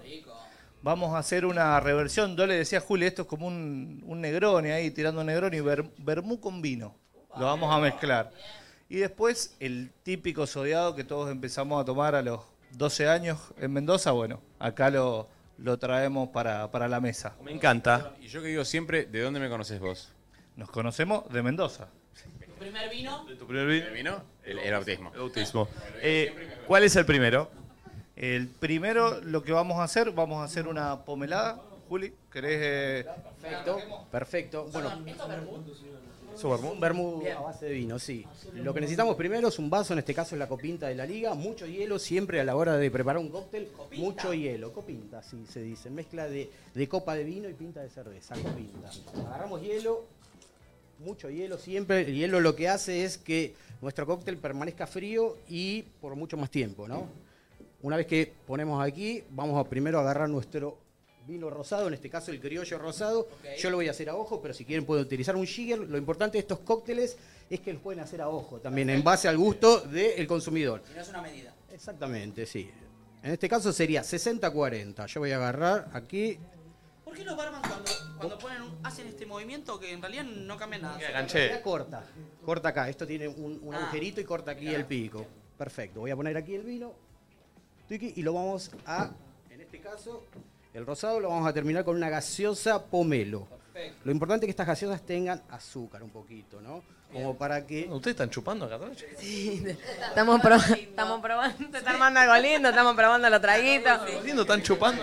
[SPEAKER 2] Vamos a hacer una reversión. Yo le decía a Juli, esto es como un, un Negroni ahí, tirando un Negroni, ver- vermú con vino. Lo vamos a mezclar. Y después el típico sodiado que todos empezamos a tomar a los 12 años en Mendoza, bueno, acá lo, lo traemos para, para la mesa.
[SPEAKER 1] Me encanta.
[SPEAKER 5] Y yo que digo siempre, ¿de dónde me conoces vos?
[SPEAKER 2] Nos conocemos de Mendoza.
[SPEAKER 4] ¿Tu primer vino?
[SPEAKER 1] ¿Tu primer vino?
[SPEAKER 5] ¿El vino? El, el autismo. El
[SPEAKER 1] autismo. Eh, ¿Cuál es el primero?
[SPEAKER 2] El primero lo que vamos a hacer, vamos a hacer una pomelada. Juli, ¿querés...? eh,
[SPEAKER 21] Perfecto, perfecto. Bueno,
[SPEAKER 2] ¿Es un vermú?
[SPEAKER 21] un vermú a base de vino, sí. Lo que necesitamos primero es un vaso, en este caso es la copinta de la liga, mucho hielo siempre a la hora de preparar un cóctel, mucho hielo, copinta, sí se dice, mezcla de, de copa de vino y pinta de cerveza, copinta. Agarramos hielo, mucho hielo siempre, el hielo lo que hace es que nuestro cóctel permanezca frío y por mucho más tiempo, ¿no? Una vez que ponemos aquí, vamos a primero agarrar nuestro vino rosado, en este caso el criollo rosado. Yo lo voy a hacer a ojo, pero si quieren pueden utilizar un jigger. Lo importante de estos cócteles es que los pueden hacer a ojo también, en base al gusto del consumidor.
[SPEAKER 10] No es una medida.
[SPEAKER 21] Exactamente, sí. En este caso sería 60-40. Yo voy a agarrar aquí.
[SPEAKER 10] ¿Por qué los barman cuando, cuando ponen un- hacen este movimiento que en realidad no cambia nada?
[SPEAKER 21] Acá Corta. Corta acá. Esto tiene un, un
[SPEAKER 10] Ah.
[SPEAKER 21] agujerito y corta aquí el pico. Perfecto. Voy a poner aquí el vino. tuiqui, Y lo vamos a En este caso. El rosado lo vamos a terminar con una gaseosa pomelo. Lo importante es que estas gaseosas tengan azúcar un poquito, ¿no? Como para que...
[SPEAKER 1] ¿Ustedes están chupando acá atrás?
[SPEAKER 15] Estamos, pro- estamos probando, se está armando algo lindo, estamos probando los traguitos.
[SPEAKER 1] Lindo, están chupando.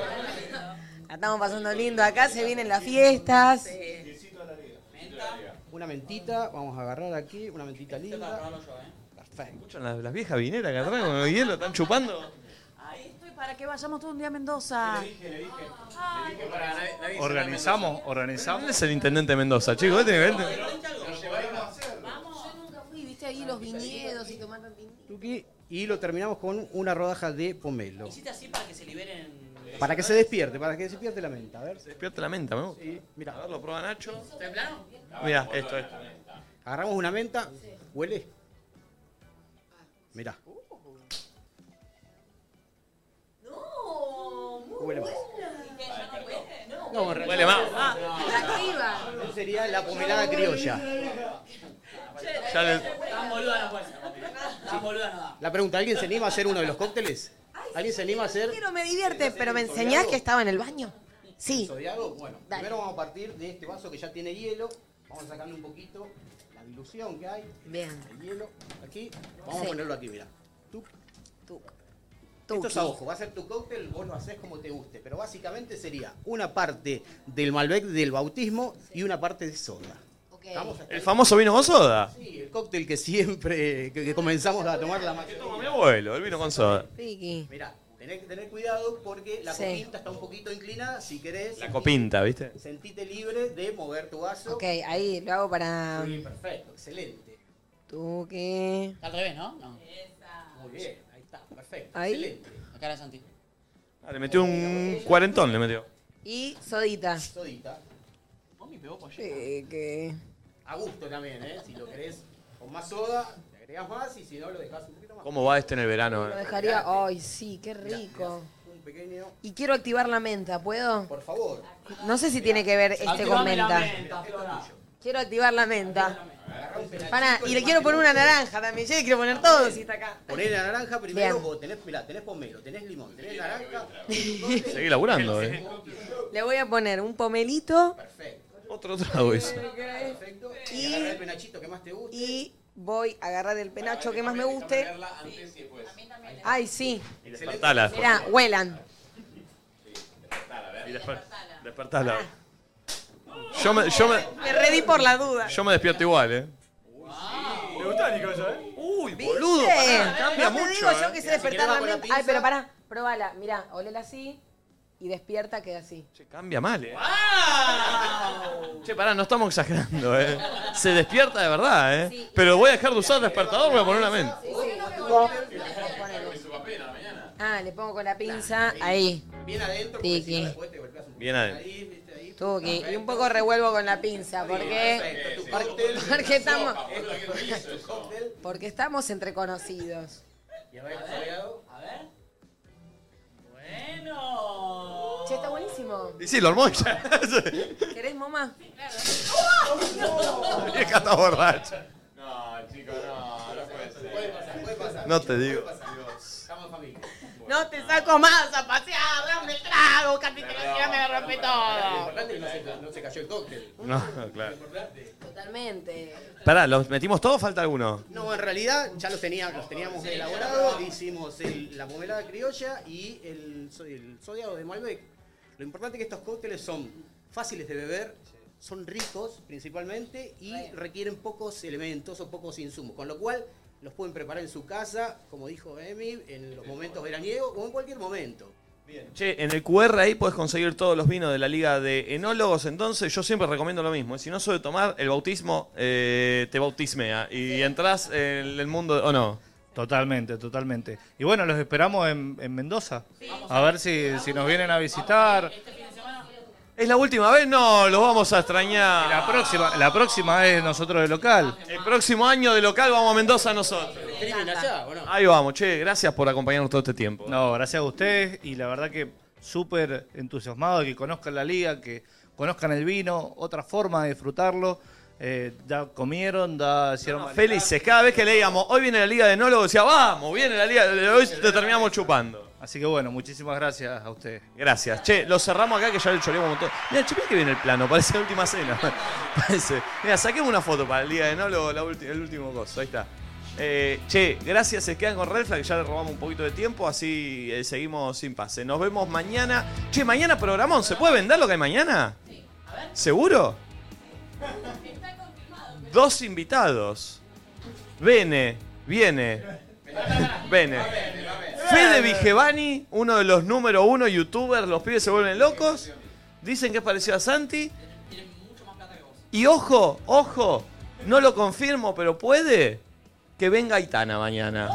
[SPEAKER 15] La estamos pasando lindo acá, se vienen las fiestas.
[SPEAKER 21] Eh, Una mentita, vamos a agarrar aquí, una mentita
[SPEAKER 1] Este
[SPEAKER 21] linda.
[SPEAKER 1] ¿eh?
[SPEAKER 21] Perfecto.
[SPEAKER 1] ¿Escuchan las, las viejas vineras acá atrás con el hielo? ¿Están chupando?
[SPEAKER 4] Ahí estoy para que vayamos todo un día a Mendoza.
[SPEAKER 2] Organizamos, organizamos.
[SPEAKER 1] ¿Quién es el intendente de Mendoza, chicos? Este- este-
[SPEAKER 3] Uy, viste ahí los viñedos y tomando el vino.
[SPEAKER 21] Tuki, Y lo terminamos con una rodaja de pomelo.
[SPEAKER 10] Hiciste así para que se liberen.
[SPEAKER 21] Para que se despierte, para que despierte la menta. A ver.
[SPEAKER 1] Despierta la menta, me gusta.
[SPEAKER 21] Mira,
[SPEAKER 1] a ver, lo prueba Nacho.
[SPEAKER 10] ¿Está en plano?
[SPEAKER 1] Mirá, esto, esto.
[SPEAKER 21] Agarramos una menta, huele. Mirá.
[SPEAKER 3] Oh,
[SPEAKER 21] Huele más. No, Ah. en realidad-
[SPEAKER 1] Huele más.
[SPEAKER 21] Esa Sería la pomelada criolla.
[SPEAKER 1] Ya le-
[SPEAKER 10] Tan boluda no puede ser. Tan boluda no da.
[SPEAKER 21] La pregunta, ¿alguien se anima a hacer uno de los cócteles? ¿Alguien se anima a hacer?
[SPEAKER 15] Pero me divierte, pero me enseñás que estaba en el baño. Sí.
[SPEAKER 21] ¿Sodiado? Bueno,
[SPEAKER 15] Dale.
[SPEAKER 21] primero vamos a partir de este vaso que ya tiene hielo. Vamos a sacarle un poquito la dilución que hay.
[SPEAKER 15] Bien.
[SPEAKER 21] El hielo aquí. Vamos
[SPEAKER 15] Sí.
[SPEAKER 21] a ponerlo aquí, mira. Esto es a ojo, va a ser tu cóctel, vos lo haces como te guste, pero básicamente sería una parte del Malbec del bautismo y una parte de soda. Estamos hasta
[SPEAKER 1] ¿El
[SPEAKER 21] ahí.
[SPEAKER 1] famoso vino con soda?
[SPEAKER 21] Sí, el cóctel que siempre que, que comenzamos a tomar la
[SPEAKER 1] Mi
[SPEAKER 21] mayoría.
[SPEAKER 1] abuelo, el vino con soda.
[SPEAKER 21] Mirá, tenés que tener cuidado porque la
[SPEAKER 3] Sí.
[SPEAKER 21] copinta está un poquito inclinada, si querés.
[SPEAKER 1] La copinta, ¿viste?
[SPEAKER 21] Sentite libre de mover tu vaso.
[SPEAKER 3] Ok, ahí lo hago para.
[SPEAKER 21] Sí, perfecto, excelente.
[SPEAKER 3] ¿Tú qué?
[SPEAKER 10] Al revés, ¿no? No.
[SPEAKER 21] Muy bien, ahí está, perfecto.
[SPEAKER 3] Ahí.
[SPEAKER 21] Excelente.
[SPEAKER 10] Acá era Santi.
[SPEAKER 1] Ah, le metió un cuarentón, le metió.
[SPEAKER 3] Y sodita.
[SPEAKER 21] Sodita. Mami pegó pollera.
[SPEAKER 3] Sí, que.
[SPEAKER 21] A gusto también, ¿eh? Si lo querés con más soda, le agregás más y si no, lo dejás un poquito más.
[SPEAKER 1] ¿Cómo va este en el verano?
[SPEAKER 3] Lo
[SPEAKER 1] eh?
[SPEAKER 3] dejaría. Ay, sí, qué rico.
[SPEAKER 21] Un pequeño.
[SPEAKER 3] Y quiero activar la menta, ¿puedo?
[SPEAKER 21] Por favor.
[SPEAKER 3] No sé si tiene que ver este con
[SPEAKER 21] Activame la
[SPEAKER 3] menta.
[SPEAKER 21] menta, Flora.
[SPEAKER 3] Quiero activar la menta. Pará, y le quiero poner una naranja también. Yo le quiero poner todo si está acá.
[SPEAKER 21] Ponés la naranja primero,
[SPEAKER 3] Bien.
[SPEAKER 21] o tenés, mirá, tenés pomelo, tenés limón, tenés naranja.
[SPEAKER 1] Seguí laburando, eh.
[SPEAKER 3] Le voy a poner un pomelito
[SPEAKER 1] Otro trago eso.
[SPEAKER 21] Perfecto. Y eh, agarrá el penachito que más te guste.
[SPEAKER 3] y voy a agarrar el penacho que más me guste.
[SPEAKER 21] Antes y después.
[SPEAKER 3] Ay, sí.
[SPEAKER 1] Despertala.
[SPEAKER 3] Mirá, huelan.
[SPEAKER 1] Y desper- Despertala. Yo me, yo, me,
[SPEAKER 3] Me redí por la duda.
[SPEAKER 1] yo me despierto igual, eh.
[SPEAKER 22] Me gustó, Nico, eso, ¿eh?
[SPEAKER 1] Uy,
[SPEAKER 22] boludo, pará, cambia
[SPEAKER 3] no te
[SPEAKER 22] mucho,
[SPEAKER 3] digo yo
[SPEAKER 22] eh.
[SPEAKER 3] que
[SPEAKER 22] Si
[SPEAKER 3] sé despertar
[SPEAKER 22] querés, va
[SPEAKER 3] la
[SPEAKER 22] con la
[SPEAKER 3] mente. Ay,
[SPEAKER 22] pinza.
[SPEAKER 3] pero pará, probala. Mirá, olela así y despierta, queda así. Ah,
[SPEAKER 1] Cambia mal, eh. Che, pará, no estamos exagerando, eh. Se despierta de verdad, eh. Pero voy a dejar de usar despertador, voy a poner una mente.
[SPEAKER 3] Ah, le pongo con la pinza ahí.
[SPEAKER 21] Bien adentro, porque si no,
[SPEAKER 3] Tiki.
[SPEAKER 21] después te golpeas un
[SPEAKER 1] Bien adentro.
[SPEAKER 3] Tuki. Y un poco revuelvo con la pinza, porque.
[SPEAKER 21] tu cóctel.
[SPEAKER 3] Porque estamos.
[SPEAKER 21] Esto es tu cóctel.
[SPEAKER 3] Porque estamos entre conocidos.
[SPEAKER 21] Y a ver, Soleado.
[SPEAKER 3] Che, está buenísimo.
[SPEAKER 1] Y sí, lo armó ella.
[SPEAKER 3] ¿Querés, mamá?
[SPEAKER 1] La vieja está borracha.
[SPEAKER 27] No, chicos, no, no puede ser. Puede pasar,
[SPEAKER 21] puede pasar.
[SPEAKER 1] No te digo.
[SPEAKER 21] Estamos en familia.
[SPEAKER 3] No te saco más a pasear, dame el trago, casi te lo tirame, me rompe
[SPEAKER 21] Lo
[SPEAKER 3] todo.
[SPEAKER 21] importante es que no se- no se cayó el cóctel.
[SPEAKER 1] No, claro.
[SPEAKER 3] Totalmente.
[SPEAKER 1] Pará, ¿los metimos todos o falta alguno?
[SPEAKER 21] No, en realidad ya los, tenía, los teníamos elaborados, hicimos el- la pomelada criolla y el, so- el sodiado de Malbec. Lo importante es que estos cócteles son fáciles de beber, son ricos principalmente y requieren pocos elementos o pocos insumos, con lo cual los pueden preparar en su casa, como dijo Emi, en los momentos veraniegos o en cualquier momento.
[SPEAKER 1] Che, en el QR ahí podés conseguir todos los vinos de la Liga de Enólogos. Entonces, yo siempre recomiendo lo mismo. ¿eh? Si no suele tomar, el bautismo eh, te bautismea. Y entras en el mundo. ¿O no?
[SPEAKER 2] Totalmente, totalmente. Y bueno, los esperamos en, en Mendoza. A ver si, si nos vienen a visitar.
[SPEAKER 1] ¿Es la última vez? No, los vamos a extrañar.
[SPEAKER 2] La próxima, la próxima es nosotros de local.
[SPEAKER 1] El próximo año de local vamos a Mendoza nosotros. Ahí vamos, che. Gracias por acompañarnos todo este tiempo.
[SPEAKER 2] No, gracias a ustedes y la verdad que súper entusiasmado de que conozcan la liga, que conozcan el vino, otra forma de disfrutarlo. Eh, ya comieron, ya hicieron...
[SPEAKER 1] Felices, cada vez que leíamos, hoy viene la Liga de Enólogos, decía, vamos, viene la Liga. de- Hoy te terminamos chupando.
[SPEAKER 2] Así que bueno, muchísimas gracias a ustedes.
[SPEAKER 1] Gracias. Che, lo cerramos acá que ya le choreamos un montón. Mira, che, mirá que viene el plano, parece la última cena. parece. Mira, saquemos una foto para el día de no lo- la ulti- el último coso. Ahí está. Eh, che, gracias, se quedan con Red Flag, ya le robamos un poquito de tiempo, así eh, seguimos sin pase. Nos vemos mañana. Che, mañana programón, ¿se puede vender lo que hay mañana? Sí. ¿Seguro? Dos invitados. Vene, viene. Vene. Fede Vigevani, uno de los número uno youtubers, los pibes se vuelven locos. Dicen que es parecido a Santi. Y ojo, ojo, no lo confirmo, pero puede que venga Aitana mañana.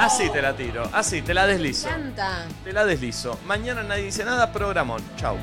[SPEAKER 1] Así Ah, te la tiro, así te la deslizo.
[SPEAKER 3] Canta.
[SPEAKER 1] Te la deslizo. Mañana nadie dice nada, programón. Chau.